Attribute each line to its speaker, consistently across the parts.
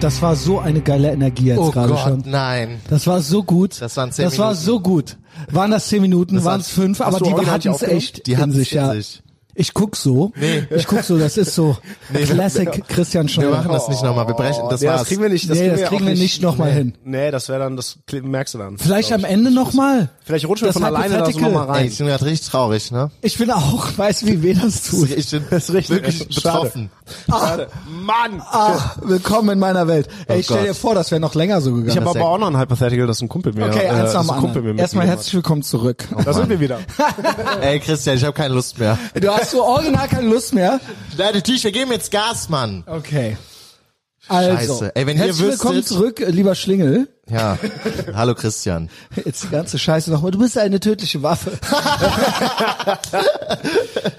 Speaker 1: das war so eine geile Energie jetzt
Speaker 2: Oh
Speaker 1: gerade
Speaker 2: Gott,
Speaker 1: schon.
Speaker 2: nein.
Speaker 1: Das war so gut.
Speaker 2: Das waren zehn
Speaker 1: Das war
Speaker 2: Minuten.
Speaker 1: so gut. Waren das zehn Minuten, waren es
Speaker 2: waren-
Speaker 1: fünf,
Speaker 2: Hast
Speaker 1: aber
Speaker 2: du
Speaker 1: die
Speaker 2: original
Speaker 1: hatten
Speaker 2: nicht
Speaker 1: es
Speaker 2: aufgenommen?
Speaker 1: echt
Speaker 2: Die
Speaker 1: in
Speaker 2: hatten's
Speaker 1: sich,
Speaker 2: in
Speaker 1: ja.
Speaker 2: sich.
Speaker 1: Ich guck so. Ich guck so, das ist so Classic Christian
Speaker 2: Wir
Speaker 1: Schneider.
Speaker 2: machen das nicht nochmal. Wir brechen. Das
Speaker 3: nee,
Speaker 2: war's.
Speaker 3: Oh, das kriegen wir nicht. Das
Speaker 1: nee,
Speaker 3: kriegen
Speaker 1: das
Speaker 3: wir
Speaker 1: kriegen
Speaker 3: auch
Speaker 1: wir nicht nochmal hin.
Speaker 3: Nee, das wäre dann, das kli- merkst du dann.
Speaker 1: Vielleicht
Speaker 3: glaub
Speaker 1: am
Speaker 3: ich.
Speaker 1: Ende nochmal.
Speaker 3: Vielleicht rutschen wir
Speaker 1: Das
Speaker 3: von alleine da so
Speaker 1: Hypothetical.
Speaker 3: nochmal
Speaker 2: Ey,
Speaker 3: rein.
Speaker 2: ich bin gerade richtig traurig, ne?
Speaker 1: Ich bin auch, weiß wie weh das tut.
Speaker 2: Ich bin
Speaker 3: Das ist richtig.
Speaker 2: wirklich
Speaker 3: Schade.
Speaker 2: betroffen.
Speaker 3: Schade. Mann!
Speaker 1: Ach, willkommen in meiner Welt. Ey, ich stell
Speaker 2: Gott.
Speaker 1: dir vor, das wäre noch länger so
Speaker 3: Ich
Speaker 1: gegangen.
Speaker 3: habe
Speaker 2: das
Speaker 3: aber auch noch ein Hypothetical, das ein Kumpel mir.
Speaker 1: okay,
Speaker 3: äh,
Speaker 1: eins
Speaker 3: das
Speaker 1: nach
Speaker 3: ein
Speaker 1: dem
Speaker 3: Kumpel mir Oh.
Speaker 1: anderen. Erstmal
Speaker 3: mitgegeben
Speaker 1: herzlich willkommen zurück.
Speaker 3: hat. Da sind wir wieder.
Speaker 2: Ey, Christian, ich habe keine Lust mehr.
Speaker 1: Du hast so original keine Lust mehr.
Speaker 2: Leute, Tisch, wir geben jetzt Gas, Mann.
Speaker 1: Okay. Also,
Speaker 2: Scheiße. Ey, wenn ihr
Speaker 1: herzlich willkommen
Speaker 2: wüsstet-
Speaker 1: zurück, äh, lieber Schlingel.
Speaker 2: Ja. Hallo, Christian.
Speaker 1: Jetzt die ganze Scheiße nochmal. Du bist eine tödliche Waffe.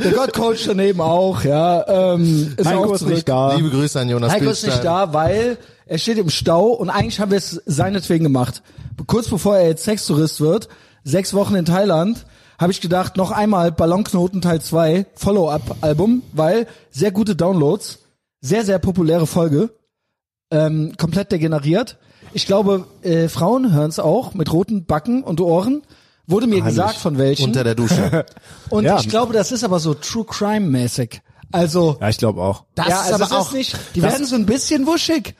Speaker 1: Der Gottcoach daneben auch, ja. Ähm, ist
Speaker 3: Heiko
Speaker 1: auch
Speaker 3: ist
Speaker 1: zurück.
Speaker 3: nicht da.
Speaker 2: Liebe Grüße an Jonas
Speaker 1: Heiko ist
Speaker 2: Bildstein.
Speaker 1: nicht da, weil er steht im Stau und eigentlich haben wir es seinetwegen gemacht. Kurz bevor er jetzt Sextourist wird, sechs Wochen in Thailand, habe ich gedacht, noch einmal Ballonknoten Teil 2, Follow-up-Album, weil sehr gute Downloads, sehr, sehr populäre Folge, ähm, komplett degeneriert. Ich glaube, äh, Frauen hören es auch mit roten Backen und Ohren. Wurde mir gesagt, von welchen.
Speaker 2: Unter der Dusche.
Speaker 1: und
Speaker 3: Ja.
Speaker 1: ich glaube, das ist aber so True Crime-mäßig. Also
Speaker 3: Ja, ich glaube auch.
Speaker 2: Das
Speaker 1: ja,
Speaker 2: ist
Speaker 1: also
Speaker 2: aber
Speaker 1: es
Speaker 2: auch-
Speaker 1: ist nicht, die werden so ein bisschen wuschig,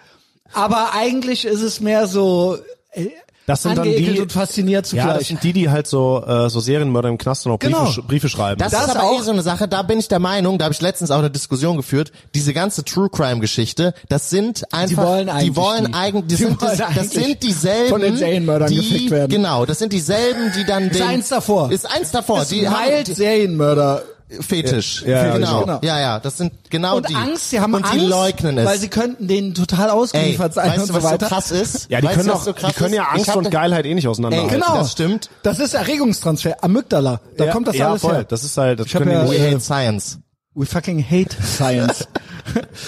Speaker 1: aber eigentlich ist es mehr so äh,
Speaker 3: Das sind dann
Speaker 1: angeekelt
Speaker 3: die-
Speaker 1: und fasziniert
Speaker 3: Ja, das
Speaker 1: zugleich.
Speaker 3: sind die, die halt so, äh, so Serienmörder im Knast und auch
Speaker 1: Genau.
Speaker 3: Briefe, sch- Briefe schreiben.
Speaker 2: Das,
Speaker 1: Das
Speaker 2: ist aber
Speaker 1: auch.
Speaker 2: auch eh so eine Sache, da bin ich der Meinung, da habe ich letztens auch eine Diskussion geführt, diese ganze True Crime Geschichte, das sind einfach
Speaker 1: wollen eigentlich
Speaker 2: die wollen
Speaker 1: die.
Speaker 2: eigen- die
Speaker 1: Die
Speaker 2: sind
Speaker 1: wollen
Speaker 2: das, das
Speaker 1: eigentlich
Speaker 2: sind dieselben
Speaker 1: von den Serienmördern
Speaker 2: die,
Speaker 1: gefickt werden.
Speaker 2: Genau, das sind dieselben, die dann den,
Speaker 1: eins davor.
Speaker 2: Ist eins davor,
Speaker 1: Das
Speaker 2: die haben
Speaker 1: mild Serienmörder.
Speaker 2: Fetisch.
Speaker 3: Ja, ja,
Speaker 2: genau.
Speaker 1: genau.
Speaker 2: Ja, ja, das sind genau
Speaker 1: Und
Speaker 2: die.
Speaker 1: Angst, sie haben
Speaker 2: und
Speaker 1: Angst,
Speaker 2: die leugnen es.
Speaker 1: weil sie könnten denen total
Speaker 2: Ey,
Speaker 1: ausgeliefert sein
Speaker 2: weißt
Speaker 1: und
Speaker 2: du,
Speaker 1: so
Speaker 2: was
Speaker 1: weiter.
Speaker 2: so krass ist?
Speaker 3: ja, die
Speaker 2: weißt
Speaker 3: können,
Speaker 2: du,
Speaker 3: auch,
Speaker 2: was so krass
Speaker 3: die können ja
Speaker 2: ist? Ich
Speaker 3: Angst
Speaker 2: hab
Speaker 3: und
Speaker 2: ne-
Speaker 3: Geilheit eh nicht auseinanderhalten.
Speaker 2: Ey,
Speaker 1: genau.
Speaker 2: das stimmt.
Speaker 1: Das ist Erregungstransfer, Amygdala. Da
Speaker 3: ja,
Speaker 1: kommt das
Speaker 3: ja,
Speaker 1: alles
Speaker 3: voll.
Speaker 1: her.
Speaker 3: Das ist halt, das
Speaker 1: Ich hab
Speaker 3: können
Speaker 1: ja-
Speaker 3: die
Speaker 2: We
Speaker 3: nicht.
Speaker 2: hate science.
Speaker 1: We fucking hate science.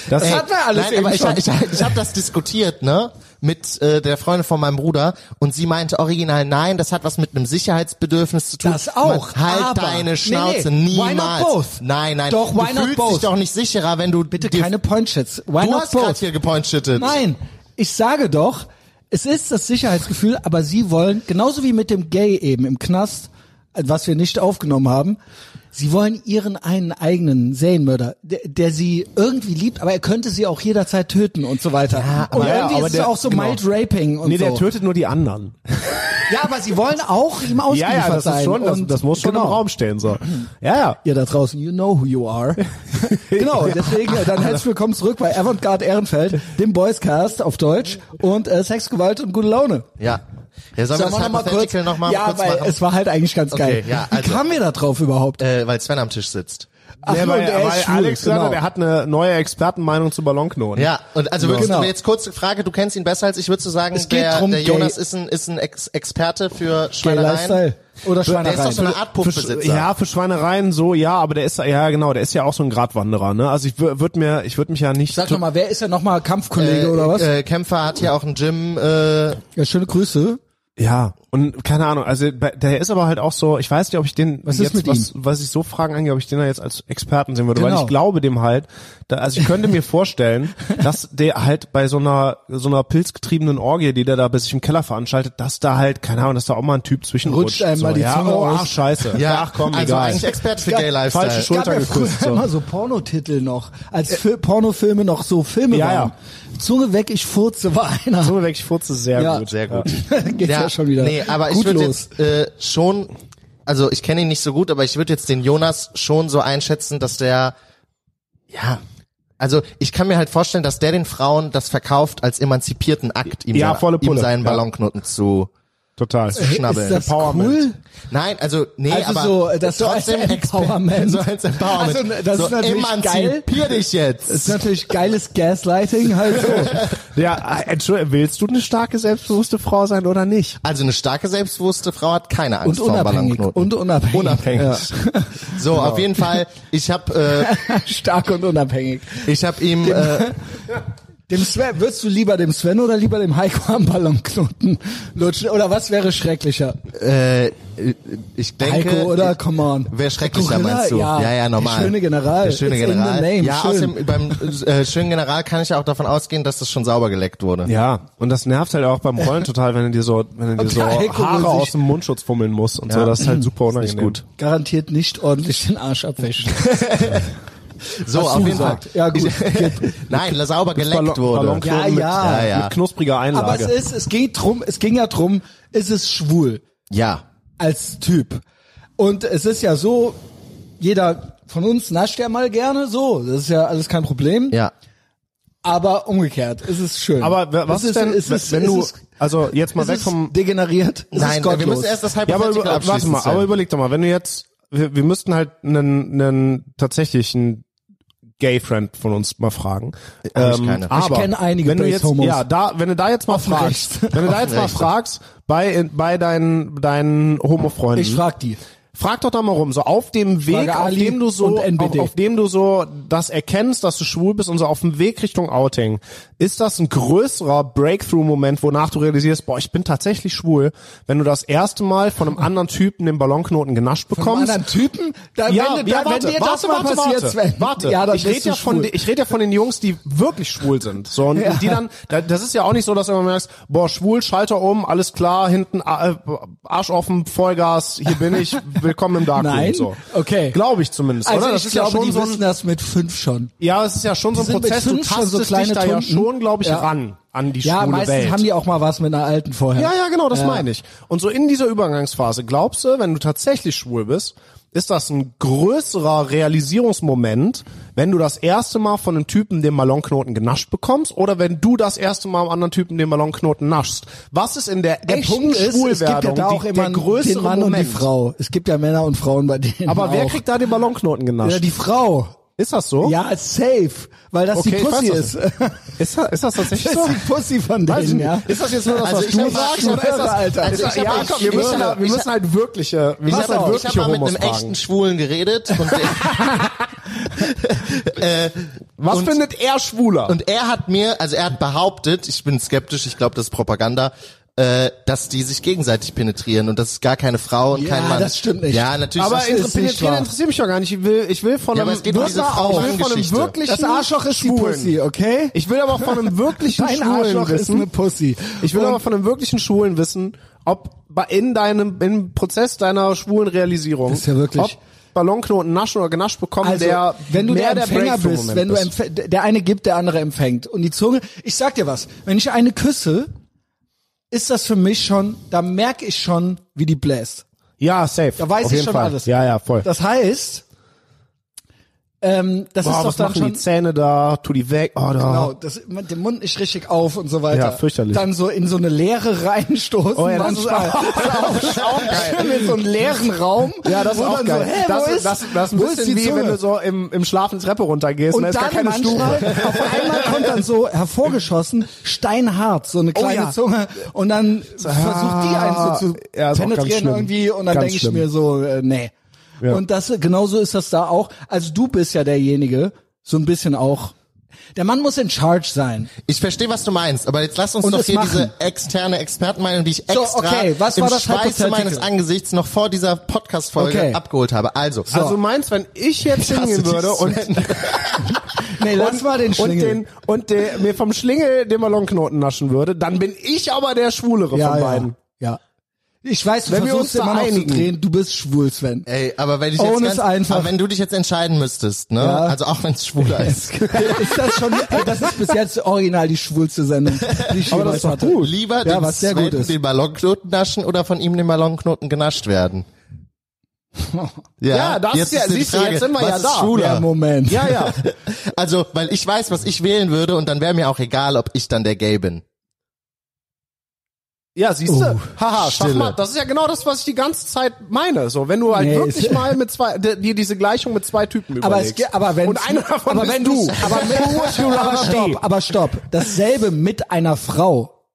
Speaker 3: Das,
Speaker 1: Ey, hatten wir alles
Speaker 2: Nein,
Speaker 1: eben
Speaker 2: aber ich,
Speaker 1: schon.
Speaker 2: ich, ich habe das diskutiert, ne? Mit äh, der Freundin von meinem Bruder und sie meinte original, nein, das hat was mit einem Sicherheitsbedürfnis zu tun.
Speaker 1: Das auch,
Speaker 2: Man, halt
Speaker 1: aber- Nee,
Speaker 2: deine Schnauze,
Speaker 1: nee, why
Speaker 2: niemals.
Speaker 1: not both?
Speaker 2: Nein, nein.
Speaker 1: Doch, why not
Speaker 2: du fühlst dich
Speaker 1: both?
Speaker 2: doch nicht sicherer, wenn du
Speaker 1: Bitte
Speaker 2: dir,
Speaker 1: keine Pointshits. Why
Speaker 2: Du
Speaker 1: not
Speaker 2: hast gerade
Speaker 1: both?
Speaker 2: hier gepointshittet.
Speaker 1: Nein, ich sage doch, es ist das Sicherheitsgefühl, aber sie wollen, genauso wie mit dem Gay eben im Knast, was wir nicht aufgenommen haben, sie wollen ihren einen eigenen Serienmörder, der, der sie irgendwie liebt, aber er könnte sie auch jederzeit töten und so weiter. und
Speaker 3: ja,
Speaker 1: irgendwie
Speaker 3: aber
Speaker 1: ist es
Speaker 3: der-
Speaker 1: auch so
Speaker 3: genau.
Speaker 1: mild raping und
Speaker 3: nee,
Speaker 1: so.
Speaker 3: der tötet nur die anderen.
Speaker 1: ja, aber sie wollen auch ihm ausgeliefert
Speaker 3: Ja, ja, das
Speaker 1: sein.
Speaker 3: ist schon, das,
Speaker 1: und
Speaker 3: das muss schon
Speaker 1: genau.
Speaker 3: im Raum stehen, so. Ja, ja.
Speaker 1: Ihr da draußen, you know who you are. genau, deswegen äh, dann herzlich willkommen zurück bei Avantgarde Ehrenfeld, dem Boyscast auf Deutsch und äh, Sex, Gewalt und gute Laune.
Speaker 2: Ja. Ja, sollen
Speaker 1: Sollen
Speaker 2: wir
Speaker 1: wir
Speaker 2: das
Speaker 1: noch mal kurz,
Speaker 2: Hypothetical nochmal
Speaker 1: ja,
Speaker 2: kurz
Speaker 1: weil
Speaker 2: machen?
Speaker 1: es war halt eigentlich ganz
Speaker 2: Okay,
Speaker 1: geil.
Speaker 2: ja, also.
Speaker 1: Wie kamen wir da drauf überhaupt?
Speaker 2: äh, weil Sven am Tisch sitzt.
Speaker 1: Ach,
Speaker 3: nee,
Speaker 1: nee,
Speaker 3: weil,
Speaker 1: und er
Speaker 3: weil
Speaker 1: ist schwul,
Speaker 3: Alex
Speaker 1: genau.
Speaker 3: gesagt hat, er hat eine neue Expertenmeinung zu Ballonknoten.
Speaker 2: Ja, und also würdest
Speaker 1: Genau.
Speaker 2: du mir jetzt kurz die Frage, du kennst ihn besser als ich, würdest du sagen,
Speaker 1: Es geht
Speaker 2: der,
Speaker 1: drum,
Speaker 2: der Jonas
Speaker 1: gay-
Speaker 2: ist ein, ist ein Ex Experte für
Speaker 1: Gay
Speaker 2: Schweinereien?
Speaker 1: Lifestyle oder
Speaker 2: Der ist doch
Speaker 1: Schweinereien.
Speaker 2: so eine Art
Speaker 3: Für,
Speaker 2: Puffbesitzer.
Speaker 3: Sch- ja, für Schweinereien so, ja, aber der ist ja genau, der ist ja auch so ein Gratwanderer, ne? Also ich würde mir, ich würde mich ja nicht.
Speaker 1: Sag noch mal, wer ist denn nochmal Kampfkollege oder was?
Speaker 2: Äh, Kämpfer hat hier auch ein Gym. Äh,
Speaker 1: ja, schöne Grüße.
Speaker 3: Ja, und keine Ahnung, also bei- der ist aber halt auch so, ich weiß nicht, ob ich den
Speaker 1: Was ist
Speaker 3: jetzt
Speaker 1: mit
Speaker 3: was, was ich so fragen angehe, ob ich den da jetzt als Experten sehen würde,
Speaker 1: Genau.
Speaker 3: weil ich glaube dem halt, da, also ich könnte mir vorstellen, dass der halt bei so einer so einer pilzgetriebenen Orgie, die der da bei sich im Keller veranstaltet, dass da halt keine Ahnung, dass da auch mal ein Typ zwischenrutscht.
Speaker 1: Rutscht einem
Speaker 3: so,
Speaker 1: mal die
Speaker 3: ja,
Speaker 1: Zunge
Speaker 3: oh,
Speaker 1: aus.
Speaker 3: Ach scheiße.
Speaker 2: ja,
Speaker 3: Ach komm,
Speaker 2: also
Speaker 3: egal.
Speaker 2: eigentlich Experte für Gay Lifestyle.
Speaker 3: falsche Schuld.
Speaker 1: Es gab ja früher
Speaker 3: Schultergegrüßt, so.
Speaker 1: immer so Pornotitel noch, als Fi- Pornofilme noch so Filme
Speaker 3: Ja,
Speaker 1: waren. Zunge weg, ich furze war einer.
Speaker 3: Zunge weg, ich furze sehr
Speaker 1: Ja.
Speaker 3: gut.
Speaker 2: Sehr gut.
Speaker 1: Geht's ja, schon wieder.
Speaker 2: Nee, aber
Speaker 1: Gut
Speaker 2: ich würde
Speaker 1: los.
Speaker 2: jetzt äh, schon, also ich kenne ihn nicht so gut, aber ich würde jetzt den Jonas schon so einschätzen, dass der, ja, also ich kann mir halt vorstellen, dass der den Frauen das verkauft als emanzipierten Akt, ihm,
Speaker 3: Ja,
Speaker 2: sein-
Speaker 3: volle
Speaker 2: ihm
Speaker 3: Pulle.
Speaker 2: seinen
Speaker 3: Ja.
Speaker 2: Ballonknoten zu
Speaker 3: Total.
Speaker 2: schnabbeln.
Speaker 1: Ist das
Speaker 3: Empowerment.
Speaker 1: cool?
Speaker 2: Nein, also nee,
Speaker 1: Also
Speaker 2: aber
Speaker 1: so, das so als
Speaker 2: trotzdem
Speaker 1: Empowerment.
Speaker 2: Exper- so als Empowerment.
Speaker 1: Also, das ist
Speaker 2: so
Speaker 1: natürlich
Speaker 2: emanzipier dich
Speaker 1: Das ist
Speaker 2: jetzt.
Speaker 1: natürlich geiles Gaslighting halt so.
Speaker 3: Ja, äh, Entschuldigung, willst du eine starke, selbstbewusste Frau sein oder nicht?
Speaker 2: Also eine starke selbstbewusste Frau hat keine
Speaker 1: Und
Speaker 2: Angst vor dem
Speaker 1: unabhängig.
Speaker 2: Ballonknoten.
Speaker 1: Und genau. unabhängig.
Speaker 2: Unabhängig.
Speaker 1: Ja.
Speaker 2: So, auf jeden Fall, ich habe äh,
Speaker 1: Stark und unabhängig.
Speaker 2: Ich habe ihm, äh,
Speaker 1: Dem Sven, würdest du lieber dem Sven oder lieber dem Heiko am Ballonknoten lutschen? Oder was wäre schrecklicher?
Speaker 2: Äh, ich denke.
Speaker 1: Heiko oder? Come on.
Speaker 2: Wäre schrecklicher,
Speaker 1: Gorilla?
Speaker 2: meinst du?
Speaker 1: Ja.
Speaker 2: ja, normal.
Speaker 1: Der schöne General.
Speaker 2: Der schöne
Speaker 1: It's in
Speaker 2: General.
Speaker 1: the name.
Speaker 2: Ja,
Speaker 1: Schön.
Speaker 2: außerdem beim äh, schönen General kann ich ja auch davon ausgehen, dass das schon sauber geleckt wurde.
Speaker 3: Ja, und das nervt halt auch beim Rollen total, wenn du dir so, wenn du dir so
Speaker 1: der Heiko will
Speaker 3: Haare
Speaker 1: sich-
Speaker 3: aus dem Mundschutz fummeln musst und so, das ist halt super
Speaker 2: nicht
Speaker 3: unangenehm.
Speaker 2: gut.
Speaker 1: Garantiert nicht ordentlich den Arsch abwischen.
Speaker 2: So,
Speaker 1: Hast
Speaker 2: auf
Speaker 1: du
Speaker 2: jeden Fall.
Speaker 1: gesagt. Ja, gut. Gib.
Speaker 2: Nein, la- sauber geleckt
Speaker 3: Ballon,
Speaker 2: wurde.
Speaker 3: Ballonknoten
Speaker 1: Ja,
Speaker 3: mit,
Speaker 1: ja.
Speaker 2: Ja, ja.
Speaker 3: mit knuspriger
Speaker 1: Aber
Speaker 3: Einlage.
Speaker 1: es ist, es ging drum, es ging ja drum, ist es schwul?
Speaker 2: Ja.
Speaker 1: als Typ. Und es ist ja so, jeder von uns nascht ja mal gerne so. Das ist ja alles kein Problem.
Speaker 2: Ja.
Speaker 1: Aber umgekehrt, es ist schön.
Speaker 3: Aber wa- was
Speaker 1: es
Speaker 3: ist denn,
Speaker 1: es ist,
Speaker 3: wenn
Speaker 1: es
Speaker 3: du,
Speaker 1: ist,
Speaker 3: also jetzt mal
Speaker 1: es
Speaker 3: weg
Speaker 1: ist
Speaker 3: vom,
Speaker 1: degeneriert, es
Speaker 2: Nein,
Speaker 1: ist gottlos.
Speaker 2: wir müssen erst das
Speaker 3: ja, aber,
Speaker 2: Hypothetical
Speaker 3: über- warte
Speaker 2: abschließen.
Speaker 3: mal,
Speaker 2: Sven.
Speaker 3: aber überleg doch mal, wenn du jetzt, wir, wir müssten halt einen, einen tatsächlichen Gay-Friend von uns mal fragen. Ähm,
Speaker 2: Hab ich keine.
Speaker 3: aber
Speaker 1: Ich kenn einige
Speaker 3: wenn du
Speaker 1: Base
Speaker 3: jetzt,
Speaker 1: Homos.
Speaker 3: ja, da, wenn du da jetzt mal
Speaker 1: Offen
Speaker 3: fragst,
Speaker 1: rechts.
Speaker 3: wenn du da jetzt mal
Speaker 2: rechts.
Speaker 3: fragst, bei, in- bei deinen, deinen Homo-Freunden.
Speaker 1: ich frag die.
Speaker 3: Frag doch da mal rum, so auf dem Weg, auf
Speaker 1: Ali
Speaker 3: dem du
Speaker 1: und
Speaker 3: so, auf,
Speaker 1: NBD.
Speaker 3: auf dem du so das erkennst, dass du schwul bist und so auf dem Weg Richtung Outing, ist das ein größerer Breakthrough-Moment, wonach du realisierst, boah, ich bin tatsächlich schwul, wenn du das erste Mal von einem anderen Typen den Ballonknoten genascht
Speaker 1: Komm,
Speaker 3: bekommst?
Speaker 1: anderen Typen, da,
Speaker 3: Ja,
Speaker 1: wenn, dir-
Speaker 3: ja,
Speaker 1: da,
Speaker 3: warte,
Speaker 1: wenn dir
Speaker 3: warte,
Speaker 1: das mal
Speaker 3: warte,
Speaker 1: passiert,
Speaker 3: warte,
Speaker 1: Sven,
Speaker 3: warte.
Speaker 1: ja, dann
Speaker 3: ich
Speaker 1: bist
Speaker 3: rede
Speaker 1: du
Speaker 3: ja von,
Speaker 1: schwul.
Speaker 3: den- ich rede ja von den Jungs, die wirklich schwul sind. So, und
Speaker 1: Ja.
Speaker 3: die dann, da- das ist ja auch nicht so, dass du immer merkst, boah, schwul, Schalter um, alles klar, hinten äh, Arsch offen, Vollgas, hier bin ich, willkommen im Darkroom.
Speaker 1: Nein?
Speaker 3: So.
Speaker 1: Okay.
Speaker 3: Glaube ich zumindest,
Speaker 1: Also
Speaker 3: oder? Das
Speaker 1: ich
Speaker 3: ist
Speaker 1: glaube,
Speaker 3: ja schon
Speaker 1: die
Speaker 3: so
Speaker 1: wissen
Speaker 3: ein,
Speaker 1: das mit fünf schon.
Speaker 3: ja, es ist ja schon so ein
Speaker 1: sind mit
Speaker 3: Prozess, du
Speaker 1: fünf schon
Speaker 3: tastest
Speaker 1: so kleine
Speaker 3: dich da ja
Speaker 1: Tunden.
Speaker 3: schon, glaube ich,
Speaker 1: Ja.
Speaker 3: ran an die
Speaker 1: Ja,
Speaker 3: schwule
Speaker 1: meistens
Speaker 3: Welt.
Speaker 1: haben die auch mal was mit einer alten vorher.
Speaker 3: Ja, ja, genau, das meine ich. Und so in dieser Übergangsphase, glaubst du, wenn du tatsächlich schwul bist, ist das ein größerer Realisierungsmoment, wenn du das erste Mal von einem Typen den Ballonknoten genascht bekommst oder wenn du das erste Mal einem anderen Typen den Ballonknoten naschst? Was ist in der,
Speaker 1: Der
Speaker 3: echten
Speaker 1: Punkt ist, es gibt ja
Speaker 3: Schwulwerdung
Speaker 1: da auch
Speaker 3: die,
Speaker 1: immer
Speaker 3: der größere
Speaker 1: den Mann
Speaker 3: Moment?
Speaker 1: und die Frau. Es gibt ja Männer und Frauen bei denen
Speaker 3: Aber wer
Speaker 1: auch.
Speaker 3: kriegt da den Ballonknoten genascht?
Speaker 1: Ja, die Frau.
Speaker 3: ist das so?
Speaker 1: Ja, safe, weil das
Speaker 3: Okay,
Speaker 1: die Pussy
Speaker 3: ich weiß
Speaker 1: ist. Das
Speaker 3: Ist das, ist das tatsächlich
Speaker 1: ist
Speaker 3: so?
Speaker 1: die Pussy von
Speaker 3: Weiß ich
Speaker 1: denen,
Speaker 3: nicht.
Speaker 1: ja.
Speaker 3: Ist das jetzt nur das,
Speaker 2: Also
Speaker 3: was
Speaker 2: ich
Speaker 3: du
Speaker 2: hab-
Speaker 3: sagst?
Speaker 2: ich
Speaker 3: oder ist das,
Speaker 1: schwöre, Alter.
Speaker 3: Ist das,
Speaker 2: Also ich hab-
Speaker 3: ja,
Speaker 2: ich-
Speaker 3: komm,
Speaker 2: ich
Speaker 3: wir müssen,
Speaker 2: schwöre,
Speaker 3: halt- wir
Speaker 2: ich
Speaker 3: müssen halt wirkliche, wir
Speaker 2: Ich
Speaker 3: müssen halt
Speaker 2: habe hab
Speaker 3: wirkliche
Speaker 2: mal mit
Speaker 3: Homos
Speaker 2: einem
Speaker 3: fragen.
Speaker 2: echten Schwulen geredet und,
Speaker 3: Was findet er schwuler?
Speaker 2: und er hat mir, also er hat behauptet, ich bin skeptisch, ich glaube, das ist Propaganda, äh, dass die sich gegenseitig penetrieren und das ist gar keine Frau und
Speaker 1: Ja,
Speaker 2: kein Mann.
Speaker 1: das stimmt nicht.
Speaker 2: Ja, natürlich.
Speaker 3: aber
Speaker 2: das
Speaker 1: ist
Speaker 3: inter-
Speaker 1: nicht
Speaker 3: penetrieren
Speaker 1: wahr.
Speaker 3: interessiert mich doch gar nicht. Ich will, ich will von
Speaker 2: Ja, aber
Speaker 3: einem,
Speaker 2: es geht um diese
Speaker 3: Wirklich-
Speaker 2: Frau-
Speaker 3: ich will von einem
Speaker 2: Geschichte.
Speaker 3: wirklichen
Speaker 1: Das Arschloch ist die
Speaker 3: Schwulen.
Speaker 1: Pussy, okay?
Speaker 3: Ich will aber auch von einem wirklichen
Speaker 1: Dein
Speaker 3: Schwulen
Speaker 1: Arschloch ist
Speaker 3: wissen.
Speaker 1: eine Pussy.
Speaker 3: ich will aber von einem wirklichen Schwulen wissen, ob bei- in deinem im Prozess deiner schwulen Realisierung,
Speaker 1: Das ist ja wirklich-
Speaker 3: ob Ballonknoten naschen oder genascht bekommen,
Speaker 1: Also,
Speaker 3: der
Speaker 1: wenn du
Speaker 3: mehr
Speaker 1: der Empfänger
Speaker 3: Breakthrough-Moment
Speaker 1: bist, wenn du
Speaker 3: ist.
Speaker 1: empf der eine gibt, der andere empfängt und die Zunge, ich sag dir was, wenn ich eine küsse, ist das für mich schon, da merke ich schon, wie die bläst.
Speaker 3: ja safe,
Speaker 1: Da weiß
Speaker 3: auf
Speaker 1: ich
Speaker 3: jeden
Speaker 1: schon
Speaker 3: Fall.
Speaker 1: alles.
Speaker 3: Ja, ja, voll.
Speaker 1: Das heißt, ähm, das
Speaker 3: Boah,
Speaker 1: ist doch
Speaker 3: was
Speaker 1: dann
Speaker 3: machen die
Speaker 1: schon
Speaker 3: Zähne da? Tu die weg. Oh, da.
Speaker 1: Genau, das, mit dem Mund nicht richtig auf und so weiter.
Speaker 3: Ja, fürchterlich.
Speaker 1: Dann so in so eine Leere reinstoßen
Speaker 3: Oh ja, das ist
Speaker 1: manchmal. Schön in so einen leeren Raum.
Speaker 3: Ja, das ist
Speaker 1: wo
Speaker 3: auch
Speaker 1: dann
Speaker 3: geil.
Speaker 1: So, hä,
Speaker 3: das,
Speaker 1: wo ist,
Speaker 3: das, das ist
Speaker 1: wo
Speaker 3: ein
Speaker 1: ist die
Speaker 3: bisschen wie, wenn
Speaker 1: Zunge?
Speaker 3: du so im, im Schlaf eine Treppe runtergehst
Speaker 1: und
Speaker 3: und, da ist
Speaker 1: dann
Speaker 3: gar keine
Speaker 1: manchmal,
Speaker 3: Stufe.
Speaker 1: auf einmal kommt dann so hervorgeschossen, steinhart, so eine kleine
Speaker 3: Oh ja. ah,
Speaker 1: Zunge und dann versucht die einen so zu
Speaker 3: Ja, ist auch ganz
Speaker 1: penetrieren
Speaker 3: schlimm.
Speaker 1: irgendwie und dann
Speaker 3: Ganz
Speaker 1: denke ich
Speaker 3: schlimm.
Speaker 1: mir so, äh, nee.
Speaker 3: Ja.
Speaker 1: Und das, genauso ist das da auch. Also du bist ja derjenige, so ein bisschen auch. Der Mann muss in charge sein.
Speaker 2: Ich verstehe, was du meinst, aber jetzt lass uns
Speaker 1: Und
Speaker 2: doch
Speaker 1: es
Speaker 2: hier
Speaker 1: machen.
Speaker 2: diese externe Expertenmeinung, die ich
Speaker 1: So,
Speaker 2: extra
Speaker 1: okay, was
Speaker 2: im
Speaker 1: war das
Speaker 2: Schweiße
Speaker 1: Hypothetical?
Speaker 2: meines Angesichts noch vor dieser Podcast-Folge
Speaker 1: Okay.
Speaker 2: abgeholt habe. Also,
Speaker 3: Also meinst, wenn ich
Speaker 2: Ich
Speaker 3: jetzt
Speaker 2: hasse
Speaker 3: hingehen
Speaker 2: dich,
Speaker 3: würde und,
Speaker 2: Sven.
Speaker 1: Nee, lass mal den
Speaker 3: und,
Speaker 1: Schlingel.
Speaker 3: den, und der, mir vom Schlingel den Ballonknoten naschen würde, dann bin ich aber der Schwulere von beiden.
Speaker 1: Ja. ja. Ich weiß, du
Speaker 3: Wenn wir
Speaker 1: versuchst
Speaker 3: uns da
Speaker 1: immer noch
Speaker 3: einigen.
Speaker 1: zu drehen, du bist schwul, Sven.
Speaker 2: Ey, aber wenn ich
Speaker 1: Own
Speaker 2: jetzt
Speaker 1: ist
Speaker 2: ganz,
Speaker 1: einfach.
Speaker 2: aber wenn du dich jetzt entscheiden müsstest, ne?
Speaker 1: Ja.
Speaker 2: Also auch wenn es schwuler ist.
Speaker 1: ist das schon, ey, das ist bis jetzt original die schwulste Sendung, die ich
Speaker 3: Aber
Speaker 1: jemals
Speaker 3: das ist doch
Speaker 1: hatte.
Speaker 3: gut.
Speaker 2: Lieber
Speaker 1: Ja,
Speaker 2: dem
Speaker 1: was sehr
Speaker 2: Sven
Speaker 1: gut ist.
Speaker 2: den Ballonknoten naschen oder von ihm den Ballonknoten genascht werden. Ja,
Speaker 3: das
Speaker 2: jetzt
Speaker 3: ist ja-
Speaker 2: die
Speaker 3: siehst du,
Speaker 2: Frage,
Speaker 3: jetzt sind wir
Speaker 2: was
Speaker 3: ja
Speaker 2: ist
Speaker 3: da.
Speaker 2: Schwuler?
Speaker 1: Ja, Moment.
Speaker 3: Ja, ja.
Speaker 2: Also, weil ich weiß, was ich wählen würde und dann wäre mir auch egal, ob ich dann der Gay bin.
Speaker 3: Ja, siehst du?
Speaker 1: Oh,
Speaker 3: Haha, schau
Speaker 2: Stille.
Speaker 3: mal, das ist ja genau das, was ich die ganze Zeit meine. So, wenn du halt
Speaker 1: Nee,
Speaker 3: wirklich
Speaker 1: ist-
Speaker 3: mal mit zwei, d- dir diese Gleichung mit zwei Typen
Speaker 1: Aber es,
Speaker 3: überlegst.
Speaker 1: ge- aber wenn,
Speaker 3: und einer davon
Speaker 1: aber
Speaker 3: bist
Speaker 1: wenn
Speaker 3: du.
Speaker 1: aber, wenn, aber stopp, aber stopp. Dasselbe mit einer Frau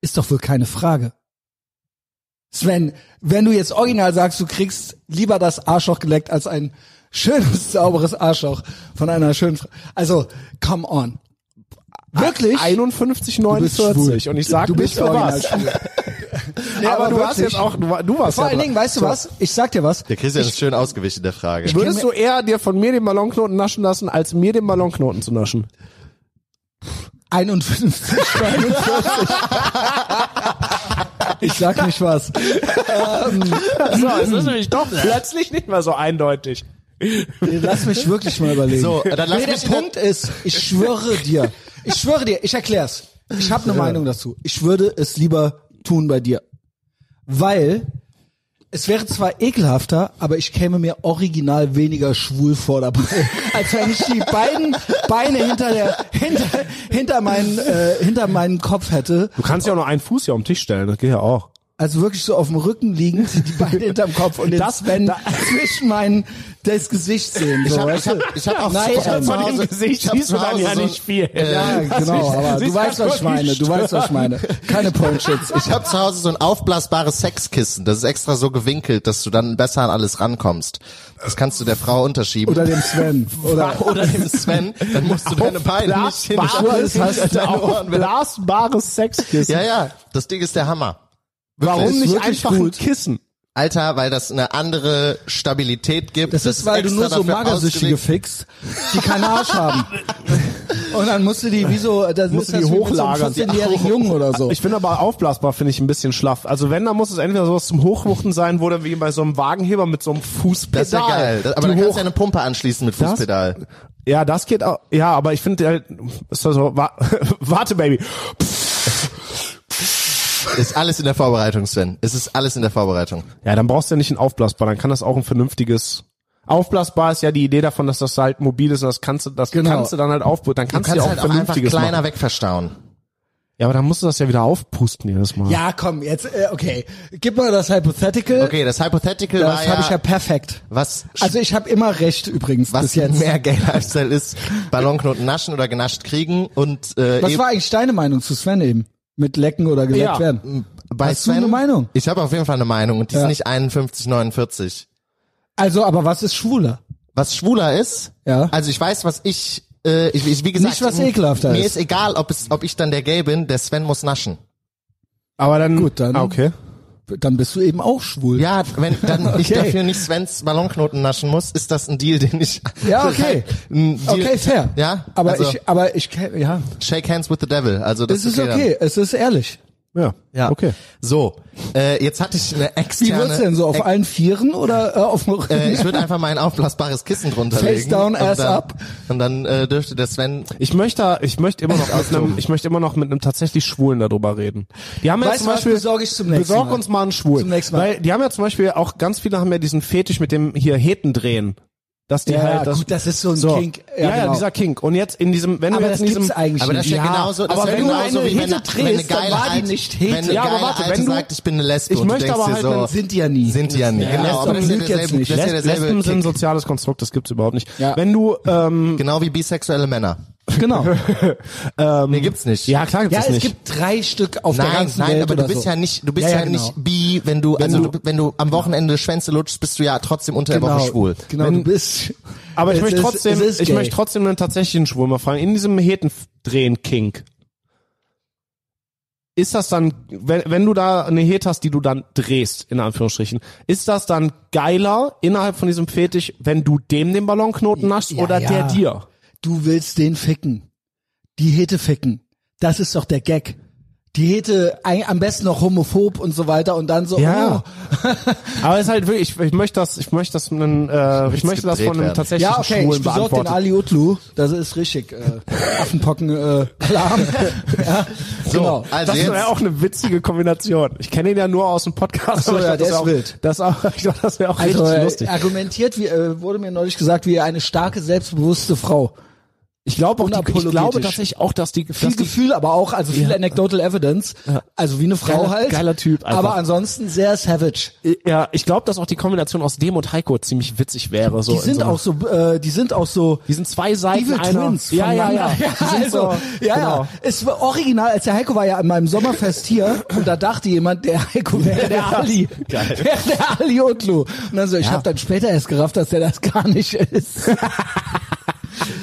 Speaker 1: ist doch wohl keine Frage. Sven, wenn du jetzt original sagst, du kriegst lieber das Arschloch geleckt als ein schönes, sauberes Arschloch von einer schönen Frau. Also, come on. Wirklich?
Speaker 3: 51,49 und ich sag
Speaker 1: du bist
Speaker 3: nicht, für was.
Speaker 1: original schwul. Nee,
Speaker 3: aber, du warst
Speaker 1: wirklich.
Speaker 3: jetzt auch, du, war- du warst
Speaker 1: Vor
Speaker 3: ja
Speaker 1: allen
Speaker 3: dran.
Speaker 1: Dingen, weißt du
Speaker 3: So.
Speaker 1: was? Ich sag dir was.
Speaker 2: Der Christian ist schön ausgewichen der Frage.
Speaker 3: Würdest du eher dir von mir den Ballonknoten naschen lassen, als mir den Ballonknoten zu naschen?
Speaker 1: 51, 49. Ich sag nicht was.
Speaker 3: So, es ist nämlich doch plötzlich nicht mehr so eindeutig.
Speaker 1: Lass mich wirklich mal überlegen.
Speaker 2: So, dann lass
Speaker 1: nee,
Speaker 2: mich-
Speaker 1: der Punkt ist, ich schwöre dir, ich schwöre dir, ich erklär's. Ich habe eine Meinung dazu. Ich würde es lieber tun bei dir. Weil es wäre zwar ekelhafter, aber ich käme mir original weniger schwul vor dabei, als wenn ich die beiden Beine hinter der hinter hinter meinen äh, hinter meinen Kopf hätte.
Speaker 3: Du kannst ja auch nur einen Fuß hier auf den Tisch stellen, das geht ja auch.
Speaker 1: Also wirklich so auf dem Rücken liegend, die Beine hinterm Kopf und den
Speaker 3: Das-
Speaker 1: Sven
Speaker 3: da-
Speaker 1: zwischen meinen das Gesicht sehen. So,
Speaker 2: hab-
Speaker 1: weißt
Speaker 2: ich hab-
Speaker 1: du?
Speaker 2: ich hab auch-
Speaker 1: Nein,
Speaker 2: ich
Speaker 1: Mann.
Speaker 2: hab zu Hause-
Speaker 3: Gesicht
Speaker 2: ich hab
Speaker 3: siehst du
Speaker 2: zu
Speaker 3: dann
Speaker 2: Hause
Speaker 3: ja
Speaker 2: so
Speaker 3: nicht
Speaker 2: ein-
Speaker 3: viel.
Speaker 1: Ja, genau, aber du weißt, was ich meine, du weißt, was ich meine. Keine Pointshits.
Speaker 2: Ich habe zu Hause so ein aufblasbares Sexkissen. Das ist extra so gewinkelt, dass du dann besser an alles rankommst. Das kannst du der Frau unterschieben.
Speaker 1: Oder dem Sven. Oder
Speaker 2: oder dem Sven. Dann musst du deine Beine nicht hinstellen.
Speaker 1: das heißt,
Speaker 2: deine Ohren werden-
Speaker 3: Blasbares genau. Sexkissen.
Speaker 2: Ja, ja, das Ding ist der Hammer.
Speaker 1: Das
Speaker 3: Warum
Speaker 1: ist
Speaker 3: nicht
Speaker 1: wirklich
Speaker 3: einfach
Speaker 1: gut.
Speaker 3: ein Kissen?
Speaker 2: Alter, weil das eine andere Stabilität gibt.
Speaker 1: das ist, weil du
Speaker 2: extra
Speaker 1: nur so
Speaker 2: dafür
Speaker 1: Magersüchtige
Speaker 2: ausgelegt.
Speaker 1: fixt, die keinen Arsch haben. Und dann musst du die wie so, das
Speaker 3: Musst
Speaker 1: ist
Speaker 3: du die
Speaker 1: das wie mit so einem
Speaker 3: hochlagern.
Speaker 1: 14-jährigen Jungen oder so.
Speaker 3: Ich finde aber aufblasbar, finde ich ein bisschen schlaff. Also wenn, dann muss es entweder sowas zum Hochwuchten sein, wo du wie bei so einem Wagenheber mit so einem Fußpedal.
Speaker 2: Das ist ja geil. Das, aber
Speaker 3: die
Speaker 2: dann kannst
Speaker 3: hoch-
Speaker 2: du ja eine Pumpe anschließen mit Fußpedal.
Speaker 3: Ja, das geht auch. Ja, aber ich finde, äh, ist das so, wa warte, Baby.
Speaker 2: Ist alles in der Vorbereitung, Sven. Es ist alles in der Vorbereitung.
Speaker 3: Ja, dann brauchst du ja nicht ein aufblasbar, dann kann das auch ein vernünftiges Aufblasbar ist ja die Idee davon, dass das halt mobil ist und das kannst du, das
Speaker 1: Genau.
Speaker 3: kannst du dann halt aufpusten, dann
Speaker 2: Du
Speaker 3: kannst du,
Speaker 2: kannst
Speaker 3: ja auch
Speaker 2: halt auch
Speaker 3: ein
Speaker 2: einfach
Speaker 3: vernünftiges
Speaker 2: kleiner
Speaker 3: machen.
Speaker 2: wegverstauen.
Speaker 3: Ja, aber dann musst du das ja wieder aufpusten jedes Mal.
Speaker 1: Ja, komm, jetzt, äh, okay. Gib mal das Hypothetical.
Speaker 2: Okay, das Hypothetical
Speaker 1: das
Speaker 2: war
Speaker 1: habe ich ja
Speaker 2: ja,
Speaker 1: perfekt.
Speaker 2: was,
Speaker 1: Also ich habe immer recht übrigens
Speaker 2: was
Speaker 1: bis jetzt.
Speaker 2: mehr Gay Lifestyle ist, Ballonknoten naschen oder genascht kriegen und äh,
Speaker 1: Was
Speaker 2: eben
Speaker 1: war eigentlich deine Meinung zu Sven eben? Mit lecken oder geleckt
Speaker 3: Ja.
Speaker 2: Mhm.
Speaker 1: werden?
Speaker 2: bei
Speaker 1: hast du eine Meinung?
Speaker 2: Ich habe auf jeden Fall eine Meinung und die
Speaker 1: Ja.
Speaker 2: ist nicht 51, 49.
Speaker 1: Also, aber was ist schwuler?
Speaker 2: was schwuler ist.
Speaker 1: Ja.
Speaker 2: Also ich weiß, was ich, äh, ich, ich wie gesagt,
Speaker 1: Nicht, was ekelhafter
Speaker 2: mir
Speaker 1: ist.
Speaker 2: ist egal, ob es, ob ich dann der Gay bin, der Sven muss naschen.
Speaker 3: Aber dann.
Speaker 1: Gut, dann-
Speaker 3: Ah, okay.
Speaker 1: Dann bist du eben auch schwul.
Speaker 2: Ja, wenn dann ich
Speaker 1: Okay.
Speaker 2: dafür nicht Svens Ballonknoten naschen muss, ist das ein Deal, den ich.
Speaker 1: Ja, okay.
Speaker 2: Ein Deal,
Speaker 1: Okay, fair.
Speaker 2: Ja,
Speaker 1: aber
Speaker 2: also-
Speaker 1: ich, aber ich, kenn- ja,
Speaker 2: Shake hands with the devil. Also das
Speaker 1: es ist
Speaker 2: dann.
Speaker 1: okay, es ist ehrlich.
Speaker 3: Ja.
Speaker 2: Ja.
Speaker 3: Okay.
Speaker 2: So, äh, jetzt hatte ich eine
Speaker 1: Wie
Speaker 2: externe.
Speaker 1: wird's denn so? Auf allen Vieren oder äh, auf dem
Speaker 2: ne? äh,
Speaker 1: Rücken?
Speaker 2: ich würde einfach mal ein aufblasbares Kissen drunterlegen.
Speaker 1: Face down,
Speaker 2: und
Speaker 1: ass
Speaker 2: dann,
Speaker 1: up.
Speaker 2: Und dann äh, dürfte der Sven.
Speaker 3: Ich möchte, ich möchte immer noch mit einem, ich möchte immer noch mit einem tatsächlich Schwulen darüber reden. Die haben ja
Speaker 1: Weißt
Speaker 3: zum
Speaker 1: du was,
Speaker 3: Beispiel,
Speaker 1: besorg ich zum nächsten
Speaker 3: besorg
Speaker 1: Mal.
Speaker 3: uns mal einen Schwulen.
Speaker 1: Zum nächsten Mal.
Speaker 3: Weil die haben ja zum Beispiel auch ganz viele haben ja diesen Fetisch mit dem hier Heten drehen. Dass die
Speaker 1: Ja,
Speaker 3: halt, das,
Speaker 1: gut, das ist so ein Kink. Ja,
Speaker 3: Ja, ja,
Speaker 1: genau.
Speaker 3: dieser Kink. Und jetzt in diesem, wenn
Speaker 1: aber
Speaker 3: du
Speaker 1: das
Speaker 3: jetzt in
Speaker 1: gibt's
Speaker 3: diesem,
Speaker 1: eigentlich
Speaker 2: Aber das
Speaker 1: nicht.
Speaker 2: ist ja,
Speaker 3: Ja,
Speaker 2: genauso, das
Speaker 3: aber
Speaker 2: ist ja
Speaker 3: wenn du
Speaker 2: genauso
Speaker 1: eine
Speaker 2: wie wenn,
Speaker 1: Hete
Speaker 2: eine-
Speaker 1: drehst,
Speaker 2: wenn eine
Speaker 1: dann
Speaker 2: geile
Speaker 1: war die
Speaker 2: Alte,
Speaker 1: nicht Hete.
Speaker 2: wenn eine
Speaker 3: Ja, aber
Speaker 2: geile
Speaker 3: warte,
Speaker 2: Alte
Speaker 3: wenn du-
Speaker 2: sagt, ich bin eine Lesbe
Speaker 3: Ich
Speaker 2: und du
Speaker 3: möchte
Speaker 2: denkst
Speaker 3: aber
Speaker 2: dir
Speaker 3: halt,
Speaker 2: so,
Speaker 3: wenn-
Speaker 1: sind die ja nie.
Speaker 2: Sind die ja nie.
Speaker 1: Ja,
Speaker 2: genau,
Speaker 1: das
Speaker 2: aber das ist ja
Speaker 1: lügt jetzt
Speaker 2: derselbe,
Speaker 1: nicht.
Speaker 2: das ist ja
Speaker 3: Les- Lesben
Speaker 2: derselbe
Speaker 3: sind ein
Speaker 2: Kick.
Speaker 3: soziales Konstrukt, das gibt's überhaupt nicht.
Speaker 1: Ja.
Speaker 3: Wenn du, ähm,
Speaker 2: Genau wie bisexuelle Männer.
Speaker 1: Genau.
Speaker 2: Nee, gibt's nicht.
Speaker 3: ja klar gibt's
Speaker 1: Ja,
Speaker 3: das
Speaker 1: es
Speaker 3: nicht.
Speaker 1: gibt drei Stück auf der
Speaker 2: Nein,
Speaker 1: ganzen
Speaker 2: nein,
Speaker 1: Welt
Speaker 2: aber
Speaker 1: oder
Speaker 2: du bist
Speaker 1: so.
Speaker 2: ja nicht, du bist
Speaker 1: Ja,
Speaker 2: ja,
Speaker 1: ja, genau.
Speaker 2: nicht bi, wenn du, also
Speaker 3: du-
Speaker 2: du, wenn du am Wochenende Schwänze lutschst, bist du ja trotzdem unter der
Speaker 1: genau,
Speaker 2: Woche schwul.
Speaker 1: Genau, du bist.
Speaker 3: Aber ich
Speaker 1: es
Speaker 3: möchte
Speaker 1: ist-
Speaker 3: trotzdem,
Speaker 1: es ist
Speaker 3: ich
Speaker 1: gay.
Speaker 3: möchte trotzdem einen tatsächlichen Schwulen mal fragen. In diesem Heten-Drehen-Kink. Ist das dann, wenn, wenn du da eine Het hast, die du dann drehst, in Anführungsstrichen, ist das dann geiler innerhalb von diesem Fetisch, wenn du dem den Ballonknoten naschst
Speaker 1: Ja,
Speaker 3: oder
Speaker 1: ja.
Speaker 3: der dir?
Speaker 1: du willst den ficken. Die Hete ficken. Das ist doch der Gag. Die Hete ein- am besten noch homophob und so weiter und dann so,
Speaker 3: Ja.
Speaker 1: oh,
Speaker 3: Aber es ist halt wirklich, ich, ich möchte das, ich möchte das, mit einem, äh, ich möchte das
Speaker 2: gedreht
Speaker 3: von einem
Speaker 2: werden.
Speaker 3: tatsächlichen
Speaker 1: ja, okay, ich
Speaker 3: Schwulen
Speaker 1: besorg den
Speaker 3: beantworten.
Speaker 1: Ali Utlu. Das ist richtig. Äh, Affenpocken, äh, Alarm. ja,
Speaker 2: So,
Speaker 1: genau.
Speaker 2: also
Speaker 3: Das
Speaker 2: jetzt,
Speaker 3: ist ja auch eine witzige Kombination. Ich kenne ihn ja nur aus dem Podcast.
Speaker 1: so,
Speaker 3: aber ich
Speaker 1: ja,
Speaker 3: glaub,
Speaker 1: der
Speaker 3: das
Speaker 1: ist
Speaker 3: auch,
Speaker 1: wild.
Speaker 3: Das auch, ich glaube, das wäre auch
Speaker 1: Also
Speaker 3: richtig
Speaker 1: äh,
Speaker 3: lustig.
Speaker 1: argumentiert, wie äh, wurde mir neulich gesagt, wie eine starke, selbstbewusste Frau.
Speaker 3: Ich glaube auch, die, ich
Speaker 1: Unapologetisch.
Speaker 3: glaube tatsächlich auch, dass die,
Speaker 1: Viel
Speaker 3: dass die
Speaker 1: Gefühl, aber auch, also viel anecdotal evidence. Also wie eine Frau
Speaker 3: Geiler-
Speaker 1: halt.
Speaker 3: geiler Typ einfach.
Speaker 1: Aber ansonsten sehr savage.
Speaker 3: ja, ich glaube, dass auch die Kombination aus dem und Heiko ziemlich witzig wäre. So
Speaker 1: Die
Speaker 3: in
Speaker 1: sind
Speaker 3: so einer-
Speaker 1: auch so, äh, die sind auch so,
Speaker 3: die sind zwei Seiten
Speaker 1: Evil
Speaker 3: einer.
Speaker 1: Twins
Speaker 3: ja, ja, ja,
Speaker 1: voneinander.
Speaker 3: Die sind
Speaker 1: also,
Speaker 3: so,
Speaker 1: ja,
Speaker 3: genau.
Speaker 1: ja. Es war original, als der Heiko war ja an meinem Sommerfest hier und da dachte jemand, der Heiko wäre der Ali.
Speaker 3: Geil.
Speaker 1: Wäre der Ali Otlu. Und dann so, ich hab habe dann später erst gerafft, dass der das gar nicht ist.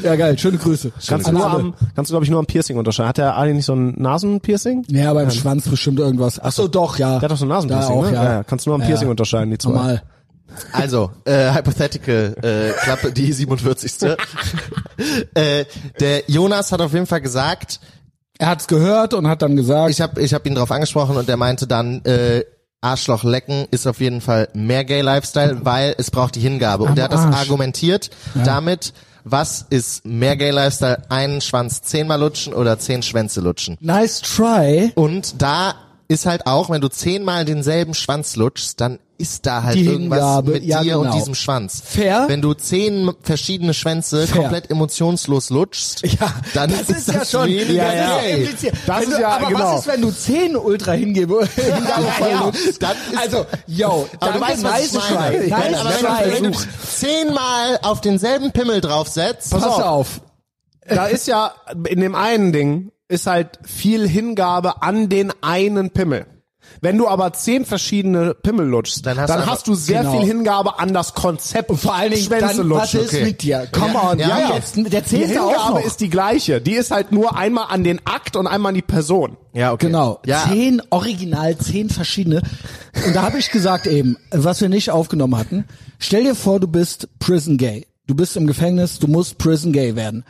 Speaker 1: Ja, geil. Schöne Grüße.
Speaker 3: Kannst du,
Speaker 1: An
Speaker 3: nur
Speaker 1: alle.
Speaker 3: am, kannst du, glaube ich, nur am Piercing unterscheiden. Hat der Ali nicht so ein Nasenpiercing?
Speaker 1: Ja, beim Schwanz bestimmt irgendwas. Ach so, doch, ja.
Speaker 3: Der hat doch so ein Nasenpiercing,
Speaker 1: da auch,
Speaker 3: ne?
Speaker 1: ja.
Speaker 3: Kannst du nur am Piercing unterscheiden, die zwei.
Speaker 1: Normal.
Speaker 2: Also, äh, hypothetical äh, Klappe, die 47. äh, der Jonas hat auf jeden Fall gesagt,
Speaker 1: Er hat's gehört und hat dann gesagt,
Speaker 2: ich habe ich hab ihn drauf angesprochen und er meinte dann, äh, Arschloch lecken ist auf jeden Fall mehr Gay Lifestyle, weil es braucht die Hingabe. Und er hat das
Speaker 1: Arsch.
Speaker 2: argumentiert damit, was ist mehr Gay Lifestyle, einen Schwanz zehnmal lutschen oder zehn Schwänze lutschen.
Speaker 1: nice try.
Speaker 2: Und da ist halt auch, wenn du zehnmal denselben Schwanz lutschst, dann ist da halt
Speaker 1: Die
Speaker 2: irgendwas
Speaker 1: Hingabe,
Speaker 2: mit
Speaker 1: ja,
Speaker 2: dir und
Speaker 1: genau.
Speaker 2: diesem Schwanz.
Speaker 1: Fair.
Speaker 2: Wenn du zehn verschiedene Schwänze
Speaker 1: Fair.
Speaker 2: komplett emotionslos lutschst,
Speaker 1: Ja,
Speaker 2: dann
Speaker 1: das ist, ja
Speaker 2: das
Speaker 1: schon,
Speaker 2: weniger
Speaker 1: ja,
Speaker 2: gay.
Speaker 1: das ist ja
Speaker 3: gay.
Speaker 1: impliziert.
Speaker 3: Das
Speaker 1: wenn
Speaker 3: ist
Speaker 1: du,
Speaker 3: ja-
Speaker 1: aber
Speaker 3: genau.
Speaker 1: was ist, wenn du 10 Ultra hingebe?
Speaker 2: Ja, ja. Dann ist-
Speaker 1: also, yo,
Speaker 2: Aber du
Speaker 1: danke,
Speaker 2: weißt, was ich
Speaker 1: nice
Speaker 2: meine.
Speaker 1: try.
Speaker 2: Wenn-
Speaker 1: Nice
Speaker 2: aber wenn,
Speaker 1: try.
Speaker 2: wenn du zehnmal auf denselben Pimmel draufsetzt,
Speaker 1: Pass auf.
Speaker 3: Da ist ja, in dem einen Ding, ist halt viel Hingabe an den einen Pimmel. Wenn du aber zehn verschiedene Pimmel lutschst,
Speaker 2: Dann
Speaker 3: dann
Speaker 2: hast
Speaker 3: hast,
Speaker 2: du einfach-
Speaker 3: du sehr
Speaker 1: Genau.
Speaker 3: viel Hingabe an das Konzept.
Speaker 1: Und vor allen Dingen,
Speaker 3: Schwänze
Speaker 1: dann, was
Speaker 3: lutschen.
Speaker 1: ist
Speaker 2: okay.
Speaker 1: mit dir? Come
Speaker 2: Ja,
Speaker 1: on.
Speaker 2: ja,
Speaker 1: Ja,
Speaker 2: ja.
Speaker 1: Jetzt, der
Speaker 3: Die
Speaker 1: zählt ja auch
Speaker 3: Hingabe
Speaker 1: noch.
Speaker 3: ist die gleiche. Die ist halt nur einmal an den Akt und einmal an die Person.
Speaker 2: Ja, okay.
Speaker 1: Genau.
Speaker 2: Ja.
Speaker 1: Zehn, original zehn verschiedene. Und da habe ich gesagt eben, was wir nicht aufgenommen hatten, stell dir vor, du bist Prison Gay. Du bist im Gefängnis, du musst Prison Gay werden.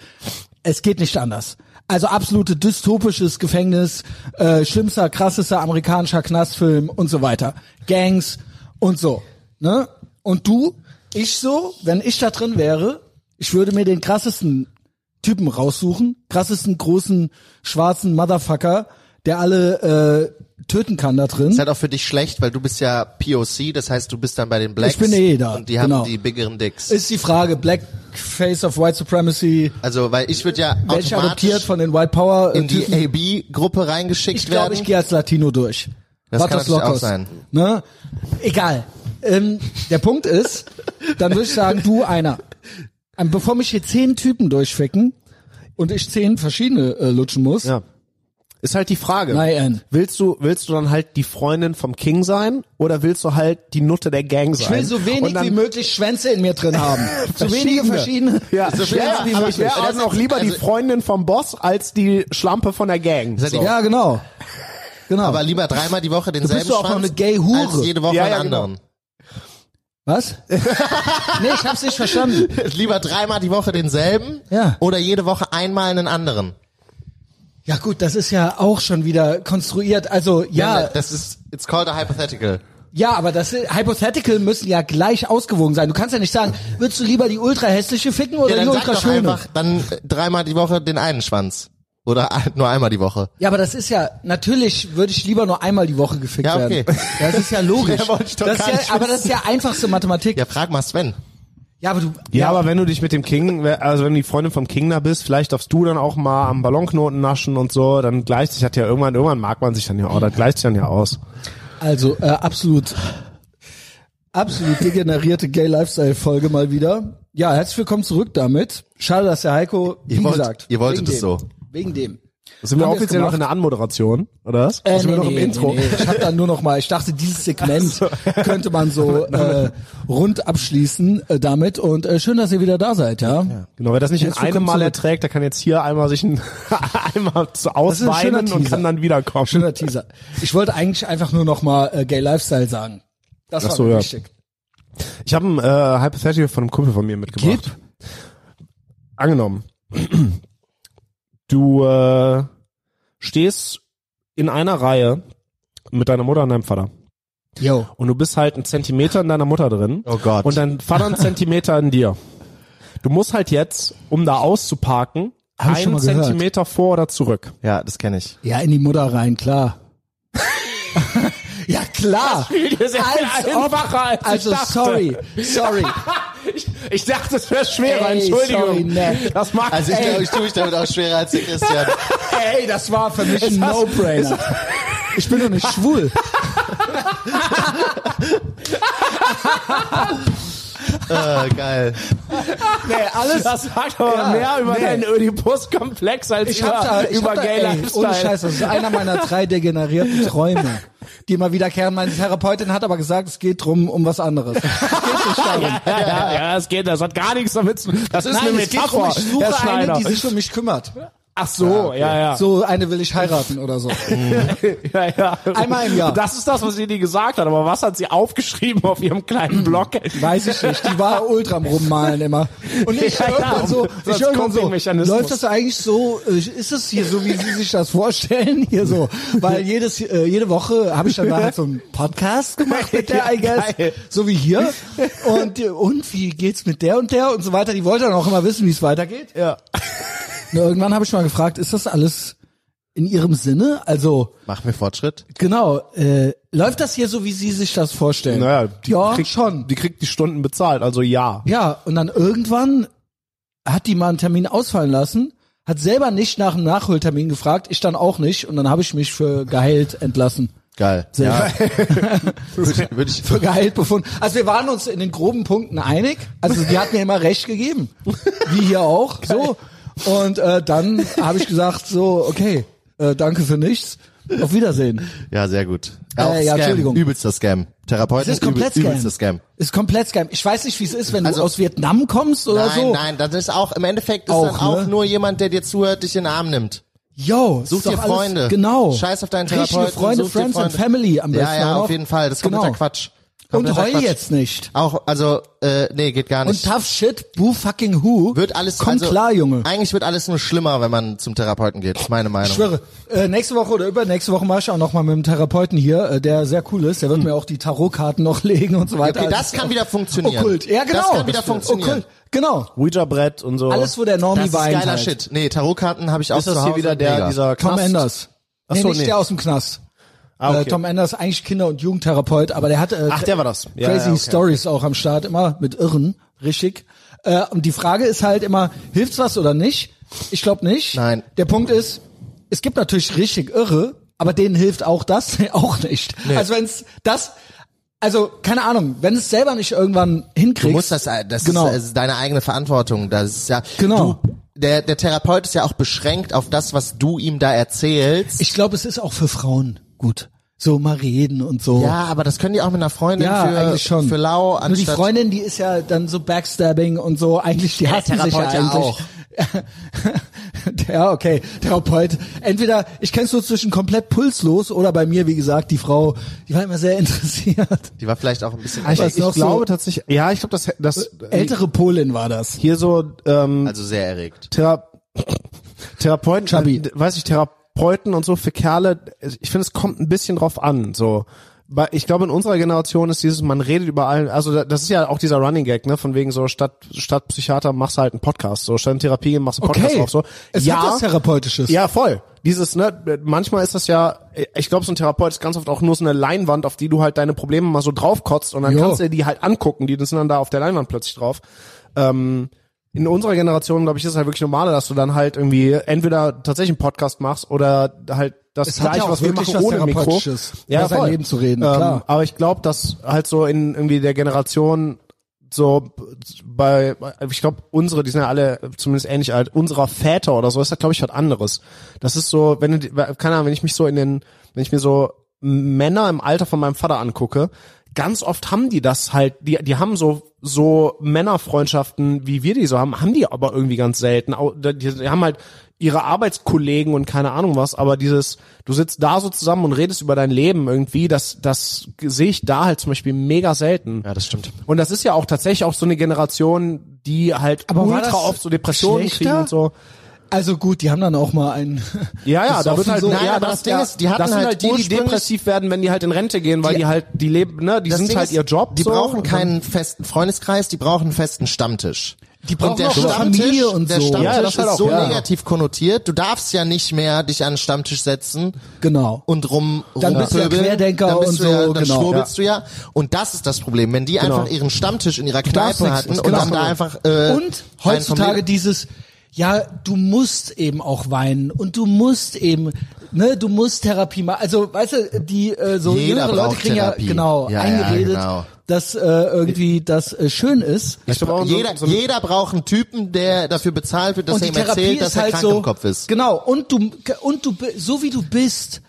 Speaker 1: Es geht nicht anders. Also absolute dystopisches Gefängnis, äh, schlimmster, krassester amerikanischer Knastfilm und so weiter. Gangs und so. Ne? Und du, ich so, wenn ich da drin wäre, ich würde mir den krassesten Typen raussuchen, krassesten großen schwarzen Motherfucker, der alle äh, töten kann da drin.
Speaker 2: Ist halt auch für dich schlecht, weil du bist ja POC, das heißt, du bist dann bei den Blacks.
Speaker 1: Ich bin eh da,
Speaker 2: Und die
Speaker 1: genau.
Speaker 2: haben die biggeren Dicks.
Speaker 1: Ist die Frage, Blackface of White Supremacy,
Speaker 2: also, weil ich würde ja
Speaker 1: welch adoptiert
Speaker 2: automatisch
Speaker 1: von den White Power äh,
Speaker 2: in
Speaker 1: Typen.
Speaker 2: die AB-Gruppe reingeschickt
Speaker 1: Ich
Speaker 2: werden.
Speaker 1: glaube, ich gehe als Latino durch.
Speaker 2: Das kann
Speaker 1: Vatos
Speaker 2: natürlich auch
Speaker 1: Locos.
Speaker 2: sein.
Speaker 1: Ne? Egal. Ähm, der Punkt ist, dann würde ich sagen, du einer. Ähm, Bevor mich hier zehn Typen durchficken und ich zehn verschiedene äh, lutschen muss,
Speaker 3: Ja. Ist halt die Frage.
Speaker 1: Nein.
Speaker 3: Willst du, willst du dann halt die Freundin vom King sein oder willst du halt die Nutte der Gang sein?
Speaker 1: ich will so
Speaker 3: Und
Speaker 1: wenig
Speaker 3: dann,
Speaker 1: wie möglich Schwänze in mir drin haben. so wenige verschiedene.
Speaker 3: Ja,
Speaker 2: So viel-
Speaker 3: ja,
Speaker 2: wie
Speaker 3: aber
Speaker 2: möglich.
Speaker 3: ich wäre auch
Speaker 2: Also-
Speaker 3: noch lieber die
Speaker 2: also-
Speaker 3: Freundin vom Boss als die Schlampe von der Gang.
Speaker 2: Seid ihr-
Speaker 1: Ja, genau. Genau.
Speaker 2: aber lieber dreimal die Woche denselben
Speaker 1: bist doch auch noch
Speaker 2: Schwanz
Speaker 1: eine Gay-Hure.
Speaker 2: als jede Woche
Speaker 3: Ja, ja,
Speaker 2: einen
Speaker 3: genau.
Speaker 2: anderen.
Speaker 1: Was? nee, ich hab's nicht verstanden.
Speaker 2: Lieber dreimal die Woche denselben
Speaker 1: Ja.
Speaker 2: oder jede Woche einmal einen anderen.
Speaker 1: Ja gut, das ist ja auch schon wieder konstruiert. Also ja,
Speaker 2: Das ist, it's called a hypothetical.
Speaker 1: ja, aber das Hypothetical müssen ja gleich ausgewogen sein. Du kannst ja nicht sagen, würdest du lieber die ultra hässliche ficken oder
Speaker 2: Ja,
Speaker 1: die
Speaker 2: dann sag
Speaker 1: ultra
Speaker 2: doch
Speaker 1: schöne?
Speaker 2: einfach dann äh, dreimal die Woche den einen Schwanz. Oder ein- nur einmal die Woche.
Speaker 1: Ja, aber das ist ja natürlich würde ich lieber nur einmal die Woche gefickt
Speaker 2: Ja, okay.
Speaker 1: werden. Das ist ja logisch.
Speaker 2: Mehr wollte ich doch
Speaker 1: das ist
Speaker 2: gar
Speaker 1: ja,
Speaker 2: nicht
Speaker 1: aber das ist ja einfachste Mathematik. Ja,
Speaker 2: Ja, frag mal Sven.
Speaker 1: aber du
Speaker 3: Ja, aber wenn du dich mit dem King, also wenn du die Freundin vom King da bist, vielleicht darfst du dann auch mal am Ballonknoten naschen und so, dann gleicht sich das ja irgendwann, irgendwann mag man sich dann ja auch, das gleicht sich dann ja aus.
Speaker 1: Also, äh, absolut, absolut degenerierte Gay Lifestyle Folge mal wieder. Ja, herzlich willkommen zurück damit. Schade, dass der Heiko, wie
Speaker 2: Ihr wollt-
Speaker 1: gesagt,
Speaker 2: ihr wolltet
Speaker 1: wegen
Speaker 2: es
Speaker 1: dem,
Speaker 2: so.
Speaker 1: Wegen dem.
Speaker 3: Sind wir
Speaker 1: Haben wir's
Speaker 3: offiziell noch in der Anmoderation, oder was?
Speaker 1: Äh,
Speaker 3: Sind wir noch im Intro?
Speaker 1: nee, nee. Ich hab dann nur noch mal, ich dachte, dieses Segment könnte man so äh, rund abschließen äh, damit und äh, schön, dass ihr wieder da seid, ja.
Speaker 3: Genau, wer das nicht in
Speaker 1: Jetzt, du
Speaker 3: einem
Speaker 1: kommst
Speaker 3: Mal
Speaker 1: zurück.
Speaker 3: erträgt, der kann jetzt hier einmal sich ein, einmal
Speaker 1: ist
Speaker 3: zu
Speaker 1: ein schöner
Speaker 3: ausweinen und
Speaker 1: Teaser.
Speaker 3: kann dann wiederkommen.
Speaker 1: Schöner Teaser. Ich wollte eigentlich einfach nur noch mal äh, Gay Lifestyle sagen. Das
Speaker 3: Ach
Speaker 1: war
Speaker 3: so,
Speaker 1: mir
Speaker 3: ja.
Speaker 1: wichtig.
Speaker 3: Ich habe ein äh, Hypothetical von einem Kumpel von mir mitgebracht.
Speaker 1: Gib.
Speaker 3: Angenommen, du äh, stehst in einer Reihe mit deiner Mutter und deinem Vater.
Speaker 1: Yo.
Speaker 3: Und du bist halt einen Zentimeter in deiner Mutter drin.
Speaker 2: Oh Gott.
Speaker 3: Und dein Vater einen Zentimeter in dir. Du musst halt jetzt, um da auszuparken,
Speaker 1: Hab ich schon
Speaker 3: einen
Speaker 1: mal gehört.
Speaker 3: Zentimeter vor oder zurück.
Speaker 2: Ja, das kenne ich.
Speaker 1: Ja, in die Mutter rein, klar. ja, klar.
Speaker 3: ist ja viel
Speaker 1: ob-
Speaker 3: einfacher, als ich
Speaker 1: also
Speaker 3: dachte.
Speaker 1: sorry, sorry.
Speaker 3: Ich, ich dachte, es wäre schwerer,
Speaker 1: Ey,
Speaker 3: Entschuldigung.
Speaker 1: sorry, ne.
Speaker 3: Das mag
Speaker 2: Also ich
Speaker 3: Ey,
Speaker 2: glaube, ich tue mich damit auch schwerer als der Christian.
Speaker 1: Ey, das war für mich ein
Speaker 3: Es hast-
Speaker 1: No-Brainer. Ich bin doch nicht schwul.
Speaker 2: äh, geil.
Speaker 4: Nee, alles
Speaker 1: Das sagt aber mehr über deinen
Speaker 4: Oedipus-Komplex als
Speaker 1: Ich hab da, ich hab da, ey, ohne Scheiß, das ist einer meiner drei degenerierten Träume, die immer wiederkehren. Meine Therapeutin hat aber gesagt, es geht drum um was anderes. Es geht nicht darum.
Speaker 4: Ja, ja, ja, das geht, das hat gar nichts damit zu tun. Das ist
Speaker 1: Nein,
Speaker 4: eine
Speaker 1: es geht drum,
Speaker 4: Metapher,
Speaker 1: ich
Speaker 4: Herr
Speaker 1: suche eine,
Speaker 4: Schneider.
Speaker 1: die sich um mich kümmert.
Speaker 4: Ach so, ja, ja.
Speaker 1: So eine will ich heiraten oder so.
Speaker 4: ja, ja.
Speaker 1: Einmal im Jahr.
Speaker 4: Das ist das, was sie nie gesagt hat, aber was hat sie aufgeschrieben auf ihrem kleinen Blog?
Speaker 1: Weiß ich nicht. Die war ultra am Rummalen immer. Und ich
Speaker 4: Ja, ja,
Speaker 1: irgendwann so,
Speaker 4: um-
Speaker 1: ich
Speaker 4: als
Speaker 1: irgendwann so,
Speaker 4: Coping-Mechanismus.
Speaker 1: läuft das eigentlich so, äh, ist das hier so, wie Sie sich das vorstellen, hier so? Weil jedes, äh, jede Woche habe ich dann halt so einen Podcast gemacht mit der, I guess,
Speaker 4: Geil.
Speaker 1: so wie hier. Und, äh, und wie geht's mit der und der und so weiter? Die wollte dann auch immer wissen, wie es weitergeht.
Speaker 4: Ja.
Speaker 1: Und irgendwann habe ich mal gefragt, ist das alles in Ihrem Sinne? Also,
Speaker 2: Machen wir Fortschritt?
Speaker 1: genau, äh, läuft das hier so, wie Sie sich das vorstellen?
Speaker 4: Naja, die
Speaker 1: ja,
Speaker 4: kriegt,
Speaker 1: schon.
Speaker 4: Die kriegt die Stunden bezahlt, also ja.
Speaker 1: Ja, und dann irgendwann hat die mal einen Termin ausfallen lassen, hat selber nicht nach einem Nachholtermin gefragt, ich dann auch nicht und dann habe ich mich für geheilt entlassen.
Speaker 2: Geil. Ja. Würde ich, würde ich,
Speaker 1: Für geheilt befunden. Also wir waren uns in den groben Punkten einig. Also die hat mir immer recht gegeben. Wie hier auch. So. Und äh, dann habe ich gesagt, so, okay, äh, danke für nichts. Auf Wiedersehen.
Speaker 2: ja, sehr gut.
Speaker 1: Äh,
Speaker 2: Auch
Speaker 1: ja,
Speaker 2: Scam.
Speaker 1: Entschuldigung.
Speaker 2: Übelster Scam. Therapeuten,
Speaker 1: Es ist komplett
Speaker 2: übel,
Speaker 1: Scam.
Speaker 2: übelster Scam.
Speaker 1: Ist komplett Scam. Ich weiß nicht, wie es ist, wenn
Speaker 2: Also-
Speaker 1: du aus Vietnam kommst oder
Speaker 2: nein,
Speaker 1: so.
Speaker 2: nein, das ist auch, im Endeffekt ist
Speaker 1: Auch,
Speaker 2: dann auch
Speaker 1: ne?
Speaker 2: nur jemand, der dir zuhört, dich in den Arm nimmt.
Speaker 1: Yo,
Speaker 2: Such
Speaker 1: ist doch
Speaker 2: dir
Speaker 1: alles-
Speaker 2: Freunde.
Speaker 1: Genau.
Speaker 2: Scheiß auf deinen
Speaker 1: Richtige
Speaker 2: Therapeuten.
Speaker 1: Freunde,
Speaker 2: such dir
Speaker 1: Friends and
Speaker 2: Freunde.
Speaker 1: Family am besten.
Speaker 2: Ja, ja,
Speaker 1: auch
Speaker 2: auf
Speaker 1: noch.
Speaker 2: jeden Fall. Das ist
Speaker 1: genau.
Speaker 2: kompletter Quatsch.
Speaker 1: Und
Speaker 2: Kompletter
Speaker 1: heul
Speaker 2: Quatsch.
Speaker 1: jetzt nicht.
Speaker 2: Auch, also, äh, nee, geht gar
Speaker 1: Und
Speaker 2: nicht.
Speaker 1: tough shit, boo fucking who.
Speaker 2: wird alles,
Speaker 1: Komm
Speaker 2: also,
Speaker 1: klar, Junge.
Speaker 2: Eigentlich wird alles nur schlimmer, wenn man zum Therapeuten geht. Ist meine Meinung.
Speaker 1: Ich schwöre, äh, nächste Woche oder übernächste Woche mache ich auch nochmal mit dem Therapeuten hier, äh, der sehr cool ist. Der wird mir auch die Tarotkarten noch legen und so weiter.
Speaker 2: Hm. Okay, das
Speaker 1: Also,
Speaker 2: kann wieder funktionieren.
Speaker 1: Okkult. Ja, genau.
Speaker 2: Das kann wieder funktionieren.
Speaker 1: Okkult. Genau.
Speaker 4: Ouija-Brett und so.
Speaker 1: Alles, wo der
Speaker 2: Das
Speaker 1: Normie
Speaker 2: ist
Speaker 1: weint.
Speaker 2: geiler
Speaker 1: halt.
Speaker 2: Shit. Nee, Tarotkarten habe ich auch
Speaker 4: ist das
Speaker 2: zu Hause.
Speaker 4: hier wieder der,
Speaker 2: Mega.
Speaker 4: dieser
Speaker 1: Tom
Speaker 4: Knast?
Speaker 1: Anders. Nee,
Speaker 4: so,
Speaker 1: nicht
Speaker 4: nee.
Speaker 1: der aus dem Knast.
Speaker 4: Ah, okay.
Speaker 1: äh, Tom Anders, eigentlich Kinder- und Jugendtherapeut, aber der hat äh,
Speaker 4: Ach, der war das. Ja,
Speaker 1: crazy
Speaker 4: ja, okay.
Speaker 1: Stories auch am Start immer mit Irren, richtig. Äh, und die Frage ist halt immer, hilft's was oder nicht? Ich glaube nicht.
Speaker 2: Nein.
Speaker 1: Der Punkt ist, es gibt natürlich richtig Irre, aber denen hilft auch das auch nicht. Also wenn's das, also keine Ahnung, wenn es selber nicht irgendwann hinkriegt.
Speaker 2: Du musst das, äh, das
Speaker 1: genau.
Speaker 2: ist, äh, ist deine eigene Verantwortung. Das ist ja,
Speaker 1: Genau.
Speaker 2: Du, der, der Therapeut ist ja auch beschränkt auf das, was du ihm da erzählst.
Speaker 1: ich glaube, es ist auch für Frauen gut, so mal reden und so.
Speaker 2: ja, aber das können die auch mit einer Freundin
Speaker 1: Ja,
Speaker 2: für,
Speaker 1: eigentlich schon.
Speaker 2: für lau
Speaker 1: Nur die
Speaker 2: anstatt.
Speaker 1: Freundin, die ist ja dann so Backstabbing und so, eigentlich, die hassen sich ja
Speaker 2: Therapeut ja
Speaker 1: eigentlich.
Speaker 2: auch.
Speaker 1: ja, okay, Therapeut. Entweder, ich kenn's nur zwischen komplett pulslos oder bei mir, wie gesagt, die Frau, die war immer sehr interessiert.
Speaker 2: die war vielleicht auch ein bisschen,
Speaker 1: Eigentlich-
Speaker 4: ich
Speaker 1: noch so-
Speaker 4: glaube tatsächlich, ja, ich glaube, das, das
Speaker 1: Ältere Polin war das.
Speaker 4: hier so ähm,
Speaker 2: also sehr erregt.
Speaker 4: Thera Therapeuten,
Speaker 1: Chubby.
Speaker 4: äh, weiß ich, Therapeuten und so für Kerle, ich finde, es kommt ein bisschen drauf an, so. Weil Ich glaube, in unserer Generation ist dieses, man redet über allen, also da- das ist ja auch dieser Running Gag, ne, von wegen so, statt, statt Psychiater machst du halt einen Podcast, so, statt in Therapie gehen, machst du einen Podcast
Speaker 1: Okay.
Speaker 4: auf, so.
Speaker 1: Es
Speaker 4: ja,
Speaker 1: hat was Therapeutisches.
Speaker 4: Ja, voll. Dieses, ne, manchmal ist das ja, ich glaube, so ein Therapeut ist ganz oft auch nur so eine Leinwand, auf die du halt deine Probleme mal so draufkotzt und dann
Speaker 1: Jo.
Speaker 4: kannst du dir die halt angucken, die sind dann da auf der Leinwand plötzlich drauf. Ähm, in unserer Generation, glaube ich, ist es halt wirklich normaler, dass du dann halt irgendwie entweder tatsächlich einen Podcast machst oder halt das
Speaker 1: Es hat
Speaker 4: gleich,
Speaker 1: ja auch
Speaker 4: was wir
Speaker 1: wirklich
Speaker 4: machen
Speaker 1: was
Speaker 4: ohne Mikro. Ähm,
Speaker 1: Therapeutisches, über sein Leben zu reden, klar.
Speaker 4: Aber ich glaube, dass halt so in irgendwie der Generation so bei, ich glaube, unsere, die sind ja alle zumindest ähnlich alt, unserer Väter oder so, ist das, glaube ich, was anderes. Das ist so, wenn du, die- keine Ahnung, wenn ich mich so in den, wenn ich mir so Männer im Alter von meinem Vater angucke, ganz oft haben die das halt, die, die haben so, so Männerfreundschaften, wie wir die so haben, haben die aber irgendwie ganz selten. Au- Die, die haben halt ihre Arbeitskollegen und keine Ahnung was, aber dieses, du sitzt da so zusammen und redest über dein Leben irgendwie, das, das sehe ich da halt zum Beispiel mega selten.
Speaker 2: Ja, das stimmt.
Speaker 4: Und das ist ja auch tatsächlich auch so eine Generation, die halt
Speaker 1: Aber war
Speaker 4: ultra
Speaker 1: das
Speaker 4: oft so Depressionen
Speaker 1: schlechter?
Speaker 4: kriegen und so.
Speaker 1: Also gut, die haben dann auch mal einen.
Speaker 4: Ja, ja,
Speaker 1: Ist
Speaker 4: da
Speaker 1: offen
Speaker 4: wird halt,
Speaker 1: so.
Speaker 4: ja,
Speaker 2: Nein, aber das Ding ist, die hatten
Speaker 4: das sind
Speaker 2: halt
Speaker 4: halt die, die
Speaker 2: ursprünglich-
Speaker 4: depressiv werden, wenn die halt in Rente gehen, weil die, halt, die leben, ne, die
Speaker 2: Das
Speaker 4: sind
Speaker 2: Ding
Speaker 4: halt
Speaker 2: ist,
Speaker 4: ihr Job.
Speaker 2: Die
Speaker 4: so.
Speaker 2: brauchen keinen festen Freundeskreis, die brauchen einen festen Stammtisch. Die
Speaker 1: brauchen auch eine Familie und
Speaker 2: der
Speaker 1: so.
Speaker 2: Stammtisch
Speaker 4: Ja, das
Speaker 2: ist
Speaker 4: halt auch,
Speaker 2: so
Speaker 4: ja.
Speaker 2: negativ konnotiert. Du darfst ja nicht mehr dich an den Stammtisch setzen
Speaker 1: Genau.
Speaker 2: und rum
Speaker 1: Dann bist du ja
Speaker 2: rumpöbeln.
Speaker 1: Querdenker
Speaker 2: dann bist
Speaker 1: und
Speaker 2: du ja,
Speaker 1: so,
Speaker 2: dann
Speaker 1: genau.
Speaker 2: schwurbelst du ja. Und das ist das Problem, wenn die einfach ihren Stammtisch in ihrer
Speaker 1: darfst
Speaker 2: Kneipe
Speaker 1: nichts,
Speaker 2: hatten
Speaker 1: ist
Speaker 2: und
Speaker 1: genau.
Speaker 2: dann da einfach äh,
Speaker 1: und
Speaker 2: rein
Speaker 1: heutzutage
Speaker 2: vom-
Speaker 1: dieses ja, du musst eben auch weinen und du musst eben, ne, du musst Therapie machen. Also, weißt du, die äh, so
Speaker 2: Jeder
Speaker 1: jüngere Leute
Speaker 2: braucht
Speaker 1: kriegen
Speaker 2: Therapie.
Speaker 1: ja genau
Speaker 2: Ja, ja,
Speaker 1: eingeredet,
Speaker 2: genau.
Speaker 1: dass äh, irgendwie das äh, schön ist.
Speaker 4: Ich glaub, auch so-
Speaker 2: jeder,
Speaker 4: so-
Speaker 2: jeder braucht einen Typen, der dafür bezahlt wird, dass
Speaker 1: und die
Speaker 2: er ihm
Speaker 1: Therapie
Speaker 2: erzählt,
Speaker 1: ist
Speaker 2: dass er
Speaker 1: halt
Speaker 2: krank
Speaker 1: so
Speaker 2: im Kopf ist.
Speaker 1: genau und du und du bi- so wie du bist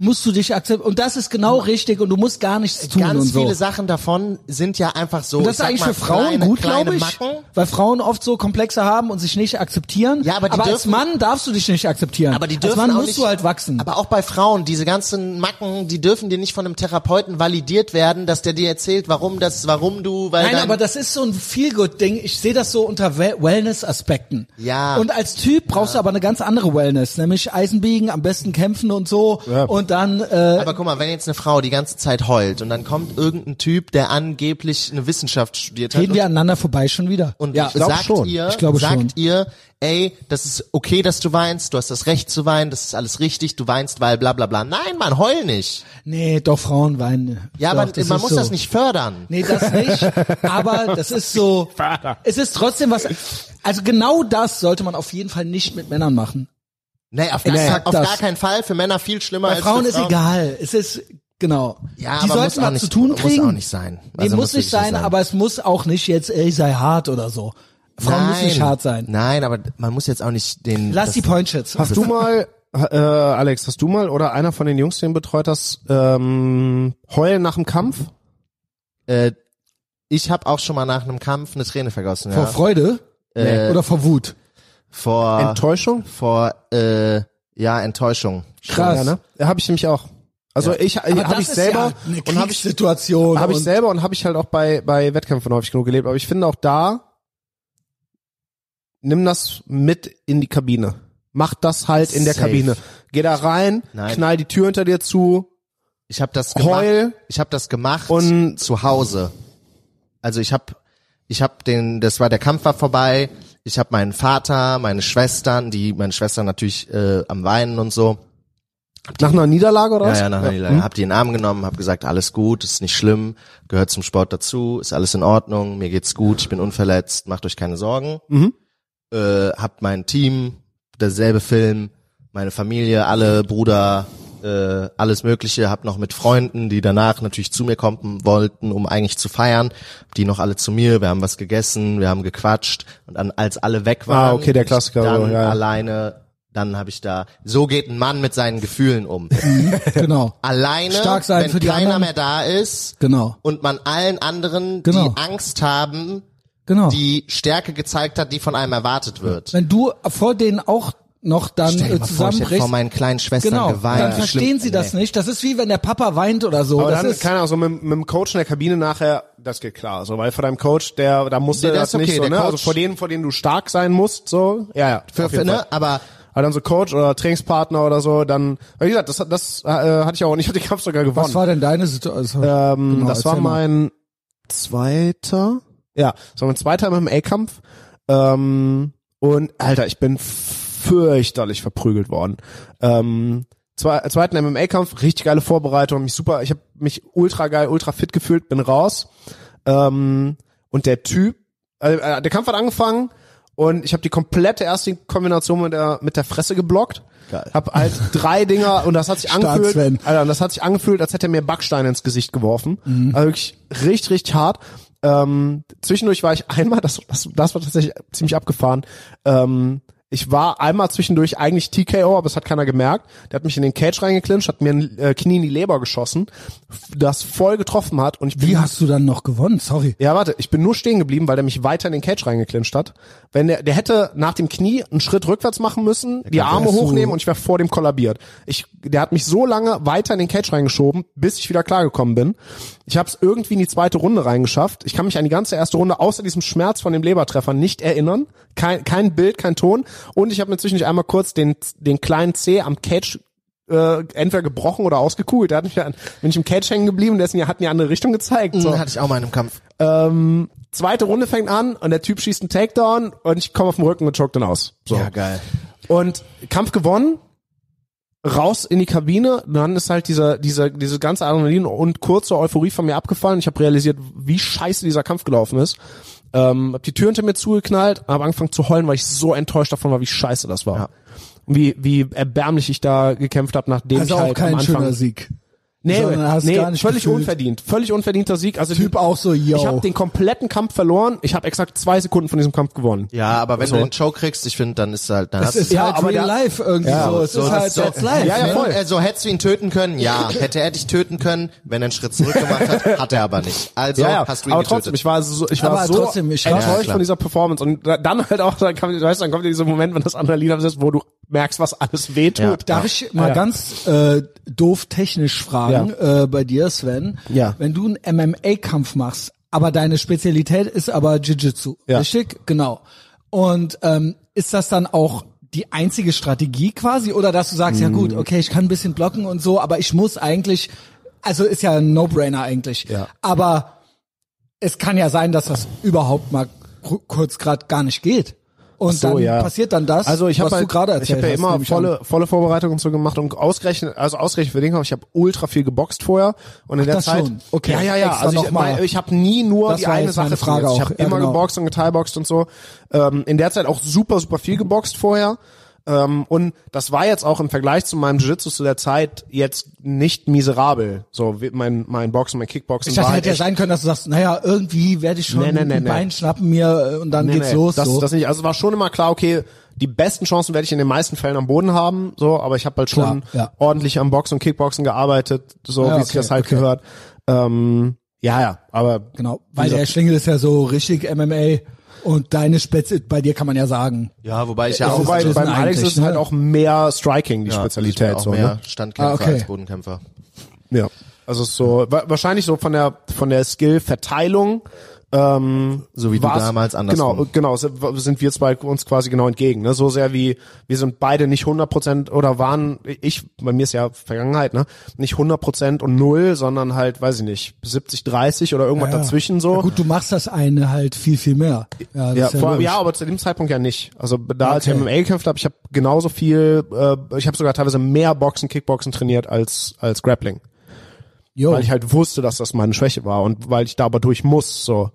Speaker 1: musst du dich akzeptieren und das ist genau richtig und du musst gar nichts tun und
Speaker 2: Hm. Ganz
Speaker 1: so.
Speaker 2: viele Sachen davon sind ja einfach so.
Speaker 1: und das
Speaker 2: ich
Speaker 1: ist
Speaker 2: sag
Speaker 1: eigentlich
Speaker 2: mal,
Speaker 1: für Frauen
Speaker 2: kleine,
Speaker 1: gut,
Speaker 2: kleine
Speaker 1: glaube ich,
Speaker 2: Macken.
Speaker 1: weil Frauen oft so Komplexe haben und sich nicht akzeptieren.
Speaker 2: Ja, aber die
Speaker 1: als
Speaker 2: dürfen-
Speaker 1: Mann darfst du dich nicht akzeptieren.
Speaker 2: Aber die
Speaker 1: als
Speaker 2: dürfen
Speaker 1: Mann
Speaker 2: auch
Speaker 1: musst
Speaker 2: nicht,
Speaker 1: du halt wachsen.
Speaker 2: Aber auch bei Frauen, diese ganzen Macken, die dürfen dir nicht von einem Therapeuten validiert werden, dass der dir erzählt, warum das, warum du, weil
Speaker 1: Nein,
Speaker 2: dein,
Speaker 1: aber das ist so ein Feel-Good-Ding. Ich sehe das so unter We- Wellness-Aspekten.
Speaker 2: Ja.
Speaker 1: Und als Typ brauchst du aber eine ganz andere Wellness, nämlich Eisenbiegen, am besten kämpfen und so.
Speaker 4: Ja.
Speaker 1: Und dann äh,
Speaker 2: Aber guck mal, wenn jetzt eine Frau die ganze Zeit heult und dann kommt irgendein Typ, der angeblich eine Wissenschaft studiert hat
Speaker 1: reden wir aneinander vorbei schon wieder.
Speaker 2: und, und
Speaker 1: ja,
Speaker 4: glaub
Speaker 2: sagt
Speaker 4: schon.
Speaker 2: ihr,
Speaker 1: Ich glaube
Speaker 2: sagt
Speaker 1: schon.
Speaker 2: ihr, ey, das ist okay, dass du weinst, du hast das Recht zu weinen, das ist alles richtig, du weinst, weil bla bla bla. Nein, Mann, heul nicht.
Speaker 1: nee, doch Frauen weinen.
Speaker 2: Ja,
Speaker 1: doch,
Speaker 2: aber
Speaker 1: das
Speaker 2: man
Speaker 1: ist
Speaker 2: muss
Speaker 1: so.
Speaker 2: das nicht fördern.
Speaker 1: Nee, das nicht. aber das ist so. Es ist trotzdem was. Also genau das sollte man auf jeden Fall nicht mit Männern machen.
Speaker 2: Nee, auf, gar,
Speaker 1: Nee,
Speaker 2: auf
Speaker 1: das-
Speaker 2: gar keinen Fall, für Männer viel schlimmer
Speaker 1: Bei
Speaker 2: als
Speaker 1: Frauen
Speaker 2: für
Speaker 1: ist
Speaker 2: Frauen.
Speaker 1: egal. Es ist genau.
Speaker 2: Ja,
Speaker 1: die
Speaker 2: aber
Speaker 1: sollten
Speaker 2: muss auch
Speaker 1: was
Speaker 2: nicht,
Speaker 1: zu tun
Speaker 2: muss
Speaker 1: kriegen.
Speaker 2: auch nicht sein.
Speaker 1: Nee,
Speaker 2: Also
Speaker 1: muss nicht sein, aber es muss auch nicht jetzt, ey, sei hart oder so. Frauen müssen nicht hart sein.
Speaker 2: Nein, aber man muss jetzt auch nicht den.
Speaker 1: Lass
Speaker 2: das-
Speaker 1: die Pointshits.
Speaker 4: Hast du mal, äh, Alex, hast du mal oder einer von den Jungs, den betreut hast, ähm, heulen nach dem Kampf?
Speaker 2: äh, ich habe auch schon mal nach einem Kampf eine Träne vergossen.
Speaker 1: Vor
Speaker 2: ja. Äh,
Speaker 1: Freude? Oder vor Wut?
Speaker 2: vor
Speaker 4: Enttäuschung?
Speaker 2: vor äh, ja Enttäuschung.
Speaker 1: Krass.
Speaker 4: Ja, ne? Ja, habe ich mich auch. Also ich
Speaker 1: Aber
Speaker 4: habe
Speaker 1: das
Speaker 4: ich
Speaker 1: ist
Speaker 4: selber
Speaker 1: ja eine
Speaker 4: und habe ich
Speaker 1: Kriegssituation.
Speaker 4: habe ich
Speaker 1: und-
Speaker 4: selber und habe ich halt auch bei bei Wettkämpfen häufig genug gelebt, aber ich finde auch da nimm das mit in die Kabine. Mach das halt in der
Speaker 2: Safe.
Speaker 4: Kabine. Geh da rein,
Speaker 2: Nein.
Speaker 4: knall die Tür hinter dir zu.
Speaker 2: Ich habe das gemacht.
Speaker 4: Heul.
Speaker 2: Ich habe das gemacht
Speaker 4: Und-
Speaker 2: zu Hause. Also ich habe ich habe den das war der Kampf war vorbei. Ich habe meinen Vater, meine Schwestern, die meine Schwestern natürlich äh, am weinen und so.
Speaker 4: Nach einer Niederlage oder
Speaker 2: Ja,
Speaker 4: was? Hm?
Speaker 2: ja, nach ja. Hab die in den Arm genommen, hab gesagt, alles gut, ist nicht schlimm, gehört zum Sport dazu, ist alles in Ordnung, mir geht's gut, ich bin unverletzt, macht euch keine Sorgen.
Speaker 4: Mhm.
Speaker 2: Äh, hab mein Team, derselbe Film, meine Familie, alle Bruder, äh, alles Mögliche, hab noch mit Freunden, die danach natürlich zu mir kommen wollten, um eigentlich zu feiern, die noch alle zu mir, wir haben was gegessen, wir haben gequatscht und dann, als alle weg waren,
Speaker 4: Ah, okay, der Klassiker,
Speaker 2: ich dann
Speaker 4: ja, ja.
Speaker 2: alleine, dann habe ich da, so geht ein Mann mit seinen Gefühlen um
Speaker 1: Genau.
Speaker 2: alleine,
Speaker 1: Stark sein
Speaker 2: wenn
Speaker 1: für die
Speaker 2: keiner
Speaker 1: anderen.
Speaker 2: mehr da ist
Speaker 1: Genau.
Speaker 2: und man allen anderen,
Speaker 1: Genau.
Speaker 2: die Angst haben,
Speaker 1: Genau.
Speaker 2: die Stärke gezeigt hat, die von einem erwartet wird.
Speaker 1: Wenn du vor denen auch noch dann
Speaker 2: Stell dir
Speaker 1: äh,
Speaker 2: mal vor, ich hätte
Speaker 1: zusammenbrichst,
Speaker 2: vor meinen kleinen Schwestern
Speaker 1: genau,
Speaker 2: geweint.
Speaker 1: dann
Speaker 2: wie
Speaker 1: verstehen
Speaker 2: schlimm-
Speaker 1: sie das nicht. Das ist wie wenn der Papa weint oder so.
Speaker 4: Aber
Speaker 1: das
Speaker 4: dann,
Speaker 1: ist,
Speaker 4: keine Ahnung, so mit, mit dem Coach in der Kabine nachher, das geht klar. So, weil vor deinem Coach, der, da musst du
Speaker 2: Der- der
Speaker 4: das
Speaker 2: ist okay,
Speaker 4: nicht so,
Speaker 2: der
Speaker 4: ne?
Speaker 2: Coach-
Speaker 4: Also vor denen, vor denen du stark sein musst, so. Ja, ja.
Speaker 2: Für,
Speaker 4: auf jeden
Speaker 2: für,
Speaker 4: Fall.
Speaker 2: ne? Aber
Speaker 4: Aber dann so Coach oder Trainingspartner oder so, dann, weil wie gesagt, das, das äh, hatte ich auch nicht, ich habe den Kampf sogar gewonnen.
Speaker 1: was war denn deine Situation?
Speaker 4: ähm,
Speaker 1: Genau,
Speaker 4: das war
Speaker 1: erzähl mal.
Speaker 4: mein zweiter, ja, das war mein zweiter MMA-Kampf. Ähm, und Alter, ich bin fürchterlich verprügelt worden. Ähm, zwei, zweiten MMA-Kampf, richtig geile Vorbereitung, mich super, ich habe mich ultra geil, ultra fit gefühlt, bin raus. Ähm, und der Typ, äh, äh, der Kampf hat angefangen und ich habe die komplette erste Kombination mit der mit der Fresse geblockt.
Speaker 2: Geil.
Speaker 4: Hab halt drei Dinger und das hat sich
Speaker 1: Stark,
Speaker 4: angefühlt,
Speaker 1: Sven.
Speaker 4: Alter, und das hat sich angefühlt, als hätte er mir Backsteine ins Gesicht geworfen.
Speaker 1: Mhm.
Speaker 4: Also wirklich richtig, richtig hart. Ähm, zwischendurch war ich einmal, das, das, das war tatsächlich ziemlich abgefahren. Ähm, ich war einmal zwischendurch eigentlich TKO, aber es hat keiner gemerkt. Der hat mich in den Cage reingeklincht, hat mir ein äh, Knie in die Leber geschossen, f- das voll getroffen hat und ich bin
Speaker 1: Wie hast du dann noch gewonnen? Sorry.
Speaker 4: ja, warte, ich bin nur stehen geblieben, weil der mich weiter in den Cage reingeklincht hat. Wenn der, der hätte nach dem Knie einen Schritt rückwärts machen müssen, die Arme
Speaker 1: wärst du-
Speaker 4: hochnehmen und ich wäre vor dem kollabiert. Ich, der hat mich so lange weiter in den Cage reingeschoben, bis ich wieder klargekommen bin. Ich habe es irgendwie in die zweite Runde reingeschafft. Ich kann mich an die ganze erste Runde außer diesem Schmerz von dem Lebertreffer nicht erinnern. Kein, kein Bild, kein Ton. Und ich habe mir zwischendurch einmal kurz den, den kleinen Zeh am Cage äh, entweder gebrochen oder ausgekugelt. Der hat mich an, bin ich im Cage hängen geblieben, der ist in die- hat in die andere Richtung gezeigt. So.
Speaker 1: Mhm.
Speaker 2: hatte ich auch mal in einem Kampf.
Speaker 4: Zweite Runde fängt an und der Typ schießt einen Takedown und ich komme auf den Rücken und choke den aus. So.
Speaker 2: Ja, geil.
Speaker 4: Und Kampf gewonnen, raus in die Kabine, dann ist halt dieser, dieser, diese ganze Adrenalin und kurze Euphorie von mir abgefallen. Ich habe realisiert, wie scheiße dieser Kampf gelaufen ist. Ähm, hab die Tür hinter mir zugeknallt und habe angefangen zu heulen, weil ich so enttäuscht davon war, wie scheiße das war. Wie, wie erbärmlich ich da gekämpft habe, nachdem
Speaker 1: Also
Speaker 4: ich
Speaker 1: auch
Speaker 4: halt am
Speaker 1: kein
Speaker 4: Anfang
Speaker 1: schöner Sieg.
Speaker 4: Nee,
Speaker 1: sondern hast
Speaker 4: nee
Speaker 1: gar nicht
Speaker 4: völlig
Speaker 1: gefühlt.
Speaker 4: unverdient. Völlig unverdienter Sieg. Also
Speaker 1: Typ
Speaker 4: die-
Speaker 1: auch so, yo.
Speaker 4: Ich habe den kompletten Kampf verloren. Ich habe exakt zwei Sekunden von diesem Kampf gewonnen.
Speaker 2: Ja, aber wenn
Speaker 4: So.
Speaker 2: du den Joe kriegst, ich finde, dann ist halt, dann
Speaker 1: Es
Speaker 2: hast du
Speaker 1: ist
Speaker 4: ja,
Speaker 1: halt
Speaker 4: aber
Speaker 1: real
Speaker 4: der-
Speaker 1: life irgendwie so. Es ist halt that's life.
Speaker 4: Ja, ja,
Speaker 1: ne?
Speaker 4: voll.
Speaker 2: Also hättest du ihn töten können? Ja. Hätte er dich töten können, wenn er einen Schritt zurück gemacht hat, hat er aber nicht. Also hast du ihn
Speaker 4: aber
Speaker 2: getötet.
Speaker 4: trotzdem, ich war so, ich war
Speaker 1: Aber
Speaker 4: so
Speaker 1: trotzdem, ich-
Speaker 2: Ja,
Speaker 4: enttäuscht
Speaker 2: klar.
Speaker 4: von dieser Performance und da- dann halt auch, dann, kam, weißt, du, dann kommt dieser Moment, wenn das Adrenalin am sitzt, wo du merkst, was alles wehtut.
Speaker 2: Ja.
Speaker 1: Darf ich mal
Speaker 4: Ja.
Speaker 1: ganz äh, doof technisch fragen äh, bei dir, Sven?
Speaker 4: Ja.
Speaker 1: Wenn du einen MMA-Kampf machst, aber deine Spezialität ist aber Jiu-Jitsu,
Speaker 4: Ja.
Speaker 1: richtig? Genau. Und ähm, ist das dann auch die einzige Strategie quasi? Oder dass du sagst,
Speaker 4: Mm.
Speaker 1: ja gut, okay, ich kann ein bisschen blocken und so, aber ich muss eigentlich, also ist ja ein No-Brainer eigentlich.
Speaker 4: Ja.
Speaker 1: Aber es kann ja sein, dass das überhaupt mal ku- kurz gerade gar nicht geht. Und
Speaker 4: so,
Speaker 1: dann
Speaker 4: ja.
Speaker 1: passiert dann das,
Speaker 4: Also ich
Speaker 1: was
Speaker 4: habe halt,
Speaker 1: du gerade
Speaker 4: ich
Speaker 1: erzählt
Speaker 4: habe ja
Speaker 1: hast.
Speaker 4: immer
Speaker 1: nehme ich an.
Speaker 4: volle volle Vorbereitung und so gemacht und ausgerechnet also ausgerechnet für den Kampf, ich habe ultra viel geboxt vorher und in der
Speaker 1: das
Speaker 4: Zeit
Speaker 1: schon. Okay,
Speaker 4: ja ja ja
Speaker 1: extra
Speaker 4: also ich,
Speaker 1: noch mal.
Speaker 4: mein, ich habe nie nur
Speaker 1: Das
Speaker 4: die
Speaker 1: war
Speaker 4: eine
Speaker 1: jetzt meine
Speaker 4: Sache
Speaker 1: Frage
Speaker 4: trainiert. ich
Speaker 1: auch.
Speaker 4: habe
Speaker 1: Ja,
Speaker 4: immer
Speaker 1: genau.
Speaker 4: geboxt und geteilboxt und so ähm, in der Zeit auch super super viel geboxt vorher ähm, und das war jetzt auch im Vergleich zu meinem Jiu-Jitsu zu der Zeit jetzt nicht miserabel so wie mein mein Boxen mein Kickboxen
Speaker 1: Ich
Speaker 4: war
Speaker 1: dachte,
Speaker 4: halt
Speaker 1: hätte ja
Speaker 4: echt-
Speaker 1: sein können, dass du sagst, naja, irgendwie werde ich schon
Speaker 4: Nee, nee, nee,
Speaker 1: ein
Speaker 4: nee.
Speaker 1: Bein schnappen mir äh, und dann geht's los.
Speaker 4: Das,
Speaker 1: so.
Speaker 4: das nicht. Also es war schon immer klar, okay, die besten Chancen werde ich in den meisten Fällen am Boden haben, so, aber ich habe halt schon
Speaker 1: Klar, ja.
Speaker 4: ordentlich am Boxen und Kickboxen gearbeitet, so
Speaker 1: Ja,
Speaker 4: wie sich
Speaker 1: okay,
Speaker 4: das halt
Speaker 1: okay.
Speaker 4: gehört. Ähm, ja, ja, aber
Speaker 1: genau, weil
Speaker 4: Wie
Speaker 1: der
Speaker 4: gesagt-
Speaker 1: Schlingel ist ja so richtig MMA und deine Spitze, bei dir kann man ja sagen.
Speaker 2: ja, wobei ich ja auch,
Speaker 4: wobei
Speaker 1: das ist
Speaker 4: beim Alex
Speaker 1: eigentlich,
Speaker 4: ist es halt
Speaker 1: ne?
Speaker 4: auch mehr Striking die
Speaker 2: ja, ich bin
Speaker 4: Spezialität
Speaker 2: auch
Speaker 4: so,
Speaker 2: mehr
Speaker 4: ne?
Speaker 2: Standkämpfer
Speaker 1: Ah, okay.
Speaker 2: als Bodenkämpfer.
Speaker 4: Ja. Also es ist so wa- wahrscheinlich so von der von der Skill Verteilung
Speaker 2: So wie du
Speaker 4: war's-
Speaker 2: damals andersrum.
Speaker 4: Genau, genau, sind sind wir zwei uns quasi genau entgegen. Ne? So sehr wie, wir sind beide nicht 100% oder waren, ich, bei mir ist ja Vergangenheit, ne? nicht 100% und null, sondern halt, weiß ich nicht, 70, 30 oder irgendwas
Speaker 1: Ja.
Speaker 4: dazwischen so.
Speaker 1: Ja, gut, du machst das eine halt viel, viel mehr. Ja, das
Speaker 4: Ja,
Speaker 1: ist ja
Speaker 4: vor allem,
Speaker 1: logisch.
Speaker 4: ja, aber zu dem Zeitpunkt ja nicht. Also da als ich
Speaker 1: Okay.
Speaker 4: MMA gekämpft habe, ich habe genauso viel, äh, ich habe sogar teilweise mehr Boxen, Kickboxen trainiert als als Grappling,
Speaker 1: Jo.
Speaker 4: weil ich halt wusste, dass das meine Schwäche war und weil ich da aber durch muss. So,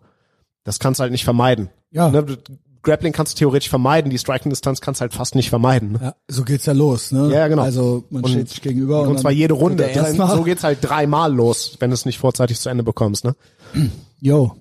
Speaker 4: das kannst du halt nicht vermeiden.
Speaker 1: Ja.
Speaker 4: Ne? Du- Grappling kannst du theoretisch vermeiden, die Striking-Distanz kannst du halt fast nicht vermeiden. Ne?
Speaker 1: ja, so geht's ja los, ne?
Speaker 4: Ja, ja, genau.
Speaker 1: Also man
Speaker 4: Und-
Speaker 1: steht sich gegenüber und,
Speaker 4: Und zwar
Speaker 1: dann
Speaker 4: jede Runde.
Speaker 1: kommt der
Speaker 4: Drei,
Speaker 1: erstmal.
Speaker 4: so geht's halt dreimal los, wenn du es nicht vorzeitig zu Ende bekommst. Ne?
Speaker 1: Jo.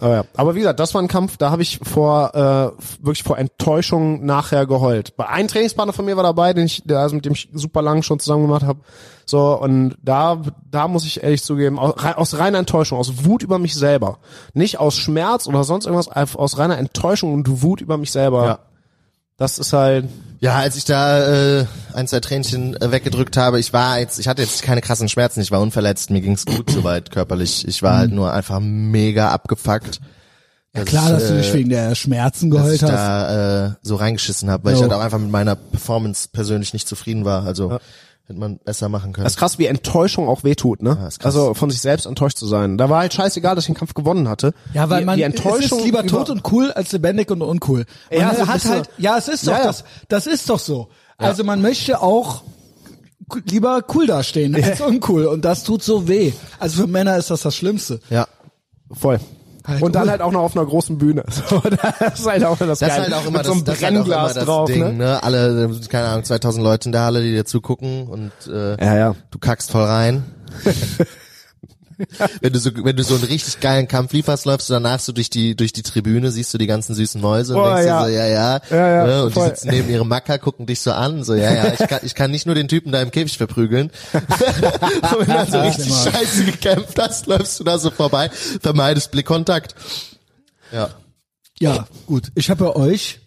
Speaker 4: Aber, ja. aber wie gesagt, das war ein Kampf, da habe ich vor äh, wirklich vor Enttäuschung nachher geheult. Bei einem Trainingspartner von mir war dabei, den ich, der, also mit dem ich super lang schon zusammen gemacht habe. So, und da, da muss ich ehrlich zugeben, aus, rei- aus reiner Enttäuschung, aus Wut über mich selber. Nicht aus Schmerz oder sonst irgendwas, einfach aus reiner Enttäuschung und Wut über mich selber.
Speaker 2: Ja.
Speaker 4: Das ist halt.
Speaker 2: Ja, als ich da äh, ein, zwei Tränchen äh, weggedrückt habe, ich war jetzt, ich hatte jetzt keine krassen Schmerzen, ich war unverletzt, mir ging's gut soweit körperlich. Ich war halt nur einfach mega abgefuckt. Ja,
Speaker 1: Klar, dass du dich
Speaker 4: äh,
Speaker 1: wegen der Schmerzen geheult
Speaker 2: dass
Speaker 1: hast.
Speaker 2: ich da äh, so reingeschissen habe, weil ich
Speaker 1: Jo.
Speaker 2: halt auch einfach mit meiner Performance persönlich nicht zufrieden war. Also hätte man besser machen können.
Speaker 4: Das ist krass, wie Enttäuschung auch wehtut, ne?
Speaker 2: ist krass.
Speaker 4: also von sich selbst enttäuscht zu sein. Da war halt scheißegal, dass ich den Kampf gewonnen hatte.
Speaker 1: Ja, weil
Speaker 4: die,
Speaker 1: man
Speaker 4: die
Speaker 1: es
Speaker 4: Enttäuschung
Speaker 1: ist lieber
Speaker 4: über-
Speaker 1: tot und cool als lebendig und uncool. Man
Speaker 4: Ja, so ein
Speaker 1: hat
Speaker 4: bisschen-
Speaker 1: halt, ja, es ist doch
Speaker 4: Ja, ja.
Speaker 1: das, das ist doch so. Also man möchte auch k- lieber cool dastehen als uncool und das tut so weh. Also für Männer ist das das Schlimmste.
Speaker 2: ja.
Speaker 4: Voll.
Speaker 1: Halt
Speaker 4: und dann
Speaker 1: cool.
Speaker 4: halt auch noch auf einer großen Bühne. So, das ist halt auch das,
Speaker 2: Das ist
Speaker 4: Geile.
Speaker 2: halt auch immer
Speaker 4: Mit so einem
Speaker 2: das, das, ist halt auch immer
Speaker 4: Brennglas
Speaker 2: das
Speaker 4: drauf,
Speaker 2: Ding,
Speaker 4: ne?
Speaker 2: ne? Alle, äh, keine Ahnung, 2000 Leute in der Halle, die dir zugucken und äh,
Speaker 4: Ja, ja.
Speaker 2: du kackst voll rein. wenn du so wenn du so einen richtig geilen Kampf lieferst, läufst du danach so durch die durch die Tribüne, siehst du die ganzen süßen Mäuse und
Speaker 4: Oh,
Speaker 2: denkst
Speaker 4: ja.
Speaker 2: dir so ja ja,
Speaker 4: Ja, ja,
Speaker 2: ne? und
Speaker 4: voll.
Speaker 2: die sitzen neben ihrem Macker, gucken dich so an, so ja ja, ich kann, ich kann nicht nur den Typen da im Käfig verprügeln. und wenn du dann so richtig
Speaker 1: Immer.
Speaker 2: scheiße gekämpft hast, läufst du da so vorbei, vermeidest Blickkontakt. Ja,
Speaker 1: Ja, gut. Ich habe ja euch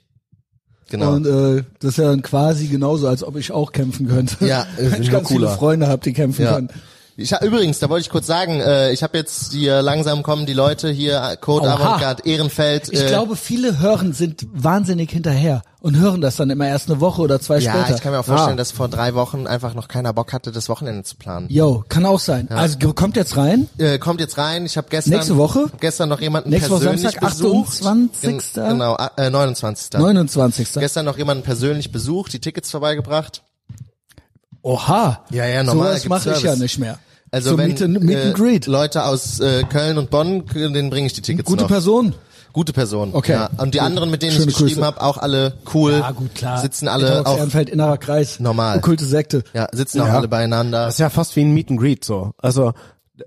Speaker 2: genau.
Speaker 1: und äh, das ist ja dann quasi genauso, als ob ich auch kämpfen könnte.
Speaker 2: Ja, äh,
Speaker 1: wenn ich
Speaker 2: nur
Speaker 1: ganz
Speaker 2: cooler.
Speaker 1: viele Freunde habe, die kämpfen
Speaker 2: Ja.
Speaker 1: können.
Speaker 2: Ich hab, übrigens, da wollte ich kurz sagen, äh, ich habe jetzt hier langsam kommen die Leute hier äh, Code
Speaker 1: Oha.
Speaker 2: Avantgarde Ehrenfeld.
Speaker 1: Ich
Speaker 2: äh,
Speaker 1: glaube, viele hören sind wahnsinnig hinterher und hören das dann immer erst eine Woche oder zwei
Speaker 2: ja,
Speaker 1: später.
Speaker 2: ich kann mir auch vorstellen,
Speaker 4: Ah.
Speaker 2: dass vor drei Wochen einfach noch keiner Bock hatte, das Wochenende zu planen.
Speaker 1: Yo, kann auch sein. Also kommt jetzt rein.
Speaker 2: Äh, kommt jetzt rein. Ich habe gestern
Speaker 1: Nächste Woche?
Speaker 2: hab gestern noch jemanden
Speaker 1: Nächste Woche
Speaker 2: persönlich
Speaker 1: Samstag,
Speaker 2: besucht.
Speaker 1: 28..
Speaker 2: Gen- Genau, äh, 29.
Speaker 1: 29.
Speaker 2: Gestern noch jemanden persönlich besucht, die Tickets vorbeigebracht.
Speaker 1: Oha.
Speaker 2: Ja, ja, normal,
Speaker 1: Sowas
Speaker 2: gibt's
Speaker 1: mache ich
Speaker 2: Service.
Speaker 1: ja nicht mehr.
Speaker 2: Also
Speaker 1: so
Speaker 2: wenn
Speaker 1: meet, and, meet
Speaker 2: äh,
Speaker 1: and greet.
Speaker 2: Leute aus äh, Köln und Bonn, denen bringe ich die Tickets
Speaker 1: Gute
Speaker 2: noch.
Speaker 1: Person.
Speaker 2: Gute Person.
Speaker 1: Okay.
Speaker 2: Ja. Und die
Speaker 1: Gut.
Speaker 2: anderen, mit denen
Speaker 1: Schöne
Speaker 2: ich geschrieben
Speaker 1: Grüße.
Speaker 2: habe, auch alle cool.
Speaker 1: Ja, gut, klar.
Speaker 2: Sitzen alle auf,
Speaker 1: Ehrenfeld, innerer Kreis.
Speaker 2: Normal.
Speaker 1: Okkulte Sekte.
Speaker 2: ja, sitzen auch
Speaker 4: Ja.
Speaker 2: alle beieinander.
Speaker 4: Das ist ja fast wie ein Meet and Greet so. Also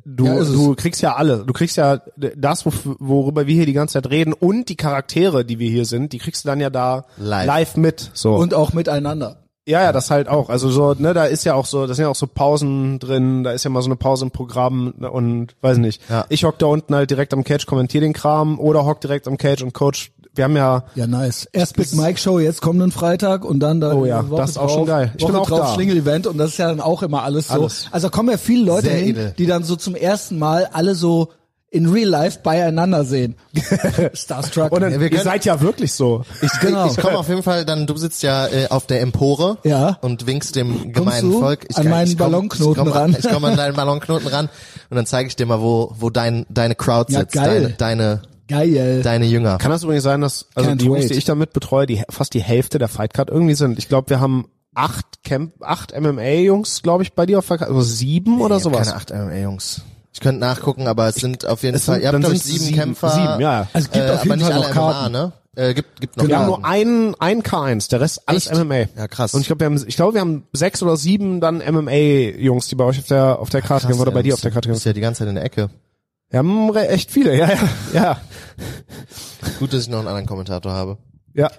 Speaker 4: du
Speaker 1: Ja, ist es.
Speaker 4: du kriegst ja alle, du kriegst ja das wof- worüber wir hier die ganze Zeit reden und die Charaktere, die wir hier sind, die kriegst du dann ja da
Speaker 2: Live.
Speaker 4: live, mit so.
Speaker 1: Und auch miteinander.
Speaker 4: Ja, ja, das halt auch. Also so, ne, da ist ja auch so, das sind ja auch so Pausen drin, da ist ja mal so eine Pause im Programm ne, und weiß nicht.
Speaker 2: Ja.
Speaker 4: Ich hock da unten halt direkt am Cage, kommentier den Kram oder hock direkt am Cage und coach. Wir haben ja,
Speaker 1: Ja, nice. Erst Big Mike Show, jetzt kommenden Freitag und dann dann
Speaker 4: Oh ja,
Speaker 1: eine Woche
Speaker 4: das ist auch
Speaker 1: drauf,
Speaker 4: schon geil. Ich
Speaker 1: Woche
Speaker 4: bin auch
Speaker 1: drauf
Speaker 4: da.
Speaker 1: Schlingel Event und das ist ja dann auch immer alles so.
Speaker 4: Alles.
Speaker 1: Also kommen ja viele Leute
Speaker 2: Sehr
Speaker 1: hin,
Speaker 2: edel.
Speaker 1: die dann so zum ersten Mal alle so in real life beieinander sehen. Starstruck.
Speaker 4: und dann,
Speaker 2: wir
Speaker 4: ihr
Speaker 2: können-
Speaker 4: seid ja wirklich so.
Speaker 2: Ich,
Speaker 1: Genau.
Speaker 2: ich komme auf jeden Fall, dann du sitzt ja äh, auf der Empore
Speaker 1: Ja.
Speaker 2: und winkst dem gemeinen
Speaker 1: du
Speaker 2: Volk.
Speaker 1: an meinen Ballonknoten
Speaker 2: ich komm,
Speaker 1: ran?
Speaker 2: Ich komme an deinen Ballonknoten ran und dann zeige ich dir mal, wo, wo dein, deine Crowd
Speaker 1: Ja,
Speaker 2: sitzt,
Speaker 1: geil.
Speaker 2: deine, deine,
Speaker 1: Geil.
Speaker 2: deine Jünger.
Speaker 4: Kann das übrigens sein, dass also
Speaker 1: Can't
Speaker 4: die Jungs,
Speaker 1: wait.
Speaker 4: die ich damit betreue, die fast die Hälfte der Fightcard irgendwie sind. Ich glaube, wir haben acht Camp, acht MMA-Jungs, glaube ich, bei dir auf Fightcard, also sieben oder
Speaker 2: Ich hab
Speaker 4: sowas.
Speaker 2: Keine acht MMA-Jungs. Ich könnte nachgucken, aber es sind auf jeden
Speaker 4: Es
Speaker 2: Fall,
Speaker 4: sind-
Speaker 2: ihr habt
Speaker 4: dann
Speaker 2: glaube ich
Speaker 4: sind's
Speaker 2: sieben,
Speaker 4: sieben-
Speaker 2: Kämpfer.
Speaker 4: sieben, ja.
Speaker 1: Also es gibt
Speaker 2: äh,
Speaker 1: auf jeden
Speaker 2: aber nicht
Speaker 1: Fall
Speaker 2: alle
Speaker 1: noch
Speaker 2: MMA,
Speaker 1: Karten. Genau.
Speaker 2: ne? Äh, gibt, gibt noch
Speaker 4: Wir haben
Speaker 2: Karten.
Speaker 4: nur einen, einen K1, der Rest alles
Speaker 2: Echt?
Speaker 4: MMA.
Speaker 2: Ja, krass.
Speaker 4: Und ich glaube, wir haben, ich glaube, wir haben sechs oder sieben dann MMA-Jungs, die bei euch auf der, auf der Karte gehen oder bei dir auf der Karte
Speaker 2: Du
Speaker 4: gehen.
Speaker 2: bist ja die ganze Zeit in der Ecke.
Speaker 4: Wir haben re- echt viele, ja, ja, ja,
Speaker 2: Gut, dass ich noch einen anderen Kommentator habe.
Speaker 4: ja.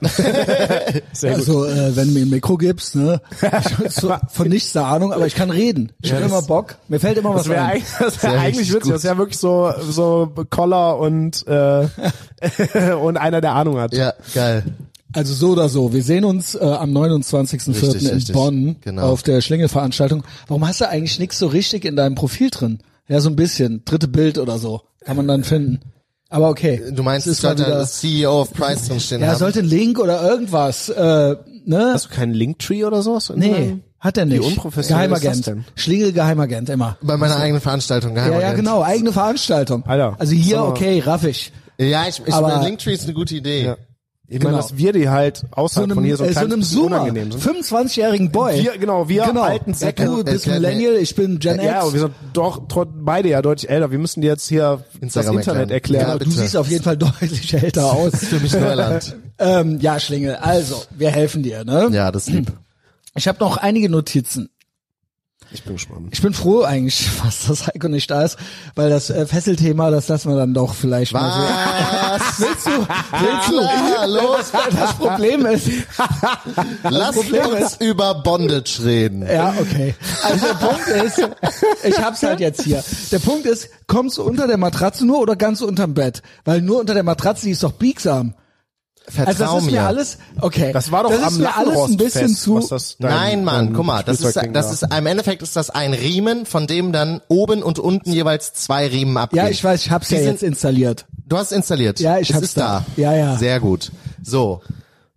Speaker 4: Sehr gut.
Speaker 1: Also, äh, wenn du mir ein Mikro gibst, ne? Ich, so, von nichts eine Ahnung, aber ich kann reden. Ich hab
Speaker 4: das-
Speaker 1: immer Bock. Mir fällt immer was
Speaker 4: Das wäre
Speaker 1: ein.
Speaker 4: eigentlich, das
Speaker 2: Sehr
Speaker 4: wär eigentlich
Speaker 2: richtig
Speaker 4: witzig.
Speaker 2: gut.
Speaker 4: Das wäre wirklich so, so Collar und, äh, und einer, der Ahnung hat.
Speaker 2: Ja, geil.
Speaker 1: Also so oder so. Wir sehen uns äh, am 29.04.
Speaker 2: Richtig,
Speaker 1: in
Speaker 2: richtig.
Speaker 1: Bonn
Speaker 2: Genau.
Speaker 1: auf der Schlingelveranstaltung. Warum hast du eigentlich nichts so richtig in deinem Profil drin? Ja, so ein bisschen. Dritte Bild oder so. Kann man dann finden. Aber okay.
Speaker 2: Du meinst,
Speaker 1: Es
Speaker 2: es
Speaker 1: ist mal
Speaker 2: sollte
Speaker 1: wieder,
Speaker 2: als CEO of Price drinstehen
Speaker 1: Ja,
Speaker 2: haben?
Speaker 1: sollte ein Link oder irgendwas. Äh, ne?
Speaker 4: Hast du keinen Linktree oder sowas? in
Speaker 1: Nee,
Speaker 4: deinem-
Speaker 1: hat er nicht.
Speaker 4: unprofessionell ist
Speaker 1: Geheimagent.
Speaker 4: das denn?
Speaker 1: Schlingel Geheimagent immer.
Speaker 2: Bei meiner eigenen Veranstaltung, geil.
Speaker 1: Ja, ja, genau, eigene Veranstaltung.
Speaker 4: Alter,
Speaker 1: Also hier, okay, raffig.
Speaker 2: Ja, ich, ich
Speaker 1: genau. Aber-
Speaker 2: Linktree ist eine gute Idee.
Speaker 4: Ja. Ich
Speaker 1: Genau.
Speaker 4: meine, dass wir die halt
Speaker 1: So
Speaker 4: außerhalb
Speaker 1: einem,
Speaker 4: von hier so ein
Speaker 1: äh, so
Speaker 4: kleines
Speaker 1: einem
Speaker 4: bisschen
Speaker 1: Zoomer,
Speaker 4: unangenehm sind.
Speaker 1: 25-jährigen Boy.
Speaker 4: Wir- genau, wir
Speaker 1: genau.
Speaker 4: alten Säcke.
Speaker 1: Ja, du bist
Speaker 2: Erklärt mir-
Speaker 1: Millennial, ich bin Gen
Speaker 4: Ja,
Speaker 1: X.
Speaker 4: aber wir sind doch tro- beide ja deutlich älter. Wir müssen dir jetzt hier das
Speaker 2: Instagram
Speaker 4: Internet
Speaker 2: erklären.
Speaker 4: erklären.
Speaker 1: Ja,
Speaker 2: Ja,
Speaker 1: du
Speaker 2: bitte.
Speaker 1: siehst auf jeden Fall deutlich älter aus.
Speaker 2: Für mich Neuland.
Speaker 1: ähm, ja, Schlingel, also, wir helfen dir, ne?
Speaker 2: ja, das ist lieb.
Speaker 1: Ich habe noch einige Notizen.
Speaker 4: Ich bin gespannt.
Speaker 1: Ich bin froh eigentlich, fast, dass Heiko nicht da ist, weil das äh, Fesselthema, das lassen wir dann doch vielleicht mal so.
Speaker 2: Was?
Speaker 1: Willst du? Willst du?
Speaker 2: Ah, Klar, los,
Speaker 1: Also, Das Problem ist,
Speaker 2: lass
Speaker 1: Problem Äh,
Speaker 2: uns über Bondage reden.
Speaker 1: Ja, okay. Also der Punkt ist, ich hab's halt jetzt hier. Der Punkt ist, kommst du unter der Matratze nur oder ganz unterm Bett? Weil nur unter der Matratze, die ist doch biegsam.
Speaker 2: Vertrau
Speaker 1: Also das ist mir alles, okay.
Speaker 4: Das war doch
Speaker 1: das
Speaker 4: am
Speaker 1: ist mir alles ein bisschen
Speaker 4: Lattenrostfest,
Speaker 1: zu,
Speaker 4: was das dein-
Speaker 2: Nein, Mann,
Speaker 4: dein
Speaker 2: guck mal, das ist,
Speaker 4: Spielzeugding
Speaker 2: das
Speaker 4: war.
Speaker 2: ist, im Endeffekt ist das ein Riemen, von dem dann oben und unten jeweils zwei Riemen abgehen.
Speaker 1: ja, ich weiß, ich hab's
Speaker 2: Die
Speaker 1: ja
Speaker 2: sind-
Speaker 1: jetzt installiert.
Speaker 2: Du hast installiert.
Speaker 1: Ja, ich
Speaker 2: es
Speaker 1: hab's
Speaker 2: ist da.
Speaker 1: da. Ja, ja.
Speaker 2: Sehr gut. So.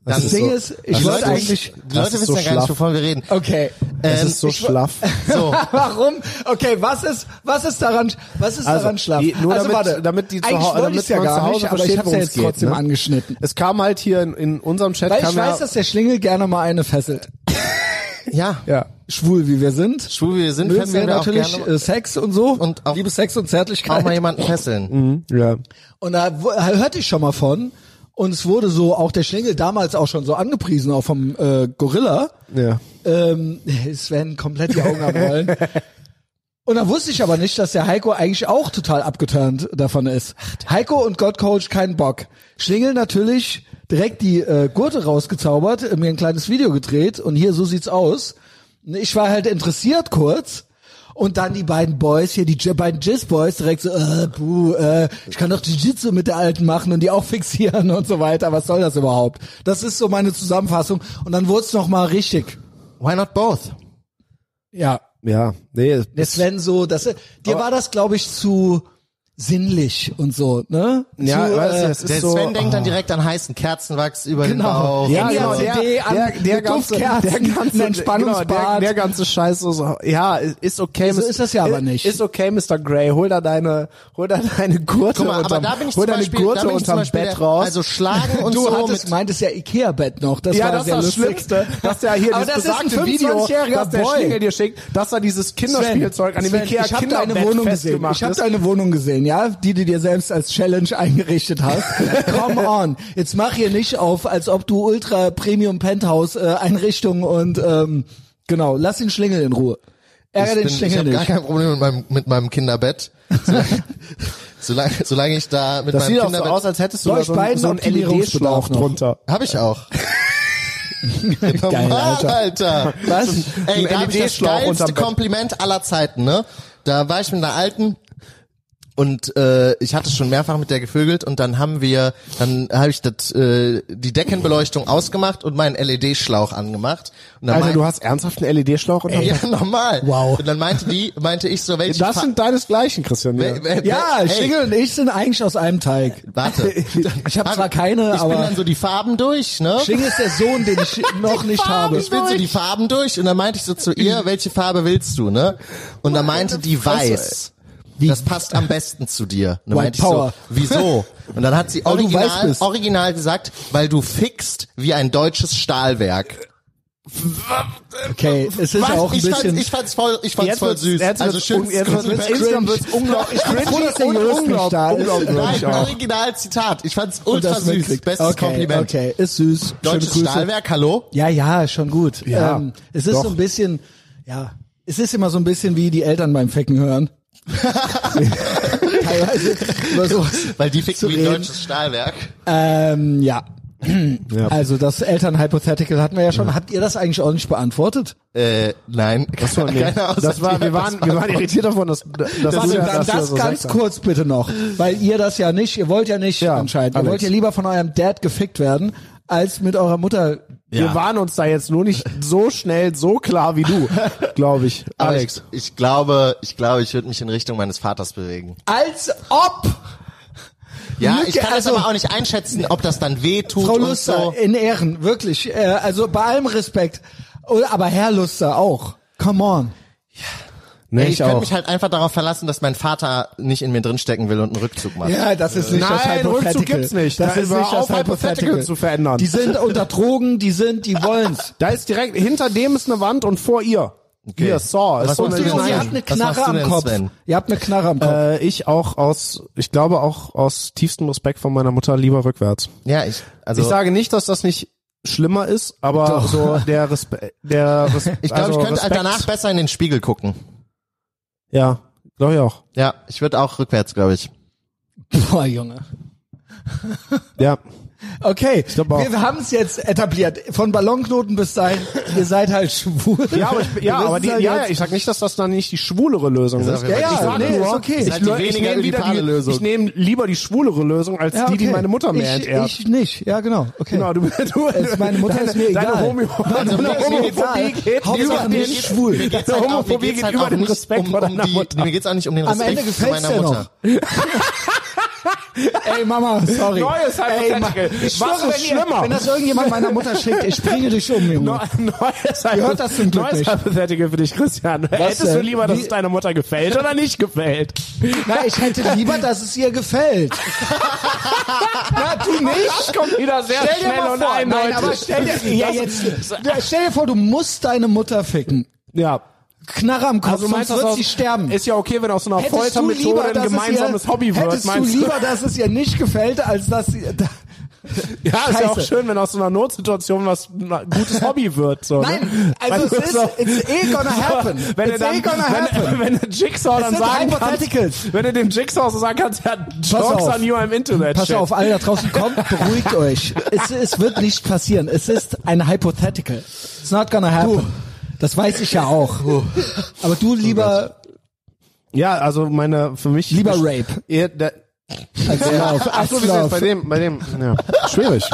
Speaker 2: Dann
Speaker 1: Das Ding ist, ich
Speaker 2: die
Speaker 1: wollte
Speaker 2: Leute,
Speaker 1: eigentlich,
Speaker 2: die
Speaker 4: Das
Speaker 2: Leute
Speaker 4: ist
Speaker 2: wissen
Speaker 4: so
Speaker 2: ja gar nicht,
Speaker 4: schlaff.
Speaker 2: wovon wir reden.
Speaker 1: okay.
Speaker 4: Es
Speaker 2: Ähm,
Speaker 4: ist so
Speaker 2: ich-
Speaker 4: schlaff.
Speaker 2: So.
Speaker 1: Warum? Okay, was ist, was ist daran, was ist
Speaker 4: Also,
Speaker 1: daran schlaff?
Speaker 4: die- nur
Speaker 1: also
Speaker 4: damit-
Speaker 1: warte,
Speaker 4: damit die zu
Speaker 1: eigentlich
Speaker 4: Hau-
Speaker 1: wollte
Speaker 4: damit
Speaker 1: ich's ja
Speaker 4: man zu
Speaker 1: gar
Speaker 4: Hause
Speaker 1: nicht, aber ich
Speaker 4: versteht,
Speaker 1: hab's ja
Speaker 4: worum's
Speaker 1: jetzt
Speaker 4: geht,
Speaker 1: trotzdem
Speaker 4: ne?
Speaker 1: angeschnitten.
Speaker 4: Es kam halt hier in, in unserem Chat
Speaker 1: Weil
Speaker 4: kam
Speaker 1: ich weiß,
Speaker 4: ja,
Speaker 1: dass der Schlingel gerne mal eine fesselt.
Speaker 2: Ja.
Speaker 4: ja.
Speaker 1: Schwul wie wir sind.
Speaker 2: Schwul, wie wir sind,
Speaker 1: mögen wir
Speaker 2: fesseln wir auch
Speaker 1: natürlich
Speaker 2: gerne.
Speaker 1: äh, Sex und so.
Speaker 2: Und auch-
Speaker 1: Liebe Sex und
Speaker 2: Auch
Speaker 4: äh,
Speaker 1: Zärtlichkeit.
Speaker 2: mal jemanden fesseln.
Speaker 4: ja.
Speaker 1: und da wo- hörte ich schon mal von. Und es wurde so, auch der Schlingel damals auch schon so angepriesen, auch vom äh, Gorilla.
Speaker 4: Ja.
Speaker 1: Ähm, Sven komplett die Augen am Rollen. Und da wusste ich aber nicht, dass der Heiko eigentlich auch total abgeturnt davon ist. Heiko und Gottcoach keinen Bock. Schlingel natürlich direkt die äh, Gurte rausgezaubert, äh, mir ein kleines Video gedreht und hier, so sieht's aus. Ich war halt interessiert kurz. Und dann die beiden Boys hier, die J beiden Jizz-Boys direkt so, äh, buh, äh, ich kann doch Jiu-Jitsu mit der Alten machen und die auch fixieren und so weiter. Was soll das überhaupt? Das ist so meine Zusammenfassung. Und dann wurd's noch nochmal richtig.
Speaker 2: Why not both?
Speaker 1: Ja,
Speaker 4: Ja. Nee.
Speaker 1: der Sven so, das, äh, dir war das, glaube ich, zu sinnlich und so, ne?
Speaker 4: Ja,
Speaker 1: zu,
Speaker 4: weißt du, das ist
Speaker 2: Der
Speaker 4: so,
Speaker 2: Sven denkt dann direkt an heißen Kerzenwachs über den
Speaker 1: genau.
Speaker 2: Bauch.
Speaker 4: Ja,
Speaker 1: Ja,
Speaker 4: genau,
Speaker 1: der,
Speaker 4: der-
Speaker 1: an,
Speaker 4: der- der
Speaker 1: mit
Speaker 4: ganze-
Speaker 1: Duftkerzen,
Speaker 4: der ganze-
Speaker 1: ein Entspannungsbad.
Speaker 4: Genau, der, der ganze Scheiß so, so ja, ist okay.
Speaker 1: So
Speaker 4: Mr.
Speaker 1: ist das ja aber nicht.
Speaker 4: Ist okay, Mr. Grey, hol da deine, hol da deine Gurte
Speaker 2: Guck mal, aber
Speaker 4: unterm,
Speaker 2: da bin ich
Speaker 4: hol
Speaker 2: zum
Speaker 4: deine
Speaker 2: Beispiel, da
Speaker 4: Gurte
Speaker 2: bin ich zum
Speaker 4: unterm
Speaker 2: Beispiel
Speaker 4: Bett
Speaker 2: der,
Speaker 4: raus.
Speaker 2: Also schlagen und
Speaker 1: du
Speaker 2: so mit
Speaker 1: hattest, meintest ja Ikea-Bett noch, das
Speaker 4: ja,
Speaker 1: war
Speaker 4: das ist
Speaker 1: sehr
Speaker 4: das
Speaker 1: lustig.
Speaker 4: Schlimmste, dass ja hier
Speaker 1: Aber
Speaker 4: dieses
Speaker 1: das ist ein
Speaker 4: besagte Video,
Speaker 1: 25-jähriger
Speaker 4: dass der
Speaker 1: Boy.
Speaker 4: Schlingel dir schickt, dass da dieses Kinderspielzeug an dem
Speaker 1: Sven,
Speaker 4: Ikea
Speaker 1: ich hab deine
Speaker 4: Kinderbett
Speaker 1: Wohnung gesehen.
Speaker 4: festgemacht
Speaker 1: Ich habe
Speaker 4: ist.
Speaker 1: deine Wohnung gesehen, ja, die du dir selbst als Challenge eingerichtet hast. Come on, jetzt mach hier nicht auf, als ob du Ultra Premium Penthouse äh, Einrichtung und ähm, genau, lass den Schlingel in Ruhe. Ärger
Speaker 2: ich
Speaker 1: den
Speaker 2: bin- ich
Speaker 1: Schlingel
Speaker 2: habe
Speaker 1: nicht.
Speaker 2: gar kein Problem mit meinem, mit meinem Kinderbett. Solange, solange, solange ich da mit
Speaker 4: Das
Speaker 2: meinem
Speaker 4: sieht auch so
Speaker 2: Kinderbett...
Speaker 4: aus, als hättest du
Speaker 1: Bei
Speaker 4: da so, E einen-
Speaker 1: beiden
Speaker 4: so einen
Speaker 1: Optimierungsbedarf
Speaker 4: LED-Schlauch
Speaker 1: noch.
Speaker 4: drunter.
Speaker 2: Hab ich auch.
Speaker 1: Geil, Alter.
Speaker 2: Alter.
Speaker 1: Was?
Speaker 2: Ey,
Speaker 4: Ein
Speaker 2: da hab ich das
Speaker 4: LED-Schlauch unterm
Speaker 2: geilste
Speaker 4: Bett.
Speaker 2: Kompliment aller Zeiten, ne? Da war ich mit einer alten und äh, ich hatte schon mehrfach mit der gevögelt und dann haben wir, dann habe ich das, äh, die Deckenbeleuchtung ausgemacht und meinen LED-Schlauch angemacht. Und dann
Speaker 4: Alter,
Speaker 2: mein-
Speaker 4: Also, du hast ernsthaft einen LED-Schlauch unterm Bett?
Speaker 2: ja, normal.
Speaker 1: Wow.
Speaker 2: Und dann meinte die, meinte ich so, welche
Speaker 4: Das
Speaker 2: Fa-
Speaker 4: sind deinesgleichen, Christian. Ja.
Speaker 2: wel- wel-
Speaker 1: Ja,
Speaker 2: wel-
Speaker 1: Schlingel und ich sind eigentlich aus einem Teig.
Speaker 2: Warte.
Speaker 1: Ich habe zwar keine,
Speaker 2: ich bin
Speaker 1: aber
Speaker 2: dann so die Farben durch, ne?
Speaker 1: Schlingel ist der Sohn, den ich noch nicht habe.
Speaker 2: Ich will so die Farben durch und dann meinte ich so zu ihr, welche Farbe willst du, ne? Und dann meinte die weiß. Das passt am besten zu dir. Und dann
Speaker 1: White
Speaker 2: meinte
Speaker 1: Power.
Speaker 2: ich so, wieso? Und dann hat sie
Speaker 1: Weil du weiß
Speaker 2: original,
Speaker 1: bist.
Speaker 2: original gesagt, weil du fixt wie ein deutsches Stahlwerk.
Speaker 1: Okay, es ist
Speaker 2: Was?
Speaker 1: auch ein
Speaker 2: ich, fand's,
Speaker 1: bisschen.
Speaker 2: ich fand's voll, ich fand's
Speaker 4: Jetzt
Speaker 2: voll
Speaker 4: wird's-
Speaker 2: süß.
Speaker 4: jetzt
Speaker 2: also
Speaker 4: wird's
Speaker 2: schön.
Speaker 4: un- jetzt wird's-
Speaker 2: Kompliment.
Speaker 4: jetzt Instagram wird's unglaublich.
Speaker 1: Ich bin froh, dass der
Speaker 4: Und
Speaker 1: Jurist nicht da ist.
Speaker 4: unglaublich.
Speaker 2: Nein,
Speaker 4: Ich auch.
Speaker 2: original Zitat. Ich fand's
Speaker 1: Und
Speaker 2: ultra
Speaker 1: das
Speaker 2: süß.
Speaker 1: mitkriegt.
Speaker 2: Bestes
Speaker 1: okay,
Speaker 2: Kompliment.
Speaker 1: Okay, ist süß.
Speaker 2: Deutsches
Speaker 1: Schöne Grüße.
Speaker 2: Stahlwerk, hallo?
Speaker 1: Ja, ja, schon gut.
Speaker 4: Ja,
Speaker 1: ähm, es ist
Speaker 4: doch.
Speaker 1: so ein bisschen, ja, es ist immer so ein bisschen wie die Eltern beim Ficken hören. Teilweise über sowas.
Speaker 2: Weil die ficken
Speaker 1: Zu
Speaker 2: wie ein
Speaker 1: reden.
Speaker 2: deutsches Stahlwerk.
Speaker 1: Ähm, ja.
Speaker 4: Ja.
Speaker 1: Also das Eltern-Hypothetical hatten wir ja schon. Habt ihr das eigentlich auch nicht beantwortet?
Speaker 2: Äh, nein.
Speaker 4: Das war, nee.
Speaker 2: Keine Aussage.
Speaker 4: das war, wir waren, wir waren irritiert davon, dass, dass
Speaker 1: Warte,
Speaker 4: du ja-
Speaker 1: dann
Speaker 4: dass du
Speaker 1: das
Speaker 4: so
Speaker 1: ganz
Speaker 4: sagst.
Speaker 1: kurz bitte noch, weil ihr das ja nicht, ihr wollt ja nicht
Speaker 4: Ja,
Speaker 1: entscheiden. Ihr
Speaker 4: Alex.
Speaker 1: wollt ja lieber von eurem Dad gefickt werden, als mit eurer Mutter.
Speaker 4: Wir
Speaker 2: Ja.
Speaker 4: waren uns da jetzt nur nicht so schnell so klar wie du, glaube ich.
Speaker 2: Aber
Speaker 4: Alex.
Speaker 2: Ich, ich glaube, ich glaube, ich würde mich in Richtung meines Vaters bewegen.
Speaker 1: Als ob!
Speaker 2: Ja,
Speaker 1: Lücke,
Speaker 2: ich kann
Speaker 1: also-
Speaker 2: das aber auch nicht einschätzen, ob das dann weh tut
Speaker 1: Frau
Speaker 2: und
Speaker 1: Luster,
Speaker 2: so.
Speaker 1: in Ehren, wirklich. Äh, also bei allem Respekt. Oh, Aber Herr Luster auch. Come on.
Speaker 4: Nee,
Speaker 2: Ey, ich könnte mich halt einfach darauf verlassen, dass mein Vater nicht in mir drinstecken will und einen Rückzug macht.
Speaker 1: Ja, das ist nicht das
Speaker 4: Nein,
Speaker 1: Hypothetical.
Speaker 4: Rückzug gibt's nicht.
Speaker 1: Das
Speaker 4: Da
Speaker 1: ist
Speaker 4: hör
Speaker 1: nicht das
Speaker 4: auf, Hypothetical
Speaker 1: Hypothetical
Speaker 4: zu verändern.
Speaker 1: Die sind unter Drogen, die sind, die wollen's.
Speaker 4: Da ist direkt, hinter dem ist eine Wand und vor ihr. Okay. Hier, Saw.
Speaker 2: Was
Speaker 4: Ist so
Speaker 2: machst
Speaker 4: eine
Speaker 2: du denn?
Speaker 1: Junge, ihr
Speaker 4: kleine-
Speaker 1: habt eine
Speaker 2: Was
Speaker 1: Knarre
Speaker 2: machst du
Speaker 1: am
Speaker 2: denn,
Speaker 1: Kopf.
Speaker 2: Sven?
Speaker 1: Ihr habt eine Knarre am Kopf.
Speaker 4: Äh, ich auch aus, ich glaube auch aus tiefstem Respekt von meiner Mutter lieber rückwärts.
Speaker 2: Ja, ich, also,
Speaker 4: Ich sage nicht, dass das nicht schlimmer ist, aber so der Respekt, der Respekt.
Speaker 2: ich glaube,
Speaker 4: also
Speaker 2: ich könnte halt
Speaker 4: Respekt,
Speaker 2: danach besser in den Spiegel gucken.
Speaker 4: Ja, glaube ich auch.
Speaker 2: Ja, ich würde auch rückwärts, glaube ich.
Speaker 1: Boah, Junge.
Speaker 4: Ja.
Speaker 1: Okay,
Speaker 4: glaub auch.
Speaker 1: wir haben es jetzt etabliert. Von Ballonknoten bis dahin, ihr seid halt schwul.
Speaker 4: Ja, aber, ich,
Speaker 1: Wir
Speaker 4: ja,
Speaker 1: wissen's
Speaker 4: aber die, ja,
Speaker 1: halt
Speaker 4: ja,
Speaker 1: jetzt.
Speaker 4: ich sag nicht, dass das dann nicht die schwulere Lösung
Speaker 2: Ist
Speaker 4: ist.
Speaker 2: auf jeden Fall
Speaker 1: Ja, ja,
Speaker 4: ich sag
Speaker 1: nee,
Speaker 4: nur,
Speaker 1: ist okay.
Speaker 4: ich,
Speaker 1: Seid
Speaker 2: die
Speaker 4: lö- ich
Speaker 2: weniger
Speaker 4: nehme wieder
Speaker 2: radikale
Speaker 4: die,
Speaker 2: Lösung.
Speaker 4: ich nehme lieber die schwulere Lösung als
Speaker 1: Ja,
Speaker 4: die, die
Speaker 1: okay.
Speaker 4: meine Mutter mehr
Speaker 1: ich,
Speaker 4: entehrt.
Speaker 1: Ich nicht, ja genau. Okay.
Speaker 4: Genau, du, du,
Speaker 1: Jetzt meine Mutter
Speaker 4: deine,
Speaker 1: ist mir
Speaker 4: deine
Speaker 1: egal.
Speaker 4: Homö
Speaker 1: Meine
Speaker 4: deine
Speaker 1: Mutter ist mir
Speaker 4: Homophobie
Speaker 1: egal.
Speaker 4: geht
Speaker 2: halt
Speaker 1: Hauptsache
Speaker 4: über den
Speaker 1: nicht schwul.
Speaker 4: Deine
Speaker 2: Mir geht's halt auch- mir
Speaker 4: Homophobie
Speaker 2: geht's
Speaker 4: geht
Speaker 2: halt
Speaker 4: über
Speaker 2: auch
Speaker 4: den
Speaker 2: nicht
Speaker 4: Respekt
Speaker 2: um,
Speaker 4: vor
Speaker 2: um
Speaker 4: deiner
Speaker 2: die,
Speaker 4: Mutter.
Speaker 2: Mir geht's auch nicht um den
Speaker 1: Am
Speaker 2: Respekt
Speaker 1: Ende
Speaker 2: zu
Speaker 1: gefällt's
Speaker 2: meiner
Speaker 1: dir
Speaker 2: Mutter.
Speaker 1: noch. Ey Mama, sorry.
Speaker 4: Neues
Speaker 1: Ey, Ma-
Speaker 4: Hypothetical.
Speaker 1: ich
Speaker 4: Was
Speaker 1: schwöre,
Speaker 4: ist
Speaker 1: wenn ihr-
Speaker 4: schlimmer?
Speaker 1: Wenn das irgendjemand meiner Mutter schickt, ich bringe dich um, Junge.
Speaker 4: Neues
Speaker 1: hört das zum Glück
Speaker 4: Neues
Speaker 1: nicht.
Speaker 4: Hypothetical für dich, Christian. Hättest du
Speaker 1: denn?
Speaker 4: lieber, dass
Speaker 1: Wie-
Speaker 4: es deiner Mutter gefällt oder nicht gefällt?
Speaker 1: Na, ich hätte lieber, dass es ihr gefällt. Na, du nicht?
Speaker 4: Das kommt wieder sehr
Speaker 1: Stell dir
Speaker 4: schnell
Speaker 1: mal
Speaker 4: und
Speaker 1: vor, nein, aber
Speaker 4: eindeutig.
Speaker 1: stell dir, ja, jetzt, stell dir vor, du musst deine Mutter ficken.
Speaker 4: Ja.
Speaker 1: Knarre am Kopf,
Speaker 4: Also du meinst,
Speaker 1: sonst wird
Speaker 4: das
Speaker 1: sie sterben.
Speaker 4: ist ja okay, wenn aus so einer
Speaker 1: Hättest du lieber,
Speaker 4: Foltermethode ein
Speaker 1: dass es
Speaker 4: gemeinsames
Speaker 1: ihr,
Speaker 4: Hobby wird,
Speaker 1: hättest du
Speaker 4: meinst du?
Speaker 1: lieber, dass es ihr nicht gefällt, als dass sie... Da,
Speaker 4: Ja, ist ja auch
Speaker 1: Scheiße.
Speaker 4: schön, wenn aus so einer Notsituation was ein gutes Hobby wird. So,
Speaker 1: Nein,
Speaker 4: ne?
Speaker 1: also es
Speaker 4: Weil
Speaker 1: ist,
Speaker 4: so-
Speaker 1: it's eh gonna happen.
Speaker 4: Wenn
Speaker 1: it's
Speaker 4: du dann,
Speaker 1: eh gonna happen.
Speaker 4: wenn, wenn du Jigsaw dann
Speaker 1: sind
Speaker 4: sagen
Speaker 1: Hypotheticals.
Speaker 4: kannst, wenn du dem Jigsaw so sagen kannst, ja, jokes
Speaker 1: auf.
Speaker 4: on you, I'm into that
Speaker 1: Pass
Speaker 4: shit.
Speaker 1: auf, alle da draußen, kommt, beruhigt euch. Es, es wird nicht passieren. Es ist ein Hypothetical. It's not gonna happen. Das weiß ich ja auch. Aber du lieber,
Speaker 4: Ja, also meine, für mich.
Speaker 1: Lieber Rape.
Speaker 4: Ihr, der,
Speaker 1: als Love,
Speaker 4: ach
Speaker 1: als
Speaker 4: so, wie ist bei
Speaker 1: Love.
Speaker 4: dem, bei dem, ja. Schwierig.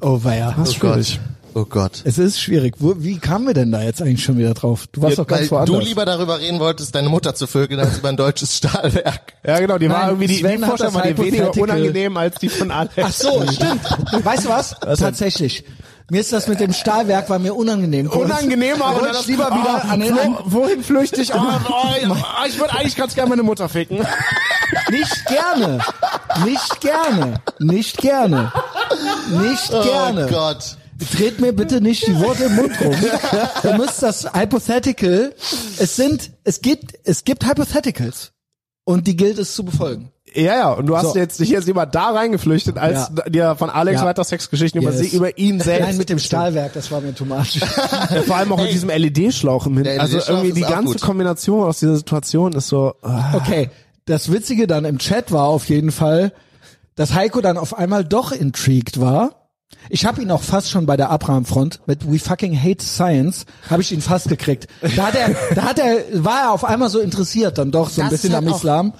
Speaker 1: Oh weia.
Speaker 2: Oh Gott. Oh Gott.
Speaker 1: Es ist schwierig. Wo, wie kamen wir denn da jetzt eigentlich schon wieder drauf? Du warst doch ganz
Speaker 2: Weil
Speaker 1: woanders.
Speaker 2: du lieber darüber reden wolltest, deine Mutter zu vögeln, als über ein deutsches Stahlwerk.
Speaker 4: Ja, genau, die
Speaker 1: Nein,
Speaker 4: war irgendwie, die,
Speaker 1: Sven
Speaker 4: die
Speaker 1: hat
Speaker 4: Vorstellung
Speaker 1: das
Speaker 4: war die weniger
Speaker 1: Hypothetical-
Speaker 4: unangenehm als die von Alex.
Speaker 1: Ach so, stimmt. Weißt du was? Tatsächlich. Mir ist das mit dem Stahlwerk war mir unangenehm.
Speaker 4: Unangenehmer
Speaker 1: Rutsch
Speaker 4: und dann-
Speaker 1: lieber wieder
Speaker 4: Ah,
Speaker 1: an den
Speaker 4: Flo, wohin flüchte ich? Oh, oh, ich würde eigentlich ganz gerne meine Mutter ficken.
Speaker 1: Nicht gerne. Nicht gerne. Nicht gerne. Nicht gerne.
Speaker 2: Oh Gott.
Speaker 1: Dreht mir bitte nicht die Worte im Mund rum. Ihr müsst das Hypothetical. Es sind, es gibt, es gibt Hypotheticals. und die gilt es zu befolgen.
Speaker 4: Ja, ja, und du hast
Speaker 1: So.
Speaker 4: jetzt dich jetzt jemand da reingeflüchtet, als
Speaker 1: Ja.
Speaker 4: dir von Alex
Speaker 1: Ja.
Speaker 4: weiter Sexgeschichten über,
Speaker 1: Yes.
Speaker 4: sie, über ihn selbst.
Speaker 1: Nein, mit dem Stahlwerk, das war mir too much.
Speaker 4: Ja, vor allem auch mit diesem LED-Schlauch im Hintergrund.
Speaker 2: Der
Speaker 4: Also
Speaker 2: LED-Schlauch
Speaker 4: irgendwie die
Speaker 2: ist auch
Speaker 4: ganze
Speaker 2: gut.
Speaker 4: Kombination aus dieser Situation ist so. ah.
Speaker 1: Okay, das Witzige dann im Chat war auf jeden Fall, dass Heiko dann auf einmal doch intrigued war. Ich habe ihn auch fast schon bei der Abraham-Front mit We Fucking Hate Science habe ich ihn fast gekriegt. Da hat er, da hat er, war er auf einmal so interessiert dann doch so ein
Speaker 2: Das
Speaker 1: bisschen
Speaker 2: hat
Speaker 1: am
Speaker 2: auch-
Speaker 1: Islam.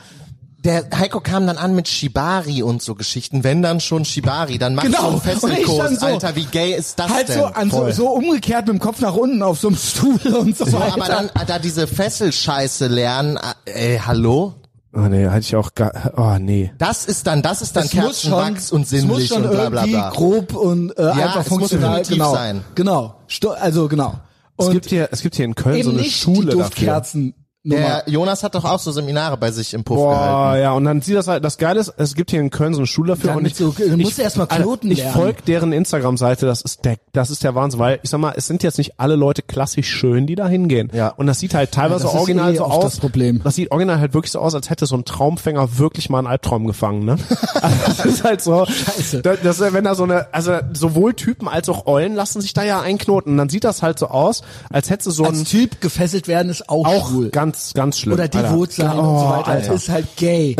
Speaker 2: Der Heiko kam dann an mit Shibari und so Geschichten. Wenn dann schon Shibari, dann machst
Speaker 1: Genau.
Speaker 2: du einen
Speaker 1: Und ich dann
Speaker 2: Fesselkurs.
Speaker 1: so-
Speaker 2: Alter, wie gay ist das
Speaker 1: Halt
Speaker 2: denn?
Speaker 1: so, an so,
Speaker 4: Voll.
Speaker 1: so umgekehrt mit dem Kopf nach unten auf so einem Stuhl und so weiter.
Speaker 2: Aber dann, äh, da diese Fesselscheiße lernen, ah, ey, hallo?
Speaker 4: Oh nee, hatte ich auch gar. Oh nee.
Speaker 2: Das ist dann, das ist dann
Speaker 1: es muss schon,
Speaker 2: Kerzenwachs und
Speaker 1: es muss
Speaker 2: sinnlich
Speaker 1: schon
Speaker 2: und bla bla bla.
Speaker 1: irgendwie grob und äh, einfach
Speaker 2: es muss
Speaker 1: funktional
Speaker 2: primitiv
Speaker 1: genau.
Speaker 2: sein.
Speaker 1: Genau, Sto also genau.
Speaker 4: Es
Speaker 1: Und
Speaker 4: gibt hier, es gibt hier in Köln
Speaker 1: eben
Speaker 4: so eine
Speaker 1: nicht
Speaker 4: Schule
Speaker 1: die
Speaker 4: dafür.
Speaker 1: Duftkerzen.
Speaker 2: Der Jonas hat doch auch so Seminare bei sich im Puff gehalten.
Speaker 4: Boah, ja, und dann sieht das halt, das Geile ist, es gibt hier in Köln so eine Schule dafür
Speaker 1: Dann
Speaker 4: und ich,
Speaker 1: mit so- du musst erst mal
Speaker 4: Alter,
Speaker 1: Knoten
Speaker 4: Ich
Speaker 1: lernen.
Speaker 4: folge deren Instagram-Seite, das ist der, das ist der Wahnsinn, weil, ich sag mal, es sind jetzt nicht alle Leute klassisch schön, die da hingehen.
Speaker 2: Ja.
Speaker 4: Und das sieht halt teilweise
Speaker 1: Ja, das ist
Speaker 4: original
Speaker 1: eh
Speaker 4: so
Speaker 1: oft
Speaker 4: aus.
Speaker 1: das Problem.
Speaker 4: Das sieht original halt wirklich so aus, als hätte so ein Traumfänger wirklich mal einen Albtraum gefangen, ne? Also das ist halt so. Scheiße. Das, das, ist, wenn da so eine, also sowohl Typen als auch Eulen lassen sich da ja einknoten. Und dann sieht das halt so aus, als hätte so
Speaker 1: als
Speaker 4: ein,
Speaker 1: Typ gefesselt werden ist auch,
Speaker 4: auch
Speaker 1: schwul.
Speaker 4: ganz, ganz schlimm.
Speaker 1: Oder
Speaker 4: Alter.
Speaker 1: devot sein und
Speaker 4: Oh,
Speaker 1: so weiter.
Speaker 4: Alter.
Speaker 1: Ist halt gay.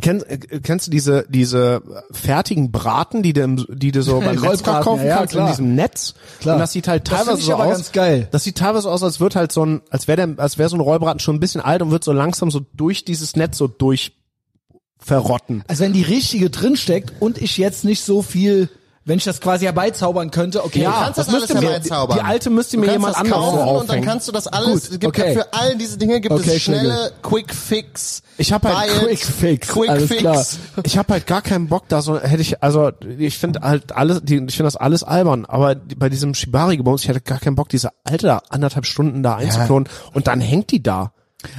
Speaker 4: Kennst, äh, kennst du diese, diese fertigen Braten, die du, im- die du so beim
Speaker 1: Rollbraten,
Speaker 4: Metzger kaufen
Speaker 1: ja, ja,
Speaker 4: kannst, in
Speaker 1: klar.
Speaker 4: diesem Netz?
Speaker 1: Klar.
Speaker 4: Und das sieht halt
Speaker 1: Das
Speaker 4: teilweise
Speaker 1: find ich
Speaker 4: so
Speaker 1: aber
Speaker 4: aus.
Speaker 1: ganz geil.
Speaker 4: Das sieht teilweise aus, als wird halt so ein, als wäre der, als wäre so ein Rollbraten schon ein bisschen alt und wird so langsam so durch dieses Netz so durch verrotten.
Speaker 1: Also wenn die richtige drinsteckt und ich jetzt nicht so viel, wenn ich das quasi herbeizaubern könnte, okay.
Speaker 2: Du kannst das alles
Speaker 4: mir, die
Speaker 2: herbeizaubern.
Speaker 4: alte müsste
Speaker 2: Du
Speaker 4: mir
Speaker 2: kannst
Speaker 4: jemand
Speaker 2: das
Speaker 4: anderes
Speaker 2: kaufen und dann
Speaker 4: aufhängen.
Speaker 2: kannst du das alles,
Speaker 1: Gut,
Speaker 2: gibt
Speaker 1: okay.
Speaker 2: ja für all diese Dinge gibt
Speaker 1: Okay,
Speaker 2: es schnelle Quick Fix.
Speaker 4: Ich hab halt
Speaker 2: Diets,
Speaker 1: Quick Fix,
Speaker 2: Quick
Speaker 1: alles
Speaker 2: Fix.
Speaker 1: klar.
Speaker 4: Ich habe halt gar keinen Bock da so hätte ich also ich finde halt alles die, ich finde das alles albern, aber die- bei diesem Shibari gebums ich hätte gar keinen Bock diese alte da anderthalb Stunden da einzuklonen und dann hängt die da.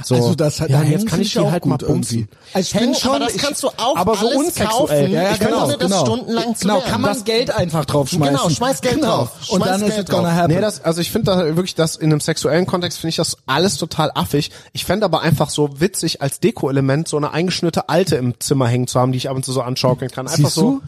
Speaker 4: So,
Speaker 1: Also das hat
Speaker 4: ja,
Speaker 1: dann
Speaker 4: jetzt kann ich die halt mal bumsen.
Speaker 1: Also ich
Speaker 2: Hängen,
Speaker 1: bin schon,
Speaker 2: aber das
Speaker 1: ich,
Speaker 2: kannst du auch
Speaker 4: aber so
Speaker 2: alles
Speaker 4: unsexuell.
Speaker 2: kaufen,
Speaker 1: ja, ja,
Speaker 2: ich
Speaker 1: genau,
Speaker 2: ohne das
Speaker 1: genau.
Speaker 2: stundenlang zu
Speaker 1: Genau,
Speaker 2: lernen.
Speaker 1: kann man
Speaker 2: das,
Speaker 1: Geld einfach draufschmeißen.
Speaker 2: Genau, schmeiß Geld drauf.
Speaker 1: Und
Speaker 2: Schmeiß
Speaker 1: dann ist
Speaker 2: Geld
Speaker 1: it gonna
Speaker 2: drauf.
Speaker 1: happen.
Speaker 4: Nee, das, also ich finde da wirklich das in einem sexuellen Kontext finde ich das alles total affig. Ich fände aber einfach so witzig als Deko-Element so eine eingeschnürte alte im Zimmer hängen zu haben, die ich ab und zu so anschaukeln kann. Einfach
Speaker 1: Siehst
Speaker 4: so.
Speaker 1: du?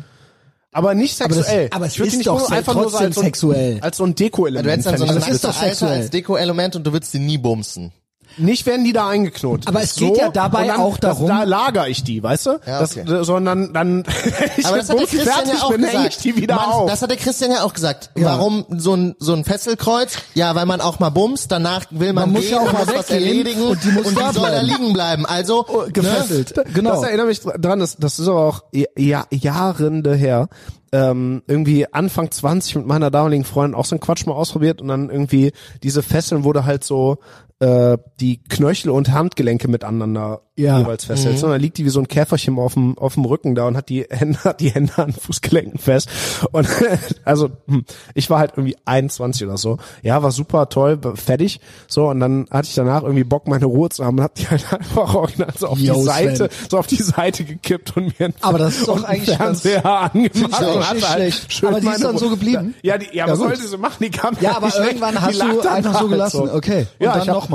Speaker 4: Aber nicht
Speaker 1: das-
Speaker 4: sexuell.
Speaker 1: aber es
Speaker 4: Ich würd die
Speaker 1: ist
Speaker 4: nicht
Speaker 1: doch
Speaker 4: nur-
Speaker 1: se-
Speaker 4: einfach nur so
Speaker 1: trotzdem
Speaker 4: als so ein,
Speaker 1: sexuell. Also
Speaker 4: Als so ein Deko-Element.
Speaker 2: Du hättest dann so
Speaker 4: fänd
Speaker 2: eine
Speaker 4: ich das
Speaker 1: ist
Speaker 2: nackte
Speaker 1: doch
Speaker 2: Alte
Speaker 1: sexuell.
Speaker 2: als Deko-Element und du würdest sie nie bumsen.
Speaker 4: Nicht werden die da eingeknotet.
Speaker 1: Aber es geht ja dabei
Speaker 4: und dann,
Speaker 1: auch darum-
Speaker 4: Das, da lager ich die, weißt du?
Speaker 2: Ja, okay.
Speaker 4: das, sondern dann, ich
Speaker 2: Aber das hat der
Speaker 4: bumsen
Speaker 2: Christian
Speaker 4: fertig
Speaker 2: ja auch
Speaker 4: bin, häng ich
Speaker 2: gesagt.
Speaker 4: die wieder
Speaker 2: man,
Speaker 4: auf.
Speaker 2: Das hat der Christian ja auch gesagt. Warum so ein, so ein Fesselkreuz? Ja, weil man auch mal bumst, danach will man,
Speaker 1: Man muss
Speaker 2: gehen,
Speaker 1: ja auch
Speaker 2: man
Speaker 1: mal
Speaker 2: muss was
Speaker 1: weggehen
Speaker 2: erledigen
Speaker 1: und die muss da
Speaker 2: soll da
Speaker 1: bleiben.
Speaker 2: liegen bleiben. Also, ne?
Speaker 1: gefesselt. Genau.
Speaker 4: Das erinnert mich dran, das, das ist aber auch ja, Jahrende her. Ähm, irgendwie Anfang 20 mit meiner damaligen Freundin auch so einen Quatsch mal ausprobiert und dann irgendwie diese Fesseln wurde halt so äh, die Knöchel und Handgelenke miteinander
Speaker 1: Ja. Mhm.
Speaker 4: jeweils fesselt. Und dann liegt die wie so ein Käferchen auf dem, auf dem Rücken da und hat die Hände, hat die Hände an den Fußgelenken fest. Und also hm, ich war halt irgendwie 21 oder so. Ja, war super toll, fertig. So, und dann hatte ich danach irgendwie Bock, meine Ruhe zu haben und hab die halt einfach original so auf
Speaker 1: Yo,
Speaker 4: die
Speaker 1: Sven.
Speaker 4: Seite, so auf die Seite gekippt und mir einen
Speaker 1: Aber das ist doch
Speaker 4: und einen
Speaker 1: eigentlich ganz-
Speaker 4: Fernseher
Speaker 1: Finde ich
Speaker 4: angemacht
Speaker 1: eigentlich
Speaker 4: und hat
Speaker 1: nicht
Speaker 4: halt
Speaker 1: schlecht.
Speaker 4: schön
Speaker 1: Aber die ist
Speaker 4: meine
Speaker 1: dann so
Speaker 4: Ruhe.
Speaker 1: geblieben?
Speaker 4: Ja, die, ja,
Speaker 1: Ja,
Speaker 4: was
Speaker 1: gut.
Speaker 4: sollte sie machen? Die kam
Speaker 1: Ja, aber
Speaker 4: nicht weg.
Speaker 1: irgendwann
Speaker 4: Die
Speaker 1: hast
Speaker 4: lag
Speaker 1: du
Speaker 4: dann
Speaker 1: einfach so
Speaker 4: halt
Speaker 1: gelassen. Okay. Und
Speaker 4: Ja,
Speaker 1: dann
Speaker 4: ich hab-
Speaker 1: nochmal.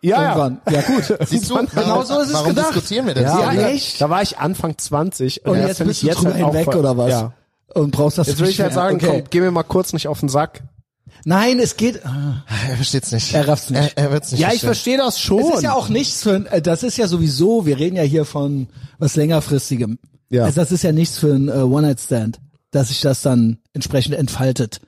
Speaker 4: Ja, ja.
Speaker 1: Irgendwann. Ja, gut.
Speaker 2: Siehst du,
Speaker 1: Genau
Speaker 2: warum,
Speaker 1: so ist es
Speaker 2: ne, warum
Speaker 1: gedacht.
Speaker 2: diskutieren wir das?
Speaker 1: Ja,
Speaker 2: hier?
Speaker 1: aber-
Speaker 4: Ja,
Speaker 1: Echt?
Speaker 4: Da war ich Anfang 20.
Speaker 1: Und
Speaker 4: das
Speaker 1: jetzt
Speaker 4: find
Speaker 1: bist
Speaker 4: ich
Speaker 1: du drüber
Speaker 4: halt auch
Speaker 1: hinweg
Speaker 4: voll-
Speaker 1: oder was?
Speaker 4: Ja.
Speaker 1: Und brauchst das
Speaker 4: Jetzt würde ich
Speaker 1: nicht
Speaker 4: halt
Speaker 1: mehr.
Speaker 4: sagen,
Speaker 1: okay.
Speaker 4: komm, geh mir mal kurz nicht auf den Sack.
Speaker 1: Nein, es geht. ah.
Speaker 2: Er versteht's nicht.
Speaker 1: Er rafft's nicht.
Speaker 2: Er, er wird's nicht verstehen.
Speaker 4: verstehe das schon.
Speaker 1: Es ist ja auch nichts für, ein- äh, das ist ja sowieso, wir reden ja hier von was längerfristigem.
Speaker 4: Ja.
Speaker 1: Also das ist ja nichts für ein äh, One-Night-Stand, dass sich das dann entsprechend entfaltet.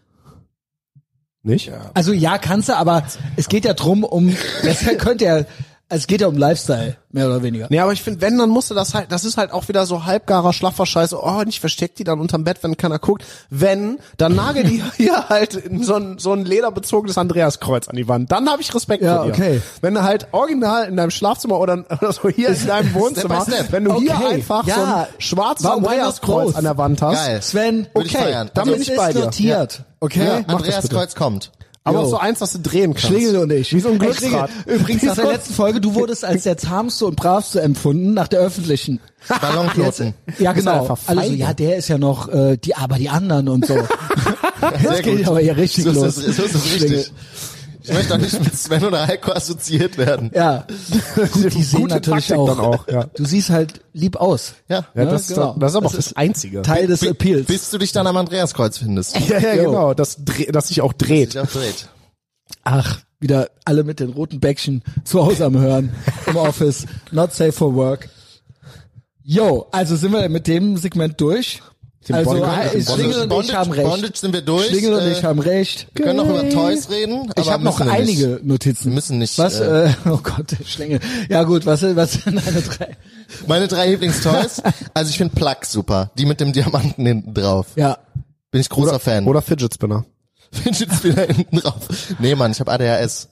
Speaker 4: nicht?
Speaker 1: Also ja, kannst du, aber es geht ja drum um, das könnte ja, also es geht ja um Lifestyle, mehr oder weniger.
Speaker 4: Nee, aber ich finde, wenn, dann musst du das halt, das ist halt auch wieder so halbgarer schlaffer Scheiße. Oh, und ich versteck die dann unterm Bett, wenn keiner guckt. Wenn, dann nagel die hier halt in so ein, so ein lederbezogenes Andreaskreuz an die Wand. Dann habe ich Respekt
Speaker 1: Ja,
Speaker 4: vor dir.
Speaker 1: okay.
Speaker 4: Wenn du halt original in deinem Schlafzimmer oder, oder so hier in deinem Wohnzimmer,
Speaker 2: by step.
Speaker 4: wenn du hier
Speaker 1: Okay,
Speaker 4: einfach so ein
Speaker 1: ja.
Speaker 4: schwarzes
Speaker 1: Warum why not
Speaker 4: Andreaskreuz
Speaker 1: both?
Speaker 4: an der Wand hast.
Speaker 2: Geil.
Speaker 1: Sven,
Speaker 2: Würde ich
Speaker 4: okay,
Speaker 2: feiern.
Speaker 4: dann
Speaker 2: Also,
Speaker 4: bin ich
Speaker 1: es
Speaker 4: bei
Speaker 1: ist
Speaker 4: dir.
Speaker 1: notiert, okay?
Speaker 2: Ja,
Speaker 4: mach das
Speaker 2: Andreas
Speaker 4: bitte.
Speaker 2: Kreuz kommt.
Speaker 4: Aber
Speaker 1: Jo.
Speaker 4: auch so eins, dass du drehen kannst.
Speaker 1: Schlingel und ich.
Speaker 4: Wie so ein Glücksrad.
Speaker 1: Übrigens- Übrigens, nach der letzten Folge, du wurdest als der zahmste und bravste empfunden, nach der öffentlichen.
Speaker 2: Ballonknoten.
Speaker 1: Ja,
Speaker 4: Ist
Speaker 1: genau.
Speaker 4: einfach feige.
Speaker 1: Also, ja, der ist ja noch, äh, die, aber die anderen und so. das
Speaker 2: Sehr
Speaker 1: geht
Speaker 2: gut.
Speaker 1: aber ja richtig
Speaker 2: so
Speaker 1: los.
Speaker 2: Ist es, so ist es richtig. Ich möchte auch nicht mit Sven oder Heiko assoziiert werden.
Speaker 1: Ja. Gut, die sehen
Speaker 4: Gute
Speaker 1: natürlich
Speaker 4: Taktik
Speaker 1: auch.
Speaker 4: dann auch, ja.
Speaker 1: Du siehst halt lieb aus.
Speaker 2: Ja.
Speaker 4: Ja,
Speaker 1: Ja,
Speaker 4: das,
Speaker 1: genau.
Speaker 4: das ist aber
Speaker 1: Das
Speaker 4: auch das Einzige.
Speaker 1: Teil des
Speaker 2: Bi-
Speaker 1: Appeals.
Speaker 2: Bis du dich dann am Andreaskreuz findest.
Speaker 4: Ja, ja,
Speaker 1: Jo.
Speaker 4: genau, das, dreh- das sich auch
Speaker 2: Ich
Speaker 4: dreht.
Speaker 2: hab dreht.
Speaker 1: Ach, wieder alle mit den roten Bäckchen zu Hause am Hören im Office. Not safe for work. Yo, also sind wir mit dem Segment durch.
Speaker 4: Dem
Speaker 1: also äh,
Speaker 4: Bondage- dem
Speaker 1: Schlingel und ich
Speaker 2: Bondage,
Speaker 1: haben recht.
Speaker 2: Bondage sind wir durch.
Speaker 1: Schlingel und
Speaker 2: Äh,
Speaker 1: ich haben recht.
Speaker 2: Wir können noch über Toys reden.
Speaker 1: Ich
Speaker 2: aber
Speaker 1: habe noch
Speaker 2: müssen wir nicht.
Speaker 1: einige Notizen.
Speaker 2: Wir müssen nicht,
Speaker 1: Was?
Speaker 2: äh,
Speaker 1: Äh, oh Gott, Schlingel. Ja gut, was, was sind deine drei?
Speaker 2: Meine drei Lieblingstoys. also ich finde Plug super. Die mit dem Diamanten hinten drauf.
Speaker 1: Ja,
Speaker 2: Bin ich großer Fan.
Speaker 4: Oder Fidget Spinner.
Speaker 2: Fidget Spinner hinten drauf. Nee, Mann, ich habe ADHS.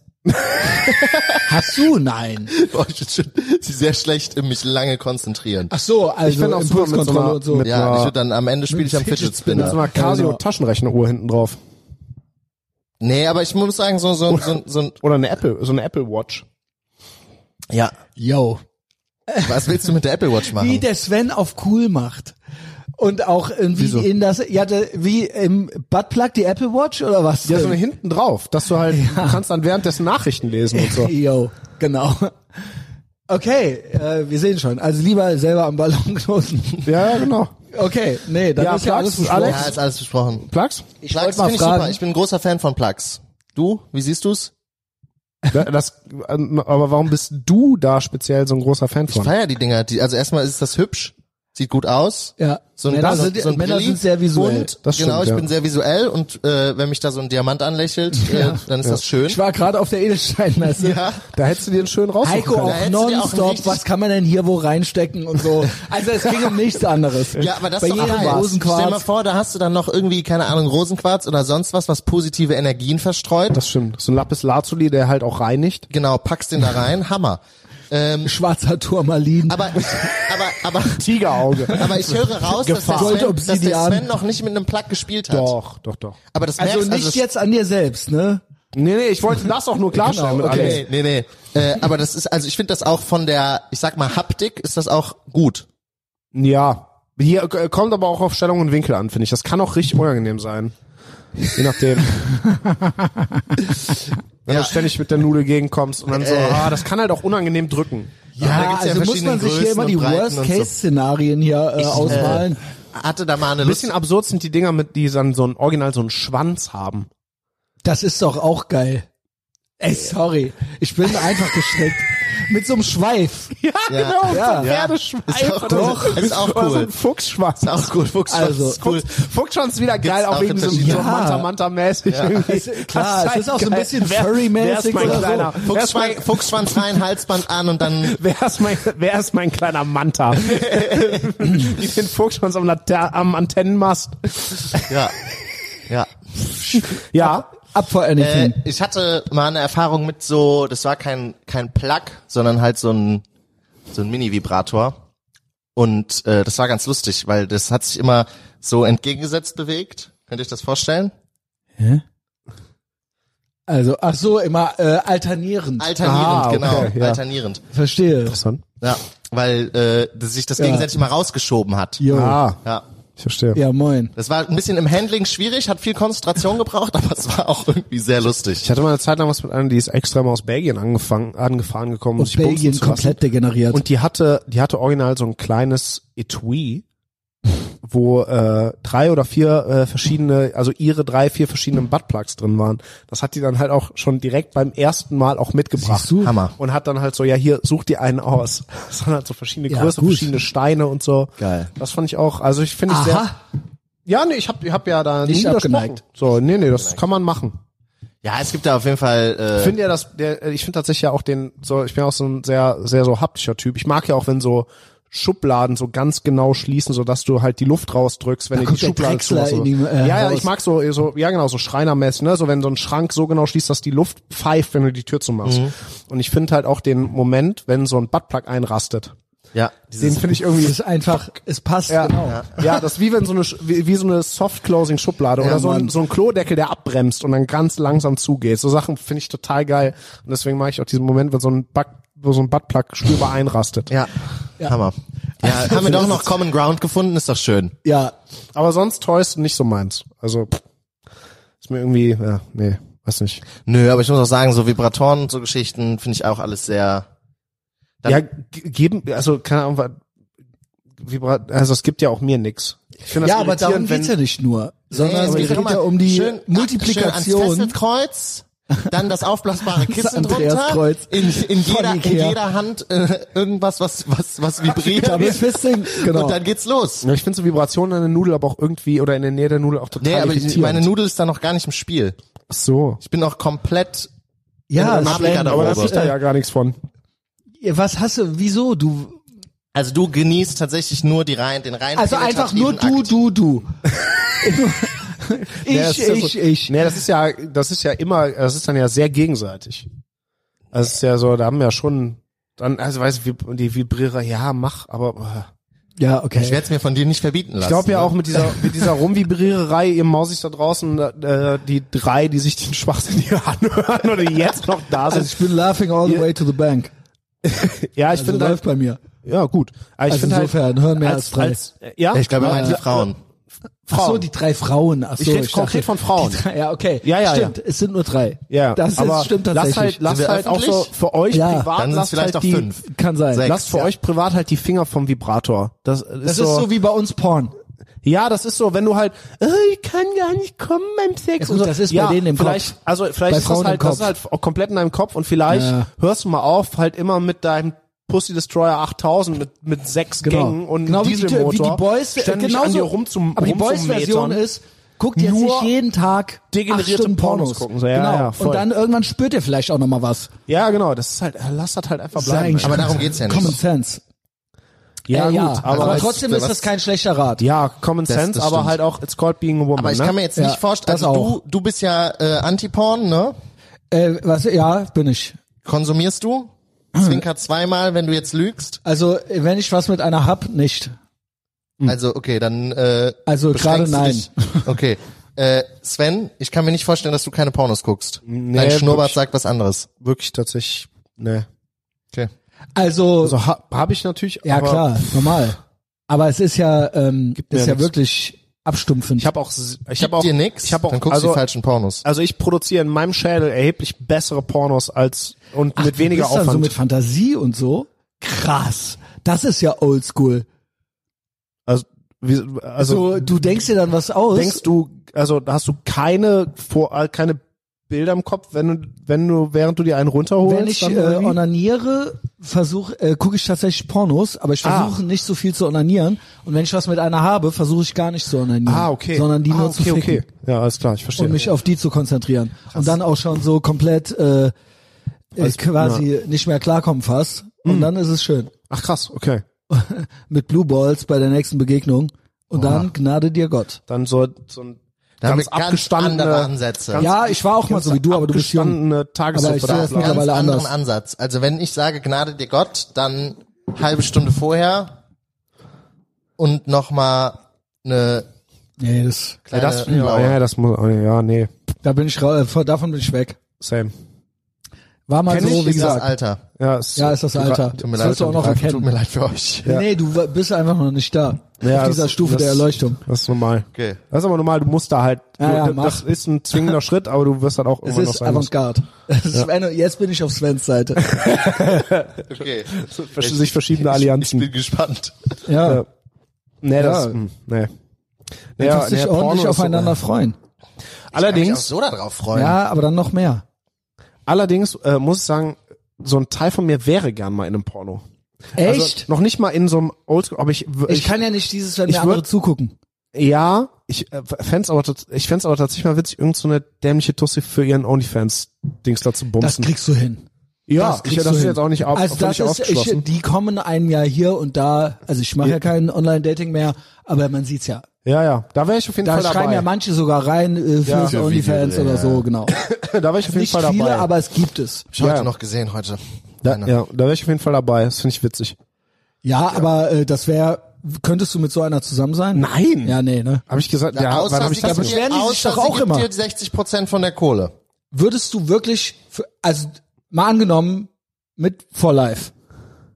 Speaker 1: hast du? Nein.
Speaker 2: Boah, ich bin schon sie sehr schlecht in mich lange konzentrieren.
Speaker 1: Ach so, also
Speaker 4: bin auch super mit so
Speaker 1: Impulskontrolle
Speaker 4: einer-
Speaker 1: und so.
Speaker 4: mit-
Speaker 2: Ja,
Speaker 4: Ja.
Speaker 2: ich würd dann am Ende spiele ich am Fidget
Speaker 1: Fidget Spinner.
Speaker 2: Spinner.
Speaker 4: Mit so einer
Speaker 1: Ja,
Speaker 4: Casio
Speaker 1: genau.
Speaker 4: Taschenrechneruhr hinten drauf.
Speaker 2: Nee, aber ich muss sagen, so so so, so ein
Speaker 4: Oder eine Apple, so eine Apple Watch.
Speaker 2: ja,
Speaker 1: Yo.
Speaker 2: was willst du mit der Apple Watch
Speaker 1: Wie
Speaker 2: machen?
Speaker 1: der Sven auf cool macht. Und auch irgendwie
Speaker 4: Wieso?
Speaker 1: in das, ja, der- wie im Buttplug die Apple Watch oder was?
Speaker 4: Ja, so eine hinten drauf, dass du halt, du kannst dann währenddessen Nachrichten lesen und so.
Speaker 1: Yo, genau. Okay, äh, wir sehen schon. Also lieber selber am Ballon knoten.
Speaker 4: Ja, ja, genau.
Speaker 1: Okay, nee, dann
Speaker 4: Ja,
Speaker 1: ist ja
Speaker 4: Plugs,
Speaker 1: alles besprochen.
Speaker 2: ja, ist alles besprochen.
Speaker 4: Plugs?
Speaker 1: Ich
Speaker 2: Plugs
Speaker 1: wollte mal
Speaker 2: finde ich super.
Speaker 1: fragen,
Speaker 2: Ich bin ein großer Fan von Plugs. Du, wie siehst du's?
Speaker 4: Ja, Das, ähm, aber warum bist du da speziell so ein großer Fan
Speaker 2: Ich
Speaker 4: von?
Speaker 2: feier die Dinger. Die, also erstmal ist das hübsch, sieht gut aus.
Speaker 1: Ja.
Speaker 2: So ein,
Speaker 1: Männer
Speaker 2: so,
Speaker 1: sind-
Speaker 2: so ein
Speaker 1: Männer
Speaker 2: Brilli.
Speaker 1: sind sehr visuell.
Speaker 2: Und,
Speaker 4: Das stimmt,
Speaker 2: genau, ich
Speaker 4: ja.
Speaker 2: bin sehr visuell und äh, wenn mich da so ein Diamant anlächelt, äh, dann ist das schön.
Speaker 1: ich war gerade auf der Edelsteinmesse.
Speaker 2: Ja.
Speaker 4: Da hättest du dir einen schönen raussuchen
Speaker 1: Heiko
Speaker 4: können.
Speaker 2: hättest
Speaker 1: auch
Speaker 2: du dir auch ein
Speaker 1: nonstop,
Speaker 2: richtig-
Speaker 1: was kann man denn hier wo reinstecken und so. Also es ging um nichts anderes.
Speaker 2: Ja, aber das
Speaker 1: Bei
Speaker 2: ist doch
Speaker 1: jedem
Speaker 2: geil.
Speaker 1: Rosenquarz.
Speaker 2: Stell mal vor, da hast du dann noch irgendwie, keine Ahnung, Rosenquarz oder sonst was, was positive Energien verstreut.
Speaker 4: Das stimmt. So ein Lapis Lazuli, der halt auch reinigt.
Speaker 2: genau, packst den da rein, Hammer. Ähm,
Speaker 1: schwarzer Turmalin.
Speaker 2: Aber, aber, aber,
Speaker 4: Tigerauge.
Speaker 2: aber ich höre raus, dass der,
Speaker 4: Gefahr.
Speaker 2: Sven, dass der
Speaker 1: Goldobsidian.
Speaker 2: Sven noch nicht mit einem Plug gespielt hat.
Speaker 4: doch, doch, doch.
Speaker 2: Aber das
Speaker 1: also
Speaker 2: merkst
Speaker 1: nicht jetzt an dir selbst, ne?
Speaker 4: Nee, nee, ich wollte das auch nur klarstellen
Speaker 1: Genau,
Speaker 4: mit
Speaker 1: okay.
Speaker 4: Alex.
Speaker 2: Nee, nee, nee. Äh, aber das ist, also ich finde das auch von der, ich sag mal, Haptik ist das auch gut.
Speaker 4: Ja. Hier äh, kommt aber auch auf Stellung und Winkel an, finde ich. Das kann auch richtig unangenehm sein. Je nachdem. Wenn
Speaker 2: Ja.
Speaker 4: du ständig mit der Nudel gegenkommst und dann so,
Speaker 2: Äh.
Speaker 4: ah, das kann halt auch unangenehm drücken.
Speaker 2: da
Speaker 1: Ja,
Speaker 2: gibt's ja
Speaker 1: also muss man
Speaker 2: verschiedene
Speaker 1: sich hier
Speaker 2: Größen
Speaker 1: immer
Speaker 2: und
Speaker 1: die
Speaker 2: Breiten und so.
Speaker 1: Worst-Case-Szenarien hier äh, ausmalen.
Speaker 2: Hatte da mal eine
Speaker 4: Ein
Speaker 2: Lust.
Speaker 4: bisschen absurd sind die Dinger, mit die dann so ein Original so einen Schwanz haben.
Speaker 1: Das ist doch auch geil. Ey, sorry. Ich bin einfach gestreckt. Mit so einem Schweif.
Speaker 4: Ja,
Speaker 2: genau,
Speaker 1: Ja. so ein
Speaker 4: Pferdeschwein.
Speaker 2: Ist auch
Speaker 4: oder
Speaker 2: doch,
Speaker 4: so.
Speaker 2: ist auch
Speaker 4: Oder so
Speaker 2: cool.
Speaker 4: ein Fuchsschwanz.
Speaker 2: Ist auch cool, Fuchs.
Speaker 1: Also,
Speaker 2: ist cool.
Speaker 4: Fuchsschwanz ist wieder geil,
Speaker 2: Gibt's
Speaker 4: auch
Speaker 2: auch
Speaker 4: wegen so
Speaker 2: in
Speaker 4: ja.
Speaker 1: verschiedenen- Ja.
Speaker 4: Manta-mäßig. irgendwie.
Speaker 1: Es- klar,
Speaker 4: Das
Speaker 1: es ist auch so ein
Speaker 4: geil.
Speaker 1: bisschen
Speaker 4: Wer-
Speaker 1: furry-mäßig
Speaker 4: Wer
Speaker 1: oder
Speaker 4: ist
Speaker 1: so.
Speaker 4: mein kleiner, wer ist mein,
Speaker 2: Fuchsschwanz, Fuchsschwanz rein, Halsband an und dann
Speaker 4: wer ist mein, wer ist mein kleiner Manta? die den Fuchsschwanz am, Later am Antennenmast.
Speaker 2: Ja. Ja.
Speaker 4: Ja.
Speaker 1: Up for
Speaker 2: Äh,
Speaker 4: Mhm.
Speaker 1: anything.
Speaker 2: ich hatte mal eine Erfahrung mit so, das war kein, kein Plug, sondern halt so ein, so ein Mini-Vibrator. Und äh, das war ganz lustig, weil das hat sich immer so entgegengesetzt bewegt. Könnt ihr euch das vorstellen?
Speaker 1: also, ach so, immer äh, alternierend.
Speaker 2: Alternierend,
Speaker 4: Ah, okay,
Speaker 2: genau.
Speaker 4: ja.
Speaker 2: Alternierend.
Speaker 1: Verstehe.
Speaker 2: Ja. Weil äh, das sich das gegenseitig mal rausgeschoben hat.
Speaker 1: Jo.
Speaker 4: Ah,
Speaker 2: Ja.
Speaker 4: ich verstehe.
Speaker 1: Ja, moin.
Speaker 2: Das war ein bisschen im Handling schwierig, hat viel Konzentration gebraucht, aber es war auch irgendwie sehr lustig.
Speaker 4: Ich hatte mal eine Zeit lang was mit einer, die ist extra mal aus Belgien angefangen, angefahren gekommen, um
Speaker 1: Und
Speaker 4: sich bumsen
Speaker 1: Belgien
Speaker 4: zu lassen.
Speaker 1: komplett degeneriert.
Speaker 4: Und die hatte, die hatte original so ein kleines Etui, wo äh, drei oder vier äh, verschiedene, also ihre drei, vier verschiedenen Buttplugs drin waren. Das hat die dann halt auch schon direkt beim ersten Mal auch mitgebracht.
Speaker 1: Siehst du?
Speaker 2: Hammer.
Speaker 4: Und hat dann halt so, ja hier, such dir einen aus. Das waren halt so verschiedene
Speaker 1: Ja,
Speaker 4: Größen,
Speaker 1: gut.
Speaker 4: verschiedene Steine und so.
Speaker 2: Geil.
Speaker 4: Das fand ich auch, also ich finde ich sehr...
Speaker 1: Aha.
Speaker 4: Ja, nee, ich hab, ich hab ja da nie
Speaker 1: Nicht
Speaker 4: widersprochen.
Speaker 1: abgeneigt.
Speaker 4: So, nee, nee, das kann man machen.
Speaker 2: Ja, es gibt da auf jeden Fall. Äh,
Speaker 4: Ich finde ja, dass der, ich finde tatsächlich ja auch den, so, ich bin auch so ein sehr, sehr so haptischer Typ. Ich mag ja auch, wenn so Schubladen so ganz genau schließen, so dass du halt die Luft rausdrückst, wenn
Speaker 1: Da
Speaker 4: du die
Speaker 1: kommt der
Speaker 4: Schublade
Speaker 1: Drechsler
Speaker 4: zumachst.
Speaker 1: in die, äh,
Speaker 4: ja, ja,
Speaker 1: raus.
Speaker 4: ich mag so, so, ja genau, so Schreinermäßig, ne, so wenn so ein Schrank so genau schließt, dass die Luft pfeift, wenn du die Tür zumachst. Und ich finde halt auch den Moment, wenn so ein Buttplug einrastet.
Speaker 2: ja,
Speaker 4: Den
Speaker 2: dieses,
Speaker 4: finde ich
Speaker 1: Es
Speaker 4: irgendwie
Speaker 1: ist einfach, es passt,
Speaker 4: ja,
Speaker 1: genau.
Speaker 4: ja. das ist wie wenn so eine Sch- wie, wie so eine Soft Closing Schublade oder so ein,
Speaker 1: Mann.
Speaker 4: so ein Klodeckel, der abbremst und dann ganz langsam zugeht. So Sachen finde ich total geil und deswegen mag ich auch diesen Moment, wenn so ein Bug, wo so ein Buttplug spürbar einrastet.
Speaker 2: ja, Hammer. Ja,
Speaker 1: Also,
Speaker 2: haben wir doch noch Common Ground gefunden, ist doch schön.
Speaker 1: Ja,
Speaker 4: Aber sonst Toys nicht so meins. Also pff, ist mir irgendwie ja, nee. Weiß nicht.
Speaker 2: Nö, aber ich muss auch sagen, so Vibratoren und so Geschichten finde ich auch alles sehr. Dann-
Speaker 4: ja, ge- geben, also keine Ahnung, wa- Vibra also es gibt ja auch mir nix. Ich find das
Speaker 1: Ja, aber darum
Speaker 4: irritierend, wenn-
Speaker 1: geht's ja nicht nur, sondern
Speaker 2: Nee,
Speaker 1: es
Speaker 2: aber
Speaker 1: geht
Speaker 2: ich sag mal,
Speaker 1: ja um die
Speaker 2: schön- Schön ans
Speaker 1: Multiplikation.
Speaker 2: Fesselkreuz, dann das aufblasbare Kissen
Speaker 1: Andreas
Speaker 2: drunter.
Speaker 1: Kreuz.
Speaker 2: In, in,
Speaker 1: Von
Speaker 2: jeder, in
Speaker 1: Ikea.
Speaker 2: jeder Hand äh, irgendwas, was, was, was vibriert.
Speaker 1: Double Fisting, genau.
Speaker 2: Und dann geht's los.
Speaker 4: Ja, Ich finde so Vibrationen an der Nudel aber auch irgendwie oder in der Nähe der Nudel auch total
Speaker 2: Nee, aber ich,
Speaker 4: irritierend.
Speaker 2: meine Nudel ist da noch gar nicht im Spiel.
Speaker 4: Ach so.
Speaker 2: Ich bin noch komplett.
Speaker 1: ja,
Speaker 2: in der
Speaker 1: es-
Speaker 2: Ablehner-
Speaker 4: Aber da
Speaker 2: Garderobe.
Speaker 4: hab ich da ja gar nichts von.
Speaker 1: äh, was hast du, wieso? Du,
Speaker 2: Also du genießt tatsächlich nur die rein, den rein.
Speaker 1: also einfach nur du,
Speaker 2: penetrativen Akt.
Speaker 1: du, du.
Speaker 4: Nee, das
Speaker 1: ich,
Speaker 4: ist ja so-
Speaker 1: ich, ich.
Speaker 4: Nee, das ist ja, das ist ja immer, das ist dann ja sehr gegenseitig. Das ist ja so, da haben wir ja schon, dann, also weißt du, vib- die Vibrierer, ja, mach, aber äh.
Speaker 1: Ja,
Speaker 2: Ich
Speaker 1: okay.
Speaker 2: werde es mir von dir nicht verbieten lassen.
Speaker 4: ich glaube ja
Speaker 2: ne?
Speaker 4: auch mit dieser, mit dieser Rumvibriererei, ihr Mausig da draußen, äh, die drei, die sich den Schwachsinn hier anhören oder die jetzt noch da
Speaker 1: Also
Speaker 4: sind.
Speaker 1: ich bin laughing all the way to the bank.
Speaker 4: Ja, ich
Speaker 1: Also
Speaker 4: finde halt,
Speaker 1: läuft bei mir.
Speaker 4: ja gut. Aber ich
Speaker 1: Also
Speaker 4: finde halt,
Speaker 1: insofern, hören mehr als drei.
Speaker 4: äh, ja,
Speaker 2: Ich glaube, er meint die
Speaker 4: Ja,
Speaker 2: Frauen.
Speaker 1: Ach so,
Speaker 4: Frauen.
Speaker 1: die drei Frauen. Ach so,
Speaker 4: Ich rede konkret
Speaker 1: dachte,
Speaker 4: von Frauen.
Speaker 1: die Drei, ja, okay.
Speaker 4: Ja, ja,
Speaker 1: Stimmt, es sind nur drei.
Speaker 4: Ja,
Speaker 1: das ist,
Speaker 4: aber
Speaker 1: stimmt
Speaker 4: lasst
Speaker 1: tatsächlich.
Speaker 4: halt, lasst
Speaker 2: Sind wir
Speaker 4: halt auch so
Speaker 2: öffentlich?
Speaker 4: für euch
Speaker 1: Ja.
Speaker 4: privat,
Speaker 2: Dann sind's
Speaker 4: lasst
Speaker 2: vielleicht
Speaker 4: halt
Speaker 2: auch
Speaker 4: die,
Speaker 2: fünf.
Speaker 1: Kann sein.
Speaker 2: Sechs.
Speaker 4: Lasst für euch privat halt die Finger vom Vibrator. Das, ist,
Speaker 1: Das
Speaker 4: so,
Speaker 1: ist so wie bei uns Porn.
Speaker 4: ja, das ist so, wenn du halt, äh, ich kann gar nicht kommen beim Sex.
Speaker 1: Ja, gut,
Speaker 4: und so.
Speaker 1: das ist bei
Speaker 4: ja,
Speaker 1: denen im
Speaker 4: vielleicht,
Speaker 1: Kopf.
Speaker 4: Also vielleicht
Speaker 1: Bei
Speaker 4: ist das
Speaker 1: Frauen im
Speaker 4: halt, das ist halt auch komplett in deinem Kopf und vielleicht
Speaker 1: Ja.
Speaker 4: hörst du mal auf, halt immer mit deinem Pussy Destroyer 8000 mit, mit sechs
Speaker 1: Genau.
Speaker 4: Gängen und
Speaker 1: genau wie die,
Speaker 4: Dieselmotor.
Speaker 1: wie die Boys, äh,
Speaker 4: ständig
Speaker 1: genauso,
Speaker 4: an dir rumzum,
Speaker 1: aber die Boys-Version
Speaker 4: rumzumetern.
Speaker 1: ist, guckt jetzt
Speaker 4: Nur
Speaker 1: nicht jeden Tag
Speaker 4: degenerierte
Speaker 1: acht Stunden
Speaker 4: Pornos
Speaker 1: Pornos.
Speaker 4: gucken, so, ja,
Speaker 1: genau.
Speaker 4: ja, voll.
Speaker 1: Und dann irgendwann spürt ihr vielleicht auch nochmal was.
Speaker 4: Ja, genau, das ist halt, lass das halt einfach
Speaker 1: Das ist ja
Speaker 4: bleiben.
Speaker 1: eigentlich
Speaker 2: Aber darum geht's ja nicht.
Speaker 1: Common Sense.
Speaker 4: ja,
Speaker 1: äh,
Speaker 4: gut,
Speaker 1: ja.
Speaker 4: aber,
Speaker 1: aber,
Speaker 2: als-
Speaker 1: trotzdem ist
Speaker 2: was-
Speaker 1: das kein schlechter Rat.
Speaker 4: ja, Common
Speaker 2: Das-
Speaker 4: Sense,
Speaker 2: das
Speaker 4: aber
Speaker 2: stimmt.
Speaker 4: halt auch, it's called being a woman.
Speaker 2: Aber ich
Speaker 4: ne?
Speaker 2: kann mir jetzt
Speaker 1: Ja,
Speaker 2: nicht vorstellen,
Speaker 1: das
Speaker 2: also
Speaker 1: auch.
Speaker 2: du, du bist ja äh, Anti-Porn, ne?
Speaker 1: Äh, was, ja, bin ich.
Speaker 2: Konsumierst du?
Speaker 1: Hm.
Speaker 2: Zwinker zweimal, wenn du jetzt lügst.
Speaker 1: Also, äh, wenn ich was mit einer hab, nicht.
Speaker 2: Also okay, dann äh,
Speaker 1: Hm. Also,
Speaker 2: beschränkst
Speaker 1: gerade
Speaker 2: du dich- Okay. Äh, Sven, ich kann mir nicht vorstellen, dass du keine Pornos guckst. Dein Schnurrbart
Speaker 4: wirklich.
Speaker 2: sagt was anderes.
Speaker 4: wirklich tatsächlich, ne.
Speaker 2: Okay.
Speaker 1: Also,
Speaker 4: Also ha, habe ich natürlich,
Speaker 1: ja
Speaker 4: aber
Speaker 1: klar, normal. Aber es ist ja, ähm,
Speaker 4: mir
Speaker 1: ist ja
Speaker 4: nix.
Speaker 1: wirklich abstumpfend.
Speaker 4: ich habe auch, s- ich
Speaker 2: Gibt
Speaker 4: habe auch,
Speaker 2: dir nix,
Speaker 4: ich habe auch,
Speaker 2: dann guckst du
Speaker 4: also,
Speaker 2: die
Speaker 1: halt-
Speaker 2: falschen Pornos.
Speaker 4: also ich produziere in meinem Schädel erheblich bessere Pornos als und
Speaker 1: Ach,
Speaker 4: mit
Speaker 1: du
Speaker 4: weniger
Speaker 1: bist dann
Speaker 4: Aufwand.
Speaker 1: so mit Fantasie und so. Krass. Das ist ja oldschool.
Speaker 4: also, wie, also
Speaker 1: So, du denkst dir dann was aus.
Speaker 4: denkst du, also hast du keine vor, äh, keine Bilder im Kopf, wenn du, wenn du, während du dir einen runterholst?
Speaker 1: wenn ich
Speaker 4: dann,
Speaker 1: äh,
Speaker 4: oder wie?
Speaker 1: onaniere, versuch, äh, gucke ich tatsächlich Pornos, aber ich
Speaker 4: Ah.
Speaker 1: versuche nicht so viel zu onanieren. Und wenn ich was mit einer habe, versuche ich gar nicht zu onanieren.
Speaker 4: ah, okay,
Speaker 1: Sondern die
Speaker 4: ah,
Speaker 1: nur
Speaker 4: okay,
Speaker 1: zu ficken
Speaker 4: okay, ja, alles klar, ich verstehe.
Speaker 1: und mich auf die zu konzentrieren. Und dann auch schon so komplett äh, äh, quasi nicht mehr klarkommen fast.
Speaker 4: Hm.
Speaker 1: Und dann ist es schön.
Speaker 4: Ach krass, okay.
Speaker 1: Mit Blue Balls bei der nächsten Begegnung. Und dann Gnade dir Gott.
Speaker 4: Dann so, so ein
Speaker 2: Da haben
Speaker 4: ganz
Speaker 2: wir ganz
Speaker 4: abgestandene,
Speaker 2: andere Ansätze. Ganz-
Speaker 1: Ja, ich war auch mal so wie du, aber du bist jung.
Speaker 4: abgestandene Tagessuppe
Speaker 1: Aber ich sehe das
Speaker 4: da.
Speaker 1: mittlerweile-
Speaker 2: Ganz anderen
Speaker 1: anders.
Speaker 2: Ansatz. Also wenn ich sage, Gnade dir Gott, dann halbe Stunde vorher und nochmal eine
Speaker 1: Nee, das,
Speaker 4: Ja,
Speaker 2: kleine
Speaker 4: das, ja,
Speaker 2: Lauer.
Speaker 4: ja, das muss, ja, nee,
Speaker 1: da bin ich ra- äh, davon bin ich weg.
Speaker 4: same.
Speaker 1: War mal
Speaker 4: Kenn
Speaker 1: so,
Speaker 4: ich,
Speaker 1: wie
Speaker 2: ist das
Speaker 1: gesagt.
Speaker 2: Alter.
Speaker 4: Ja, ist,
Speaker 1: Ja, ist das Alter.
Speaker 2: Tut mir
Speaker 1: Das sollst du auch noch
Speaker 2: leid, tut mir
Speaker 1: erkennen.
Speaker 2: leid für euch.
Speaker 1: Nee, du wa- bist einfach noch nicht da.
Speaker 4: ja,
Speaker 1: auf dieser
Speaker 4: das-
Speaker 1: Stufe
Speaker 4: das-
Speaker 1: der Erleuchtung.
Speaker 4: Das ist normal.
Speaker 2: Okay.
Speaker 4: Das ist aber normal, du musst da halt,
Speaker 1: Ja, ja,
Speaker 4: du,
Speaker 1: mach.
Speaker 4: das ist ein zwingender Schritt, aber du wirst halt auch
Speaker 1: Es
Speaker 4: immer noch
Speaker 1: ist
Speaker 4: sein. müssen.
Speaker 1: Avantgarde. Sven, jetzt bin ich auf Svens Seite.
Speaker 2: Okay.
Speaker 4: Versch- Sich verschiedene
Speaker 2: Ich
Speaker 4: Allianzen.
Speaker 2: bin gespannt.
Speaker 1: Ja,
Speaker 4: nee, das,
Speaker 1: Ja.
Speaker 4: hm, nee.
Speaker 1: ja sich
Speaker 4: Porno
Speaker 1: ordentlich
Speaker 4: ist so-
Speaker 1: aufeinander freuen.
Speaker 2: Kann mich auch
Speaker 4: Allerdings,
Speaker 2: so darauf freuen.
Speaker 1: Ja, aber dann noch mehr.
Speaker 4: allerdings, äh, muss ich sagen, so ein Teil von mir wäre gern mal in einem Porno. Also,
Speaker 1: Echt?
Speaker 4: noch nicht mal in so einem Oldschool, aber ich,
Speaker 1: ich kann ja nicht dieses, wenn
Speaker 4: Ich
Speaker 1: mir andere
Speaker 4: würd-
Speaker 1: zugucken.
Speaker 4: Ja, ich äh, fänd's aber tats- ich fänd's aber tatsächlich mal witzig, irgend so eine dämliche Tussi für ihren OnlyFans Dings da zu
Speaker 1: Das
Speaker 4: bumsen.
Speaker 1: kriegst du hin.
Speaker 4: ja,
Speaker 1: das
Speaker 4: ich,
Speaker 1: kriegst
Speaker 4: das
Speaker 1: du
Speaker 4: ist
Speaker 1: hin.
Speaker 4: jetzt auch nicht, auf,
Speaker 1: also das
Speaker 4: völlig
Speaker 1: ist, ich,
Speaker 4: ausgeschlossen.
Speaker 1: die kommen einem ja hier und da, also ich mache ja, kein Online-Dating mehr, aber man sieht's ja.
Speaker 4: ja, ja, da wäre ich auf jeden
Speaker 1: Da
Speaker 4: Fall
Speaker 1: schreiben ja
Speaker 4: dabei.
Speaker 1: manche sogar rein äh, für
Speaker 4: Ja.
Speaker 1: das
Speaker 4: Für
Speaker 1: Onlyfans
Speaker 2: Video,
Speaker 1: oder
Speaker 2: ja.
Speaker 1: so, genau.
Speaker 4: da wäre ich auf jeden
Speaker 1: Nicht
Speaker 4: Fall
Speaker 1: viele,
Speaker 4: dabei.
Speaker 1: aber es gibt es.
Speaker 2: Ich heute
Speaker 4: ja.
Speaker 2: noch gesehen heute.
Speaker 4: da,
Speaker 2: Einer.
Speaker 4: ja, da wäre ich auf jeden Fall dabei. Das finde ich witzig.
Speaker 1: Ja, aber äh, das wäre, könntest du mit so einer zusammen sein?
Speaker 4: Nein.
Speaker 1: Ja, nee, ne?
Speaker 4: Habe ich gesagt, ja, wann hab ich
Speaker 1: gibt
Speaker 4: das gemacht?
Speaker 1: dir- beschweren die sich
Speaker 2: außer
Speaker 1: doch auch
Speaker 2: sie gibt
Speaker 1: immer.
Speaker 2: dir 60 Prozent von der Kohle.
Speaker 1: Würdest du wirklich, für, also mal angenommen, mit for life.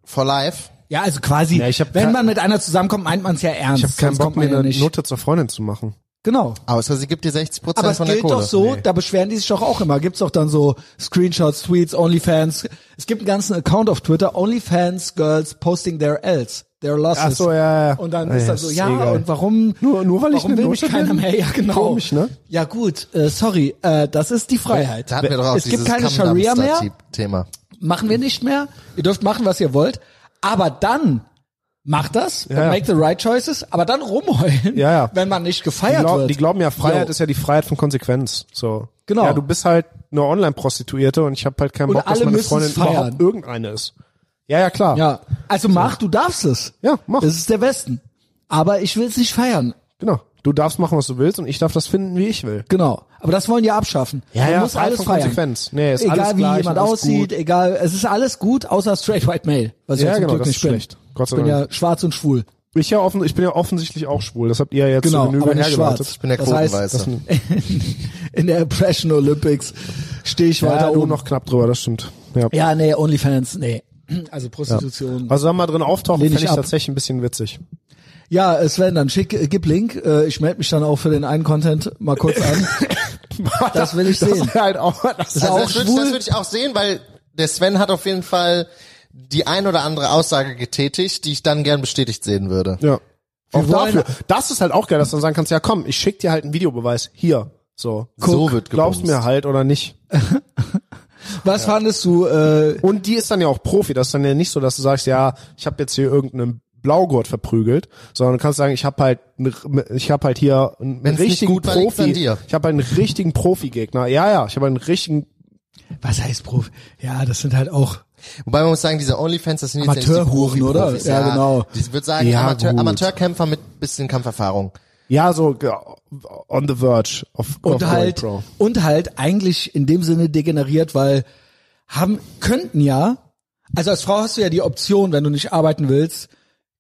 Speaker 2: For life.
Speaker 1: Ja, also quasi,
Speaker 4: Ja, ich hab
Speaker 1: wenn
Speaker 4: kein-
Speaker 1: man mit einer zusammenkommt, meint man es ja ernst.
Speaker 4: Ich habe keinen
Speaker 1: Sonst
Speaker 4: Bock
Speaker 1: kommt man
Speaker 4: mir
Speaker 1: ja
Speaker 4: eine
Speaker 1: nicht.
Speaker 4: Note zur Freundin zu machen.
Speaker 1: Genau.
Speaker 2: Außer sie gibt dir 60
Speaker 1: Aber
Speaker 2: Prozent
Speaker 1: es
Speaker 2: von der
Speaker 1: gilt
Speaker 2: Kohle.
Speaker 1: doch so,
Speaker 2: Nee.
Speaker 1: da beschweren die sich doch auch immer. Gibt's doch dann so Screenshots, Tweets, OnlyFans. Es gibt einen ganzen Account auf Twitter, OnlyFans Girls posting their Ls, their losses.
Speaker 4: Ach so, ja, ja.
Speaker 1: Und dann
Speaker 4: Ja,
Speaker 1: ist
Speaker 4: ja,
Speaker 1: das so,
Speaker 4: ist
Speaker 1: ja,
Speaker 4: eh geil.
Speaker 1: und warum,
Speaker 4: Nur- nur weil ich
Speaker 1: warum
Speaker 4: eine
Speaker 1: will mich
Speaker 4: Nutte
Speaker 1: keiner
Speaker 4: bin?
Speaker 1: mehr? Ja, genau.
Speaker 4: Komisch, ne?
Speaker 1: Ja gut, äh, sorry, äh, das ist die Freiheit.
Speaker 2: Da hatten wir doch auch
Speaker 1: es gibt
Speaker 2: dieses
Speaker 1: keine
Speaker 2: Kammdampster-
Speaker 1: Scharia mehr,
Speaker 2: Thema.
Speaker 1: machen wir nicht mehr. Ihr dürft machen, was ihr wollt. Aber dann macht das,
Speaker 4: ja.
Speaker 1: dann make the right choices, aber dann rumheulen,
Speaker 4: Ja, ja.
Speaker 1: wenn man nicht
Speaker 4: Die,
Speaker 1: gefeiert
Speaker 4: glaub,
Speaker 1: wird.
Speaker 4: die glauben ja, Freiheit
Speaker 1: Jo.
Speaker 4: ist ja die Freiheit von Konsequenz. So.
Speaker 1: Genau.
Speaker 4: Ja, du bist halt eine Online-Prostituierte und ich habe halt keinen
Speaker 1: Und
Speaker 4: Bock, dass
Speaker 1: alle
Speaker 4: meine
Speaker 1: müssen's
Speaker 4: Freundin
Speaker 1: feiern.
Speaker 4: überhaupt irgendeine ist. Ja, ja, klar.
Speaker 1: Ja, also mach, du darfst es.
Speaker 4: Ja, mach.
Speaker 1: Das ist der Westen. Aber ich will's nicht feiern.
Speaker 4: Genau. Du darfst machen, was du willst und ich darf das finden, wie ich will.
Speaker 1: Genau. Aber das wollen die abschaffen. Man muss
Speaker 4: Freiheit
Speaker 1: alles
Speaker 4: von
Speaker 1: feiern.
Speaker 4: Konsequenz. Nee, ist
Speaker 1: egal
Speaker 4: alles
Speaker 1: wie
Speaker 4: gleich,
Speaker 1: jemand
Speaker 4: alles
Speaker 1: aussieht,
Speaker 4: Gut.
Speaker 1: egal, es ist alles gut, außer straight white male, was ich
Speaker 4: Ja,
Speaker 1: ja, zum
Speaker 4: genau,
Speaker 1: Glück
Speaker 4: das
Speaker 1: nicht
Speaker 4: ist
Speaker 1: bin.
Speaker 4: schlecht. Gott sei
Speaker 1: ich bin ja
Speaker 4: Dank.
Speaker 1: schwarz und schwul.
Speaker 4: Ich, ja offen, ich bin ja offensichtlich auch schwul. Das habt ihr ja jetzt
Speaker 1: Genau,
Speaker 4: zu Genüge
Speaker 1: aber nicht
Speaker 4: hergeleitet.
Speaker 1: schwarz.
Speaker 2: Ich bin der
Speaker 1: Das heißt,
Speaker 2: Quotenweiße.
Speaker 1: In der Impression Olympics stehe ich
Speaker 4: Ja,
Speaker 1: weiter
Speaker 4: du
Speaker 1: oben.
Speaker 4: noch knapp drüber, das stimmt. Ja.
Speaker 1: Ja, nee, Onlyfans, nee. Also Prostitution.
Speaker 4: Also da mal drin auftauchen,
Speaker 1: Lehn
Speaker 4: fänd
Speaker 1: ich
Speaker 4: ich
Speaker 1: ab.
Speaker 4: tatsächlich ein bisschen witzig.
Speaker 1: Ja, äh, Sven, dann schick, äh, gib Link. Äh, ich melde mich dann auch für den einen Content mal kurz an. das will ich sehen.
Speaker 4: Das wär halt auch, das
Speaker 1: ist
Speaker 2: Also
Speaker 1: auch
Speaker 2: das würde ich, das
Speaker 1: schwul.
Speaker 2: würd ich auch sehen, weil der Sven hat auf jeden Fall die ein oder andere Aussage getätigt, die ich dann gern bestätigt sehen würde.
Speaker 4: ja. Auch
Speaker 1: wollen-
Speaker 4: dafür. Das ist halt auch geil, dass du dann sagen kannst, ja komm, ich schick dir halt einen Videobeweis. Hier. So.
Speaker 2: So wird
Speaker 4: Glaubst
Speaker 2: gebumst.
Speaker 4: mir halt oder nicht.
Speaker 1: Was fandest du? Äh,
Speaker 4: Und die ist dann ja auch Profi. Das ist dann ja nicht so, dass du sagst, ja, ich habe jetzt hier irgendeinen Blaugurt verprügelt, sondern du kannst sagen, ich habe halt, ne- ich habe halt hier einen
Speaker 2: Wenn's nicht
Speaker 4: richtigen
Speaker 2: gut war, liegt's
Speaker 4: Profi.
Speaker 2: an dir.
Speaker 4: Ich habe einen richtigen Profi-Gegner. Ja, ja, ich habe einen richtigen.
Speaker 1: was heißt Prof? Ja, das sind halt auch.
Speaker 2: Wobei man muss sagen, diese Onlyfans, das sind jetzt ja nicht die
Speaker 1: Amateurhuren, oder?
Speaker 2: Profi-Profis,
Speaker 1: Ja, genau.
Speaker 2: Ich würde sagen,
Speaker 4: Ja,
Speaker 2: Amateur,
Speaker 4: gut.
Speaker 2: Amateurkämpfer mit bisschen Kampferfahrung.
Speaker 4: Ja, so ja, on the verge of, of
Speaker 1: und
Speaker 4: going
Speaker 1: halt
Speaker 4: pro.
Speaker 1: und halt eigentlich in dem Sinne degeneriert, weil haben könnten ja, also als Frau hast du ja die Option, wenn du nicht arbeiten willst,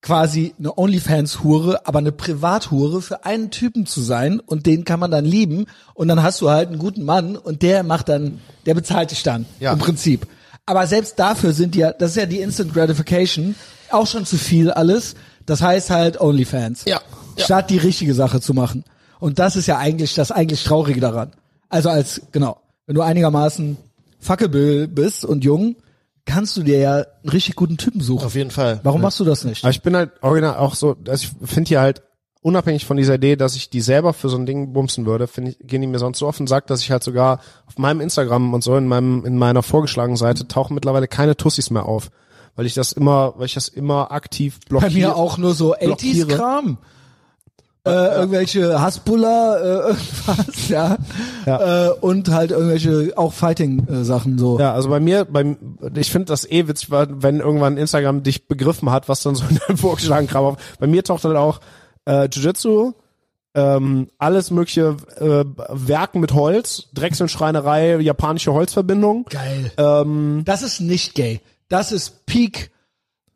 Speaker 1: quasi eine OnlyFans Hure, aber eine Privathure für einen Typen zu sein und den kann man dann lieben und dann hast du halt einen guten Mann und der macht dann, der bezahlt dich dann
Speaker 2: Ja.
Speaker 1: im Prinzip. Aber selbst dafür sind ja, das ist ja die Instant Gratification, auch schon zu viel alles. Das heißt halt OnlyFans
Speaker 2: Ja. Ja.
Speaker 1: statt die richtige Sache zu machen. Und das ist ja eigentlich das eigentlich Traurige daran. Also als, genau, wenn du einigermaßen fuckable bist und jung, kannst du dir ja einen richtig guten Typen suchen.
Speaker 2: Auf jeden Fall.
Speaker 1: Warum machst du das nicht?
Speaker 4: Aber ich bin halt original auch so, also ich finde hier halt, unabhängig von dieser Idee, dass ich die selber für so ein Ding bumsen würde, finde ich, gehen die mir sonst so offen sagt, dass ich halt sogar auf meinem Instagram und so in meinem, in meiner vorgeschlagenen Seite tauchen mittlerweile keine Tussis mehr auf. Weil ich das immer, weil ich das immer aktiv
Speaker 1: Bei
Speaker 4: blockiere.
Speaker 1: mir auch nur so 80s-Kram. Äh, irgendwelche Hasbulla, äh, irgendwas, ja.
Speaker 4: Ja.
Speaker 1: Äh, und halt irgendwelche auch Fighting-Sachen so.
Speaker 4: Ja, also bei mir, bei, ich finde das eh witzig, weil wenn irgendwann Instagram dich begriffen hat, was dann so in deinem vorgeschlagenen Kram auf. Bei mir taucht dann auch äh, Jiu-Jitsu, ähm, alles mögliche äh, Werken mit Holz, Drecks und Schreinerei, japanische Holzverbindung.
Speaker 1: Geil.
Speaker 4: Ähm.
Speaker 1: das ist nicht gay. Das ist Peak.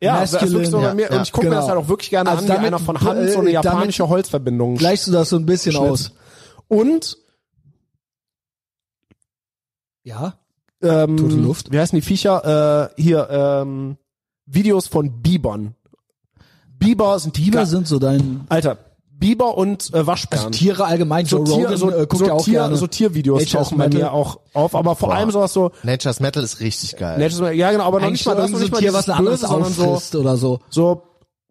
Speaker 4: Ja, das ist
Speaker 1: masculine.
Speaker 4: wirklich so bei
Speaker 1: Ja,
Speaker 4: mir.
Speaker 2: ja.
Speaker 4: und ich gucke mir
Speaker 1: Genau.
Speaker 4: das halt auch wirklich gerne
Speaker 1: Also
Speaker 4: an, wie
Speaker 1: damit-
Speaker 4: einer von Hand so
Speaker 1: äh, damit-
Speaker 4: eine japanische Holzverbindung
Speaker 1: Gleichst du das so ein bisschen aus?
Speaker 4: Und
Speaker 1: Ja.
Speaker 4: ähm,
Speaker 1: Tote Luft.
Speaker 4: Wie heißen die Viecher? Äh, hier, ähm, Videos von Bibern. Biber sind die
Speaker 1: Biber
Speaker 4: Ge-
Speaker 1: sind so dein
Speaker 4: Alter, Biber und äh, Waschbären.
Speaker 1: Also Tiere allgein, Joe Rogan
Speaker 4: so,
Speaker 1: äh, guckt
Speaker 4: so
Speaker 1: ja auch
Speaker 4: Tier,
Speaker 1: gerne.
Speaker 4: so Tiervideos
Speaker 1: Nature's
Speaker 4: tauchen bei
Speaker 1: Metal.
Speaker 4: mir auch auf, aber vor allem sowas so,
Speaker 2: Nature's Metal ist richtig geil.
Speaker 4: Nature's- ja genau, aber noch nicht mal das, noch
Speaker 1: Äh, so
Speaker 4: nicht mal
Speaker 1: Tier, was
Speaker 4: dieses
Speaker 1: ein anderes
Speaker 4: Böse, sondern so,
Speaker 1: auffrisst oder so.
Speaker 4: so,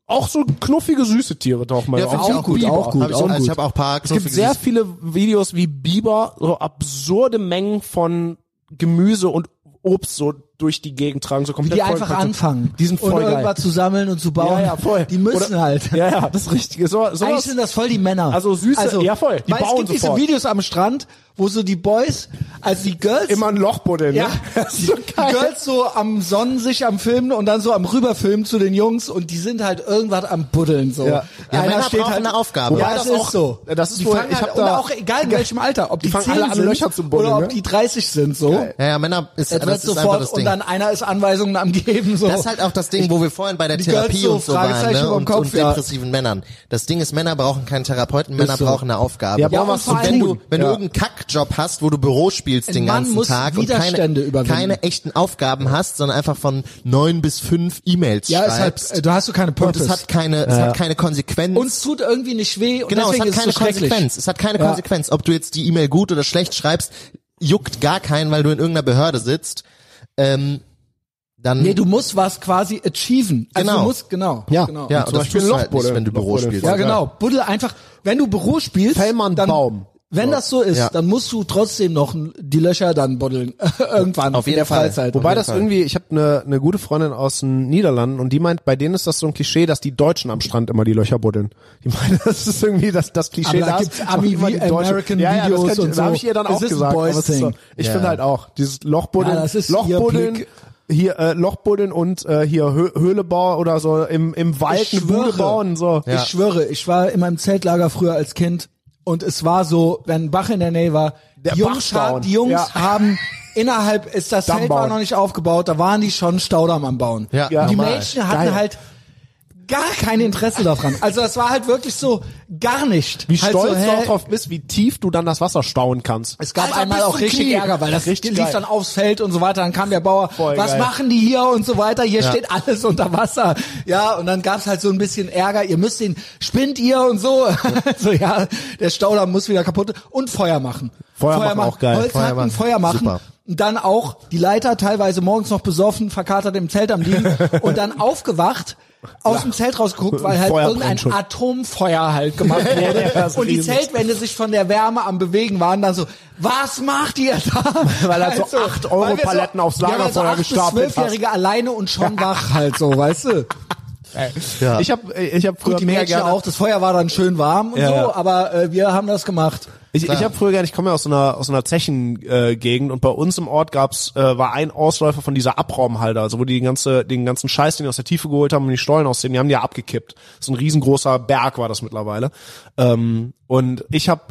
Speaker 4: auch so knuffige, süße Tiere tauchen bei mir
Speaker 2: Ja,
Speaker 4: auf.
Speaker 2: find ich auch gut,
Speaker 4: Biber.
Speaker 1: auch gut,
Speaker 2: hab ich
Speaker 1: auch
Speaker 2: auch, also
Speaker 1: gut.
Speaker 2: ich habe auch ein paar
Speaker 4: Es gibt sehr viele Videos, wie Biber so absurde Mengen von Gemüse und Obst so durch die Gegend tragen, so komplett
Speaker 1: Die
Speaker 4: voll-
Speaker 1: einfach anfangen.
Speaker 4: Die sind voll
Speaker 1: und
Speaker 4: geil.
Speaker 1: irgendwas zu sammeln und zu bauen.
Speaker 4: Ja, ja, voll.
Speaker 1: Die müssen
Speaker 4: Oder-
Speaker 1: halt.
Speaker 4: Ja, ja, das Richtige. So, sowas,
Speaker 1: Eigentlich sind das voll die Männer.
Speaker 4: Also süße- ja, voll. Die
Speaker 1: weil es
Speaker 4: bauen
Speaker 1: gibt diese
Speaker 4: sofort.
Speaker 1: Videos am Strand, wo so die Boys, also die Girls,
Speaker 4: immer ein Loch buddeln,
Speaker 1: ja,
Speaker 4: ne? Das ist
Speaker 1: die,
Speaker 4: so
Speaker 1: die
Speaker 4: geil.
Speaker 1: Girls so am Sonnen sich am Filmen und dann so am Rüberfilmen zu den Jungs und die sind halt irgendwas am Buddeln so.
Speaker 4: Ja.
Speaker 2: Ja,
Speaker 1: Einer
Speaker 2: Männer
Speaker 1: steht
Speaker 2: brauchen
Speaker 1: halt,
Speaker 2: eine Aufgabe.
Speaker 1: Ja,
Speaker 4: Wobei
Speaker 1: das,
Speaker 4: das
Speaker 1: ist
Speaker 4: auch-
Speaker 1: so.
Speaker 4: das ist
Speaker 1: die
Speaker 4: wohl-
Speaker 1: fangen
Speaker 4: ich
Speaker 1: halt,
Speaker 4: hab da-
Speaker 1: und auch egal in welchem Alter, ob die,
Speaker 4: fangen
Speaker 1: 10
Speaker 4: alle an,
Speaker 1: sind
Speaker 4: Löcher zu buddeln,
Speaker 1: oder ob
Speaker 4: ne?
Speaker 1: die 30 sind so.
Speaker 2: Ja, ja, Männer
Speaker 1: Es
Speaker 2: ist,
Speaker 1: wird
Speaker 2: das ist einfach
Speaker 1: sofort
Speaker 2: das Ding.
Speaker 1: dann einer ist Anweisungen am Geben. So.
Speaker 2: Das ist halt auch das Ding, wo wir vorhin bei der
Speaker 1: Die
Speaker 2: Therapie
Speaker 1: Girls so
Speaker 2: und so waren
Speaker 1: Fragezeichen
Speaker 2: ne?
Speaker 1: überm
Speaker 2: und,
Speaker 1: Kopf,
Speaker 2: und
Speaker 1: ja.
Speaker 2: depressiven Männern. Das Ding ist, Männer brauchen keinen Therapeuten, Männer
Speaker 1: so.
Speaker 2: brauchen eine Aufgabe.
Speaker 4: Ja, aber
Speaker 1: auch was
Speaker 2: und
Speaker 1: zu
Speaker 2: wenn
Speaker 1: tun.
Speaker 2: du wenn
Speaker 1: Ja.
Speaker 2: du irgendeinen Kackjob hast, wo du Büro spielst den
Speaker 1: Mann
Speaker 2: ganzen
Speaker 1: muss
Speaker 2: Tag und
Speaker 1: Widerstände
Speaker 2: keine,
Speaker 1: überwinden.
Speaker 2: keine echten Aufgaben hast, sondern einfach von neun bis fünf E-Mails
Speaker 1: ja, ist
Speaker 2: schreibst.
Speaker 1: halt, äh, du hast du keine
Speaker 2: und
Speaker 1: Purpose.
Speaker 2: es hat keine, es hat keine Konsequenz.
Speaker 1: Uns tut irgendwie nicht weh und
Speaker 2: genau, es
Speaker 1: deswegen
Speaker 2: hat
Speaker 1: ist
Speaker 2: keine
Speaker 1: es so schrecklich.
Speaker 2: Konsequenz. Es hat keine
Speaker 1: Ja.
Speaker 2: Konsequenz. Ob du jetzt die E-Mail gut oder schlecht schreibst, juckt gar keinen, weil du in irgendeiner Behörde sitzt. Ähm, dann
Speaker 1: Nee, du musst was quasi achieven. Also
Speaker 2: Genau.
Speaker 1: du musst, genau.
Speaker 4: Ja,
Speaker 1: genau.
Speaker 2: ja,
Speaker 4: zum
Speaker 2: und das
Speaker 4: Beispiel
Speaker 2: tust du halt nicht,
Speaker 4: Lochbuddel.
Speaker 2: wenn du Büro
Speaker 4: Lochbuddel.
Speaker 2: spielst.
Speaker 1: Ja,
Speaker 4: Ja.
Speaker 1: genau. Buddel einfach, wenn du Büro spielst,
Speaker 4: Fäll mal einen
Speaker 1: dann,
Speaker 4: Baum.
Speaker 1: wenn das so ist,
Speaker 2: Ja.
Speaker 1: dann musst du trotzdem noch die Löcher dann buddeln. Irgendwann.
Speaker 2: Auf
Speaker 1: in
Speaker 2: jeden
Speaker 1: der
Speaker 2: Fall.
Speaker 1: Freizeit.
Speaker 4: Wobei
Speaker 2: jeden
Speaker 4: das
Speaker 2: Fall.
Speaker 4: irgendwie, ich habe eine ne gute Freundin aus den Niederlanden und die meint, bei denen ist das so ein Klischee, dass die Deutschen am Strand immer die Löcher buddeln. Die meinen, das ist irgendwie das, das Klischee.
Speaker 1: Aber da
Speaker 4: das
Speaker 1: gibt's Ami-
Speaker 4: immer die Deutschen-
Speaker 1: American
Speaker 4: ja, ja, das
Speaker 1: Videos
Speaker 4: kann ich,
Speaker 1: und so.
Speaker 4: Da habe ich ihr dann
Speaker 1: Es
Speaker 4: auch
Speaker 1: ist ein
Speaker 4: gesagt. aber es ist so,
Speaker 1: Boys-Thing.
Speaker 4: ich
Speaker 2: Ja.
Speaker 4: finde halt auch, dieses Lochbuddeln,
Speaker 1: Ja, das ist ihr
Speaker 4: Lochbuddeln,
Speaker 1: Blick.
Speaker 4: hier äh, Lochbuddeln und äh, hier Hö Höhlebau oder so im, im Wald
Speaker 1: Ich
Speaker 4: eine Bude
Speaker 1: schwöre.
Speaker 4: bauen. So.
Speaker 2: Ja.
Speaker 1: Ich schwöre, ich war in meinem Zeltlager früher als Kind und es war so, wenn ein Bach in der Nähe war,
Speaker 4: Der
Speaker 1: die Jungs,
Speaker 4: Bach
Speaker 1: ha
Speaker 4: bauen.
Speaker 1: die Jungs
Speaker 4: Ja.
Speaker 1: haben innerhalb, ist das
Speaker 4: Damm
Speaker 1: Zelt war
Speaker 4: bauen.
Speaker 1: noch nicht aufgebaut, da waren die schon Staudamm am Bauen.
Speaker 2: Ja,
Speaker 1: die
Speaker 2: normal.
Speaker 1: Menschen hatten
Speaker 4: Geil.
Speaker 1: halt gar kein Interesse daran. Also das war halt wirklich so gar nicht.
Speaker 4: Wie
Speaker 1: halt
Speaker 4: stolz
Speaker 1: so,
Speaker 4: du auch
Speaker 1: hä,
Speaker 4: drauf bist, wie tief du dann das Wasser stauen kannst.
Speaker 1: es gab
Speaker 4: Alter,
Speaker 1: einmal
Speaker 4: bist
Speaker 1: auch
Speaker 4: du
Speaker 1: richtig
Speaker 4: clean.
Speaker 1: Ärger, weil das
Speaker 4: Richtig
Speaker 1: lief
Speaker 4: geil.
Speaker 1: dann aufs Feld und so weiter. Dann kam der Bauer,
Speaker 4: Voll
Speaker 1: was
Speaker 4: geil.
Speaker 1: machen die hier und so weiter. Hier steht alles unter Wasser. Ja, und dann gab's halt so ein bisschen Ärger. Ihr müsst den, spinnt ihr und so. so ja, der Staudamm muss wieder kaputt. Und Feuer machen.
Speaker 4: Feuer machen auch geil.
Speaker 2: Feuer
Speaker 1: Holzhacken,
Speaker 2: machen.
Speaker 1: Feuer machen.
Speaker 2: Super.
Speaker 1: Und dann auch die Leiter teilweise morgens noch besoffen, verkatert im Zelt am Liegen und dann aufgewacht, aus dem Zelt rausgeguckt, weil halt
Speaker 4: Feuer
Speaker 1: irgendein
Speaker 4: brennt schon.
Speaker 1: Atomfeuer halt gemacht wurde.
Speaker 4: Ja, das
Speaker 1: und die
Speaker 4: riesig.
Speaker 1: Zelt wenn die sich von der Wärme am Bewegen waren, dann so, was macht ihr da? Also,
Speaker 4: Weil er so acht
Speaker 1: weil wir
Speaker 4: Euro-Paletten aufs
Speaker 1: ja, weil so
Speaker 4: Lagerfeuer
Speaker 1: acht bis
Speaker 4: gestapelt hast.
Speaker 1: Zwölfjährige alleine und schon wach halt so, weißt du?
Speaker 2: Ja.
Speaker 4: Ich habe ich hab früher
Speaker 1: Gut, die
Speaker 4: mega
Speaker 1: Mädchen
Speaker 4: gerne
Speaker 1: auch, das Feuer war dann schön warm und
Speaker 4: Ja,
Speaker 1: so,
Speaker 4: ja.
Speaker 1: aber äh, wir haben das gemacht.
Speaker 4: Ich, ich habe früher gerne, ich komme ja aus so einer aus so einer Zechen äh, Gegend und bei uns im Ort gab's äh, war ein Ausläufer von dieser Abraumhalde, also wo die die ganze den ganzen Scheiß, den die aus der Tiefe geholt haben und die Stollen aus denen, die haben die ja abgekippt. So ein riesengroßer Berg war das mittlerweile. Ähm, und ich habe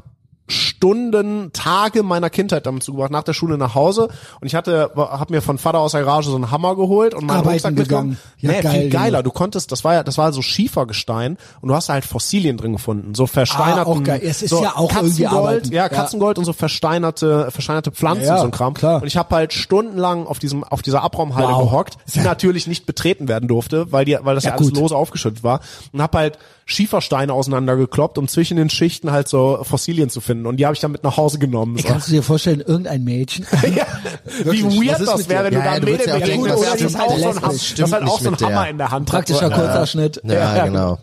Speaker 4: Stunden, Tage meiner Kindheit damit zugebracht, nach der Schule nach Hause und ich hatte habe mir von Vater aus der Garage so einen Hammer geholt und meinen
Speaker 1: Arbeiten
Speaker 4: Rucksack mitgenommen.
Speaker 1: gegangen. Ja,
Speaker 4: nee,
Speaker 1: geil,
Speaker 4: viel
Speaker 1: Junge.
Speaker 4: geiler. Du konntest, das war ja, das war so Schiefergestein und du hast da halt Fossilien drin gefunden, so versteinerten.
Speaker 1: auch geil. Es ist
Speaker 4: so
Speaker 1: ja auch irgendwie
Speaker 4: Katzengold,
Speaker 1: arbeiten.
Speaker 4: Ja,
Speaker 1: Ja.
Speaker 4: Katzengold und so versteinerte, versteinerte Pflanzen
Speaker 1: Ja,
Speaker 4: und so ein Kram.
Speaker 1: klar.
Speaker 4: Und ich habe halt stundenlang auf diesem, auf dieser Abraumhalde
Speaker 1: Wow.
Speaker 4: gehockt, die natürlich nicht betreten werden durfte, weil die, weil das ja,
Speaker 1: Ja,
Speaker 4: alles
Speaker 1: gut.
Speaker 4: lose aufgeschüttet war. Und habe halt Schiefersteine auseinandergekloppt, um zwischen den Schichten halt so Fossilien zu finden. Und die habe ich dann mit nach Hause genommen. So.
Speaker 1: Kannst du dir vorstellen, irgendein Mädchen?
Speaker 4: Ja, wie
Speaker 1: Wirklich, was
Speaker 4: weird
Speaker 1: ist
Speaker 4: das
Speaker 1: mit
Speaker 4: wäre,
Speaker 1: dir?
Speaker 4: wenn
Speaker 2: Ja,
Speaker 4: du da
Speaker 2: ja,
Speaker 4: einen
Speaker 2: du willst
Speaker 4: Mädel
Speaker 2: ja auch
Speaker 4: wärst,
Speaker 2: denken,
Speaker 4: der
Speaker 1: das
Speaker 4: das
Speaker 1: stimmt
Speaker 4: ist auch
Speaker 1: halt
Speaker 4: so ein
Speaker 1: nicht.
Speaker 4: Hammer,
Speaker 1: Das
Speaker 2: stimmt
Speaker 4: das halt auch
Speaker 2: nicht
Speaker 4: so ein
Speaker 2: mit der.
Speaker 4: Hammer in der Hand. hat.
Speaker 1: Praktischer
Speaker 4: So, äh,
Speaker 1: Kurzerschnitt.
Speaker 2: ja, genau.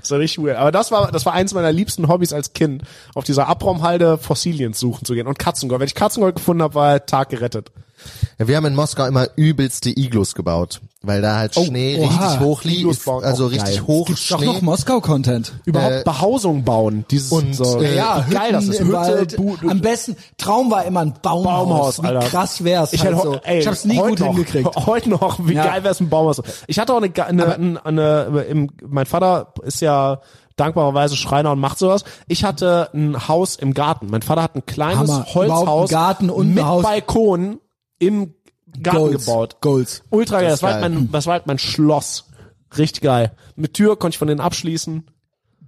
Speaker 4: Das war richtig weird. Aber das war, das war eins meiner liebsten Hobbys als Kind, auf dieser Abraumhalde Fossilien suchen zu gehen und Katzengold. Wenn ich Katzengold gefunden habe, war der Tag gerettet.
Speaker 2: Ja, wir haben in Moskau immer übelste Iglos gebaut, weil da halt Schnee
Speaker 1: oha.
Speaker 2: richtig hoch
Speaker 4: Iglos
Speaker 2: liegt,
Speaker 4: bauen,
Speaker 2: also
Speaker 4: auch geil.
Speaker 2: richtig hoch
Speaker 1: Gibt's doch
Speaker 2: Schnee.
Speaker 1: noch Moskau-Content.
Speaker 4: Überhaupt Behausung bauen, dieses
Speaker 2: und,
Speaker 4: so.
Speaker 2: äh,
Speaker 1: Ja,
Speaker 4: wie geil,
Speaker 1: Hütten
Speaker 4: das ist
Speaker 1: im
Speaker 4: Hütte,
Speaker 1: Wald.
Speaker 4: Bude.
Speaker 1: Am besten, Traum war immer ein Baumhaus.
Speaker 4: Baumhaus,
Speaker 1: Wie
Speaker 4: Alter.
Speaker 1: krass wär's
Speaker 4: ich
Speaker 1: halt
Speaker 4: hätte,
Speaker 1: so.
Speaker 4: ey,
Speaker 1: ich hab's nie
Speaker 4: heute
Speaker 1: gut
Speaker 4: noch,
Speaker 1: hingekriegt.
Speaker 4: Heute noch, wie
Speaker 1: Ja.
Speaker 4: geil wäre es ein Baumhaus. Ich hatte auch eine, ge- eine, eine, eine im, mein Vater ist ja dankbarerweise Schreiner und macht sowas. Ich hatte ein Haus im Garten. Mein Vater hat ein kleines
Speaker 1: Hammer.
Speaker 4: Holzhaus
Speaker 1: Überhaupt ein Garten und ein
Speaker 4: mit
Speaker 1: Haus.
Speaker 4: Balkon im Garten
Speaker 1: Goals.
Speaker 4: gebaut.
Speaker 1: Goals.
Speaker 4: Ultra geil. Das, war halt
Speaker 2: geil.
Speaker 4: mein, das war halt mein Schloss. Richtig geil. Mit Tür konnte ich von denen abschließen.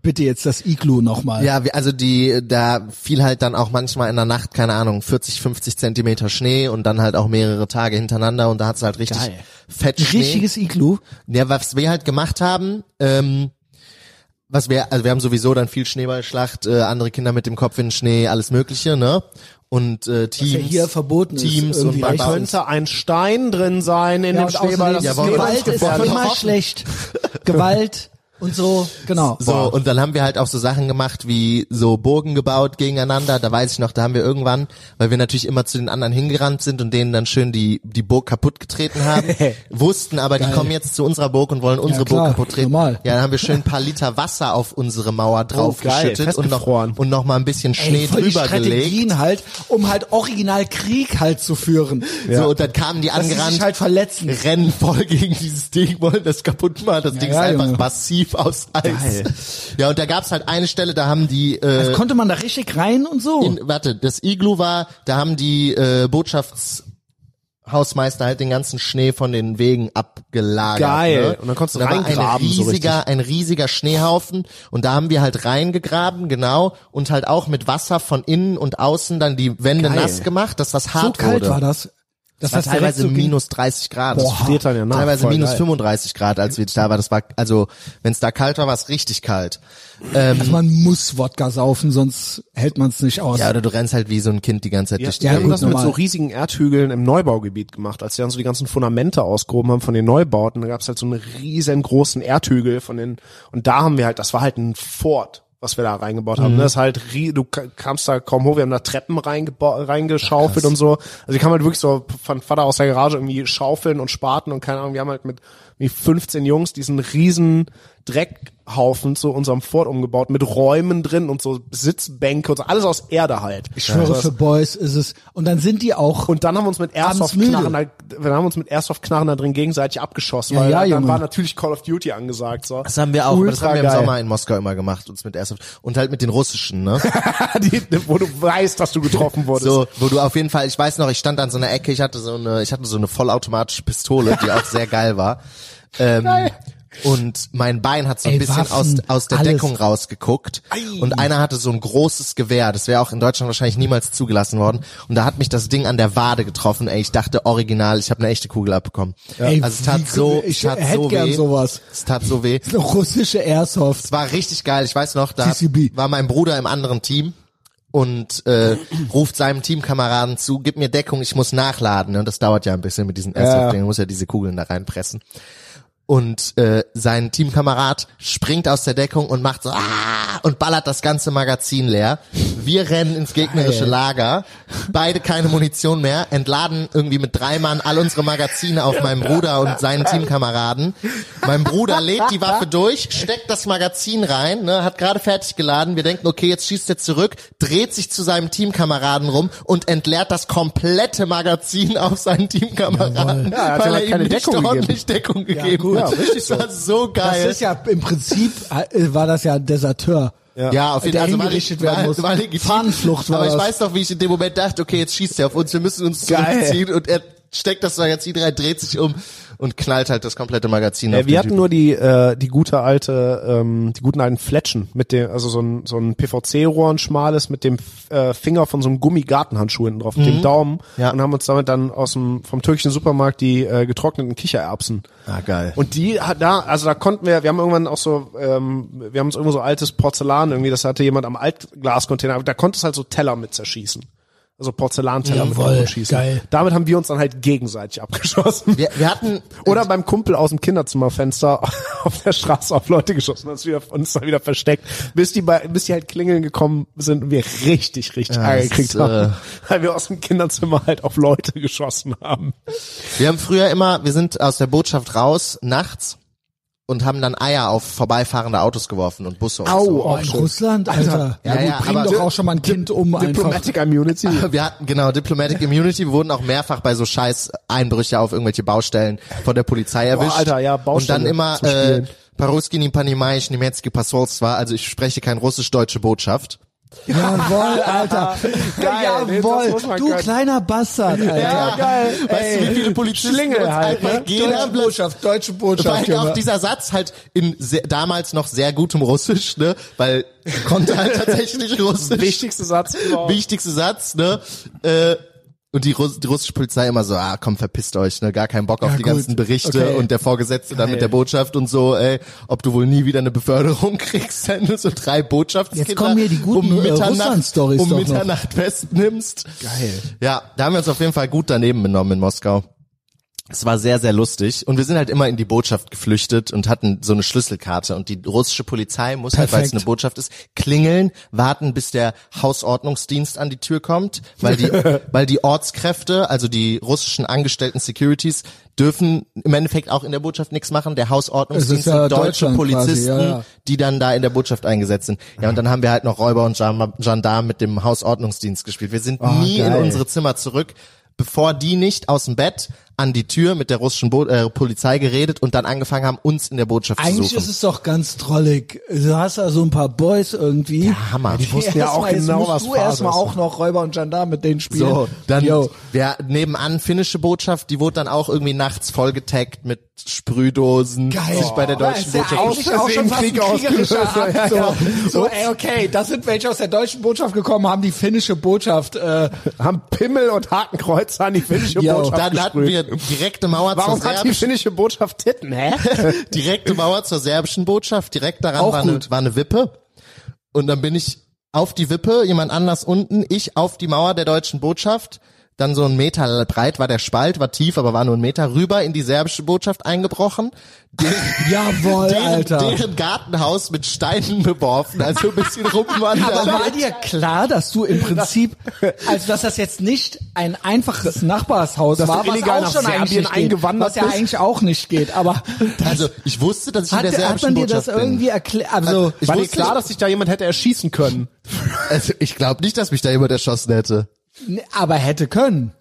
Speaker 1: Bitte jetzt das Iglu nochmal.
Speaker 2: Ja, wir- also die, da fiel halt dann auch manchmal in der Nacht, keine Ahnung, 40, 50 Zentimeter Schnee und dann halt auch mehrere Tage hintereinander und da hat's halt richtig
Speaker 1: Geil.
Speaker 2: fett Schnee.
Speaker 1: Richtiges Iglu.
Speaker 2: Ja, was wir halt gemacht haben, ähm, was wir, also wir haben sowieso dann viel Schneeballschlacht, äh, andere Kinder mit dem Kopf in den Schnee, alles mögliche, ne? Und äh, Teams.
Speaker 1: hier verboten ist,
Speaker 2: Teams und
Speaker 1: irgendwie,
Speaker 2: bei
Speaker 1: ne?
Speaker 2: bei
Speaker 1: Ich
Speaker 2: uns.
Speaker 4: Könnte ein Stein drin sein in
Speaker 1: Ja,
Speaker 4: dem
Speaker 1: und
Speaker 4: Schneeball.
Speaker 1: außerdem,
Speaker 2: Ja, warum-
Speaker 1: Gewalt ist
Speaker 2: Gewalt.
Speaker 1: immer schlecht. Gewalt und so, genau.
Speaker 2: So, und dann haben wir halt auch so Sachen gemacht wie so Burgen gebaut gegeneinander. Da weiß ich noch, da haben wir irgendwann, weil wir natürlich immer zu den anderen hingerannt sind und denen dann schön die, die Burg kaputt getreten haben, wussten aber, die kommen jetzt zu unserer Burg und wollen unsere
Speaker 1: klar,
Speaker 2: Burg kaputt treten.
Speaker 1: normal. Oh,
Speaker 2: Ja, dann haben wir schön ein paar Liter Wasser auf unsere Mauer draufgeschüttet und noch,
Speaker 4: festgefroren.
Speaker 2: und noch mal ein bisschen Schnee
Speaker 1: Ey, voll die
Speaker 2: drüber gelegt.
Speaker 1: Strategien halt, um halt original Krieg halt zu führen.
Speaker 2: So, und dann kamen die
Speaker 1: Dass sie
Speaker 2: angerannt. Äh,
Speaker 1: sich halt verletzen.
Speaker 2: rennen voll gegen dieses Ding, wollen das kaputt machen. Das
Speaker 1: ja,
Speaker 2: Ding ist einfach
Speaker 1: Junge.
Speaker 2: massiv aus Eis. Ja, und da gab's halt eine Stelle, da haben die, äh,
Speaker 1: Konnte man da
Speaker 4: Oh.
Speaker 1: richtig rein und so?
Speaker 2: in, warte, das Iglu war, da haben die äh, Botschafts Hausmeister halt den ganzen Schnee von den Wegen abgelagert.
Speaker 4: Geil.
Speaker 2: Ne?
Speaker 4: Und dann konntest du
Speaker 2: Da war
Speaker 4: reingraben,
Speaker 2: Ein
Speaker 4: so
Speaker 2: riesiger, ein riesiger Schneehaufen und da haben wir halt reingegraben, genau, und halt auch mit Wasser von innen und außen dann die Wände
Speaker 4: Geil.
Speaker 2: nass gemacht, dass das hart
Speaker 1: So kalt
Speaker 2: wurde.
Speaker 1: war das. Das
Speaker 2: Das war teilweise minus 30 Grad.
Speaker 4: Boah, friert dann ja nach.
Speaker 2: teilweise
Speaker 4: Voll
Speaker 2: minus
Speaker 4: geil.
Speaker 2: 35 Grad, als wir da waren. Das war, also, wenn es da kalt war, war es richtig kalt.
Speaker 1: Also man muss Wodka saufen, sonst hält man es nicht aus.
Speaker 2: Ja, oder du rennst halt wie so ein Kind die ganze Zeit durch die
Speaker 4: Ja, die haben
Speaker 1: gut,
Speaker 4: das mit
Speaker 1: normal.
Speaker 4: so riesigen Erdhügeln im Neubaugebiet gemacht, als die dann so die ganzen Fundamente ausgehoben haben von den Neubauten. Da gab's halt so einen riesengroßen Erdhügel von den, und da haben wir halt, das war halt ein Fort, was wir da reingebaut haben. Das ist halt, rie- du ka- kamst da kaum hoch, wir haben da Treppen reingeba- reingeschaufelt und so. Also ich kam halt wirklich so von Vater aus der Garage irgendwie schaufeln und Spaten und keine Ahnung, wir haben halt mit wie 15 Jungs diesen riesen Dreckhaufen zu unserem Fort umgebaut, mit Räumen drin und so Sitzbänke und so, alles aus Erde halt.
Speaker 1: ich schwöre, für Boys ist es. Und dann sind die auch.
Speaker 4: Und dann haben wir uns mit
Speaker 1: müde.
Speaker 4: Airsoft-Knarren, da- wir haben uns mit Airsoft-Knarren da drin gegenseitig abgeschossen,
Speaker 1: Ja,
Speaker 4: weil
Speaker 1: ja,
Speaker 4: dann
Speaker 1: Junge. Also,
Speaker 4: war natürlich Call of Duty angesagt, so.
Speaker 2: Das haben wir auch, aber das
Speaker 4: Ultra
Speaker 2: haben wir im
Speaker 4: geil.
Speaker 2: Sommer in Moskau immer gemacht, uns mit Airsoft. Und halt mit den russischen, ne?
Speaker 4: Die, wo du weißt, dass du getroffen wurdest.
Speaker 2: So, wo du auf jeden Fall, ich weiß noch, ich stand an so einer Ecke, ich hatte so eine, ich hatte so eine vollautomatische Pistole, die auch sehr geil war. Ähm, Und mein Bein hat so ein
Speaker 1: Ey,
Speaker 2: bisschen aus,
Speaker 1: Waffen,
Speaker 2: aus der
Speaker 1: alles.
Speaker 2: Deckung rausgeguckt. Und einer hatte so ein großes Gewehr, das wäre auch in Deutschland wahrscheinlich niemals zugelassen worden. Und da hat mich das Ding an der Wade getroffen. Ey, ich dachte original, ich habe eine echte Kugel abbekommen.
Speaker 1: Ey,
Speaker 2: also es
Speaker 1: wie
Speaker 2: tat so,
Speaker 1: cool. Ich
Speaker 2: es tat
Speaker 1: hätte
Speaker 2: so
Speaker 1: gern
Speaker 2: weh.
Speaker 1: sowas.
Speaker 2: Es tat so weh.
Speaker 1: eine russische Airsoft.
Speaker 2: Es war richtig geil. Ich weiß noch, da hat,
Speaker 1: TCB.
Speaker 2: war mein Bruder im anderen Team und äh, ruft seinem Teamkameraden zu, gib mir Deckung, ich muss nachladen. Und das dauert ja ein bisschen mit diesen Airsoft-Dingen, muss ja diese Kugeln da reinpressen. Und äh, sein Teamkamerad springt aus der Deckung und macht so "Ah!" und ballert das ganze Magazin leer. Wir rennen ins gegnerische Lager, beide keine Munition mehr, entladen irgendwie mit drei Mann all unsere Magazine auf meinen Bruder und seinen Teamkameraden. Mein Bruder lädt die Waffe durch, steckt das Magazin rein, ne, hat gerade fertig geladen. Wir denken, okay, jetzt schießt er zurück, dreht sich zu seinem Teamkameraden rum und entleert das komplette Magazin auf seinen Teamkameraden,
Speaker 4: Ja, er hat ihm
Speaker 2: weil
Speaker 4: halt
Speaker 2: er
Speaker 4: keine
Speaker 2: ihm nicht
Speaker 4: Deckung gegeben.
Speaker 2: ordentlich Deckung gegeben.
Speaker 4: Ja,
Speaker 2: hat.
Speaker 4: richtig
Speaker 2: das war so
Speaker 1: Das
Speaker 2: geil.
Speaker 1: ist ja im Prinzip äh, war das ja ein Deserteur.
Speaker 2: ja. auf jeden
Speaker 1: Der
Speaker 2: Fall. Also
Speaker 1: hingerichtet
Speaker 2: war,
Speaker 1: werden
Speaker 2: war,
Speaker 1: muss.
Speaker 2: War legitim.
Speaker 1: Fahnenflucht war
Speaker 2: Aber ich
Speaker 1: das.
Speaker 2: weiß noch, wie ich in dem Moment dachte, okay, jetzt schießt er auf uns, wir müssen uns
Speaker 4: Geil.
Speaker 2: zurückziehen und er steckt das Magazin rein, dreht sich um und knallt halt das komplette Magazin auf
Speaker 4: Äh,
Speaker 2: den
Speaker 4: wir hatten
Speaker 2: Typen.
Speaker 4: nur die äh, die gute alte ähm, die guten alten Fletschen mit dem also so ein so ein PVC Rohr ein schmales mit dem äh, Finger von so einem Gummigartenhandschuh hinten drauf mit
Speaker 1: Mhm.
Speaker 4: dem Daumen
Speaker 2: Ja.
Speaker 4: und haben uns damit dann aus dem vom türkischen Supermarkt die äh, getrockneten Kichererbsen
Speaker 2: Ah, geil.
Speaker 4: und die hat da also da konnten wir wir haben irgendwann auch so ähm, wir haben uns irgendwo so altes Porzellan irgendwie das hatte jemand am Altglascontainer aber da konntest halt so Teller mit zerschießen also Porzellanteller mit
Speaker 1: Jawohl,
Speaker 4: zerschießen
Speaker 1: geil.
Speaker 4: damit haben wir uns dann halt gegenseitig abgeschossen
Speaker 2: wir, wir hatten
Speaker 4: oder beim Kumpel aus dem Kinderzimmerfenster auf der Straße auf Leute geschossen, uns wieder, uns dann wieder versteckt, bis die, bei, bis die halt klingeln gekommen sind und wir richtig, richtig
Speaker 2: Ja,
Speaker 4: Ärger
Speaker 2: das
Speaker 4: gekriegt
Speaker 2: ist,
Speaker 4: haben,
Speaker 2: äh,
Speaker 4: weil wir aus dem Kinderzimmer halt auf Leute geschossen haben.
Speaker 2: Wir haben früher immer, wir sind aus der Botschaft raus nachts und haben dann Eier auf vorbeifahrende Autos geworfen und Busse und so.
Speaker 1: Oh, in Russland, Alter.
Speaker 2: Ja, ja,
Speaker 1: bring
Speaker 2: aber-
Speaker 1: doch auch schon mal ein Kind um einfach.
Speaker 4: Diplomatic Immunity.
Speaker 2: Wir hatten genau Diplomatic Immunity, wir wurden auch mehrfach bei so scheiß Einbrüche auf irgendwelche Baustellen von der Polizei erwischt.
Speaker 4: Alter, ja, Baustelle
Speaker 2: Und dann immer
Speaker 4: zu spielen.
Speaker 2: äh, Paruski ni Panimaisch Nimetski Pasolstva, also ich spreche kein russisch-deutsche Botschaft.
Speaker 1: Jawohl, Alter.
Speaker 4: Geil, nee, das muss
Speaker 1: Jawohl.
Speaker 4: man
Speaker 1: Du
Speaker 4: können.
Speaker 1: kleiner Bastard, Alter.
Speaker 4: geil.
Speaker 2: Weißt du, wie viele Polizisten
Speaker 4: Schlingel
Speaker 2: uns
Speaker 4: halt,
Speaker 2: einfach
Speaker 4: ne?
Speaker 2: jeder
Speaker 1: Botschaft, deutsche
Speaker 2: Vor allem auch
Speaker 1: Junge.
Speaker 2: dieser Satz halt in sehr, damals noch sehr gutem Russisch, ne, weil ich konnte halt tatsächlich Russisch.
Speaker 4: Wichtigster Satz
Speaker 1: Genau.
Speaker 4: überhaupt.
Speaker 2: wichtigste Satz, ne? Äh, und die, Russ die russische Polizei immer so, ah, komm, verpisst euch, ne? Gar keinen Bock auf
Speaker 1: Ja,
Speaker 2: die
Speaker 1: gut,
Speaker 2: ganzen Berichte
Speaker 1: okay.
Speaker 2: und der Vorgesetzte dann mit der Botschaft und so, ey, ob du wohl nie wieder eine Beförderung kriegst, wenn du so drei Botschaftskinder
Speaker 1: Jetzt kommen hier die guten, äh, Russland-Stories
Speaker 2: um
Speaker 1: doch noch.
Speaker 2: Mitternacht festnimmst. Geil. Ja, da haben wir uns auf jeden Fall gut daneben benommen in Moskau. Es war sehr, sehr lustig. Und wir sind halt immer in die Botschaft geflüchtet und hatten so eine Schlüsselkarte. Und die russische Polizei muss halt, weil es
Speaker 1: Perfekt.
Speaker 2: eine Botschaft ist, klingeln, warten, bis der Hausordnungsdienst an die Tür kommt, weil die, weil die Ortskräfte, also die russischen Angestellten Securities, dürfen im Endeffekt auch in der Botschaft nichts machen. Der
Speaker 1: Es
Speaker 2: Hausordnungsdienst
Speaker 1: ist ja
Speaker 2: sind deutsche
Speaker 1: Deutschland quasi,
Speaker 2: Polizisten,
Speaker 1: ja, ja.
Speaker 2: die dann da in der Botschaft eingesetzt sind. Ja, und dann haben wir halt noch Räuber und Gen- Gendarm mit dem Hausordnungsdienst gespielt. Wir sind nie
Speaker 1: geil.
Speaker 2: in unsere Zimmer zurück, bevor die nicht aus dem Bett an die Tür mit der russischen Bo äh, Polizei geredet und dann angefangen haben, uns in der Botschaft zu
Speaker 1: Eigentlich
Speaker 2: suchen.
Speaker 1: ist es doch ganz drollig. Du hast da so ein paar Boys irgendwie.
Speaker 2: Ja, Hammer.
Speaker 4: Die wussten ja auch
Speaker 1: Erstmal, jetzt
Speaker 4: genau,
Speaker 1: musst
Speaker 4: was
Speaker 1: du
Speaker 4: Phase
Speaker 1: erstmal
Speaker 4: ist.
Speaker 1: auch noch Räuber und Gendarm mit denen spielen.
Speaker 2: So, dann
Speaker 1: Yo.
Speaker 2: wer nebenan finnische Botschaft, die wurde dann auch irgendwie nachts vollgetaggt mit Sprühdosen,
Speaker 1: Geil.
Speaker 2: sich bei der
Speaker 1: Ja,
Speaker 2: deutschen
Speaker 1: ist ja
Speaker 2: Botschaft.
Speaker 1: eigentlich auch schon
Speaker 4: Versehen
Speaker 1: fast ein
Speaker 4: Krieg
Speaker 1: kriegerischer
Speaker 4: ausgelöst,
Speaker 1: Akt.
Speaker 4: ja,
Speaker 1: So,
Speaker 4: ja.
Speaker 1: so ey, okay, das sind welche aus der deutschen Botschaft gekommen, haben die finnische Botschaft. Äh,
Speaker 4: Haben Pimmel und Hakenkreuz an die finnische
Speaker 1: Jo,
Speaker 4: Botschaft
Speaker 2: Dann hatten wir
Speaker 4: gesprüht.
Speaker 2: direkte Mauer
Speaker 4: Warum
Speaker 2: zur
Speaker 4: hat die
Speaker 2: serbischen,
Speaker 4: finnische Botschaft Titten, hä?
Speaker 2: direkte Mauer zur serbischen Botschaft, direkt daran
Speaker 1: Auch
Speaker 2: war eine,
Speaker 1: gut.
Speaker 2: war eine Wippe. Und dann bin ich auf die Wippe, jemand anders unten, ich auf die Mauer der deutschen Botschaft, dann so ein Meter breit war der Spalt, war tief, aber war nur ein Meter, rüber in die serbische Botschaft eingebrochen.
Speaker 1: jawohl,
Speaker 2: deren,
Speaker 1: Alter.
Speaker 2: deren Gartenhaus mit Steinen beworfen, also ein bisschen
Speaker 1: aber
Speaker 2: rumwandern.
Speaker 1: war dir klar, dass du im Prinzip, also dass das jetzt nicht ein einfaches Nachbarshaus
Speaker 4: Dass
Speaker 1: war,
Speaker 4: du illegal
Speaker 1: was auch schon
Speaker 4: nach Serbien
Speaker 1: eigentlich nicht
Speaker 4: eingewandert
Speaker 1: geht, was ja
Speaker 4: bist?
Speaker 1: eigentlich auch nicht geht, aber
Speaker 2: Also ich wusste, dass ich in
Speaker 1: hat,
Speaker 2: der
Speaker 1: hat
Speaker 2: serbischen
Speaker 1: man dir das
Speaker 2: Botschaft
Speaker 1: irgendwie
Speaker 2: bin.
Speaker 1: erklärt? Also,
Speaker 2: Ich
Speaker 4: War dir
Speaker 2: wusste-
Speaker 4: klar, dass sich da jemand hätte erschießen können?
Speaker 2: Also ich glaube nicht, dass mich da jemand erschossen hätte.
Speaker 1: ne, aber hätte können.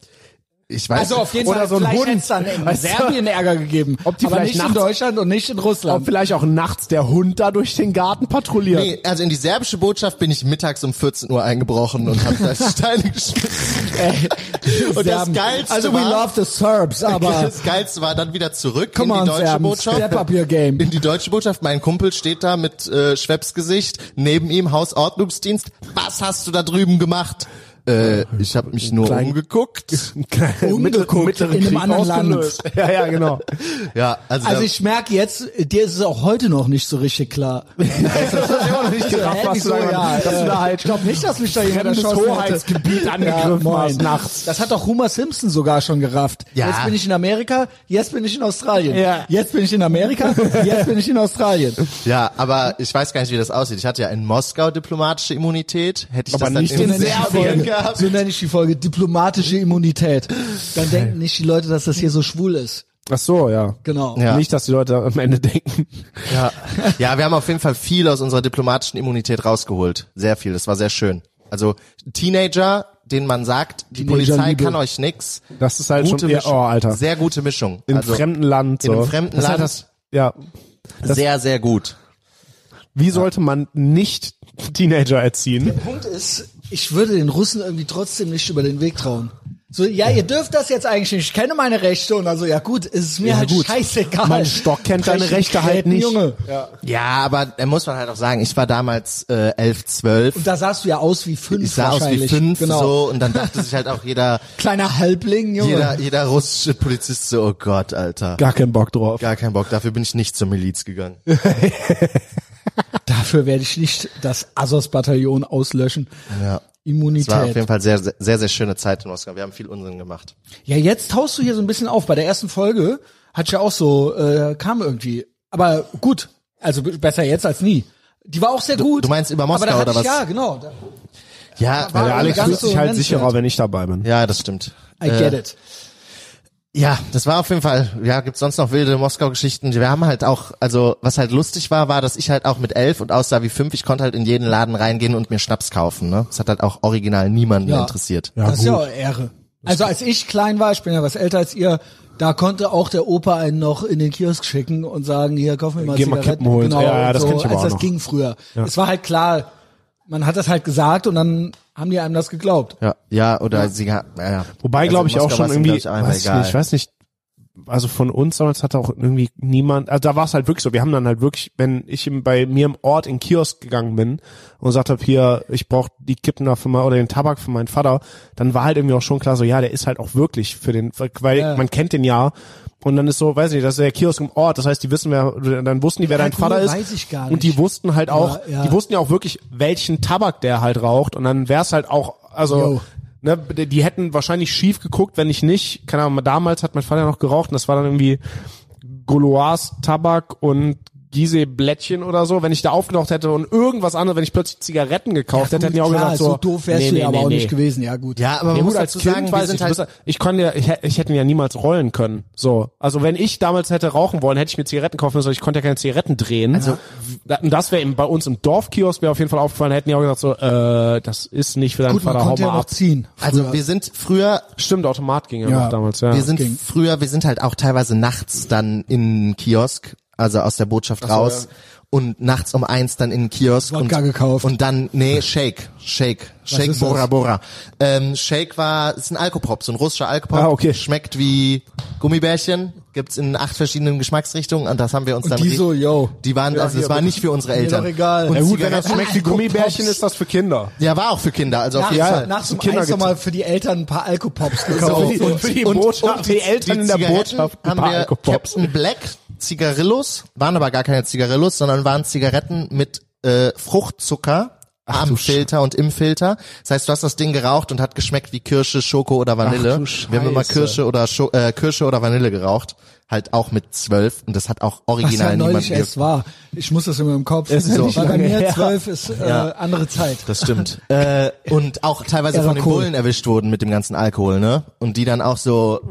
Speaker 2: Ich weiß.
Speaker 1: Also auf jeden
Speaker 4: Oder
Speaker 1: Fall
Speaker 4: so ein
Speaker 1: vielleicht
Speaker 4: Hund.
Speaker 1: hätte es dann in
Speaker 4: Weißt du?
Speaker 1: Serbien Ärger gegeben,
Speaker 4: Ob die
Speaker 1: aber
Speaker 4: vielleicht
Speaker 1: nicht in
Speaker 4: nachts-
Speaker 1: Deutschland und nicht in
Speaker 4: Ob
Speaker 1: Russland.
Speaker 4: vielleicht auch nachts der Hund da durch den Garten patrouilliert?
Speaker 2: Nee, also in die serbische Botschaft bin ich mittags um 14 Uhr eingebrochen und habe da Steine geschmissen. und das
Speaker 1: Serben.
Speaker 2: Geilste
Speaker 1: also we
Speaker 2: war,
Speaker 1: love the Serbs, aber
Speaker 2: das Geilste war dann wieder zurück in
Speaker 1: come
Speaker 2: die
Speaker 1: on
Speaker 2: deutsche
Speaker 1: Serben, step
Speaker 2: Botschaft.
Speaker 1: up your game.
Speaker 2: In die deutsche Botschaft, mein Kumpel steht da mit äh, Schwepsgesicht, neben ihm Hausordnungsdienst. Was hast du da drüben gemacht? Äh, ich habe mich nur
Speaker 4: Klein-
Speaker 2: umgeguckt.
Speaker 1: Umgeguckt
Speaker 4: mittlere
Speaker 1: in einem
Speaker 4: Krieg
Speaker 1: anderen Land.
Speaker 4: ausgelöst. Ja, ja, genau.
Speaker 2: Ja, also,
Speaker 1: Also
Speaker 2: da-
Speaker 1: ich merke jetzt, dir ist es auch heute noch nicht so richtig klar.
Speaker 4: Das hab ich immer noch nicht gerafft, was du da- dass du da halt
Speaker 1: äh, ich glaube nicht, dass mich da jemand
Speaker 4: fremdes
Speaker 1: erschossen hätte.
Speaker 4: Hoheitsgebiet angegriffen hast nachts.
Speaker 1: Das hat doch Homer Simpson sogar schon gerafft.
Speaker 2: Ja.
Speaker 1: Jetzt bin ich in Amerika, jetzt bin ich in Australien.
Speaker 4: Ja.
Speaker 1: Jetzt bin ich in Amerika, jetzt bin ich in Australien.
Speaker 2: ja, aber ich weiß gar nicht, wie das aussieht. Ich hatte ja in Moskau diplomatische Immunität. Hätte ich
Speaker 4: Aber
Speaker 2: das dann
Speaker 4: nicht
Speaker 2: in
Speaker 4: in
Speaker 1: nenne ich die
Speaker 2: Serbien
Speaker 1: Folge-
Speaker 2: gehabt.
Speaker 1: So nenne ich die Folge diplomatische Immunität. Dann denken nicht die Leute, dass das hier so schwul ist.
Speaker 4: Ach so, ja.
Speaker 1: Genau.
Speaker 2: Ja.
Speaker 4: Nicht, dass die Leute am Ende denken.
Speaker 2: Ja. ja, wir haben auf jeden Fall viel aus unserer diplomatischen Immunität rausgeholt. Sehr viel, das war sehr schön. Also Teenager, denen man sagt, die
Speaker 1: Teenager
Speaker 2: Polizei
Speaker 1: Liebe.
Speaker 2: kann euch nix.
Speaker 4: Das ist halt
Speaker 2: Gute
Speaker 4: schon eher,
Speaker 2: Mischung.
Speaker 4: oh, Alter.
Speaker 2: Sehr gute Mischung.
Speaker 4: In
Speaker 2: also,
Speaker 4: fremden Land. So.
Speaker 2: in einem fremden
Speaker 4: das ist Halt
Speaker 2: Land.
Speaker 4: das, ja. das-
Speaker 2: sehr, sehr gut.
Speaker 4: Wie sollte man nicht Teenager erziehen?
Speaker 1: Punkt ist, ich würde den Russen irgendwie trotzdem nicht über den Weg trauen. So, ja, ihr dürft das jetzt eigentlich nicht. Ich kenne meine Rechte und also, ja gut, ist es mir halt
Speaker 4: gut.
Speaker 1: scheißegal.
Speaker 4: Mein Stock kennt deine
Speaker 1: Brechen,
Speaker 4: Rechte halt
Speaker 1: Kräten,
Speaker 4: nicht.
Speaker 1: Junge.
Speaker 2: Ja, aber da muss man halt auch sagen, ich war damals äh, elf, zwölf.
Speaker 1: Und da sahst du ja aus wie fünf
Speaker 2: Ich sah aus wie
Speaker 1: wahrscheinlich.
Speaker 2: fünf
Speaker 1: genau.
Speaker 2: so und dann dachte sich halt auch jeder,
Speaker 1: Kleiner Halbling, Junge.
Speaker 2: jeder, jeder russische Polizist so, oh Gott, Alter.
Speaker 4: Gar keinen Bock drauf.
Speaker 2: Gar keinen Bock, dafür bin ich nicht zur Miliz gegangen.
Speaker 1: Dafür werde ich nicht das Assos-Bataillon auslöschen.
Speaker 2: Ja. Es war auf
Speaker 1: Immunität.
Speaker 2: jeden Fall sehr, sehr, sehr, sehr schöne Zeit in Moskau. Wir haben viel Unsinn gemacht.
Speaker 1: Ja, jetzt tauchst du hier so ein bisschen auf. Bei der ersten Folge hat ja auch so, äh, kam irgendwie. Aber gut, also b- besser jetzt als nie. Die war auch sehr gut.
Speaker 2: du meinst über Moskau
Speaker 1: Aber da hatte
Speaker 2: oder
Speaker 1: ich,
Speaker 2: was?
Speaker 1: Ja, genau. Da,
Speaker 2: Ja,
Speaker 1: war
Speaker 4: Der
Speaker 1: Gar
Speaker 4: Alex
Speaker 1: nicht
Speaker 4: fühlt
Speaker 1: so
Speaker 4: sich halt
Speaker 1: nennenswert.
Speaker 4: sicherer, wenn ich dabei bin.
Speaker 2: ja, das stimmt.
Speaker 1: I get
Speaker 4: Äh,
Speaker 1: it.
Speaker 2: Ja, das war auf jeden Fall, ja, gibt's sonst noch wilde Moskau-Geschichten. Wir haben halt auch, also, was halt lustig war, war, dass ich halt auch mit elf und aussah wie fünf, ich konnte halt in jeden Laden reingehen und mir Schnaps kaufen, ne? Das hat halt auch original niemanden
Speaker 1: Ja.
Speaker 2: interessiert.
Speaker 1: das ist ja auch Ehre. Also als ich klein war, ich bin ja was älter als ihr, da konnte auch der Opa einen noch in den Kiosk schicken und sagen, hier, kauf mir mal
Speaker 4: Geh mal
Speaker 1: Zigaretten.
Speaker 4: Kippen holen.
Speaker 1: Genau,
Speaker 4: Ja, ja,
Speaker 1: und
Speaker 4: das
Speaker 1: so,
Speaker 4: kenn ich aber
Speaker 1: als
Speaker 4: auch
Speaker 1: das
Speaker 4: noch.
Speaker 1: ging früher. Es war halt klar, man hat das halt gesagt und dann haben die einem das geglaubt.
Speaker 2: Ja, ja, oder sie hat, ja, ja.
Speaker 4: Wobei,
Speaker 2: Also
Speaker 4: glaube
Speaker 2: in
Speaker 4: ich, auch
Speaker 2: Moskau
Speaker 4: schon
Speaker 2: war's ihm,
Speaker 4: irgendwie,
Speaker 2: glaub ich, auch
Speaker 4: weiß ich
Speaker 2: egal.
Speaker 4: nicht, ich weiß nicht, also von uns damals hat auch irgendwie niemand, also da war es halt wirklich so, wir haben dann halt wirklich, wenn ich im- bei mir im Ort in den Kiosk gegangen bin und gesagt habe, hier, ich brauche die Kippen da für mal, oder den Tabak für meinen Vater, dann war halt irgendwie auch schon klar so, ja, der ist halt auch wirklich für den, weil
Speaker 1: Ja.
Speaker 4: man kennt den ja. Und dann ist so, weiß ich nicht, das ist der Kiosk im Ort, das heißt, die wissen wer, oder dann wussten die, wer dein
Speaker 1: Alkohol
Speaker 4: Vater ist.
Speaker 1: weiß ich gar
Speaker 4: Und die
Speaker 1: nicht.
Speaker 4: wussten halt auch,
Speaker 1: ja.
Speaker 4: die wussten ja auch wirklich, welchen Tabak der halt raucht. Und dann wär's halt auch, also,
Speaker 1: Jo.
Speaker 4: ne, die die hätten wahrscheinlich schief geguckt, wenn ich nicht, keine Ahnung, damals hat mein Vater noch geraucht und das war dann irgendwie Goloas Tabak und Gise Blättchen oder so, wenn ich da aufgedacht hätte und irgendwas anderes, wenn ich plötzlich Zigaretten gekauft hätte, hätten die auch
Speaker 1: klar,
Speaker 4: gesagt so,
Speaker 1: so doof wärst
Speaker 4: nee,
Speaker 1: du
Speaker 4: nee,
Speaker 1: ja aber
Speaker 4: nee,
Speaker 1: auch
Speaker 4: nee.
Speaker 1: nicht gewesen, ja gut.
Speaker 2: Ja, aber
Speaker 4: Nee,
Speaker 2: man
Speaker 4: gut,
Speaker 2: muss
Speaker 4: als
Speaker 2: dazu
Speaker 4: Kind
Speaker 2: sagen, wir
Speaker 4: weiß ich,
Speaker 2: sind
Speaker 4: du bist-
Speaker 2: halt,
Speaker 4: ich konnte ja, ich, hä- ich hätte ihn ja niemals rollen können. So, also wenn ich damals hätte rauchen wollen, hätte ich mir Zigaretten kaufen müssen. aber Ich konnte ja keine Zigaretten drehen. Also und das wäre eben bei uns im Dorfkiosk wäre auf jeden Fall aufgefallen. Hätten die auch gesagt so, äh, das ist nicht für deinen
Speaker 1: gut, man
Speaker 4: Vater, hau
Speaker 1: konnte ja
Speaker 4: mal
Speaker 1: noch
Speaker 4: ab.
Speaker 1: ziehen.
Speaker 2: also wir sind früher,
Speaker 4: Stimmt, Automat ging ja,
Speaker 1: Ja.
Speaker 4: noch damals. Ja.
Speaker 2: wir sind
Speaker 1: ging.
Speaker 2: früher, wir sind halt auch teilweise nachts dann in den Kiosk, also aus der Botschaft raus und nachts um eins dann in den Kiosk
Speaker 1: Wodka
Speaker 2: und,
Speaker 1: gekauft.
Speaker 2: und dann, nee, Shake, Shake, Shake
Speaker 1: ist das?
Speaker 2: Bora Bora. Ähm, Shake war, ist ein Alkopop, so ein russischer Alkopop.
Speaker 4: Ah, okay.
Speaker 2: Schmeckt wie Gummibärchen, gibt's in acht verschiedenen Geschmacksrichtungen und das haben wir uns dann,
Speaker 1: die
Speaker 2: ri-
Speaker 1: so, yo.
Speaker 2: die waren, also das
Speaker 4: hier,
Speaker 2: war
Speaker 4: bitte.
Speaker 2: nicht für unsere Eltern.
Speaker 1: doch egal.
Speaker 2: Und
Speaker 1: Ja
Speaker 4: ja gut, wenn das
Speaker 2: Zigaretten-
Speaker 4: schmeckt wie Gummibärchen,
Speaker 1: Alkopops.
Speaker 4: ist das für Kinder.
Speaker 2: Ja, war auch für Kinder, also auf jeden
Speaker 1: ja,
Speaker 2: Fall.
Speaker 1: nach zum
Speaker 4: Kinder
Speaker 1: Eis nochmal für die Eltern ein paar Alkopops
Speaker 2: So,
Speaker 1: gekauft.
Speaker 4: die- für die Botschaft, die Eltern in der
Speaker 2: Zigaretten
Speaker 4: Botschaft, ein
Speaker 2: haben
Speaker 4: paar
Speaker 2: wir
Speaker 4: Alkopops.
Speaker 2: Captain Black, Zigarillos, waren aber gar keine Zigarillos, sondern waren Zigaretten mit äh, Fruchtzucker am Filter und im Filter. Das heißt, du hast das Ding geraucht und hat geschmeckt wie Kirsche, Schoko oder Vanille.
Speaker 4: Ach du
Speaker 2: wir haben immer
Speaker 4: Scheiße.
Speaker 2: Kirsche oder Scho äh, Kirsche oder Vanille geraucht, halt auch mit zwölf und das hat auch
Speaker 1: Was ja
Speaker 2: original niemand.
Speaker 1: neulich
Speaker 2: ge-
Speaker 1: erst war. Ich muss das immer im Kopf.
Speaker 4: ist
Speaker 1: so.
Speaker 4: nicht
Speaker 1: Weil bei
Speaker 4: lange
Speaker 1: mir
Speaker 4: her.
Speaker 1: zwölf ist äh, andere Zeit.
Speaker 2: Das stimmt. äh, und auch teilweise
Speaker 1: Er war
Speaker 2: von den
Speaker 1: cool.
Speaker 2: Bullen erwischt wurden mit dem ganzen Alkohol, ne? Und die dann auch so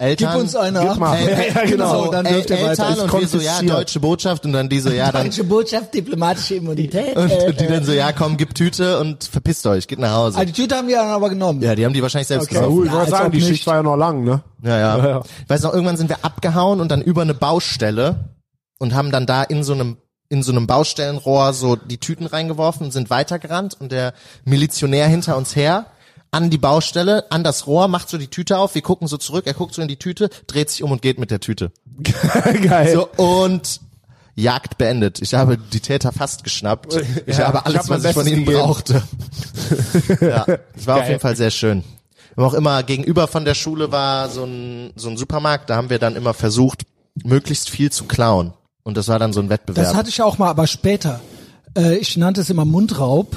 Speaker 1: Gib
Speaker 2: Eltern.
Speaker 1: uns eine ab.
Speaker 4: mal.
Speaker 1: Ey,
Speaker 2: Ey,
Speaker 4: Ja, ja, genau.
Speaker 1: So, dann dürft ihr
Speaker 2: El-
Speaker 1: weiter.
Speaker 2: Eltern
Speaker 1: Ich
Speaker 2: und wir so, ja,
Speaker 4: konfisziere.
Speaker 2: deutsche Botschaft und dann die so, ja, dann,
Speaker 1: Deutsche Botschaft, diplomatische Immunität. äh,
Speaker 2: und, und die dann so, ja, komm, gib Tüte und verpisst euch, geht nach
Speaker 1: Ah,
Speaker 2: Hause.
Speaker 1: die Tüte haben wir dann aber genommen.
Speaker 2: Ja, die haben die wahrscheinlich selbst
Speaker 1: Okay.
Speaker 4: Ja,
Speaker 2: gesoffen.
Speaker 4: gut, ich
Speaker 1: Ja, als
Speaker 4: wollte sagen,
Speaker 1: ob
Speaker 4: die
Speaker 1: nicht.
Speaker 4: Schicht war ja noch lang, ne?
Speaker 2: Ja, ja.
Speaker 4: Ja, ja.
Speaker 2: Ich weiß noch, irgendwann sind wir abgehauen und dann über eine Baustelle und haben dann da in so einem in so einem Baustellenrohr so die Tüten reingeworfen und sind weitergerannt und der Milizionär hinter uns her an die Baustelle, an das Rohr, macht so die Tüte auf, wir gucken so zurück, er guckt so in die Tüte, dreht sich um und geht mit der Tüte.
Speaker 4: Geil.
Speaker 2: So, und Jagd beendet. Ich habe die Täter fast geschnappt. Ich
Speaker 4: Ja,
Speaker 2: habe
Speaker 4: ich
Speaker 2: alles,
Speaker 4: hab mein
Speaker 2: was ich von
Speaker 4: Bestes
Speaker 2: ihnen
Speaker 4: gegeben.
Speaker 2: brauchte. ja, es war auf
Speaker 4: Geil.
Speaker 2: jeden Fall sehr schön. Wir haben auch immer gegenüber von der Schule war so ein, so ein Supermarkt, da haben wir dann immer versucht, möglichst viel zu klauen. Und das war dann so ein Wettbewerb.
Speaker 1: Das hatte ich auch mal, aber später. Äh, ich nannte es immer Mundraub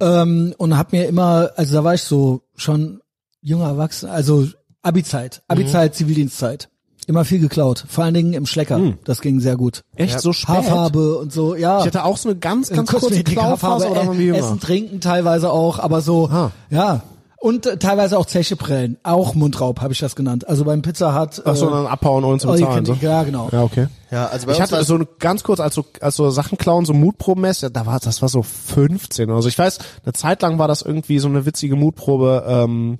Speaker 1: ähm, und habe mir immer, also da war ich so schon junger Erwachsener, also Abi-Zeit,
Speaker 2: Mhm.
Speaker 1: Abi-Zeit, Zivildienstzeit. Immer viel geklaut, vor allen Dingen im Schlecker.
Speaker 2: Hm.
Speaker 1: Das ging sehr gut.
Speaker 4: Echt so spät?
Speaker 1: Haarfarbe und so, ja.
Speaker 4: Ich hatte auch so eine ganz, ganz kurze
Speaker 1: Kosmetik,
Speaker 4: Klauphase
Speaker 1: Haarfarbe,
Speaker 4: oder waren wir
Speaker 1: äh,
Speaker 4: jünger?
Speaker 1: Essen, Trinken teilweise auch, aber so,
Speaker 4: Ah.
Speaker 1: ja. Und äh, teilweise auch Zecheprellen, auch Mundraub habe ich das genannt. Also beim Pizza Hut. äh,
Speaker 4: Ach so, dann abhauen und zu
Speaker 1: all you
Speaker 4: bezahlen.
Speaker 1: can-
Speaker 4: So.
Speaker 1: Ja, genau.
Speaker 4: Ja, okay.
Speaker 2: Ja, also bei
Speaker 4: Ich
Speaker 2: uns
Speaker 4: hatte
Speaker 2: war-
Speaker 4: so eine, ganz kurz, als so, als so Sachen klauen, so Mutprobenmäßig, da war, das war so 15 oder so. Ich weiß, eine Zeit lang war das irgendwie so eine witzige Mutprobe, ähm,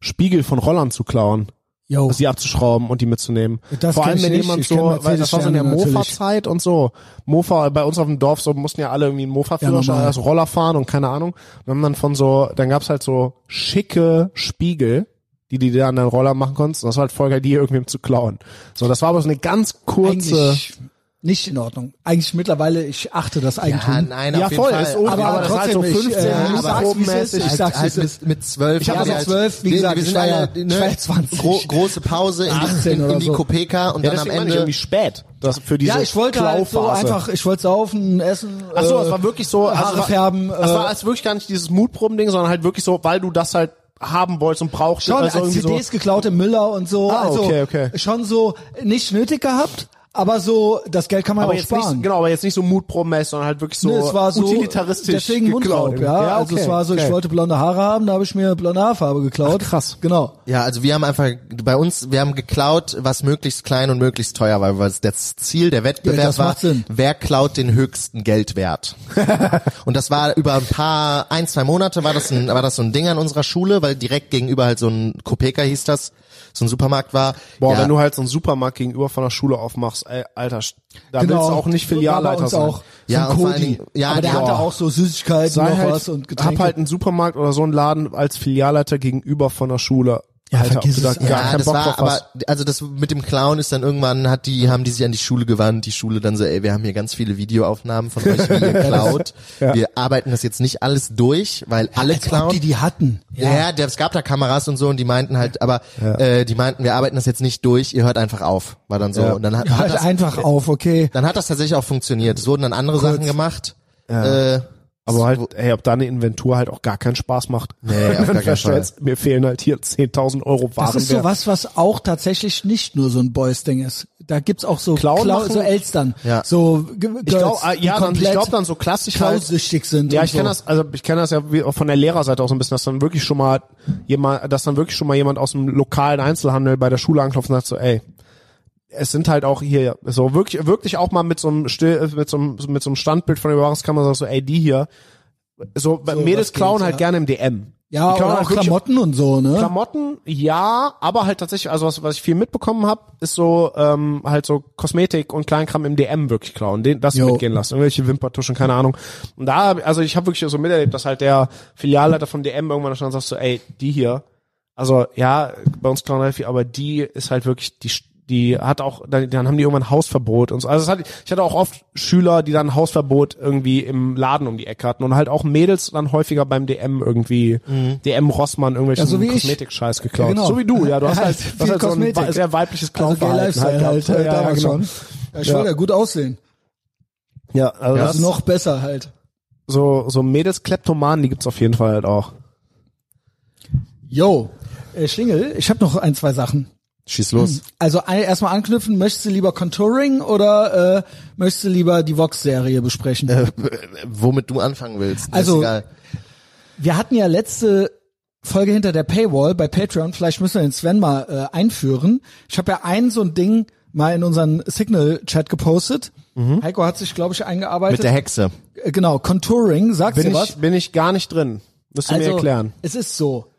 Speaker 4: Spiegel von Rollern zu klauen.
Speaker 1: Yo.
Speaker 4: Also die abzuschrauben und die mitzunehmen.
Speaker 1: Das
Speaker 4: Vor
Speaker 1: kenn
Speaker 4: allem,
Speaker 1: ich
Speaker 4: wenn
Speaker 1: nicht.
Speaker 4: jemand
Speaker 1: Ich kenn
Speaker 4: so, weil das war so in der
Speaker 1: Mercedes-Sterne natürlich.
Speaker 4: Mofa-Zeit und so. Mofa, bei uns auf dem Dorf, so mussten ja alle irgendwie einen Mofa-Führerschein,
Speaker 1: normal.
Speaker 4: also Roller fahren und keine Ahnung. Und dann haben dann von so, dann gab's halt so schicke Spiegel, die die dir an deinen Roller machen konntest. Und das war halt voll geil, die irgendwem zu klauen. So, das war aber so eine ganz kurze...
Speaker 1: eigentlich nicht in Ordnung. Eigentlich mittlerweile, ich achte das Eigentum.
Speaker 2: ja, nein,
Speaker 4: Ja,
Speaker 2: auf jeden
Speaker 4: voll,
Speaker 2: Fall.
Speaker 4: ist oben,
Speaker 1: aber,
Speaker 4: aber das war halt
Speaker 1: trotzdem,
Speaker 4: so 15
Speaker 1: ich, äh,
Speaker 2: Minuten
Speaker 1: ich sag's, wie es ist.
Speaker 4: probenmäßig.
Speaker 1: Ich
Speaker 2: Halt,
Speaker 1: sag's, wie
Speaker 2: halt
Speaker 1: es ist.
Speaker 2: mit, mit zwölf.
Speaker 1: Ich hab
Speaker 2: waren
Speaker 1: auch
Speaker 2: wir
Speaker 1: zwölf, wie
Speaker 2: wir-
Speaker 1: gesagt,
Speaker 2: wir sind
Speaker 1: ich war ja-
Speaker 2: alle,
Speaker 1: ich war ja 20.
Speaker 2: Gro große Pause in,
Speaker 1: 18
Speaker 2: in, in,
Speaker 1: oder
Speaker 2: die
Speaker 1: so.
Speaker 2: Kopeka und dann am
Speaker 4: Ja, deswegen meine ich
Speaker 2: Ende
Speaker 4: irgendwie spät. Das für diese
Speaker 1: Ja, ich wollte halt so
Speaker 4: Klauphase.
Speaker 1: einfach, ich wollte saufen, essen,
Speaker 4: Ach so,
Speaker 1: äh,
Speaker 4: es war wirklich so.
Speaker 1: Haare
Speaker 4: also, war-
Speaker 1: färben.
Speaker 4: Das
Speaker 1: äh,
Speaker 4: war als wirklich gar nicht dieses Mutproben-Ding, sondern halt wirklich so, weil du das halt haben wolltest und brauchst.
Speaker 1: schon
Speaker 4: also
Speaker 1: als
Speaker 4: irgendwie so.
Speaker 1: CDs geklaut im Müller und so.
Speaker 4: Ah,
Speaker 1: also
Speaker 4: okay, okay.
Speaker 1: schon so nicht nötig gehabt, aber so, das Geld kann man
Speaker 4: Aber
Speaker 1: auch
Speaker 4: jetzt
Speaker 1: sparen.
Speaker 4: nicht, genau, aber jetzt nicht so mutprobenmäßig, sondern halt wirklich so,
Speaker 1: Nee, es war so
Speaker 4: utilitaristisch.
Speaker 1: Deswegen
Speaker 4: geklaut.
Speaker 1: Mundraub, ja. Also es
Speaker 4: okay,
Speaker 1: war so, ich
Speaker 4: okay.
Speaker 1: wollte blonde Haare haben, da habe ich mir blonde Haarfarbe geklaut.
Speaker 4: Ach, krass.
Speaker 1: Genau.
Speaker 2: Ja, also wir haben einfach bei uns, wir haben geklaut, was möglichst klein und möglichst teuer war, weil das Ziel der Wettbewerb
Speaker 1: Ja, das
Speaker 2: war,
Speaker 1: macht Sinn.
Speaker 2: wer klaut den höchsten Geldwert. und das war über ein paar ein zwei Monate war das ein, war das so ein Ding an unserer Schule, weil direkt gegenüber halt so ein Kopeka hieß das, so ein Supermarkt war.
Speaker 4: Boah,
Speaker 2: ja,
Speaker 4: wenn du halt so einen Supermarkt gegenüber von der Schule aufmachst, ey, Alter, da
Speaker 1: genau.
Speaker 4: willst du auch nicht
Speaker 1: War bei
Speaker 4: Filialleiter
Speaker 1: uns
Speaker 4: sein.
Speaker 1: auch. so
Speaker 2: Ja, und
Speaker 1: ein
Speaker 2: vor allen
Speaker 1: Kodi.
Speaker 2: Dingen- ja,
Speaker 1: aber der
Speaker 2: boah.
Speaker 1: hatte auch so Süßigkeiten,
Speaker 4: Sei
Speaker 1: noch
Speaker 4: halt,
Speaker 1: was und
Speaker 4: hab
Speaker 1: Getränke.
Speaker 4: halt einen Supermarkt oder so einen Laden als Filialleiter gegenüber von der Schule.
Speaker 1: Ja,
Speaker 4: Alter, ob
Speaker 1: vergiss
Speaker 4: du da
Speaker 1: es,
Speaker 4: gar
Speaker 1: Alter.
Speaker 2: ja,
Speaker 4: keinen
Speaker 2: das
Speaker 4: Bock
Speaker 2: war
Speaker 4: drauf hast.
Speaker 2: aber also das mit dem Clown ist dann irgendwann hat die haben die sich an die Schule gewandt, die Schule dann so, ey, wir haben hier ganz viele Videoaufnahmen von euch, wie ihr klaut. Wir arbeiten das jetzt nicht alles durch, weil alle
Speaker 1: Als
Speaker 2: klauen.
Speaker 1: ob die die hatten.
Speaker 2: Ja, ja der, es gab da Kameras und so und die meinten halt, aber äh, die meinten, wir arbeiten das jetzt nicht durch, ihr hört einfach auf. War dann so. Und dann hat, hat
Speaker 1: Hört
Speaker 2: das,
Speaker 1: einfach auf, okay.
Speaker 2: dann hat das tatsächlich auch funktioniert. Es wurden dann andere Sachen gemacht. Äh,
Speaker 4: Aber halt, ey, ob da eine Inventur halt auch gar keinen Spaß macht.
Speaker 2: Nee, auf gar
Speaker 4: Wenn du
Speaker 2: keinen
Speaker 4: feststellst, Mir fehlen halt hier 10.000 Euro
Speaker 1: Das ist
Speaker 4: Warenwert.
Speaker 1: sowas, was auch tatsächlich nicht nur so ein Boys-Ding ist. da gibt's auch so
Speaker 4: Clown
Speaker 1: Clown-
Speaker 4: machen?
Speaker 1: so Elstern.
Speaker 2: Ja.
Speaker 1: So G- Girls,
Speaker 4: Ich glaube, äh, ja,
Speaker 1: die
Speaker 4: dann, ich
Speaker 1: komplett
Speaker 4: glaube dann so klassisch halt.
Speaker 1: klaussüchtig sind.
Speaker 4: Ja,
Speaker 1: und
Speaker 4: ich kenne
Speaker 1: so.
Speaker 4: das, also ich kenne das ja wie- auch von der Lehrerseite auch so ein bisschen, dass dann wirklich schon mal jemand, dass dann wirklich schon mal jemand aus dem lokalen Einzelhandel bei der Schule anklopft und sagt so, ey, es sind halt auch hier so wirklich wirklich auch mal mit so einem Still, mit so einem mit so einem Standbild von der Überwachungskamera sagt so, ey, die hier so, Mädels
Speaker 1: was
Speaker 4: klauen
Speaker 1: geht's,
Speaker 4: halt
Speaker 1: ja.
Speaker 4: gerne im DM.
Speaker 1: Ja,
Speaker 4: Die klauen
Speaker 1: oder auch
Speaker 4: wirklich-
Speaker 1: Klamotten und so, ne?
Speaker 4: Klamotten, ja, aber halt tatsächlich, also was, was ich viel mitbekommen habe, ist so ähm, halt so Kosmetik und Kleinkram im DM wirklich klauen, den, das
Speaker 1: Jo.
Speaker 4: mitgehen lassen, irgendwelche Wimpertuschen, keine Ahnung. Und da, hab- also ich habe wirklich so miterlebt, dass halt der Filialleiter vom DM irgendwann stand und sagt so, ey, die hier, also ja, bei uns klauen halt viel, aber die ist halt wirklich die die hat auch, dann, dann haben die irgendwann Hausverbot und so. Also es hat, ich hatte auch oft Schüler, die dann Hausverbot irgendwie im Laden um die Ecke hatten und halt auch Mädels dann häufiger beim DM irgendwie, DM Rossmann, irgendwelche
Speaker 1: Mhm. Ja, so wie ich.
Speaker 4: Kosmetik-Scheiß geklaut.
Speaker 1: Ja, genau.
Speaker 4: So wie du, ja. Du hast
Speaker 1: Ja, halt
Speaker 4: halt, du hast
Speaker 1: viel
Speaker 4: halt so ein
Speaker 1: Kosmetik.
Speaker 4: wei- sehr weibliches
Speaker 1: also Gay
Speaker 4: Clown-Verhalten
Speaker 1: Lifestyle halt,
Speaker 4: gehabt.
Speaker 1: halt damals
Speaker 4: genau.
Speaker 1: schon. Ja, ich wollte ja gut aussehen.
Speaker 4: Ja, also das
Speaker 1: Also noch besser halt.
Speaker 4: so, so Mädels-Kleptomanen, die gibt's auf jeden Fall halt auch.
Speaker 1: Yo, äh, Schlingel, ich habe noch ein, zwei Sachen.
Speaker 2: Schieß los.
Speaker 1: Also ein, erstmal anknüpfen, möchtest du lieber Contouring oder äh, möchtest du lieber die Vox-Serie besprechen?
Speaker 2: Womit du anfangen willst. Mir
Speaker 1: Also-
Speaker 2: ist egal.
Speaker 1: Wir hatten ja letzte Folge hinter der Paywall bei Patreon. Vielleicht müssen wir den Sven mal äh, einführen. Ich habe ja ein so ein Ding mal in unseren Signal-Chat gepostet. Heiko hat sich, glaube ich, eingearbeitet.
Speaker 2: Mit der Hexe.
Speaker 1: Äh, genau, Contouring, sagst
Speaker 4: Bin
Speaker 1: du
Speaker 4: ich,
Speaker 1: was?
Speaker 4: bin ich gar nicht drin. Müsst ihr
Speaker 1: Also-
Speaker 4: mir erklären.
Speaker 1: es ist so.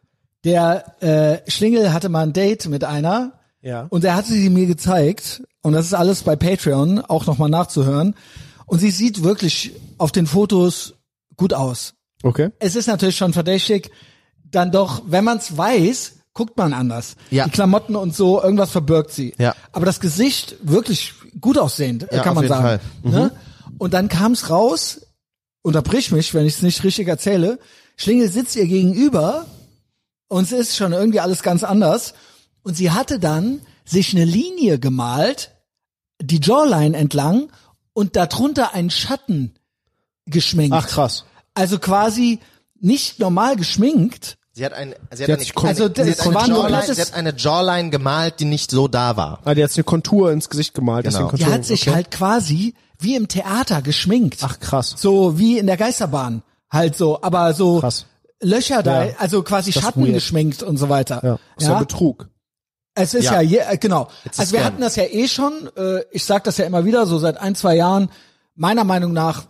Speaker 1: Der äh, Schlingel hatte mal ein Date mit einer
Speaker 4: Ja.
Speaker 1: und er hatte sie mir gezeigt und das ist alles bei Patreon auch nochmal nachzuhören. Und sie sieht wirklich auf den Fotos gut aus
Speaker 4: Okay.
Speaker 1: es ist natürlich schon verdächtig, dann doch, wenn man es weiß, guckt man anders.
Speaker 2: Ja.
Speaker 1: Die Klamotten und so, irgendwas verbirgt sie.
Speaker 2: Ja.
Speaker 1: Aber das Gesicht wirklich gut aussehend, äh,
Speaker 2: Ja,
Speaker 1: kann man
Speaker 2: auf jeden Mhm.
Speaker 1: sagen. Ne? Und dann kam es raus, unterbrich mich, wenn ich es nicht richtig erzähle, Schlingel sitzt ihr gegenüber und es ist schon irgendwie alles ganz anders. Und sie hatte dann sich eine Linie gemalt, die Jawline entlang und darunter einen Schatten geschminkt.
Speaker 4: Ach krass.
Speaker 1: Also quasi nicht normal geschminkt.
Speaker 2: Sie hat ein, sie
Speaker 4: hat
Speaker 2: hat
Speaker 4: sich
Speaker 2: eine,
Speaker 4: kon-
Speaker 1: Also
Speaker 2: sie
Speaker 1: das
Speaker 2: hat eine
Speaker 1: war ein
Speaker 2: Jawline,
Speaker 1: komplettes.
Speaker 2: sie hat eine Jawline gemalt, die nicht so da war.
Speaker 4: Ah, die hat eine Kontur ins Gesicht gemalt.
Speaker 2: Genau.
Speaker 4: deswegen
Speaker 1: Die
Speaker 4: Kontur-
Speaker 1: hat sich
Speaker 4: okay.
Speaker 1: halt quasi wie im Theater geschminkt.
Speaker 4: Ach krass.
Speaker 1: So wie in der Geisterbahn. Halt so, aber so
Speaker 4: Krass.
Speaker 1: Löcher da,
Speaker 4: Ja.
Speaker 1: also quasi
Speaker 4: Das ist
Speaker 1: Schatten
Speaker 4: weird.
Speaker 1: geschminkt und so weiter.
Speaker 4: Ja. Ist ja, Betrug.
Speaker 1: Es ist ja,
Speaker 2: Ja.
Speaker 1: je, äh, genau.
Speaker 2: It's a
Speaker 1: also wir
Speaker 2: scam.
Speaker 1: hatten das ja eh schon. Äh, ich sage das ja immer wieder, so seit ein, zwei Jahren. Meiner Meinung nach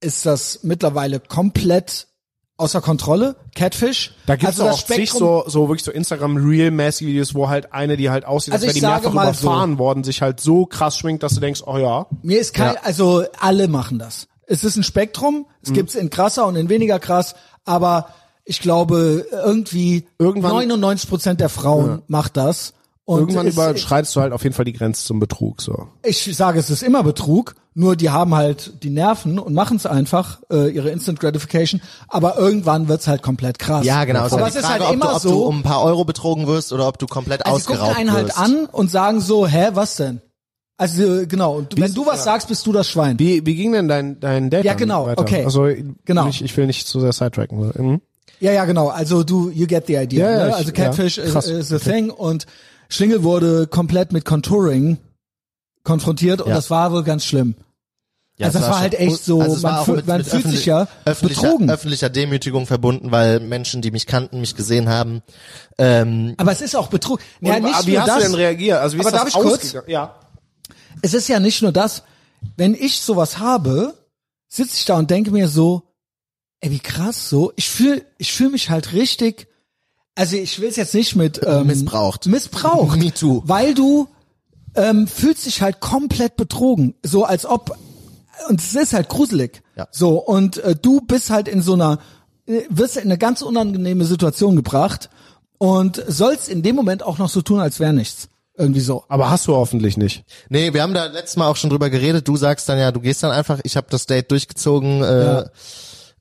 Speaker 1: ist das mittlerweile komplett außer Kontrolle. Catfish.
Speaker 4: Da gibt's
Speaker 1: also
Speaker 4: also
Speaker 1: das
Speaker 4: auch zig so, so wirklich so Instagram-Real-mäßige Videos, wo halt eine, die halt aussieht,
Speaker 1: Also
Speaker 4: als wäre die
Speaker 1: ich sage
Speaker 4: mehrfach
Speaker 1: mal
Speaker 4: überfahren worden, sich halt so krass schminkt, dass du denkst, oh ja.
Speaker 1: Mir ist kein,
Speaker 4: Ja.
Speaker 1: also alle machen das. Es ist ein Spektrum,
Speaker 2: Mhm.
Speaker 1: es gibt's in krasser und in weniger krass, aber ich glaube irgendwie
Speaker 4: Irgendwann-
Speaker 1: 99 Prozent der Frauen macht das. Und
Speaker 4: Irgendwann
Speaker 1: es,
Speaker 4: überschreitest du halt auf jeden Fall die Grenze zum Betrug, so.
Speaker 1: ich sage, es ist immer Betrug, nur die haben halt die Nerven und machen es einfach, äh, ihre Instant Gratification, aber irgendwann wird's halt komplett krass.
Speaker 2: Ja, genau.
Speaker 1: Aber es
Speaker 2: die
Speaker 1: ist
Speaker 2: Frage,
Speaker 1: halt
Speaker 2: ob, du,
Speaker 1: immer
Speaker 2: ob
Speaker 1: so,
Speaker 2: du um ein paar Euro betrogen wirst oder ob du komplett
Speaker 1: also sie gucken
Speaker 2: ausgeraubt
Speaker 1: einen halt
Speaker 2: wirst.
Speaker 1: an und sagen so, hä, was denn? Also äh, genau, und wenn du was sagst, bist du das Schwein.
Speaker 4: Wie, wie ging denn dein, dein Date?
Speaker 1: Ja,
Speaker 4: dann
Speaker 1: genau,
Speaker 4: weiter?
Speaker 1: okay.
Speaker 4: Also,
Speaker 1: Genau.
Speaker 4: Ich, ich will nicht zu sehr sidetracken. Mhm.
Speaker 1: Ja, ja, genau. Also du, you get the idea.
Speaker 4: Ja, ja,
Speaker 1: ne?
Speaker 4: ich-
Speaker 1: Also Catfish
Speaker 4: ja,
Speaker 1: is,
Speaker 4: krass.
Speaker 1: is the thing und Schlingel wurde komplett mit Contouring konfrontiert und
Speaker 2: Ja.
Speaker 1: das war wohl ganz schlimm.
Speaker 2: Ja,
Speaker 1: Also
Speaker 2: es
Speaker 1: das war halt
Speaker 2: schon-
Speaker 1: echt so, man
Speaker 2: es war auch
Speaker 1: fühlt- man fühlt sich ja
Speaker 2: öffentlicher,
Speaker 1: betrogen.
Speaker 2: öffentlicher Demütigung verbunden, weil Menschen, die mich kannten, mich gesehen haben. Ähm,
Speaker 1: Aber es ist auch Betrug. Ja,
Speaker 4: Und, ah,
Speaker 1: nicht
Speaker 4: wie
Speaker 1: nur
Speaker 4: hast du denn
Speaker 1: das.
Speaker 4: reagiert? Also, wie
Speaker 1: Aber
Speaker 4: ist das
Speaker 1: darf ich kurz?
Speaker 4: ausgegangen? Ja.
Speaker 1: Es ist ja nicht nur das. Wenn ich sowas habe, sitze ich da und denke mir so, ey, wie krass so. Ich fühl, ich fühl mich halt richtig. Also ich will es jetzt nicht mit ähm,
Speaker 2: Missbraucht.
Speaker 1: Missbraucht.
Speaker 2: Me too.
Speaker 1: Weil du ähm, fühlst dich halt komplett betrogen, so als ob und es ist halt gruselig.
Speaker 2: Ja.
Speaker 1: So und äh, du bist halt in so einer äh, wirst in eine ganz unangenehme Situation gebracht und sollst in dem Moment auch noch so tun, als wäre nichts. Irgendwie so.
Speaker 4: Aber hast du hoffentlich nicht.
Speaker 2: nee, wir haben da letztes Mal auch schon drüber geredet. Du sagst dann ja, du gehst dann einfach. Ich habe das Date durchgezogen äh,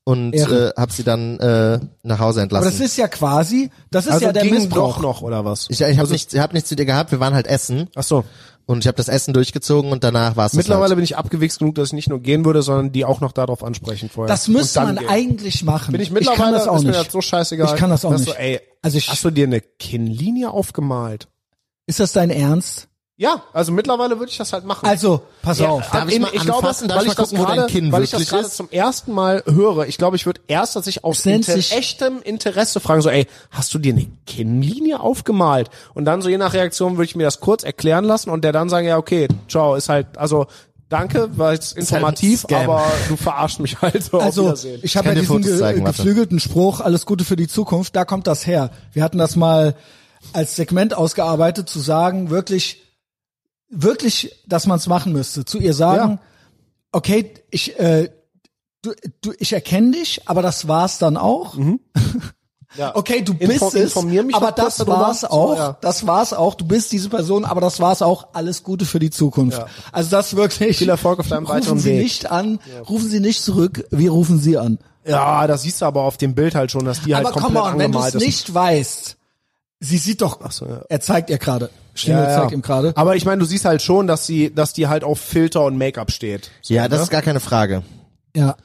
Speaker 2: und äh,
Speaker 1: Ehre.
Speaker 2: habe sie dann äh, nach Hause entlassen.
Speaker 1: Aber das ist ja quasi, das ist
Speaker 4: Also,
Speaker 1: ja der
Speaker 4: ging
Speaker 1: Missbrauch.
Speaker 4: doch noch, oder was?
Speaker 2: ich ich habe
Speaker 1: Also-
Speaker 2: nichts, ich hab nichts mit ihr gehabt. Wir waren halt essen
Speaker 4: Ach so.
Speaker 2: und ich habe das Essen durchgezogen und danach war es
Speaker 4: Mittlerweile
Speaker 2: Halt.
Speaker 4: bin ich abgewichst genug, dass ich nicht nur gehen würde, sondern die auch noch darauf ansprechen vorher.
Speaker 1: Das müsste
Speaker 4: Und dann
Speaker 1: man
Speaker 4: gehen.
Speaker 1: eigentlich machen.
Speaker 4: Bin ich mittlerweile,
Speaker 1: kann das auch
Speaker 4: ist mir
Speaker 1: nicht.
Speaker 4: das so scheißegal.
Speaker 1: Ich kann das auch
Speaker 4: dass
Speaker 1: nicht.
Speaker 4: So, ey,
Speaker 1: Also ich-
Speaker 4: hast du dir eine Kinnlinie aufgemalt?
Speaker 1: Ist das dein Ernst?
Speaker 4: Ja, also mittlerweile würde ich das halt machen.
Speaker 1: Also, pass
Speaker 2: Ja,
Speaker 1: auf.
Speaker 2: da- Darf ich
Speaker 4: Oh. Eben,
Speaker 2: mal anfassen? Darf
Speaker 4: weil
Speaker 2: ich
Speaker 4: ich
Speaker 2: mal
Speaker 4: das
Speaker 2: gucken, wo dein
Speaker 4: gerade,
Speaker 2: Kinn
Speaker 4: weil ich das
Speaker 2: wirklich
Speaker 4: gerade
Speaker 2: ist?
Speaker 4: zum ersten Mal höre. Ich glaube, ich würde erst, dass ich aus
Speaker 1: nennt
Speaker 4: inter
Speaker 1: sich-
Speaker 4: echtem Interesse fragen, so, ey, hast du dir eine Kinnlinie aufgemalt? Und dann so je nach Reaktion würde ich mir das kurz erklären lassen und der dann sagen, ja, okay, ciao, ist halt, also, danke, war jetzt
Speaker 2: halt ein
Speaker 4: informativ,
Speaker 2: Scam.
Speaker 4: aber du verarschst mich halt so. auf
Speaker 1: Also,
Speaker 4: Wiedersehen.
Speaker 1: ich habe
Speaker 2: kann
Speaker 1: ja
Speaker 2: dir
Speaker 1: diesen
Speaker 2: Fotos
Speaker 1: ge
Speaker 2: zeigen, warte.
Speaker 1: geflügelten Spruch, alles Gute für die Zukunft, da kommt das her. Wir hatten das mal als Segment ausgearbeitet, zu sagen, wirklich, wirklich, dass man es machen müsste. Zu ihr sagen, okay, ich, äh, du, du, ich erkenne dich, aber das war's dann auch.
Speaker 4: Mhm. Ja.
Speaker 1: Okay, du
Speaker 4: Info-
Speaker 1: bist es,
Speaker 4: informier mich
Speaker 1: aber
Speaker 4: noch kurz
Speaker 1: das
Speaker 4: darüber.
Speaker 1: war's
Speaker 4: So,
Speaker 1: auch.
Speaker 4: ja.
Speaker 1: Das war's auch. Du bist diese Person, aber das war's auch. Alles Gute für die Zukunft. Also das wirklich.
Speaker 4: Viel Erfolg auf deinem
Speaker 1: rufen
Speaker 4: weiteren
Speaker 1: Sie
Speaker 4: Weg.
Speaker 1: nicht an, rufen Sie nicht zurück. Wir rufen Sie an.
Speaker 4: Ja, das siehst du aber auf dem Bild halt schon, dass die
Speaker 1: aber
Speaker 4: halt komplett
Speaker 1: komm on, wenn du
Speaker 4: angemalt
Speaker 1: es
Speaker 4: ist.
Speaker 1: nicht weißt, sie sieht doch. Er zeigt ihr gerade. Stimme
Speaker 4: Ja, ja.
Speaker 1: zeigt ihm gerade.
Speaker 4: Aber ich meine, du siehst halt schon, dass die, dass die halt auf Filter und Make-up steht. So,
Speaker 2: Ja, das
Speaker 4: ne?
Speaker 2: ist gar keine Frage.
Speaker 1: Ja.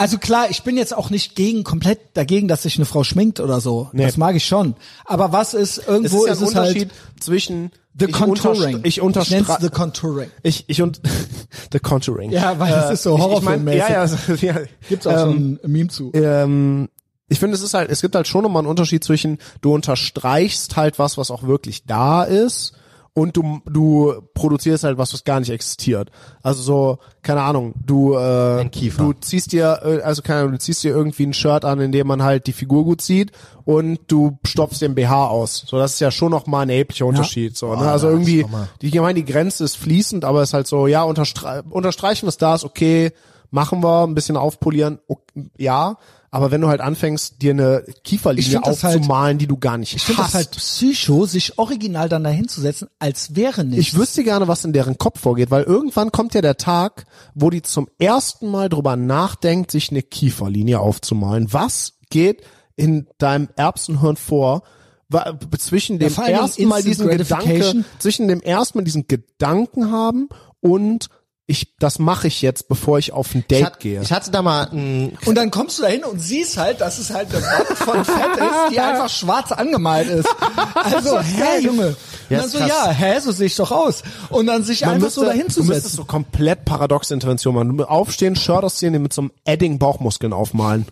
Speaker 1: Also klar, ich bin jetzt auch nicht gegen komplett dagegen, dass sich eine Frau schminkt oder so. Das mag ich schon. Aber was ist
Speaker 4: Es
Speaker 1: irgendwo
Speaker 4: ist ja
Speaker 1: ist,
Speaker 4: ein
Speaker 1: es halt
Speaker 4: Unterschied zwischen
Speaker 1: the
Speaker 4: ich
Speaker 1: contouring.
Speaker 4: unterstre- Ich
Speaker 1: Ich nenn's the
Speaker 4: unterstreiche
Speaker 1: contouring. Äh,
Speaker 4: ich ich und the contouring.
Speaker 1: Ja, weil das ist so
Speaker 4: Ich- ich mein-
Speaker 1: horrorfilmmäßig.
Speaker 4: Ja, ja, so- ja.
Speaker 1: Gibt's auch so ein Meme zu.
Speaker 4: Ich finde, es ist halt, es gibt halt schon nochmal einen Unterschied zwischen du unterstreichst halt was, was auch wirklich da ist und du du produzierst halt was, was gar nicht existiert. Also so keine Ahnung, du äh,
Speaker 2: Ein Kiefer.
Speaker 4: du ziehst dir äh, also keine Ahnung, du ziehst dir irgendwie ein Shirt an, in dem man halt die Figur gut sieht und du stopfst den BH aus. So das ist ja schon nochmal ein erheblicher Unterschied so,
Speaker 1: Oh,
Speaker 4: ne? Also
Speaker 2: das ist
Speaker 4: irgendwie
Speaker 2: Hammer.
Speaker 4: die, ich meine, die Grenze ist fließend, aber es ist halt so, ja, unterstre unterstreichen ist da, ist okay, machen wir, ein bisschen aufpolieren, ok- ja. Aber wenn du halt anfängst, dir eine
Speaker 1: Ich
Speaker 4: Kieferlinie
Speaker 1: find das halt-
Speaker 4: aufzumalen, die du gar nicht
Speaker 1: ich finde das
Speaker 4: hast.
Speaker 1: halt psycho, sich original dann dahinzusetzen, als wäre nicht.
Speaker 4: ich wüsste gerne, was in deren Kopf vorgeht, weil irgendwann kommt ja der Tag, wo die zum ersten Mal drüber nachdenkt, sich eine Kieferlinie aufzumalen. Was geht in deinem Erbsenhirn vor? wa- Zwischen dem
Speaker 1: vor allen Dingen
Speaker 4: ersten Mal
Speaker 1: Instant
Speaker 4: diesen Gedanken,
Speaker 1: Gratification.
Speaker 4: zwischen dem ersten Mal diesen Gedanken haben und ich, das mache ich jetzt, bevor ich auf ein Date
Speaker 2: Ich, hat,
Speaker 4: gehe.
Speaker 2: ich hatte da mal ein
Speaker 1: und dann kommst du dahin und siehst halt, dass es halt eine Wand von Fett ist, die einfach schwarz angemalt ist. Also, hä, Junge.
Speaker 2: Ja,
Speaker 1: und dann
Speaker 2: ist
Speaker 1: so,
Speaker 2: krass.
Speaker 1: ja, hä, so sehe ich doch aus. Und dann sich einfach so
Speaker 4: Du müsstest
Speaker 1: dahinzusetzen.
Speaker 4: so komplett paradoxe Intervention machen. Du aufstehen, Shirt ausziehen, den mit so einem Edding Bauchmuskeln aufmalen.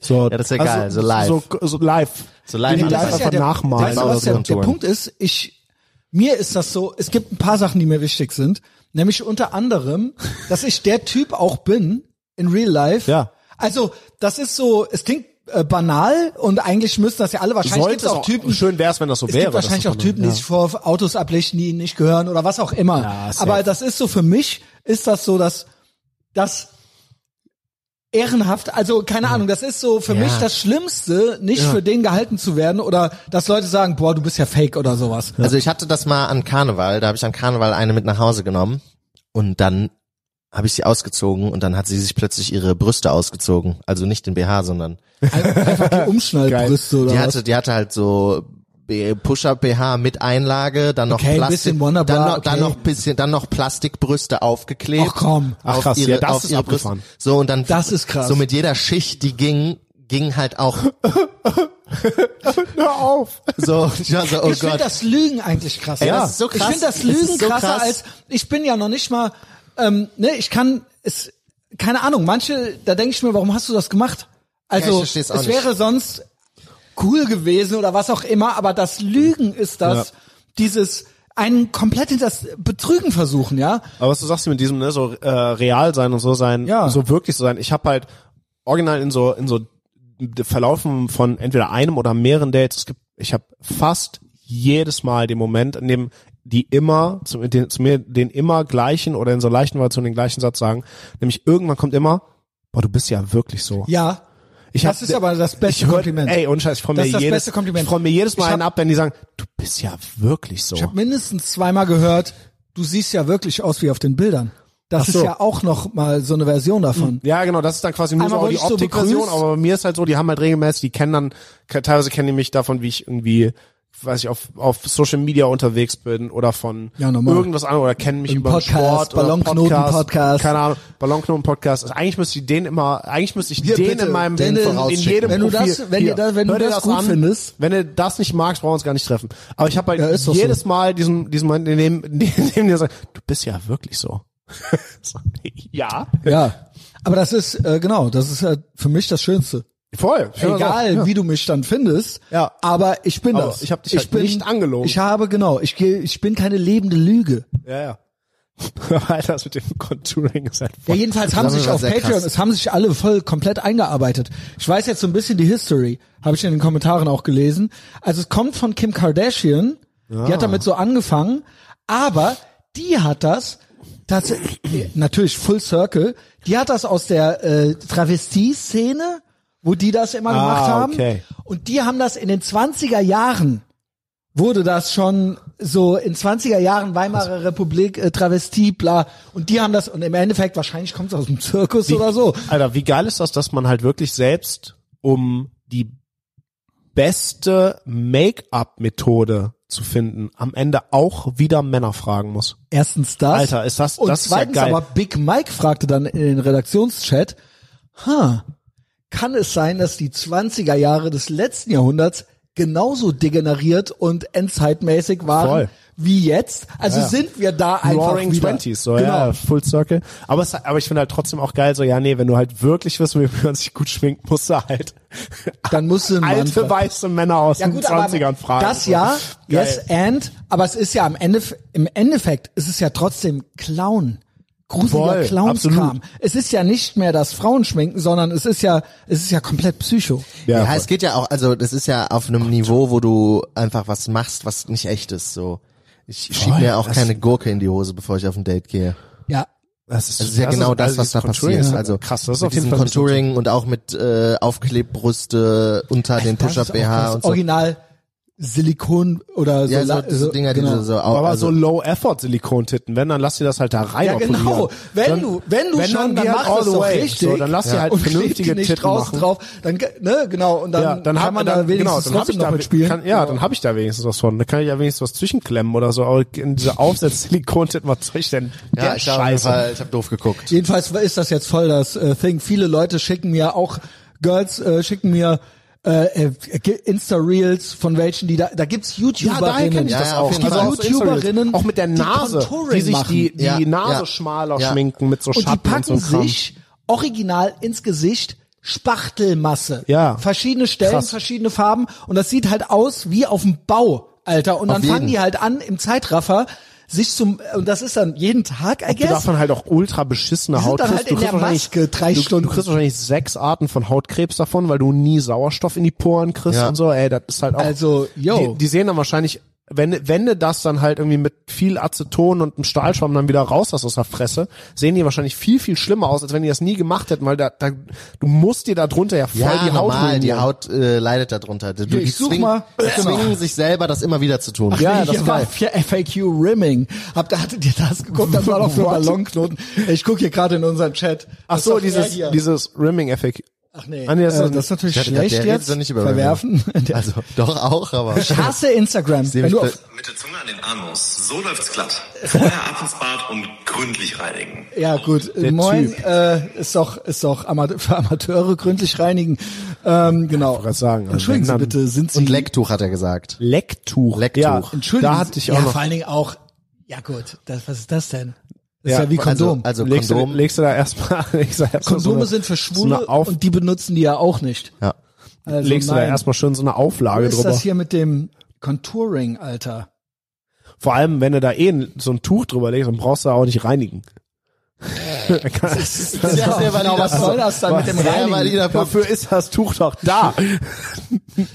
Speaker 4: So, ja,
Speaker 2: das ist ja geil, so live.
Speaker 4: So, so live.
Speaker 2: so live
Speaker 4: Nee,
Speaker 1: das
Speaker 4: live
Speaker 1: ist
Speaker 4: einfach
Speaker 1: ja der,
Speaker 4: nachmalen
Speaker 1: Weißt du,
Speaker 2: oder
Speaker 1: was der,
Speaker 2: so.
Speaker 1: der Punkt ist, ich, mir ist das so, es gibt ein paar Sachen, die mir wichtig sind. Nämlich unter anderem, dass ich der Typ auch bin, in real life.
Speaker 4: Ja.
Speaker 1: Also, das ist so, es klingt äh, banal und eigentlich müssten das ja alle wahrscheinlich
Speaker 4: Sollte
Speaker 1: gibt's auch Typen.
Speaker 4: schön wär's, wenn das so
Speaker 1: Es
Speaker 4: wäre.
Speaker 1: gibt wahrscheinlich
Speaker 4: dass
Speaker 1: auch
Speaker 4: das so
Speaker 1: Typen, die sich vor Autos ablichten, die ihnen nicht gehören oder was auch immer.
Speaker 4: Ja, safe.
Speaker 1: Aber das ist so für mich, ist das so, dass das ehrenhaft, also keine Ahnung, das ist so für
Speaker 2: Ja.
Speaker 1: mich das Schlimmste, nicht für den gehalten zu werden oder dass Leute sagen, boah, du bist ja fake oder sowas.
Speaker 2: Also ich hatte das mal an Karneval, da habe ich an Karneval eine mit nach Hause genommen und dann habe ich sie ausgezogen und dann hat sie sich plötzlich ihre Brüste ausgezogen, also nicht den BH, sondern
Speaker 1: Einfach die Umschnallbrüste oder
Speaker 2: die
Speaker 1: was.
Speaker 2: hatte die hatte halt so B- Push-up BH mit Einlage, dann noch
Speaker 1: Okay, ein
Speaker 2: Plastik,
Speaker 1: bisschen Wonderbar,
Speaker 2: dann, noch, dann
Speaker 1: okay.
Speaker 2: noch bisschen, dann noch Plastikbrüste aufgeklebt.
Speaker 1: Ach komm.
Speaker 4: Ach
Speaker 2: auf
Speaker 4: krass,
Speaker 2: ihre,
Speaker 4: ja, das
Speaker 2: auf
Speaker 4: ist
Speaker 2: ihre
Speaker 4: abgefahren.
Speaker 2: Brüste. So und dann
Speaker 1: Das ist krass.
Speaker 2: So mit jeder Schicht, die ging, ging halt auch
Speaker 4: machen. Hör auf!
Speaker 2: so. Ich war so, oh
Speaker 1: ich finde
Speaker 2: Gott.
Speaker 1: das Lügen eigentlich krasser.
Speaker 2: Ey, das ist so krass.
Speaker 1: Ich finde das
Speaker 2: Das
Speaker 1: Lügen
Speaker 2: ist so
Speaker 1: krasser
Speaker 2: krass.
Speaker 1: als ich bin ja noch nicht mal ähm, ne, ich kann es keine Ahnung, manche da denke ich mir, warum hast du das gemacht?
Speaker 2: Ja, ich
Speaker 1: Also
Speaker 2: versteh's
Speaker 1: es
Speaker 2: auch nicht.
Speaker 1: wäre sonst cool gewesen oder was auch immer, aber das Lügen ist das
Speaker 4: Ja.
Speaker 1: dieses einen komplett hinter das Betrügen versuchen, ja?
Speaker 4: Aber was du sagst mit diesem, ne, so äh, real sein und so sein,
Speaker 1: Ja.
Speaker 4: so wirklich so sein. Ich habe halt original in so in so Verlaufen von entweder einem oder mehreren Dates. Es gibt, ich habe fast jedes Mal den Moment, in dem die immer zu, den, zu mir den immer gleichen oder in so leichten Variationen den gleichen Satz sagen, nämlich irgendwann kommt immer, boah, du bist ja wirklich so.
Speaker 1: Ja.
Speaker 4: Ich
Speaker 1: das ist aber das beste
Speaker 4: ich hör,
Speaker 1: Kompliment.
Speaker 4: Ey, und Scheiß, ich freue
Speaker 1: Das
Speaker 4: mir,
Speaker 1: ist das
Speaker 4: jedes-
Speaker 1: beste Kompliment.
Speaker 4: ich freu mir jedes Mal
Speaker 1: Ich hab-
Speaker 4: einen ab, wenn die sagen, du bist ja wirklich so.
Speaker 1: Ich habe mindestens zweimal gehört, du siehst ja wirklich aus wie auf den Bildern. Das
Speaker 4: so.
Speaker 1: ist ja auch noch mal so eine Version davon.
Speaker 4: Ja, genau, das ist dann quasi nur
Speaker 1: Einmal
Speaker 4: so
Speaker 1: wurde
Speaker 4: die
Speaker 1: ich so
Speaker 4: Optikversion,
Speaker 1: begrüßt.
Speaker 4: aber bei mir ist halt so, die haben halt regelmäßig, die kennen dann, teilweise kennen die mich davon, wie ich irgendwie weiß ich, auf, auf Social Media unterwegs bin oder von
Speaker 1: Ja, normal.
Speaker 4: irgendwas anderem oder kennen mich
Speaker 1: Im
Speaker 4: über
Speaker 1: Podcast,
Speaker 4: Sport oder
Speaker 1: Ballonknoten-Podcast.
Speaker 4: Podcast, keine Ahnung, Ballonknoten-Podcast. Also eigentlich müsste ich den immer, eigentlich müsste ich
Speaker 2: Hier,
Speaker 4: den
Speaker 2: bitte,
Speaker 4: in meinem
Speaker 2: den
Speaker 4: in, in
Speaker 2: vorausschicken.
Speaker 4: jedem
Speaker 1: Wenn du
Speaker 4: Profil,
Speaker 1: das- wenn ihr das- wenn du
Speaker 4: hör dir
Speaker 1: das gut
Speaker 4: an.
Speaker 1: findest.
Speaker 4: Wenn du das nicht magst, brauchen wir uns gar nicht treffen. Aber ich habe halt
Speaker 1: Ja, ist doch
Speaker 4: jedes Mal diesem, diesem Mann, in dem, in dem der sagt, du bist ja wirklich so. So, ja.
Speaker 1: Ja. Aber das ist, äh, genau, das ist halt für mich das Schönste.
Speaker 4: Voll. Ich höre das auch.
Speaker 1: Egal, wie du mich dann findest.
Speaker 4: Ja.
Speaker 1: Aber ich bin
Speaker 4: Aber
Speaker 1: das.
Speaker 4: ich hab dich halt nicht angelogen.
Speaker 1: Ich habe, genau, ich, geh- ich bin keine lebende Lüge.
Speaker 4: Ja, ja. Alter, das mit dem Contouring ist halt
Speaker 1: Ja,
Speaker 4: voll.
Speaker 1: jedenfalls haben
Speaker 2: Das
Speaker 1: sich
Speaker 2: war
Speaker 1: auf
Speaker 2: sehr
Speaker 1: Patreon,
Speaker 2: krass.
Speaker 1: es haben sich alle voll komplett eingearbeitet. Ich weiß jetzt so ein bisschen die History, habe ich in den Kommentaren auch gelesen. Also es kommt von Kim Kardashian, die hat damit so angefangen, aber die hat das, das natürlich Full Circle, die hat das aus der äh, Travestie-Szene, wo die das
Speaker 2: Ah,
Speaker 1: immer gemacht haben.
Speaker 4: okay.
Speaker 1: Und die haben das in den 20er Jahren wurde das schon so in 20er Jahren Weimarer Republik, äh, Travestie, bla. Und die haben das, und im Endeffekt, wahrscheinlich kommt es aus dem Zirkus oder so.
Speaker 4: Alter, wie geil ist das, dass man halt wirklich selbst um die beste Make-up-Methode zu finden, am Ende auch wieder Männer fragen muss.
Speaker 1: Erstens das.
Speaker 4: Alter, ist das-
Speaker 1: Und
Speaker 4: das ist ja
Speaker 1: zweitens
Speaker 4: geil.
Speaker 1: aber Big Mike fragte dann in den Redaktionschat, ha, kann es sein, dass die 20er Jahre des letzten Jahrhunderts genauso degeneriert und endzeitmäßig waren
Speaker 4: Voll.
Speaker 1: wie jetzt? Also
Speaker 4: Ja, ja.
Speaker 1: sind wir da einfach
Speaker 4: Roaring
Speaker 1: wieder.
Speaker 4: Twenties, so
Speaker 1: genau.
Speaker 4: ja, Full Circle. Aber es, aber ich finde halt trotzdem auch geil, so ja, nee, wenn du halt wirklich wissen willst, wie man sich gut schminkt, musst du halt
Speaker 1: Dann musste ein Mann
Speaker 4: alte weiße Männer aus
Speaker 1: Ja
Speaker 4: den
Speaker 1: gut,
Speaker 4: 20ern
Speaker 1: aber
Speaker 4: fragen.
Speaker 1: das ja,
Speaker 4: Geil.
Speaker 1: yes and, aber es ist ja am Ende, im Endeffekt ist es ja trotzdem Clown. Gruseliger
Speaker 4: Voll,
Speaker 1: Clownskram.
Speaker 4: absolut.
Speaker 1: Es ist ja nicht mehr das Frauenschminken, sondern es ist ja, es ist ja komplett Psycho.
Speaker 2: Ja,
Speaker 4: voll.
Speaker 2: es geht ja auch, also das ist ja auf einem Niveau, wo du einfach was machst, was nicht echt ist. So, ich schieb
Speaker 4: Voll,
Speaker 2: mir auch
Speaker 4: das-
Speaker 2: keine Gurke in die Hose, bevor ich auf ein Date gehe.
Speaker 1: Ja.
Speaker 4: Das ist,
Speaker 2: Das ist ja genau das,
Speaker 4: also
Speaker 2: was da
Speaker 4: dieses Contouring
Speaker 2: passiert.
Speaker 4: ist
Speaker 2: Also
Speaker 4: krass, das ist
Speaker 2: mit
Speaker 4: auf jeden
Speaker 2: diesem
Speaker 4: Fall ein bisschen-
Speaker 2: Contouring und auch mit äh, Aufklebbrüste unter den
Speaker 1: Das ist auch
Speaker 2: Push-Up-BH
Speaker 1: das
Speaker 2: und so.
Speaker 1: Original Silikon oder so. genau.
Speaker 2: Ja, so,
Speaker 1: la-
Speaker 2: so Dinger, die du so au-
Speaker 4: also genau. Aber
Speaker 2: also,
Speaker 4: so Low-Effort-Silikontitten, wenn, dann lass dir das halt da rein.
Speaker 1: Ja,
Speaker 4: operieren.
Speaker 1: genau. Wenn
Speaker 4: Dann-
Speaker 1: du- wenn du schon, dann
Speaker 4: wir
Speaker 1: mach
Speaker 4: all
Speaker 1: das
Speaker 4: the
Speaker 1: doch
Speaker 4: way.
Speaker 1: richtig.
Speaker 4: So, dann lass dir halt
Speaker 1: und
Speaker 4: vernünftige
Speaker 1: klebt die nicht
Speaker 4: Titten
Speaker 1: draußen
Speaker 4: machen.
Speaker 1: drauf, dann ge- ne genau und dann,
Speaker 4: Ja, dann
Speaker 1: kann
Speaker 4: hab,
Speaker 1: man
Speaker 4: dann,
Speaker 1: da wenigstens
Speaker 4: genau, dann hab ich
Speaker 1: trotzdem noch
Speaker 4: da,
Speaker 1: mitspielen.
Speaker 4: Kann, ja, dann habe ich da wenigstens was von. Dann kann ich ja wenigstens was zwischenklemmen oder so. Aber in diese Aufsatz-Silikontitten, was soll ich denn?
Speaker 2: ja,
Speaker 4: Der
Speaker 2: ich
Speaker 4: Scheiße.
Speaker 2: habe hab doof geguckt.
Speaker 1: Jedenfalls ist das jetzt voll das äh, Thing. Viele Leute schicken mir auch Girls äh, schicken mir äh, äh, Insta Reels von welchen die da da gibt's YouTuberinnen.
Speaker 4: kenn
Speaker 2: Ja, ja, auf jeden
Speaker 1: Also
Speaker 2: Fall.
Speaker 4: Also auf Instagram.
Speaker 1: YouTuberinnen,
Speaker 4: Auch mit der
Speaker 1: die
Speaker 4: Nase, die,
Speaker 1: Contouring
Speaker 4: sich die, die
Speaker 2: machen. Ja,
Speaker 4: Nase
Speaker 2: ja.
Speaker 4: schmaler
Speaker 2: Ja.
Speaker 4: schminken mit so
Speaker 1: und die
Speaker 4: Schatten und
Speaker 1: packen
Speaker 4: so Kram.
Speaker 1: sich original ins Gesicht Spachtelmasse.
Speaker 4: Ja.
Speaker 1: Verschiedene Stellen,
Speaker 4: Krass.
Speaker 1: verschiedene Farben und das sieht halt aus wie auf dem Bau, Alter. Und dann
Speaker 2: jeden.
Speaker 1: fangen die halt an im Zeitraffer sich zum und das ist dann jeden Tag, I
Speaker 4: Du
Speaker 1: guess.
Speaker 4: davon halt auch ultra beschissene
Speaker 1: Die sind
Speaker 4: Haut
Speaker 1: dann
Speaker 4: kriegst.
Speaker 1: halt
Speaker 4: du
Speaker 1: in
Speaker 4: kriegst
Speaker 1: der
Speaker 4: wahrscheinlich-
Speaker 1: Maske drei
Speaker 4: du,
Speaker 1: Stunden.
Speaker 4: Du kriegst wahrscheinlich sechs Arten von Hautkrebs davon, weil du nie Sauerstoff in die Poren kriegst
Speaker 2: Ja.
Speaker 4: und so. Ey, das ist halt auch.
Speaker 1: Also, yo.
Speaker 4: Die, die sehen dann wahrscheinlich, wenn, wenn du das dann halt irgendwie mit viel Aceton und einem Stahlschwamm dann wieder raus hast aus der Fresse, sehen die wahrscheinlich viel, viel schlimmer aus, als wenn die das nie gemacht hätten, weil da, da du musst dir da drunter ja voll
Speaker 2: Ja,
Speaker 4: die Haut
Speaker 2: normal, die
Speaker 4: ruinieren.
Speaker 2: Haut äh, leidet darunter. Du, die
Speaker 1: ich such
Speaker 2: zwingen,
Speaker 1: mal.
Speaker 2: die zwingen sich selber, das immer wieder zu tun.
Speaker 4: Ja, das
Speaker 1: Hier
Speaker 4: ist
Speaker 1: war
Speaker 4: geil.
Speaker 1: für FAQ Rimming. Habt ihr, hattet ihr das geguckt? Das war doch für
Speaker 4: What?
Speaker 1: Ballonknoten. Ich gucke hier gerade in unseren Chat.
Speaker 4: Ach
Speaker 1: Das ist
Speaker 4: so,
Speaker 1: doch der
Speaker 4: dieses,
Speaker 1: hier.
Speaker 4: dieses Rimming-Effekt.
Speaker 1: Ach nee.
Speaker 4: Ah, nee, das
Speaker 1: das,
Speaker 4: ist-
Speaker 1: äh, das ist natürlich
Speaker 2: Ich hatte gedacht,
Speaker 1: schlecht
Speaker 2: der redet
Speaker 1: jetzt.
Speaker 2: doch nicht über
Speaker 1: Verwerfen. Der-
Speaker 2: Also doch auch, aber
Speaker 1: Ich hasse Instagram.
Speaker 2: sehe
Speaker 1: Wenn
Speaker 2: mich
Speaker 1: du
Speaker 2: da-
Speaker 1: auf,
Speaker 5: Mit der Zunge an den Anus. So läuft's glatt. Vorher ab ins Bad und gründlich reinigen.
Speaker 1: ja gut, moin. Äh, ist doch, ist doch Ama- für Amateure gründlich reinigen. Ähm, genau.
Speaker 4: was sagen, also
Speaker 1: Entschuldigen Sie
Speaker 4: wenn dann-
Speaker 1: bitte, sind Sie...
Speaker 2: und Lecktuch hat er gesagt.
Speaker 4: Lecktuch.
Speaker 2: Lecktuch.
Speaker 4: Ja,
Speaker 1: Entschuldigen
Speaker 4: da
Speaker 1: Sie-
Speaker 4: hatte ich auch
Speaker 1: ja,
Speaker 4: noch.
Speaker 1: vor allen Dingen auch... Ja gut, das, was ist das denn? Das
Speaker 4: Ja,
Speaker 1: ist ja wie Kondom.
Speaker 2: Also, also
Speaker 4: legst,
Speaker 2: Kondom.
Speaker 4: Du, legst du da erstmal, legst du da erstmal so
Speaker 1: Kondome
Speaker 4: eine,
Speaker 1: sind für
Speaker 4: also so
Speaker 1: Schwule
Speaker 4: eine Auf,
Speaker 1: und die benutzen die ja auch nicht.
Speaker 2: ja.
Speaker 1: Also
Speaker 4: legst du da
Speaker 1: nein.
Speaker 4: erstmal schön so eine Auflage
Speaker 1: Was ist
Speaker 4: drüber.
Speaker 1: das hier mit dem Contouring, Alter?
Speaker 4: Vor allem, wenn du da eh ein- so ein Tuch drüber legst, dann brauchst du da auch nicht reinigen. das
Speaker 1: Ja, genau, was soll das dann mit dem
Speaker 2: Sehr valider
Speaker 1: Reinigen?
Speaker 2: Punkt.
Speaker 4: Dafür ist das Tuch doch da.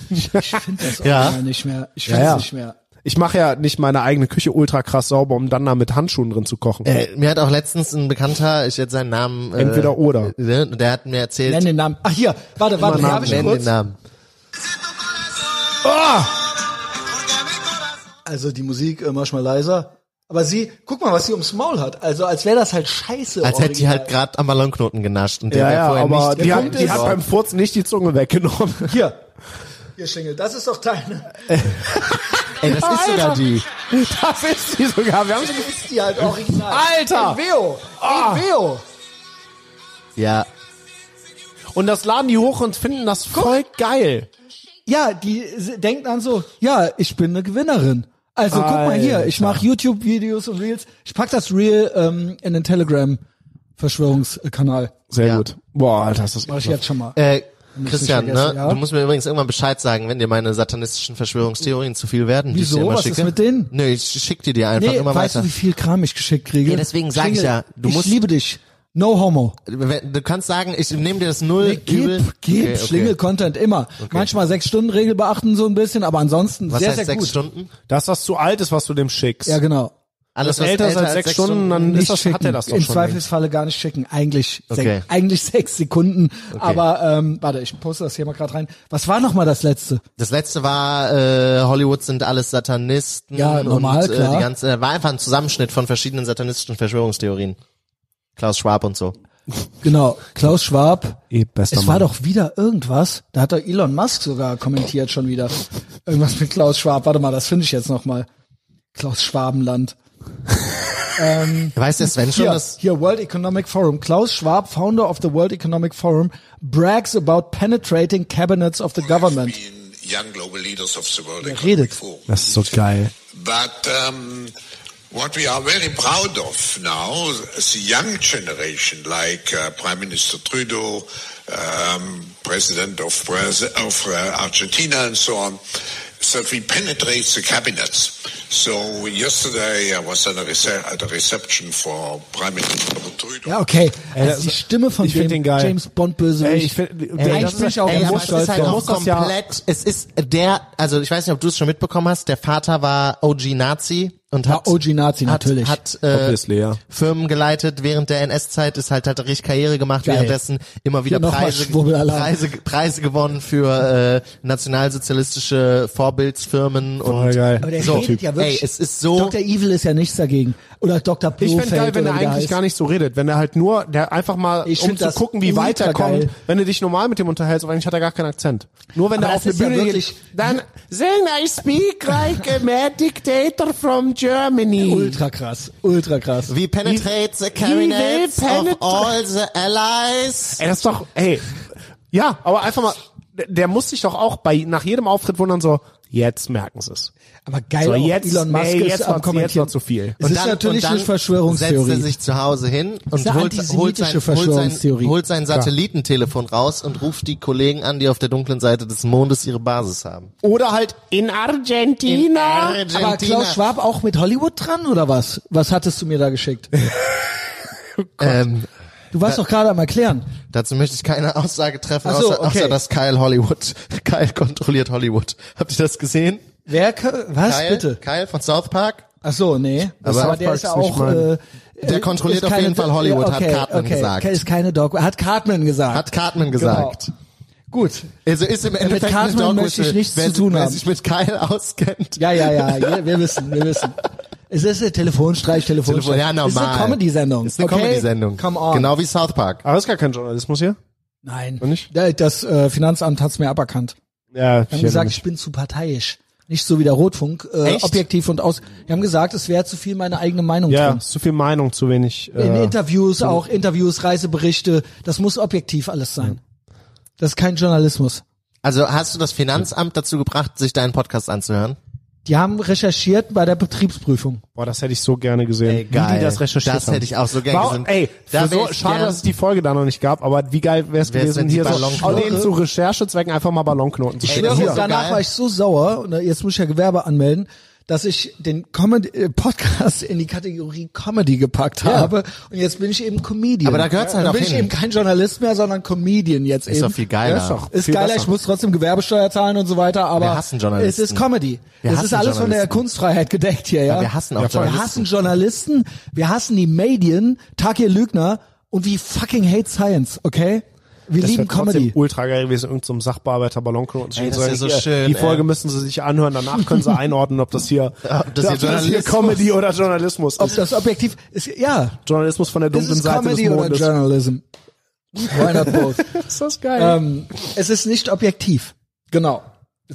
Speaker 1: Ich finde das auch
Speaker 2: Ja.
Speaker 1: mal nicht mehr. Ich
Speaker 4: Ja,
Speaker 1: finde es
Speaker 4: ja.
Speaker 1: nicht mehr.
Speaker 4: Ich mache ja nicht meine eigene Küche ultra krass sauber, um dann da mit Handschuhen drin zu kochen.
Speaker 2: Äh, mir hat auch letztens ein Bekannter, ich jetzt seinen Namen. Äh,
Speaker 4: Entweder oder.
Speaker 2: ne, Der hat mir erzählt.
Speaker 1: Nenn den Namen. Ach hier, warte, warte, hier
Speaker 4: Namen
Speaker 1: habe ich
Speaker 2: nenn den
Speaker 1: kurz.
Speaker 2: Namen.
Speaker 1: Also die Musik äh, manchmal leiser. Aber sie, guck mal, was sie ums Maul hat. Also als wäre das halt scheiße.
Speaker 2: Als hätte die
Speaker 1: original.
Speaker 2: halt gerade am Ballonknoten genascht und der
Speaker 4: ja,
Speaker 2: wäre
Speaker 4: ja,
Speaker 2: vorher
Speaker 4: aber
Speaker 2: nicht
Speaker 4: die
Speaker 1: Der
Speaker 4: hat,
Speaker 1: Punkt
Speaker 4: die
Speaker 1: ist-
Speaker 4: hat beim Furz nicht die Zunge weggenommen.
Speaker 1: Hier. Hier, Schingel, das ist doch deine.
Speaker 2: Ey, das ist sogar die.
Speaker 4: Das ist die sogar. Wir haben sie
Speaker 1: Das ist die halt original. In
Speaker 4: Alter!
Speaker 1: Veo. In Veo.
Speaker 2: Ja.
Speaker 4: Und das laden die hoch und finden das voll geil.
Speaker 1: Ja, die s- denken dann so, ja, ich bin eine Gewinnerin. Also guck mal hier, ich mache YouTube-Videos und Reels. Ich pack das Reel ähm, in den Telegram-Verschwörungskanal.
Speaker 4: Sehr
Speaker 2: Ja.
Speaker 4: gut. Boah, Alter, ist das
Speaker 1: Mach ich jetzt schon mal.
Speaker 2: Äh, Christian,
Speaker 1: vergessen,
Speaker 2: ne?
Speaker 1: ja.
Speaker 2: Du musst mir übrigens irgendwann Bescheid sagen, wenn dir meine satanistischen Verschwörungstheorien zu viel werden, die ich
Speaker 1: Wieso?
Speaker 2: dir immer
Speaker 1: Was
Speaker 2: schicke.
Speaker 1: ist mit denen?
Speaker 2: Nee, ich schick dir die einfach
Speaker 1: Nee,
Speaker 2: immer
Speaker 1: weißt
Speaker 2: weiter.
Speaker 1: du, wie viel Kram ich geschickt kriege?
Speaker 2: Nee, deswegen sag ich
Speaker 1: Schingel,
Speaker 2: ja, du
Speaker 1: ich
Speaker 2: musst-
Speaker 1: liebe dich. No homo.
Speaker 2: Wenn- Du kannst sagen, ich nehme dir das null übel.
Speaker 1: Gib, gib,
Speaker 2: Okay, okay.
Speaker 1: Schlingel-Content immer. Manchmal sechs Stunden Regel beachten so ein bisschen, aber ansonsten
Speaker 2: Was
Speaker 1: sehr,
Speaker 2: heißt
Speaker 1: sehr
Speaker 2: sechs
Speaker 1: gut.
Speaker 2: Stunden?
Speaker 4: Dass das zu alt ist, was du dem schickst.
Speaker 1: Ja, genau.
Speaker 2: Alles
Speaker 4: Das ist älter als sechs, Stunden, dann ist
Speaker 1: Nicht
Speaker 4: das,
Speaker 1: schicken.
Speaker 4: hat er das doch
Speaker 1: Im
Speaker 4: schon.
Speaker 1: Zweifelsfalle gar nicht schicken. Eigentlich,
Speaker 2: Okay.
Speaker 1: sechs, eigentlich sechs Sekunden. Aber ähm, warte, ich poste das hier mal gerade rein. Was war noch mal das letzte?
Speaker 2: Das letzte war äh, Hollywood sind alles Satanisten
Speaker 1: Ja, normal,
Speaker 2: und äh,
Speaker 1: klar.
Speaker 2: die ganze war einfach ein Zusammenschnitt von verschiedenen satanistischen Verschwörungstheorien. Klaus Schwab und so.
Speaker 1: Genau, Klaus Schwab.
Speaker 4: Eh, bester
Speaker 1: es war
Speaker 4: Mann.
Speaker 1: doch wieder irgendwas. Da hat doch Elon Musk sogar kommentiert schon wieder. Irgendwas mit Klaus Schwab. Warte mal, das finde ich jetzt noch mal. Klaus Schwabenland.
Speaker 2: Weiß der Sven schon,
Speaker 1: Hier,
Speaker 2: dass
Speaker 1: hier, World Economic Forum. Klaus Schwab, founder of the World Economic Forum, brags about penetrating cabinets of the government.
Speaker 6: in young global leaders of the world
Speaker 1: Wer
Speaker 6: economic
Speaker 1: redet?
Speaker 6: forum.
Speaker 4: Das ist so geil.
Speaker 6: But um, what we are very proud of now, is the young generation, like uh, Prime Minister Trudeau, um, President of, Braz- of uh, Argentina, and so on, is that we penetrate the cabinets. So yesterday I was at a, rece- at a reception for Prime Minister Trudeau.
Speaker 1: Ja, okay.
Speaker 4: Ey,
Speaker 1: das ist die
Speaker 4: das-
Speaker 1: Stimme von
Speaker 4: ich find
Speaker 1: James,
Speaker 4: den geil.
Speaker 1: James Bond böse.
Speaker 4: Ey, ich find- der-
Speaker 1: Eigentlich
Speaker 4: das ist-
Speaker 1: bin ich auch
Speaker 4: ey,
Speaker 1: ey,
Speaker 2: Ey, aber
Speaker 1: groß
Speaker 2: es ist
Speaker 1: stolz
Speaker 2: halt
Speaker 1: drauf.
Speaker 2: auch
Speaker 4: muss das ja-
Speaker 2: komplett, es ist der, also ich weiß nicht, ob du es schon mitbekommen hast, der Vater war OG-Nazi und hat,
Speaker 1: Ja, OG-Nazi
Speaker 2: hat,
Speaker 1: natürlich.
Speaker 2: hat äh,
Speaker 4: Obviously, ja.
Speaker 2: Firmen geleitet während der NS-Zeit, ist halt, hat richtig Karriere gemacht,
Speaker 1: Geil.
Speaker 2: währenddessen immer wieder
Speaker 1: Hier noch mal
Speaker 2: Preise,
Speaker 1: Schwurbelalarm.
Speaker 2: Preise, Preise gewonnen für äh, nationalsozialistische Vorbildsfirmen
Speaker 4: Voll
Speaker 2: und
Speaker 4: geil.
Speaker 1: Aber der
Speaker 2: so.
Speaker 1: redet ja wirklich.
Speaker 2: Ey, es ist so,
Speaker 1: Dr. Evil ist ja nichts dagegen. Oder Dr.
Speaker 4: Ich
Speaker 1: Blofeld
Speaker 4: fände geil, wenn
Speaker 1: oder
Speaker 4: er
Speaker 1: wie der
Speaker 4: eigentlich
Speaker 1: heißt.
Speaker 4: gar nicht so redet. Wenn er halt nur, der einfach mal,
Speaker 1: Ich
Speaker 4: um
Speaker 1: find
Speaker 4: zu
Speaker 1: das
Speaker 4: gucken, wie weit er
Speaker 1: ultra
Speaker 4: kommt,
Speaker 1: geil.
Speaker 4: wenn du dich normal mit dem unterhältst, aber eigentlich hat er gar keinen Akzent. Nur wenn
Speaker 1: Aber
Speaker 4: er
Speaker 1: das
Speaker 4: auf eine
Speaker 1: ist ja
Speaker 4: Bühne
Speaker 1: wirklich-
Speaker 4: geht, dann, then I speak like a mad dictator from Germany.
Speaker 1: Ultra krass, ultra krass.
Speaker 2: we penetrate the
Speaker 4: will
Speaker 2: cabinets of
Speaker 4: penetrate-
Speaker 2: all the allies.
Speaker 4: Ey, das ist doch, ey. Ja, aber einfach mal, der, der muss sich doch auch bei, nach jedem Auftritt wundern so, jetzt merken sie es.
Speaker 1: Aber geil,
Speaker 4: So,
Speaker 1: auch
Speaker 4: jetzt-
Speaker 1: Elon Musk
Speaker 4: ey, jetzt
Speaker 1: ist am
Speaker 4: war's-
Speaker 1: Kommentieren.
Speaker 4: jetzt war zu viel.
Speaker 1: Es ist natürlich eine
Speaker 2: setzt er
Speaker 1: Verschwörungstheorie.
Speaker 2: sich zu Hause hin
Speaker 1: eine
Speaker 2: und holt, holt, sein,
Speaker 1: antisemitische
Speaker 2: holt, sein,
Speaker 1: Verschwörungstheorie.
Speaker 2: holt sein Satellitentelefon raus und ruft die Kollegen an, die auf der dunklen Seite des Mondes ihre Basis haben.
Speaker 4: Oder halt in Argentina.
Speaker 1: Aber Klaus Schwab auch mit Hollywood dran oder was? Was hattest du mir da geschickt?
Speaker 2: ähm,
Speaker 1: Du warst doch gerade am Erklären.
Speaker 2: dazu möchte ich keine Aussage treffen,
Speaker 1: Ach so,
Speaker 2: außer,
Speaker 1: okay.
Speaker 2: außer dass Kyle Hollywood, Kyle kontrolliert Hollywood. Habt ihr das gesehen?
Speaker 1: Wer, kö- was
Speaker 2: Kyle,
Speaker 1: bitte?
Speaker 2: Kyle von South Park?
Speaker 1: Ach so, nee.
Speaker 2: Aber-
Speaker 1: aber der ist ja auch. Äh,
Speaker 2: Der kontrolliert
Speaker 1: ist
Speaker 2: auf
Speaker 1: keine-
Speaker 2: jeden Fall Hollywood, hat
Speaker 1: okay,
Speaker 2: Cartman
Speaker 1: okay,
Speaker 2: gesagt.
Speaker 1: Ist keine Doku, hat Cartman gesagt.
Speaker 2: Hat Cartman gesagt.
Speaker 1: Genau. Gut.
Speaker 2: Also ist im Endeffekt eine
Speaker 1: Cartman
Speaker 2: Dog
Speaker 1: möchte ich
Speaker 2: Whistle.
Speaker 1: nichts
Speaker 2: wer,
Speaker 1: zu tun
Speaker 2: wer
Speaker 1: haben.
Speaker 2: sich mit Kyle auskennt.
Speaker 1: Ja, ja, ja, wir, wir wissen, wir wissen. Es ist ein Telefonstreich, Telefonstreich.
Speaker 2: Telefon, ja, normal.
Speaker 1: Es ist eine Comedy-Sendung.
Speaker 2: Ist eine
Speaker 1: okay?
Speaker 2: Comedy-Sendung.
Speaker 1: Come on.
Speaker 2: Genau wie South Park.
Speaker 4: Aber ist gar kein Journalismus hier.
Speaker 1: Nein.
Speaker 4: nicht?
Speaker 1: Da- Das äh, Finanzamt hat's mir aberkannt.
Speaker 4: Ja,
Speaker 1: Die haben gesagt, ich bin zu parteiisch. Nicht so wie der Rotfunk, äh,
Speaker 2: Echt?
Speaker 1: objektiv und aus. Die haben gesagt, es wäre zu viel meine eigene Meinung
Speaker 4: ja,
Speaker 1: drin.
Speaker 4: ist zu viel Meinung, zu wenig.
Speaker 1: In
Speaker 4: Äh,
Speaker 1: Interviews auch, Interviews, Reiseberichte, das muss objektiv alles sein. Das ist kein Journalismus.
Speaker 2: Also hast du das Finanzamt dazu gebracht, sich deinen Podcast anzuhören?
Speaker 1: Die haben recherchiert bei der Betriebsprüfung.
Speaker 4: boah, das hätte ich so gerne gesehen.
Speaker 2: Ey, geil.
Speaker 4: Wie die das recherchiert
Speaker 2: Das
Speaker 4: haben.
Speaker 2: hätte ich auch so gerne
Speaker 4: Wow,
Speaker 2: gesehen.
Speaker 4: Ey,
Speaker 2: Da
Speaker 4: für
Speaker 2: wär
Speaker 4: so,
Speaker 2: ich
Speaker 4: schade,
Speaker 2: gern-
Speaker 4: dass es die Folge da noch nicht gab, aber wie geil wäre
Speaker 2: Wär's,
Speaker 4: es
Speaker 2: wenn
Speaker 4: gewesen,
Speaker 2: die
Speaker 4: hier so
Speaker 2: Ballonknoten-
Speaker 4: denen zu Recherchezwecken einfach mal Ballonknoten zu
Speaker 2: Ey,
Speaker 4: schicken.
Speaker 2: das ist
Speaker 1: Schwöre,
Speaker 2: so
Speaker 1: danach
Speaker 2: geil.
Speaker 1: war ich so sauer, und äh, jetzt muss ich ja Gewerbe anmelden, dass ich den Comedy äh, Podcast in die Kategorie Comedy gepackt habe und jetzt bin ich eben Comedian.
Speaker 2: Aber da gehört's halt
Speaker 1: Dann
Speaker 2: auch
Speaker 1: bin ich
Speaker 2: hin.
Speaker 1: eben kein Journalist mehr, sondern Comedian jetzt
Speaker 2: Ist
Speaker 1: eben.
Speaker 2: doch viel geiler.
Speaker 4: Ja, ist doch-
Speaker 1: Ist
Speaker 4: Viel
Speaker 1: geiler,
Speaker 4: besser.
Speaker 1: ich muss trotzdem Gewerbesteuer zahlen und so weiter, aber
Speaker 2: Wir hassen Journalisten.
Speaker 1: es ist Comedy.
Speaker 2: Wir
Speaker 1: es
Speaker 2: hassen
Speaker 1: ist alles von der
Speaker 2: Journalisten.
Speaker 1: Kunstfreiheit gedeckt hier, ja.
Speaker 2: Ja, wir hassen auch
Speaker 1: ja, voll. Wir
Speaker 2: Journalisten.
Speaker 1: hassen Journalisten, wir hassen die Medien, Takir Lügner und we fucking hate science, okay? Wir
Speaker 4: Das
Speaker 1: lieben
Speaker 4: wär trotzdem
Speaker 1: Comedy.
Speaker 4: ultra geil gewesen, irgendeinem so einem Sachbearbeiter Ballonknoten zu
Speaker 2: Ey,
Speaker 4: schicken.
Speaker 2: das wär
Speaker 4: Sagen,
Speaker 2: so
Speaker 4: hier,
Speaker 2: schön,
Speaker 4: Die
Speaker 2: ey.
Speaker 4: Folge müssen sie sich anhören, danach können sie einordnen, ob das hier,
Speaker 2: Ob das hier Journalismus-
Speaker 4: Comedy oder Journalismus
Speaker 1: Ob
Speaker 4: ist.
Speaker 1: das objektiv ist, ja,
Speaker 4: Journalismus von der
Speaker 1: Das
Speaker 4: dunklen
Speaker 1: ist
Speaker 4: Seite des
Speaker 1: Comedy oder
Speaker 4: Mondes.
Speaker 1: Journalism. Why not both?
Speaker 4: Ist das geil?
Speaker 1: Äh, ähm, es ist nicht objektiv. Genau.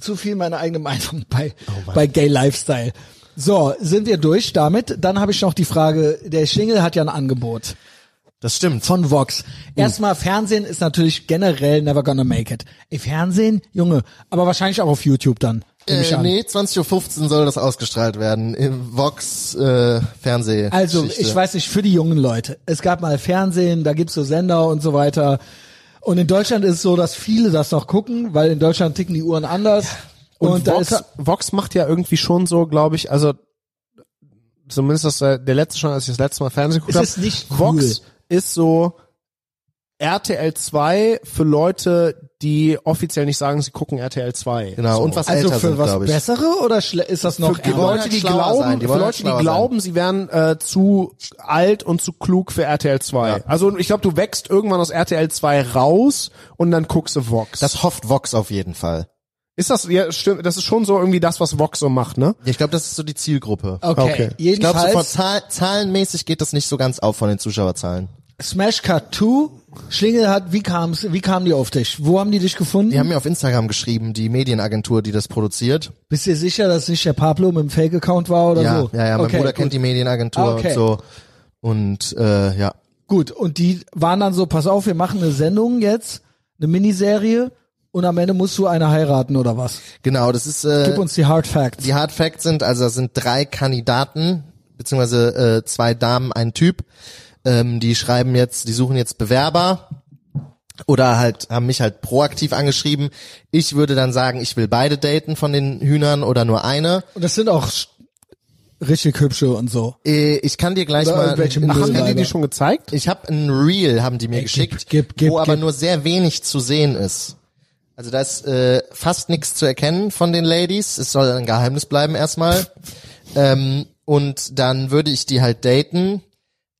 Speaker 1: zu viel meine eigene Meinung bei, bei Gay Lifestyle. So, sind wir durch damit? Dann habe ich noch die Frage, der Schlingel hat ja ein Angebot
Speaker 2: Das stimmt.
Speaker 1: von Vox. Erstmal, Fernsehen ist natürlich generell never gonna make it. Ey, Fernsehen, Junge, aber wahrscheinlich auch auf YouTube dann. nehme ich
Speaker 2: Äh,
Speaker 1: an.
Speaker 2: nee, 20.15 Uhr soll das ausgestrahlt werden. Im Vox äh, Fernseh.
Speaker 1: Also, ich
Speaker 2: Geschichte.
Speaker 1: weiß nicht, für die jungen Leute. Es gab mal Fernsehen, da gibt's so Sender und so weiter. Und in Deutschland ist es so, dass viele das noch gucken, weil in Deutschland ticken die Uhren anders. Und,
Speaker 4: Und,
Speaker 1: da
Speaker 4: Vox,
Speaker 1: ist
Speaker 4: Vox macht ja irgendwie schon so, glaube ich, also zumindest das äh, der letzte schon, als ich das letzte Mal Fernsehen geguckt
Speaker 1: Es
Speaker 4: habe.
Speaker 1: ist nicht
Speaker 4: Vox ist so RTL 2 für Leute, die offiziell nicht sagen, sie gucken RTL 2.
Speaker 2: Genau,
Speaker 4: so.
Speaker 2: und was
Speaker 1: also
Speaker 2: älter
Speaker 1: für
Speaker 2: sind,
Speaker 1: was
Speaker 2: glaube ich.
Speaker 1: bessere oder schle- ist das noch
Speaker 4: für die
Speaker 1: ärmer?
Speaker 2: wollen
Speaker 4: Leute,
Speaker 2: halt
Speaker 4: die
Speaker 2: schlauer
Speaker 4: glauben,
Speaker 2: sein, die
Speaker 4: für
Speaker 2: wollen halt
Speaker 4: Leute, die
Speaker 2: schlauer
Speaker 4: glauben, sie wären äh, zu alt und zu klug für RTL 2. Also ich glaube, du wächst irgendwann aus RTL 2 raus und dann guckst du Vox.
Speaker 2: Das hofft Vox auf jeden Fall.
Speaker 4: ist das ja stimmt, das ist schon so irgendwie das, was Vox so macht, ne?
Speaker 2: Ich glaube, das ist so die Zielgruppe.
Speaker 1: Okay.
Speaker 4: Okay.
Speaker 2: Ich glaube, so
Speaker 1: Jedenfalls,
Speaker 2: von Zahl zahlenmäßig geht das nicht so ganz auf von den Zuschauerzahlen.
Speaker 1: Smash Cut 2, Schlingel hat, wie kam's, wie kamen die auf dich? Wo haben die dich gefunden?
Speaker 2: Die haben mir auf Instagram geschrieben, die Medienagentur, die das produziert.
Speaker 1: Bist du dir sicher, dass nicht der Pablo mit dem Fake-Account war oder
Speaker 2: ja,
Speaker 1: so?
Speaker 2: ja, ja, mein
Speaker 1: okay,
Speaker 2: Bruder
Speaker 1: gut.
Speaker 2: kennt die Medienagentur
Speaker 1: Ah, okay.
Speaker 2: und so. Und äh, ja.
Speaker 1: Gut, und die waren dann so, pass auf, wir machen eine Sendung jetzt, eine Miniserie und am Ende musst du eine heiraten oder was?
Speaker 2: Genau, das ist äh,
Speaker 1: Gib uns die Hard Facts.
Speaker 2: die Hard Facts sind, also das sind drei Kandidaten, beziehungsweise äh, zwei Damen, ein Typ. Ähm, die schreiben jetzt, die suchen jetzt Bewerber oder halt haben mich halt proaktiv angeschrieben. Ich würde dann sagen, ich will beide daten von den Hühnern oder nur eine.
Speaker 1: Und das sind auch sch- richtig hübsche und so.
Speaker 2: Äh, ich kann dir gleich
Speaker 1: Oder
Speaker 2: mal
Speaker 1: irgendwelche
Speaker 2: in-
Speaker 1: Ach,
Speaker 4: Haben die
Speaker 1: leider.
Speaker 4: die schon gezeigt?
Speaker 2: Ich habe ein Reel, haben die mir
Speaker 1: Ey, Äh, gib,
Speaker 2: geschickt,
Speaker 1: gib, gib,
Speaker 2: wo aber
Speaker 1: gib.
Speaker 2: nur sehr wenig zu sehen ist. Also da ist äh, fast nichts zu erkennen von den Ladies. Es soll ein Geheimnis bleiben erstmal. ähm, und dann würde ich die halt daten.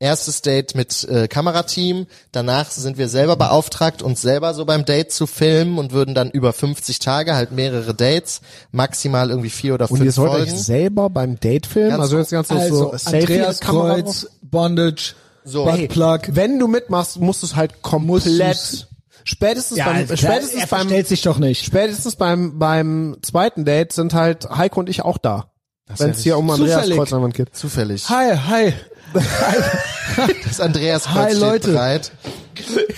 Speaker 2: Erstes Date mit äh, Kamerateam. Danach sind wir selber beauftragt, uns selber so beim Date zu filmen und würden dann über 50 Tage halt mehrere Dates, maximal irgendwie vier oder
Speaker 4: Und
Speaker 2: fünf
Speaker 4: ihr sollt
Speaker 2: Folgen.
Speaker 4: euch selber beim Date filmen,
Speaker 2: Ganz
Speaker 4: also jetzt ganz
Speaker 1: Also,
Speaker 4: so Selfie mit
Speaker 1: Andreas
Speaker 4: Kamera
Speaker 1: Kreuz, Bondage,
Speaker 2: So.
Speaker 1: Buttplug.
Speaker 4: Wenn du mitmachst, musst du es halt komplett
Speaker 1: du's-
Speaker 4: spätestens
Speaker 1: Ja,
Speaker 4: beim
Speaker 1: also klar,
Speaker 4: spätestens
Speaker 1: er
Speaker 4: beim
Speaker 1: verstellt sich doch nicht.
Speaker 4: spätestens beim beim zweiten Date sind halt Heiko und ich auch da. Wenn es
Speaker 2: ist
Speaker 4: hier um Andreas
Speaker 1: Zufällig.
Speaker 4: Kreuzmann geht.
Speaker 2: Zufällig.
Speaker 1: Hi, hi.
Speaker 2: Das Andreas Kreuz
Speaker 1: Hi,
Speaker 2: steht
Speaker 1: Leute.
Speaker 2: bereit.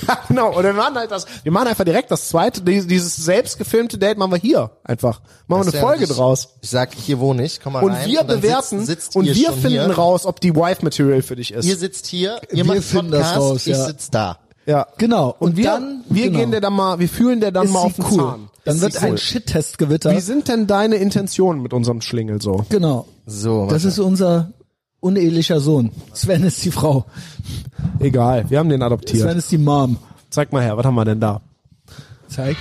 Speaker 4: Ja, genau. Und wir machen halt das, wir machen einfach direkt das zweite, die- dieses selbst gefilmte Date machen wir hier einfach. Machen wir
Speaker 2: Ja,
Speaker 4: eine Folge
Speaker 2: ich,
Speaker 4: draus.
Speaker 2: Ich sag, hier wohne ich, komm mal
Speaker 4: Und
Speaker 2: rein.
Speaker 4: wir
Speaker 2: dann
Speaker 4: bewerten
Speaker 2: sitzt, sitzt
Speaker 4: und
Speaker 2: ihr
Speaker 4: wir
Speaker 2: schon
Speaker 4: finden
Speaker 2: hier.
Speaker 4: raus, ob die Wife Material für dich ist.
Speaker 2: Ihr sitzt hier, ihr
Speaker 1: Wir
Speaker 2: macht
Speaker 1: finden das
Speaker 2: Podcast,
Speaker 1: raus,
Speaker 2: ich
Speaker 1: ja.
Speaker 2: sitz da.
Speaker 4: ja.
Speaker 1: Genau. Und,
Speaker 4: Und wir,
Speaker 1: dann,
Speaker 4: wir
Speaker 1: genau.
Speaker 4: gehen der dann mal, wir fühlen der dann
Speaker 1: ist
Speaker 4: mal
Speaker 1: sie
Speaker 4: auf den
Speaker 1: cool.
Speaker 4: Zahn.
Speaker 1: Dann wird ein Shit-Test gewittert.
Speaker 4: Wie sind denn deine Intentionen mit unserem Schlingel so?
Speaker 1: Genau.
Speaker 2: So,
Speaker 1: Das
Speaker 2: warte.
Speaker 1: ist unser unehelicher Sohn. Sven ist die Frau.
Speaker 4: Egal, wir haben den adoptiert.
Speaker 1: Sven ist die Mom.
Speaker 4: Zeig mal her, was haben wir denn da?
Speaker 1: Zeig.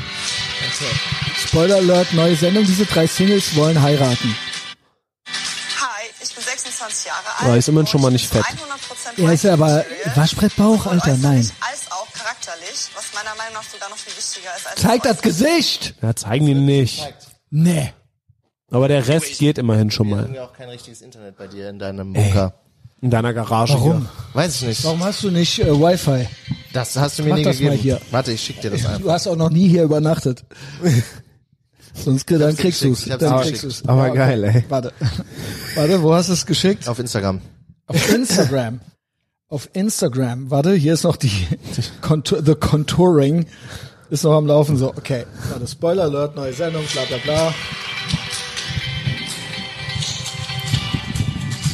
Speaker 1: Spoiler Alert, neue Sendung. Diese drei Singles wollen heiraten.
Speaker 7: Hi, ich bin 26 Jahre alt.
Speaker 4: Ja, ist immerhin schon mal nicht fett.
Speaker 1: Er ist aber Waschbrettbauch,
Speaker 7: Sowohl
Speaker 1: Alter, nein.
Speaker 7: äußerlich Als auch charakterlich, was meiner Meinung nach sogar noch viel wichtiger ist als
Speaker 1: Zeig das Gesicht!
Speaker 4: Ja, zeigen die nicht.
Speaker 1: Nee.
Speaker 4: Aber der Rest geht immerhin schon mal.
Speaker 2: ja auch kein richtiges Internet bei dir in deinem Bunker.
Speaker 4: In deiner Garage
Speaker 1: Warum?
Speaker 2: Weiß ich nicht.
Speaker 1: Warum hast du nicht äh, Wi-Fi?
Speaker 2: Das hast du mir
Speaker 1: Mach
Speaker 2: nie
Speaker 1: das mal
Speaker 2: gegeben.
Speaker 1: hier.
Speaker 2: Warte, ich schick dir das einfach.
Speaker 1: Du hast auch noch nie hier übernachtet. Sonst dann
Speaker 2: sie
Speaker 1: kriegst du's.
Speaker 2: geschickt, ich hab sie
Speaker 1: Dann
Speaker 2: geschickt.
Speaker 1: kriegst du's.
Speaker 4: Aber geil, ey.
Speaker 1: Warte. Warte, wo hast du es geschickt?
Speaker 2: Auf Instagram.
Speaker 1: Auf Instagram. Auf Instagram. Warte, hier ist noch die Contour, The Contouring. Ist noch am Laufen so. Okay. Warte, Spoiler Alert, neue Sendung, bla bla bla.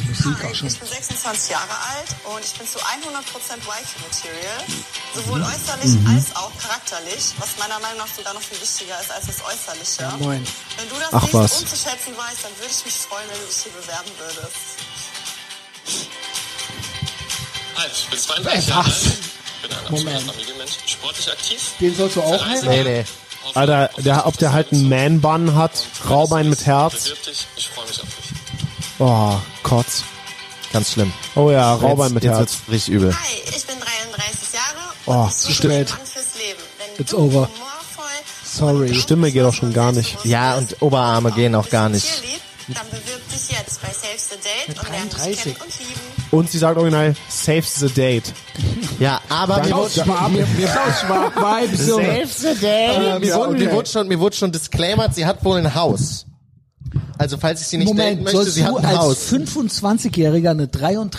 Speaker 7: Musik auch schon. Ich bin 26 Jahre alt und ich bin zu 100% Wife Material. Sowohl
Speaker 1: Mhm.
Speaker 7: äußerlich als auch charakterlich, was meiner Meinung nach sogar noch viel wichtiger ist als das Äußerliche.
Speaker 1: moin.
Speaker 7: Wenn du das
Speaker 4: Ach,
Speaker 7: nicht
Speaker 4: was.
Speaker 7: umzuschätzen weißt, dann würde ich mich freuen, wenn du dich hier bewerben würdest.
Speaker 5: Hi, ich bin 32 Jahre alt. bin ein absoluter Familienmensch, sportlich aktiv.
Speaker 1: Den sollst du auch heiraten?
Speaker 2: Nee, nee.
Speaker 4: Alter, der, ob der halt einen Man-Bun hat, Graubein mit Herz.
Speaker 5: Bewirb dich, ich freue mich auf dich.
Speaker 4: Oh, Kotz.
Speaker 2: Ganz schlimm.
Speaker 4: Oh ja, Graubein
Speaker 2: jetzt,
Speaker 4: mit
Speaker 2: jetzt
Speaker 4: Herz.
Speaker 2: wird's richtig übel.
Speaker 7: Hi, ich bin 33 Jahre
Speaker 4: Oh,
Speaker 7: und ich suche
Speaker 4: stimmt.
Speaker 7: jemanden fürs Leben. Wenn
Speaker 1: It's
Speaker 7: du
Speaker 1: over.
Speaker 7: humorvoll
Speaker 1: Sorry.
Speaker 7: und
Speaker 4: Stimme geht auch schon gar nicht.
Speaker 7: selbstbewusst
Speaker 2: Ja,
Speaker 7: bist
Speaker 2: und Oberarme gehen auch gar nicht.
Speaker 7: Tier lieb, Dann bewirb dich jetzt bei Save the Date und lerne dich
Speaker 1: 33.
Speaker 7: kennen und lieben.
Speaker 4: Und sie sagt original, saves the date.
Speaker 2: Ja, aber mir wurde,
Speaker 1: Schwab, mir, mir Schwab, Vibes, Junge. Äh,
Speaker 2: mir,
Speaker 4: ja,
Speaker 2: wurde, mir,
Speaker 4: okay.
Speaker 2: wurde schon, mir wurde schon disclaimert, sie hat wohl ein Haus. Also falls ich sie nicht
Speaker 1: Moment,
Speaker 2: daten möchte,
Speaker 1: sollst
Speaker 2: sie hat
Speaker 1: du
Speaker 2: ein Haus.
Speaker 1: als 25-Jähriger eine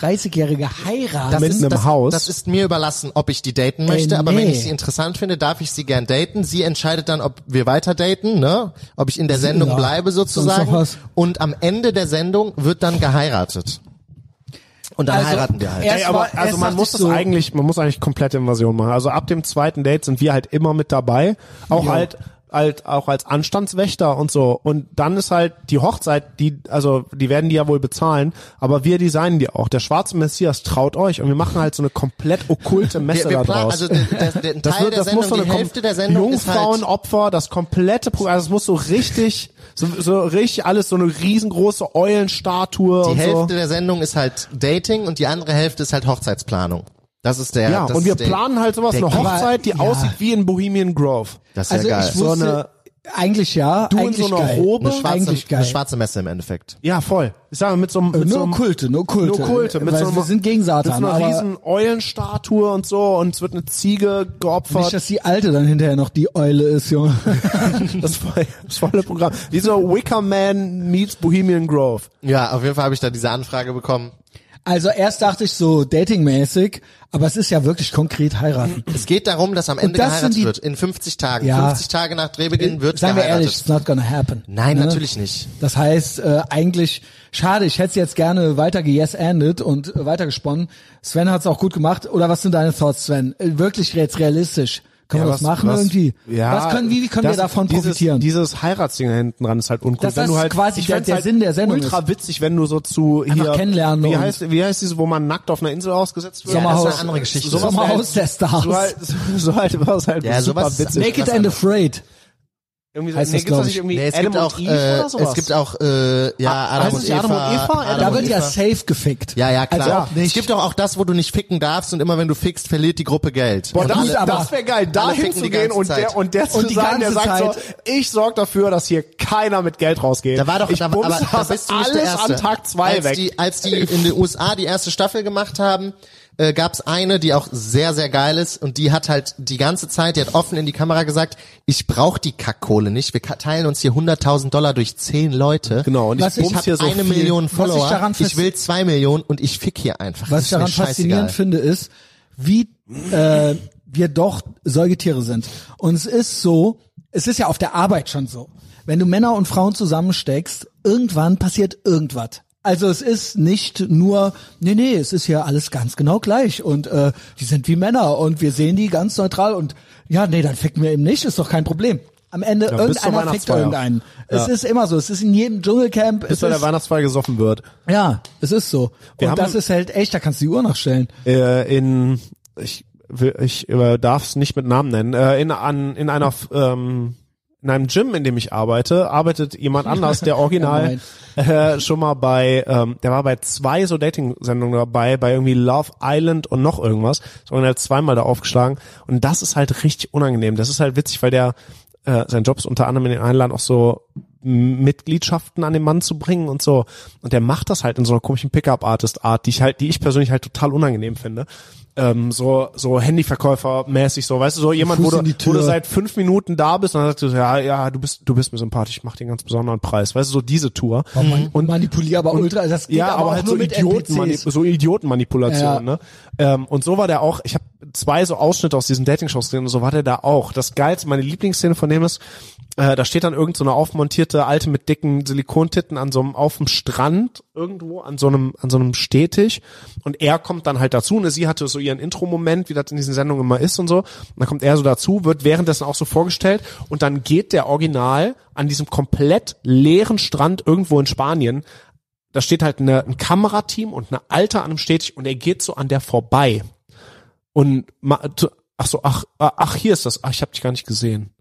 Speaker 1: 33-Jährige heiraten?
Speaker 2: Das
Speaker 4: Mit
Speaker 2: ist,
Speaker 4: einem
Speaker 2: das,
Speaker 4: Haus?
Speaker 2: Das ist mir überlassen, ob ich die daten möchte. aber
Speaker 1: Äh, nee.
Speaker 2: wenn ich sie interessant finde, darf ich sie gern daten. Sie entscheidet dann, ob wir weiter daten, ne? Ob ich in der Sendung
Speaker 1: Ja,
Speaker 2: bleibe
Speaker 1: sonst noch
Speaker 2: sozusagen.
Speaker 1: was.
Speaker 2: Und am Ende der Sendung wird dann geheiratet. Und dann
Speaker 1: Also,
Speaker 2: heiraten wir halt.
Speaker 1: erst
Speaker 4: Ey,
Speaker 1: mal-
Speaker 4: aber also
Speaker 1: erst
Speaker 4: man
Speaker 1: dachte
Speaker 4: muss
Speaker 1: ich
Speaker 4: das
Speaker 1: so-
Speaker 4: eigentlich, man muss eigentlich komplette Invasion machen. Also ab dem zweiten Date sind wir halt immer mit dabei, auch halt halt auch als Anstandswächter und so. Und dann ist halt die Hochzeit, die also die werden die ja wohl bezahlen, aber wir designen die auch. Der schwarze Messias traut euch und wir machen halt so eine komplett okkulte Messe
Speaker 2: wir, wir
Speaker 4: da
Speaker 2: planen,
Speaker 4: draus.
Speaker 2: also der, der, der ein Teil der Sendung, die
Speaker 4: kom-
Speaker 2: Hälfte der Sendung ist halt
Speaker 4: Jungfrauenopfer, das komplette Programm, also es muss so richtig, so, so richtig alles, so eine riesengroße Eulenstatue
Speaker 2: Die
Speaker 4: und
Speaker 2: Hälfte
Speaker 4: so.
Speaker 2: der Sendung ist halt Dating und die andere Hälfte ist halt Hochzeitsplanung. Das ist der.
Speaker 4: Ja,
Speaker 2: das
Speaker 4: und wir
Speaker 2: ist der,
Speaker 4: planen halt sowas, eine
Speaker 2: der-
Speaker 4: Hochzeit, die
Speaker 1: ja.
Speaker 4: aussieht wie in Bohemian Grove.
Speaker 2: Das ist
Speaker 1: also
Speaker 2: ja geil.
Speaker 1: ich wusste,
Speaker 4: So eine-
Speaker 1: eigentlich ja,
Speaker 4: in
Speaker 1: eigentlich
Speaker 4: so einer
Speaker 1: geil.
Speaker 4: Robe?
Speaker 2: eine, schwarze,
Speaker 1: eigentlich geil.
Speaker 2: eine schwarze Messe im Endeffekt.
Speaker 4: Ja, voll. Ich sage mit so einem, mit so
Speaker 1: Äh, nur
Speaker 4: einem
Speaker 1: Kulte, nur Kulte.
Speaker 4: nur Kulte, mit
Speaker 1: Weil
Speaker 4: so einem,
Speaker 1: wir sind gegen Satan,
Speaker 4: mit so einer
Speaker 1: aber
Speaker 4: riesen Eulenstatue und so und es wird eine Ziege
Speaker 1: nicht,
Speaker 4: geopfert.
Speaker 1: dass die Alte dann hinterher noch die Eule ist, Junge.
Speaker 4: Das, voll, das volle Programm. Wie so Wicker Man meets Bohemian Grove.
Speaker 2: Ja, auf jeden Fall habe ich da diese Anfrage bekommen.
Speaker 1: Also erst dachte ich so datingmäßig, aber es ist ja wirklich konkret heiraten.
Speaker 2: Es geht darum, dass am Ende
Speaker 1: das
Speaker 2: geheiratet
Speaker 1: sind die-
Speaker 2: wird. In 50 Tagen.
Speaker 1: Ja.
Speaker 2: 50 Tage nach Drehbeginn Hm, wird
Speaker 1: Seien wir
Speaker 2: geheiratet.
Speaker 1: ehrlich, it's not gonna happen.
Speaker 2: Nein,
Speaker 1: Ne?
Speaker 2: natürlich nicht.
Speaker 1: Das heißt, äh, eigentlich, schade, ich hätte es jetzt gerne weiter yes-ended und äh, weitergesponnen. Sven hat es auch gut gemacht. Oder was sind deine Thoughts, Sven? Äh, wirklich jetzt realistisch. Können wir das machen irgendwie?
Speaker 4: Ja,
Speaker 1: was können, wie, wie können wir
Speaker 4: das-
Speaker 1: davon
Speaker 4: dieses,
Speaker 1: profitieren?
Speaker 4: Dieses Heiratsding da hinten dran ist halt uncool.
Speaker 1: Das
Speaker 4: wenn
Speaker 1: ist
Speaker 4: du halt,
Speaker 1: quasi
Speaker 4: ich
Speaker 1: der-
Speaker 4: fänd's
Speaker 1: der
Speaker 4: halt
Speaker 1: Sinn der Sendung
Speaker 4: Ultra
Speaker 1: ist.
Speaker 4: witzig, wenn du so zu hier
Speaker 1: kennenlernen
Speaker 4: Wie
Speaker 1: und-
Speaker 4: heißt wie heißt diese, wo man nackt auf einer Insel ausgesetzt wird?
Speaker 2: Ja, das ist
Speaker 1: Sommerhaus.
Speaker 2: eine andere Geschichte.
Speaker 1: Sowas
Speaker 4: wär
Speaker 1: Sommerhaus der Stars.
Speaker 4: So halt, so halt war es halt
Speaker 2: Ja,
Speaker 4: super
Speaker 2: sowas-
Speaker 4: witzig.
Speaker 2: Nee,
Speaker 1: Naked and Afraid.
Speaker 4: irgendwie
Speaker 1: heißt das,
Speaker 4: gibt's
Speaker 1: glaub
Speaker 4: nicht
Speaker 1: ich.
Speaker 4: irgendwie
Speaker 2: Nee, es,
Speaker 4: Adam
Speaker 2: gibt auch,
Speaker 4: und Eve
Speaker 2: äh,
Speaker 4: oder sowas?
Speaker 2: es gibt auch, äh, ja,
Speaker 4: Ah,
Speaker 2: Adam
Speaker 4: heißt
Speaker 2: und
Speaker 4: es nicht
Speaker 2: Eva.
Speaker 4: Adam und Eva?
Speaker 2: Adam
Speaker 1: Da
Speaker 2: und
Speaker 1: wird ja
Speaker 2: Eva.
Speaker 1: safe gefickt.
Speaker 2: Ja, ja, klar.
Speaker 1: Also auch nicht.
Speaker 2: Es gibt doch auch das, wo du nicht ficken darfst und immer wenn du fickst, verliert die Gruppe Geld.
Speaker 4: Boah,
Speaker 2: Und
Speaker 4: das,
Speaker 1: gut, aber-
Speaker 4: das wäre geil, da
Speaker 2: alle ficken die
Speaker 4: hinzugehen
Speaker 2: ganze
Speaker 4: und der,
Speaker 2: Zeit.
Speaker 4: und der zu
Speaker 1: Und die
Speaker 4: sein, der
Speaker 1: ganze
Speaker 4: sagt so, ich sorg dafür, dass hier keiner mit Geld rausgeht.
Speaker 2: Da war doch,
Speaker 4: ich
Speaker 2: da,
Speaker 4: bumse
Speaker 2: aber da
Speaker 4: das
Speaker 2: bist du nicht
Speaker 4: alles
Speaker 2: der Erste.
Speaker 4: an Tag zwei
Speaker 2: als
Speaker 4: weg.
Speaker 2: Die, als die in den USA die erste Staffel gemacht haben, äh, gab es eine, die auch sehr, sehr geil ist und die hat halt die ganze Zeit, die hat offen in die Kamera gesagt, ich brauche die Kackkohle nicht, wir ka- teilen uns hier 100.000 Dollar durch 10 Leute.
Speaker 4: Genau, und ich
Speaker 1: Was ich
Speaker 2: Ich
Speaker 4: bumse
Speaker 2: habe
Speaker 4: hier so
Speaker 2: eine
Speaker 4: viel.
Speaker 2: Million
Speaker 1: Was ich daran
Speaker 2: Follower, ich,
Speaker 1: fas-
Speaker 2: will zwei Millionen und ich fick hier einfach.
Speaker 1: Was
Speaker 2: Das
Speaker 1: ich
Speaker 2: ist mir
Speaker 1: daran
Speaker 2: scheißegal.
Speaker 1: faszinierend finde, ist, wie äh, wir doch Säugetiere sind. Und es ist so, es ist ja auf der Arbeit schon so. Wenn du Männer und Frauen zusammensteckst, irgendwann passiert irgendwas. Also es ist nicht nur, nee, nee, es ist hier alles ganz genau gleich und äh, die sind wie Männer und wir sehen die ganz neutral und ja, nee, dann ficken wir eben nicht, ist doch kein Problem. Am Ende
Speaker 4: bis zur
Speaker 1: irgendeiner fickt
Speaker 4: Weihnachtsfeier.
Speaker 1: irgendeinen. Es
Speaker 4: Ja.
Speaker 1: ist immer so, es ist in jedem Dschungelcamp.
Speaker 4: bis
Speaker 1: es
Speaker 4: bei der
Speaker 1: ist-
Speaker 4: Weihnachtsfeier gesoffen wird.
Speaker 1: ja, es ist so.
Speaker 4: Wir
Speaker 1: und
Speaker 4: haben-
Speaker 1: das ist halt echt, da kannst du die Uhr nachstellen.
Speaker 4: Äh, in ich will- ich äh, darf es nicht mit Namen nennen. Äh, in an in einer f- ähm, in einem Gym, in dem ich arbeite, arbeitet jemand anders, der original äh, schon mal bei, ähm, der war bei zwei so Dating-Sendungen dabei, bei irgendwie Love Island und noch irgendwas. Ist original zweimal da aufgeschlagen. Und das ist halt richtig unangenehm. Das ist halt witzig, weil der äh, sein Job ist unter anderem in den Einladen auch so M- Mitgliedschaften an den Mann zu bringen und so. Und der macht das halt in so einer komischen Pickup-Artist-Art, die ich halt, die ich persönlich halt total unangenehm finde. Ähm, so, so Handyverkäufer-mäßig, so, weißt du, so jemand, wo
Speaker 1: Fuß
Speaker 4: du,
Speaker 1: in die
Speaker 4: wo du
Speaker 1: Tür.
Speaker 4: seit fünf Minuten da bist und dann sagst du, so, ja, ja, du bist, du bist mir sympathisch, ich mach dir einen ganz besonderen Preis, weißt du, so diese Tour.
Speaker 1: und manipulierbar ultra, das geht
Speaker 4: ja,
Speaker 1: Mhm. aber,
Speaker 4: aber
Speaker 1: auch
Speaker 4: halt
Speaker 1: nur
Speaker 4: so,
Speaker 1: mit
Speaker 4: Idiotenmani-
Speaker 1: NPCs.
Speaker 4: so Idiotenmanipulation,
Speaker 1: Ja.
Speaker 4: ne? Ähm, und so war der auch, ich habe zwei so Ausschnitte aus diesen Dating-Shows gesehen und so war der da auch. Das Geilste, meine Lieblingsszene von dem ist, äh, da steht dann irgend so eine aufmontierte Alte mit dicken Silikontitten an so einem, auf dem Strand irgendwo, an so einem, an so einem Stehtisch und er kommt dann halt dazu und sie hatte so ihren Intro-Moment, wie das in diesen Sendungen immer ist und so. Und dann kommt er so dazu, wird währenddessen auch so vorgestellt und dann geht der Original an diesem komplett leeren Strand irgendwo in Spanien da steht halt eine, ein Kamerateam und eine Alte an einem Städtchen und er geht so an der vorbei und ma- t- ach so ach ah, ach hier ist das ach ich habe dich gar nicht gesehen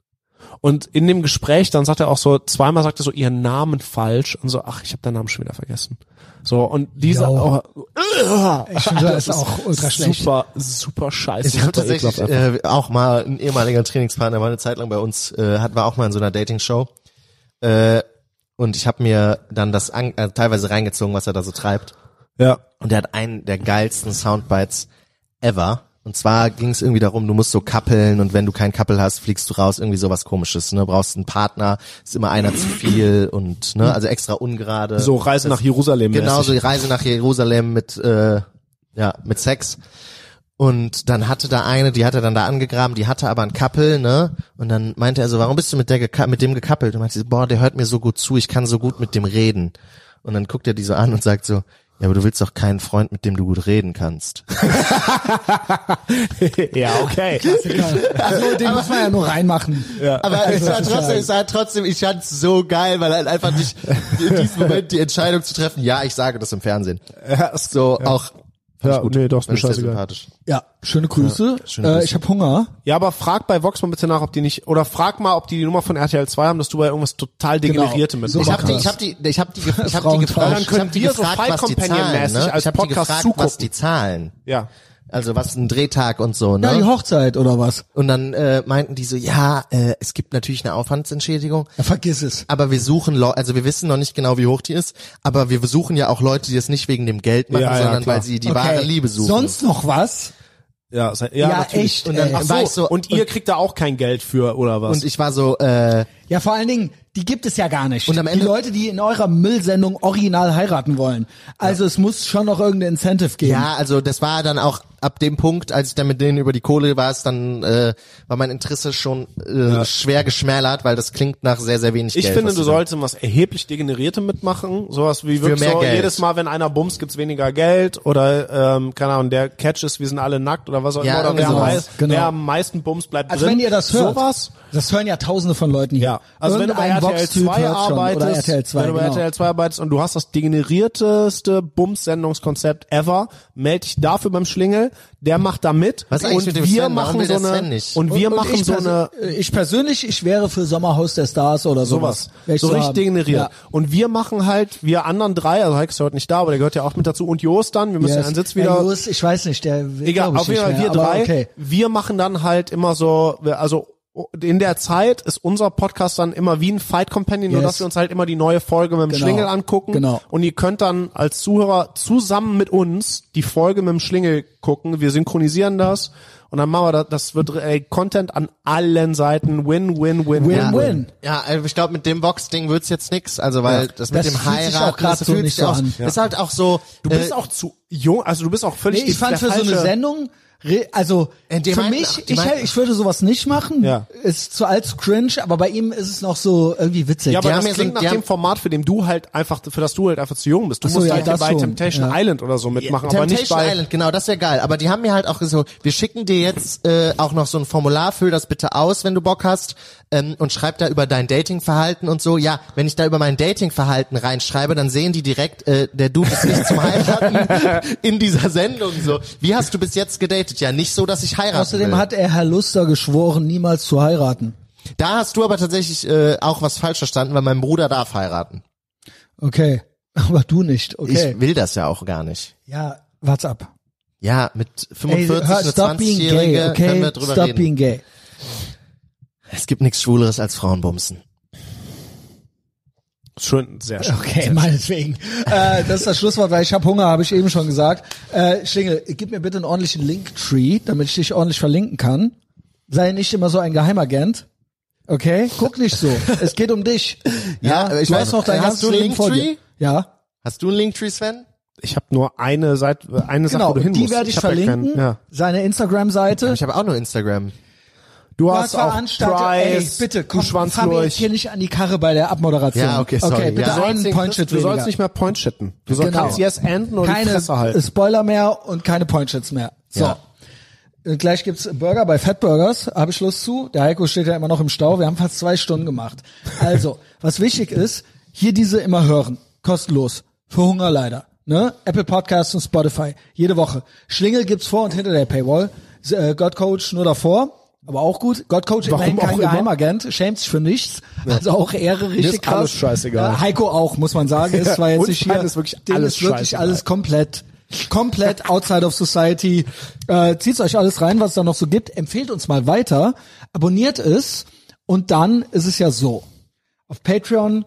Speaker 4: und in dem Gespräch dann sagt er auch so zweimal sagt er so ihren Namen falsch und so ach ich habe deinen Namen schon wieder vergessen so und diese
Speaker 1: Jo.
Speaker 4: oh, äh,
Speaker 1: Ich finde, das ist auch ultra schlecht.
Speaker 4: super super scheiße
Speaker 2: Ich habe
Speaker 4: super
Speaker 2: tatsächlich
Speaker 4: ekelhaft.
Speaker 2: äh, auch mal ein ehemaliger Trainingspartner, war eine Zeit lang bei uns, äh, hat war auch mal in so einer Dating-Show. Äh, und ich habe mir dann das an, äh, teilweise
Speaker 1: äh,
Speaker 2: reingezogen, was er da so treibt.
Speaker 4: ja
Speaker 2: Und er hat einen der geilsten Soundbites ever. Und zwar ging es irgendwie darum, du musst so kappeln und wenn du kein Kappel hast, fliegst du raus, irgendwie sowas komisches, ne? Brauchst einen Partner, ist immer einer zu viel und ne, also extra ungerade.
Speaker 4: So Reise nach Jerusalem.
Speaker 2: Genau,
Speaker 4: mäßig.
Speaker 2: so die Reise nach Jerusalem mit, äh, ja, mit Sex. Und dann hatte da eine, die hat er dann da angegraben, die hatte aber ein Kappel, ne? Und dann meinte er so, warum bist du mit der geka- mit dem gekappelt? Und meinte sie, boah, der hört mir so gut zu, ich kann so gut mit dem reden. Und dann guckt er die so an und sagt so, ja, aber du willst doch keinen Freund, mit dem du gut reden kannst.
Speaker 4: Ja, okay.
Speaker 1: Also, den muss man ja nur reinmachen.
Speaker 2: Aber
Speaker 1: Also,
Speaker 2: es war
Speaker 1: das ist
Speaker 2: trotzdem,
Speaker 1: halt-
Speaker 2: es war trotzdem, ich fand es so geil, weil halt einfach nicht in diesem Moment die Entscheidung zu treffen, ja, ich sage das im Fernsehen. So auch
Speaker 4: Ja, nee, doch, ist mir
Speaker 2: fand ich sehr
Speaker 4: scheißegal.
Speaker 2: sympathisch.
Speaker 1: Ja, schöne Grüße.
Speaker 2: schöne
Speaker 1: Äh,
Speaker 2: Grüße.
Speaker 1: ich habe Hunger.
Speaker 4: Ja, aber frag bei Vox mal bitte nach, ob die nicht, oder frag mal, ob die die Nummer von RTL 2 haben, dass du bei irgendwas total Degenerierte
Speaker 1: Genau.
Speaker 4: mit
Speaker 1: So
Speaker 2: Ich habe die,
Speaker 1: Podcast.
Speaker 2: ich hab die, ich hab die, ge- ich hab die
Speaker 1: Frauentausch.
Speaker 2: gefragt,
Speaker 1: Dann
Speaker 2: ich hab
Speaker 4: könnt
Speaker 2: die
Speaker 4: ihr so
Speaker 2: gefragt, was die zahlen,
Speaker 4: Fight-Companion-mäßig
Speaker 2: ne?
Speaker 4: als
Speaker 2: Ich hab die
Speaker 4: Podcast
Speaker 2: gefragt, was
Speaker 4: zugucken.
Speaker 2: die zahlen.
Speaker 4: Ja.
Speaker 2: Also was ein Drehtag und so,
Speaker 1: Ja, die
Speaker 2: ne?
Speaker 1: Hochzeit oder was?
Speaker 2: Und dann äh, meinten die so, ja, äh, es gibt natürlich eine Aufwandsentschädigung,
Speaker 1: Ja, vergiss es.
Speaker 2: aber wir suchen, Leu- also wir wissen noch nicht genau, wie hoch die ist, aber wir suchen ja auch Leute, die es nicht wegen dem Geld machen,
Speaker 4: Ja, ja,
Speaker 2: sondern
Speaker 4: klar.
Speaker 2: weil sie die wahre Liebe suchen.
Speaker 1: Sonst noch was?
Speaker 4: Ja, se-
Speaker 1: Ja,
Speaker 4: natürlich.
Speaker 1: echt,
Speaker 4: Und, dann,
Speaker 1: ey.
Speaker 4: ach so,
Speaker 2: War ich so-
Speaker 4: und ihr kriegt da auch kein Geld für, oder was?
Speaker 2: und ich war so, äh,
Speaker 1: Ja, vor allen Dingen, die gibt es ja gar nicht.
Speaker 2: Und am Ende-
Speaker 1: die Leute, die in eurer Müllsendung original heiraten wollen. Also es muss schon noch irgendein Incentive geben.
Speaker 2: ja, also das war dann auch ab dem Punkt, als ich dann mit denen über die Kohle war, es dann äh, war mein Interesse schon äh, schwer geschmälert, weil das klingt nach sehr, sehr wenig
Speaker 4: Ich
Speaker 2: Geld.
Speaker 4: finde,
Speaker 2: was
Speaker 4: du
Speaker 2: sie dann-
Speaker 4: solltest was erheblich Degeneriertem mitmachen. Sowas wie wirklich
Speaker 2: mehr
Speaker 4: so,
Speaker 2: Geld.
Speaker 4: jedes Mal, wenn einer bumst, gibt's weniger Geld. Oder, ähm, keine Ahnung, der Catch ist, wir sind alle nackt oder was auch
Speaker 2: Ja,
Speaker 4: immer. Oder wer,
Speaker 2: irgendwie
Speaker 4: am
Speaker 1: sowas.
Speaker 4: mei-
Speaker 1: Genau.
Speaker 4: wer am meisten bumst, bleibt
Speaker 1: Also
Speaker 4: drin.
Speaker 1: wenn ihr das hört,
Speaker 4: Sowas.
Speaker 1: das hören ja tausende von Leuten hier.
Speaker 4: Ja, also wenn du bei
Speaker 1: Irgendein
Speaker 4: RTL
Speaker 1: Vox-Typ
Speaker 4: 2
Speaker 1: hört's schon.
Speaker 4: arbeitest,
Speaker 1: oder RTL 2,
Speaker 4: wenn du bei
Speaker 1: genau.
Speaker 4: RTL 2 arbeitest und du hast das degenerierteste Bums-Sendungskonzept ever, melde dich dafür beim Schlingel, der macht da mit
Speaker 2: Was
Speaker 4: und
Speaker 2: eigentlich mit dem Sven?
Speaker 4: wir
Speaker 2: Warum
Speaker 4: machen
Speaker 2: will
Speaker 4: so
Speaker 2: der
Speaker 4: eine
Speaker 2: Sven nicht?
Speaker 4: und wir machen
Speaker 1: ich
Speaker 4: so eine
Speaker 1: perso- äh, Ich persönlich, ich wäre für Sommerhaus der Stars oder sowas.
Speaker 4: sowas.
Speaker 1: Wär ich
Speaker 4: So richtig
Speaker 1: haben.
Speaker 4: degeneriert.
Speaker 1: Ja.
Speaker 4: Und wir machen halt, wir anderen drei, also Heike ist ja heute nicht da, aber der gehört ja auch mit dazu und Jost dann, wir müssen
Speaker 1: Yes.
Speaker 4: einen Sitz
Speaker 1: Ja,
Speaker 4: wieder.
Speaker 1: Louis, ich weiß nicht, der
Speaker 4: Egal,
Speaker 1: glaub ich
Speaker 4: auf jeden
Speaker 1: nicht
Speaker 4: Fall
Speaker 1: mehr,
Speaker 4: wir
Speaker 1: aber
Speaker 4: drei.
Speaker 1: Okay.
Speaker 4: Wir machen dann halt immer so, also in der Zeit ist unser Podcast dann immer wie ein Fight Companion, nur
Speaker 1: Yes.
Speaker 4: dass wir uns halt immer die neue Folge mit dem
Speaker 1: Genau,
Speaker 4: Schlingel angucken.
Speaker 1: genau.
Speaker 4: Und ihr könnt dann als Zuhörer zusammen mit uns die Folge mit dem Schlingel gucken. Wir synchronisieren das und dann machen wir das. Das wird ey, Content an allen Seiten. Win, win, win, win.
Speaker 1: Win-win.
Speaker 4: win.
Speaker 2: Ja, also ich glaube, mit dem Box-Ding wird's jetzt nix. Also weil das mit
Speaker 1: Das
Speaker 2: dem
Speaker 1: fühlt sich auch
Speaker 2: Heiraten,
Speaker 1: grad
Speaker 2: das
Speaker 1: so
Speaker 2: fühlt
Speaker 1: nicht
Speaker 2: sich
Speaker 1: so
Speaker 2: auch,
Speaker 1: an.
Speaker 2: ist halt auch so.
Speaker 4: Du bist
Speaker 2: äh,
Speaker 4: auch zu jung, also du bist auch völlig.
Speaker 1: Nee, ich fand
Speaker 4: der
Speaker 1: für so eine
Speaker 4: falsche-
Speaker 1: Sendung, re- also
Speaker 2: Äh, die
Speaker 1: für
Speaker 2: meinten-
Speaker 1: mich,
Speaker 2: ach, die
Speaker 1: ich,
Speaker 2: meinten-
Speaker 1: ich würde sowas nicht machen.
Speaker 4: Ja.
Speaker 1: Ist zu alt, zu cringe, aber bei ihm ist es noch so irgendwie witzig.
Speaker 4: Ja,
Speaker 2: Die
Speaker 4: aber das
Speaker 2: haben ja so
Speaker 4: klingt
Speaker 2: ein-
Speaker 4: nach
Speaker 2: die
Speaker 4: dem
Speaker 2: haben-
Speaker 4: Format, für dem du halt einfach, für das du halt einfach zu jung bist. Du
Speaker 1: Ach so,
Speaker 4: musst
Speaker 1: ja,
Speaker 4: halt hier
Speaker 1: das
Speaker 4: bei
Speaker 1: schon,
Speaker 4: Temptation
Speaker 1: ja.
Speaker 4: Island oder so mitmachen, aber nicht
Speaker 2: Temptation
Speaker 4: bei.
Speaker 2: Island, genau, das ist ja geil. Aber die haben mir halt auch so, wir schicken dir jetzt äh, auch noch so ein Formular, füll das bitte aus, wenn du Bock hast, ähm, und schreib da über dein Datingverhalten und so. Ja, wenn ich da über mein Datingverhalten reinschreibe, dann sehen die direkt, äh, der Dude ist nicht zum Heiraten in dieser Sendung. So, wie hast du bis jetzt gedatet? Ja, nicht so, dass ich heirate.
Speaker 1: Außerdem
Speaker 2: will.
Speaker 1: hat er Herr Luster geschworen, niemals zu heiraten.
Speaker 2: da hast du aber tatsächlich äh, auch was falsch verstanden, weil mein Bruder darf heiraten.
Speaker 1: Okay. Aber du nicht, okay.
Speaker 2: Ich will das ja auch gar nicht.
Speaker 1: ja, what's up?
Speaker 2: Ja, mit
Speaker 1: Ey,
Speaker 2: 45,
Speaker 1: hör,
Speaker 2: eine
Speaker 1: stop being gay,
Speaker 2: 20-Jährige können
Speaker 1: okay?
Speaker 2: wir drüber
Speaker 1: Stop
Speaker 2: reden.
Speaker 1: being gay.
Speaker 2: Es gibt nichts Schwuleres als Frauenbumsen.
Speaker 4: Schön, sehr schön.
Speaker 1: Okay, meinetwegen. äh, das ist das Schlusswort, weil ich habe Hunger, habe ich eben schon gesagt. Äh, Schlingel, gib mir bitte einen ordentlichen Linktree, damit ich dich ordentlich verlinken kann. Sei nicht immer so ein Geheimagent. Okay? Guck nicht so. es geht um dich.
Speaker 2: Ja, ich
Speaker 1: du
Speaker 2: weiß,
Speaker 1: hast noch dein
Speaker 2: hast
Speaker 1: ganzes
Speaker 2: du einen
Speaker 1: Leben vor dir.
Speaker 2: Linktree?
Speaker 1: Ja.
Speaker 2: Hast du einen Linktree, Sven?
Speaker 4: Ich habe nur eine Seite, eine Sache,
Speaker 1: Genau,
Speaker 4: wo du hin
Speaker 1: die
Speaker 4: musst.
Speaker 1: werde ich,
Speaker 4: hab ja
Speaker 1: verlinken.
Speaker 4: keinen- ja.
Speaker 1: Seine Instagram-Seite.
Speaker 2: Ich habe auch nur Instagram.
Speaker 4: Du
Speaker 1: Was
Speaker 4: hast auch
Speaker 1: veranstaltet? Ey,
Speaker 4: Price,
Speaker 1: bitte,
Speaker 4: du
Speaker 1: komm,
Speaker 4: Schwanz
Speaker 1: fahr mir jetzt hier
Speaker 4: durch.
Speaker 1: nicht an die Karre bei der Abmoderation.
Speaker 2: Ja, okay, sorry,
Speaker 1: Okay, bitte
Speaker 2: ja.
Speaker 4: Du sollst
Speaker 1: einen
Speaker 4: den-
Speaker 1: Point Shit
Speaker 4: Du sollst
Speaker 1: weniger.
Speaker 4: nicht mehr Point shitten. Du sollst
Speaker 1: Genau.
Speaker 4: kannst yes enden oder die
Speaker 1: keine
Speaker 4: Fresse halten.
Speaker 1: Spoiler mehr und keine Pointshits mehr. So.
Speaker 2: Ja.
Speaker 1: Und Gleich gibt's Burger bei Fat Burgers, habe ich Lust zu. Der Heiko steht ja immer noch im Stau. Wir haben fast zwei Stunden gemacht. Also, was wichtig ist, hier diese immer hören. Kostenlos. Für Hunger leider. Ne? Apple Podcasts und Spotify. Jede Woche. Schlingel gibt's vor und hinter der Paywall. S- äh, God Coach nur davor. Aber auch gut. God Coach
Speaker 4: Warum
Speaker 1: immerhin
Speaker 4: auch
Speaker 1: kein
Speaker 4: immer?
Speaker 1: Geheimagent. Schämt sich für nichts. Also auch Ehre, richtig
Speaker 4: ist
Speaker 1: krass.
Speaker 4: alles scheißegal.
Speaker 1: Äh, Heiko auch, muss man sagen. Ist zwar jetzt
Speaker 4: Und
Speaker 1: nicht hier.
Speaker 4: Stein ist wirklich
Speaker 1: dem
Speaker 4: alles
Speaker 1: ist wirklich
Speaker 4: scheißegal.
Speaker 1: alles komplett, komplett outside of society. Äh, zieht euch alles rein, was es da noch so gibt. Empfehlt uns mal weiter, abonniert es und dann ist es ja so. Auf Patreon,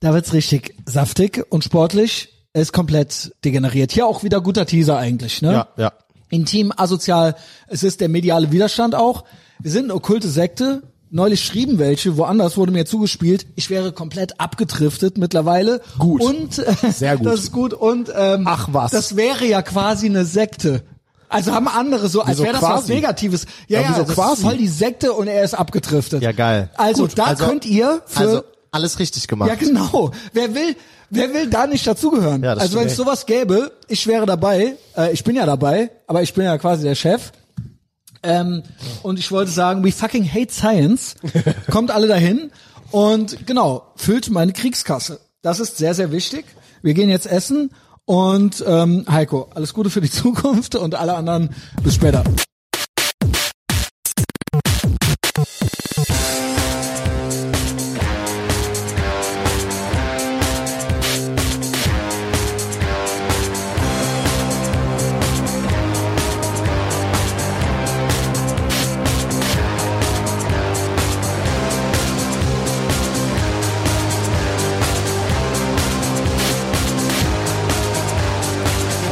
Speaker 1: da wird's richtig saftig und sportlich. Er ist komplett degeneriert. Hier auch wieder guter Teaser eigentlich, ne?
Speaker 2: ja.
Speaker 1: intim, asozial. Es ist der mediale Widerstand auch. Wir sind eine okkulte Sekte. Neulich schrieben welche, woanders wurde mir zugespielt, ich wäre komplett abgedriftet mittlerweile.
Speaker 4: Gut.
Speaker 1: Und äh,
Speaker 4: Sehr gut.
Speaker 1: das ist gut. Und ähm,
Speaker 4: Ach was.
Speaker 1: Das wäre ja quasi eine Sekte. Also haben andere so, als
Speaker 4: Wieso
Speaker 1: wäre das was
Speaker 4: quasi?
Speaker 1: Negatives. Ja,
Speaker 4: Ja,
Speaker 1: ja,
Speaker 4: wieso
Speaker 1: das
Speaker 4: quasi?
Speaker 1: ist voll die Sekte und er ist abgedriftet.
Speaker 2: Ja, geil.
Speaker 1: Also da
Speaker 2: also-
Speaker 1: könnt ihr für
Speaker 2: Also alles richtig gemacht.
Speaker 1: ja, genau. Wer will, wer will da nicht dazugehören?
Speaker 2: Ja, das
Speaker 1: also wenn es
Speaker 2: stimmt.
Speaker 1: sowas gäbe, ich wäre dabei, äh, ich bin ja dabei, aber ich bin ja quasi der Chef. Ähm, und ich wollte sagen, we fucking hate science. Kommt alle dahin und genau, füllt meine Kriegskasse. Das ist sehr, sehr wichtig. Wir gehen jetzt essen und ähm, Heiko, alles Gute für die Zukunft und alle anderen bis später.
Speaker 3: Wir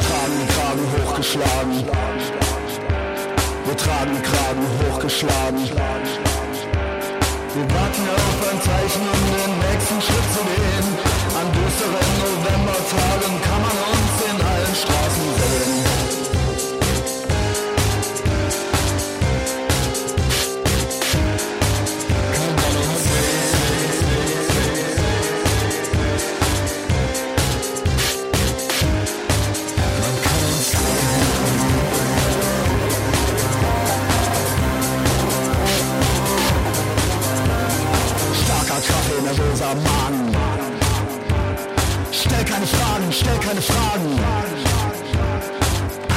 Speaker 3: tragen Kragen hochgeschlagen. Wir tragen Kragen hochgeschlagen. Wir warten auf ein Zeichen, um den nächsten Schritt zu gehen. An düsteren Novembertagen kann man uns in allen Straßen sehen. Kann man uns Starker Kaffee, nervöser Magen. Stell keine Fragen, stell keine Fragen.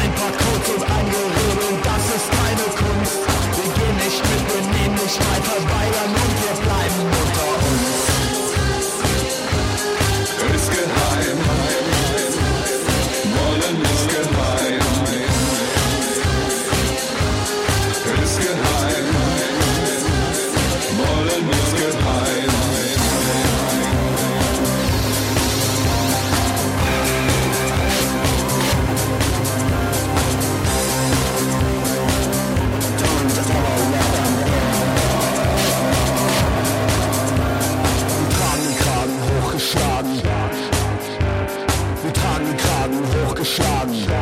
Speaker 3: Ein paar Codes und Angerührung, das ist keine Kunst. Wir gehen nicht mit Benehmlichkeit verweigern und wir bleiben unter uns. Ist geheim. Wollen ist geheim. Ist geheim. Wollen ist geheim. tragen Kragen hochgeschlagen. Wir tragen Kragen hochgeschlagen.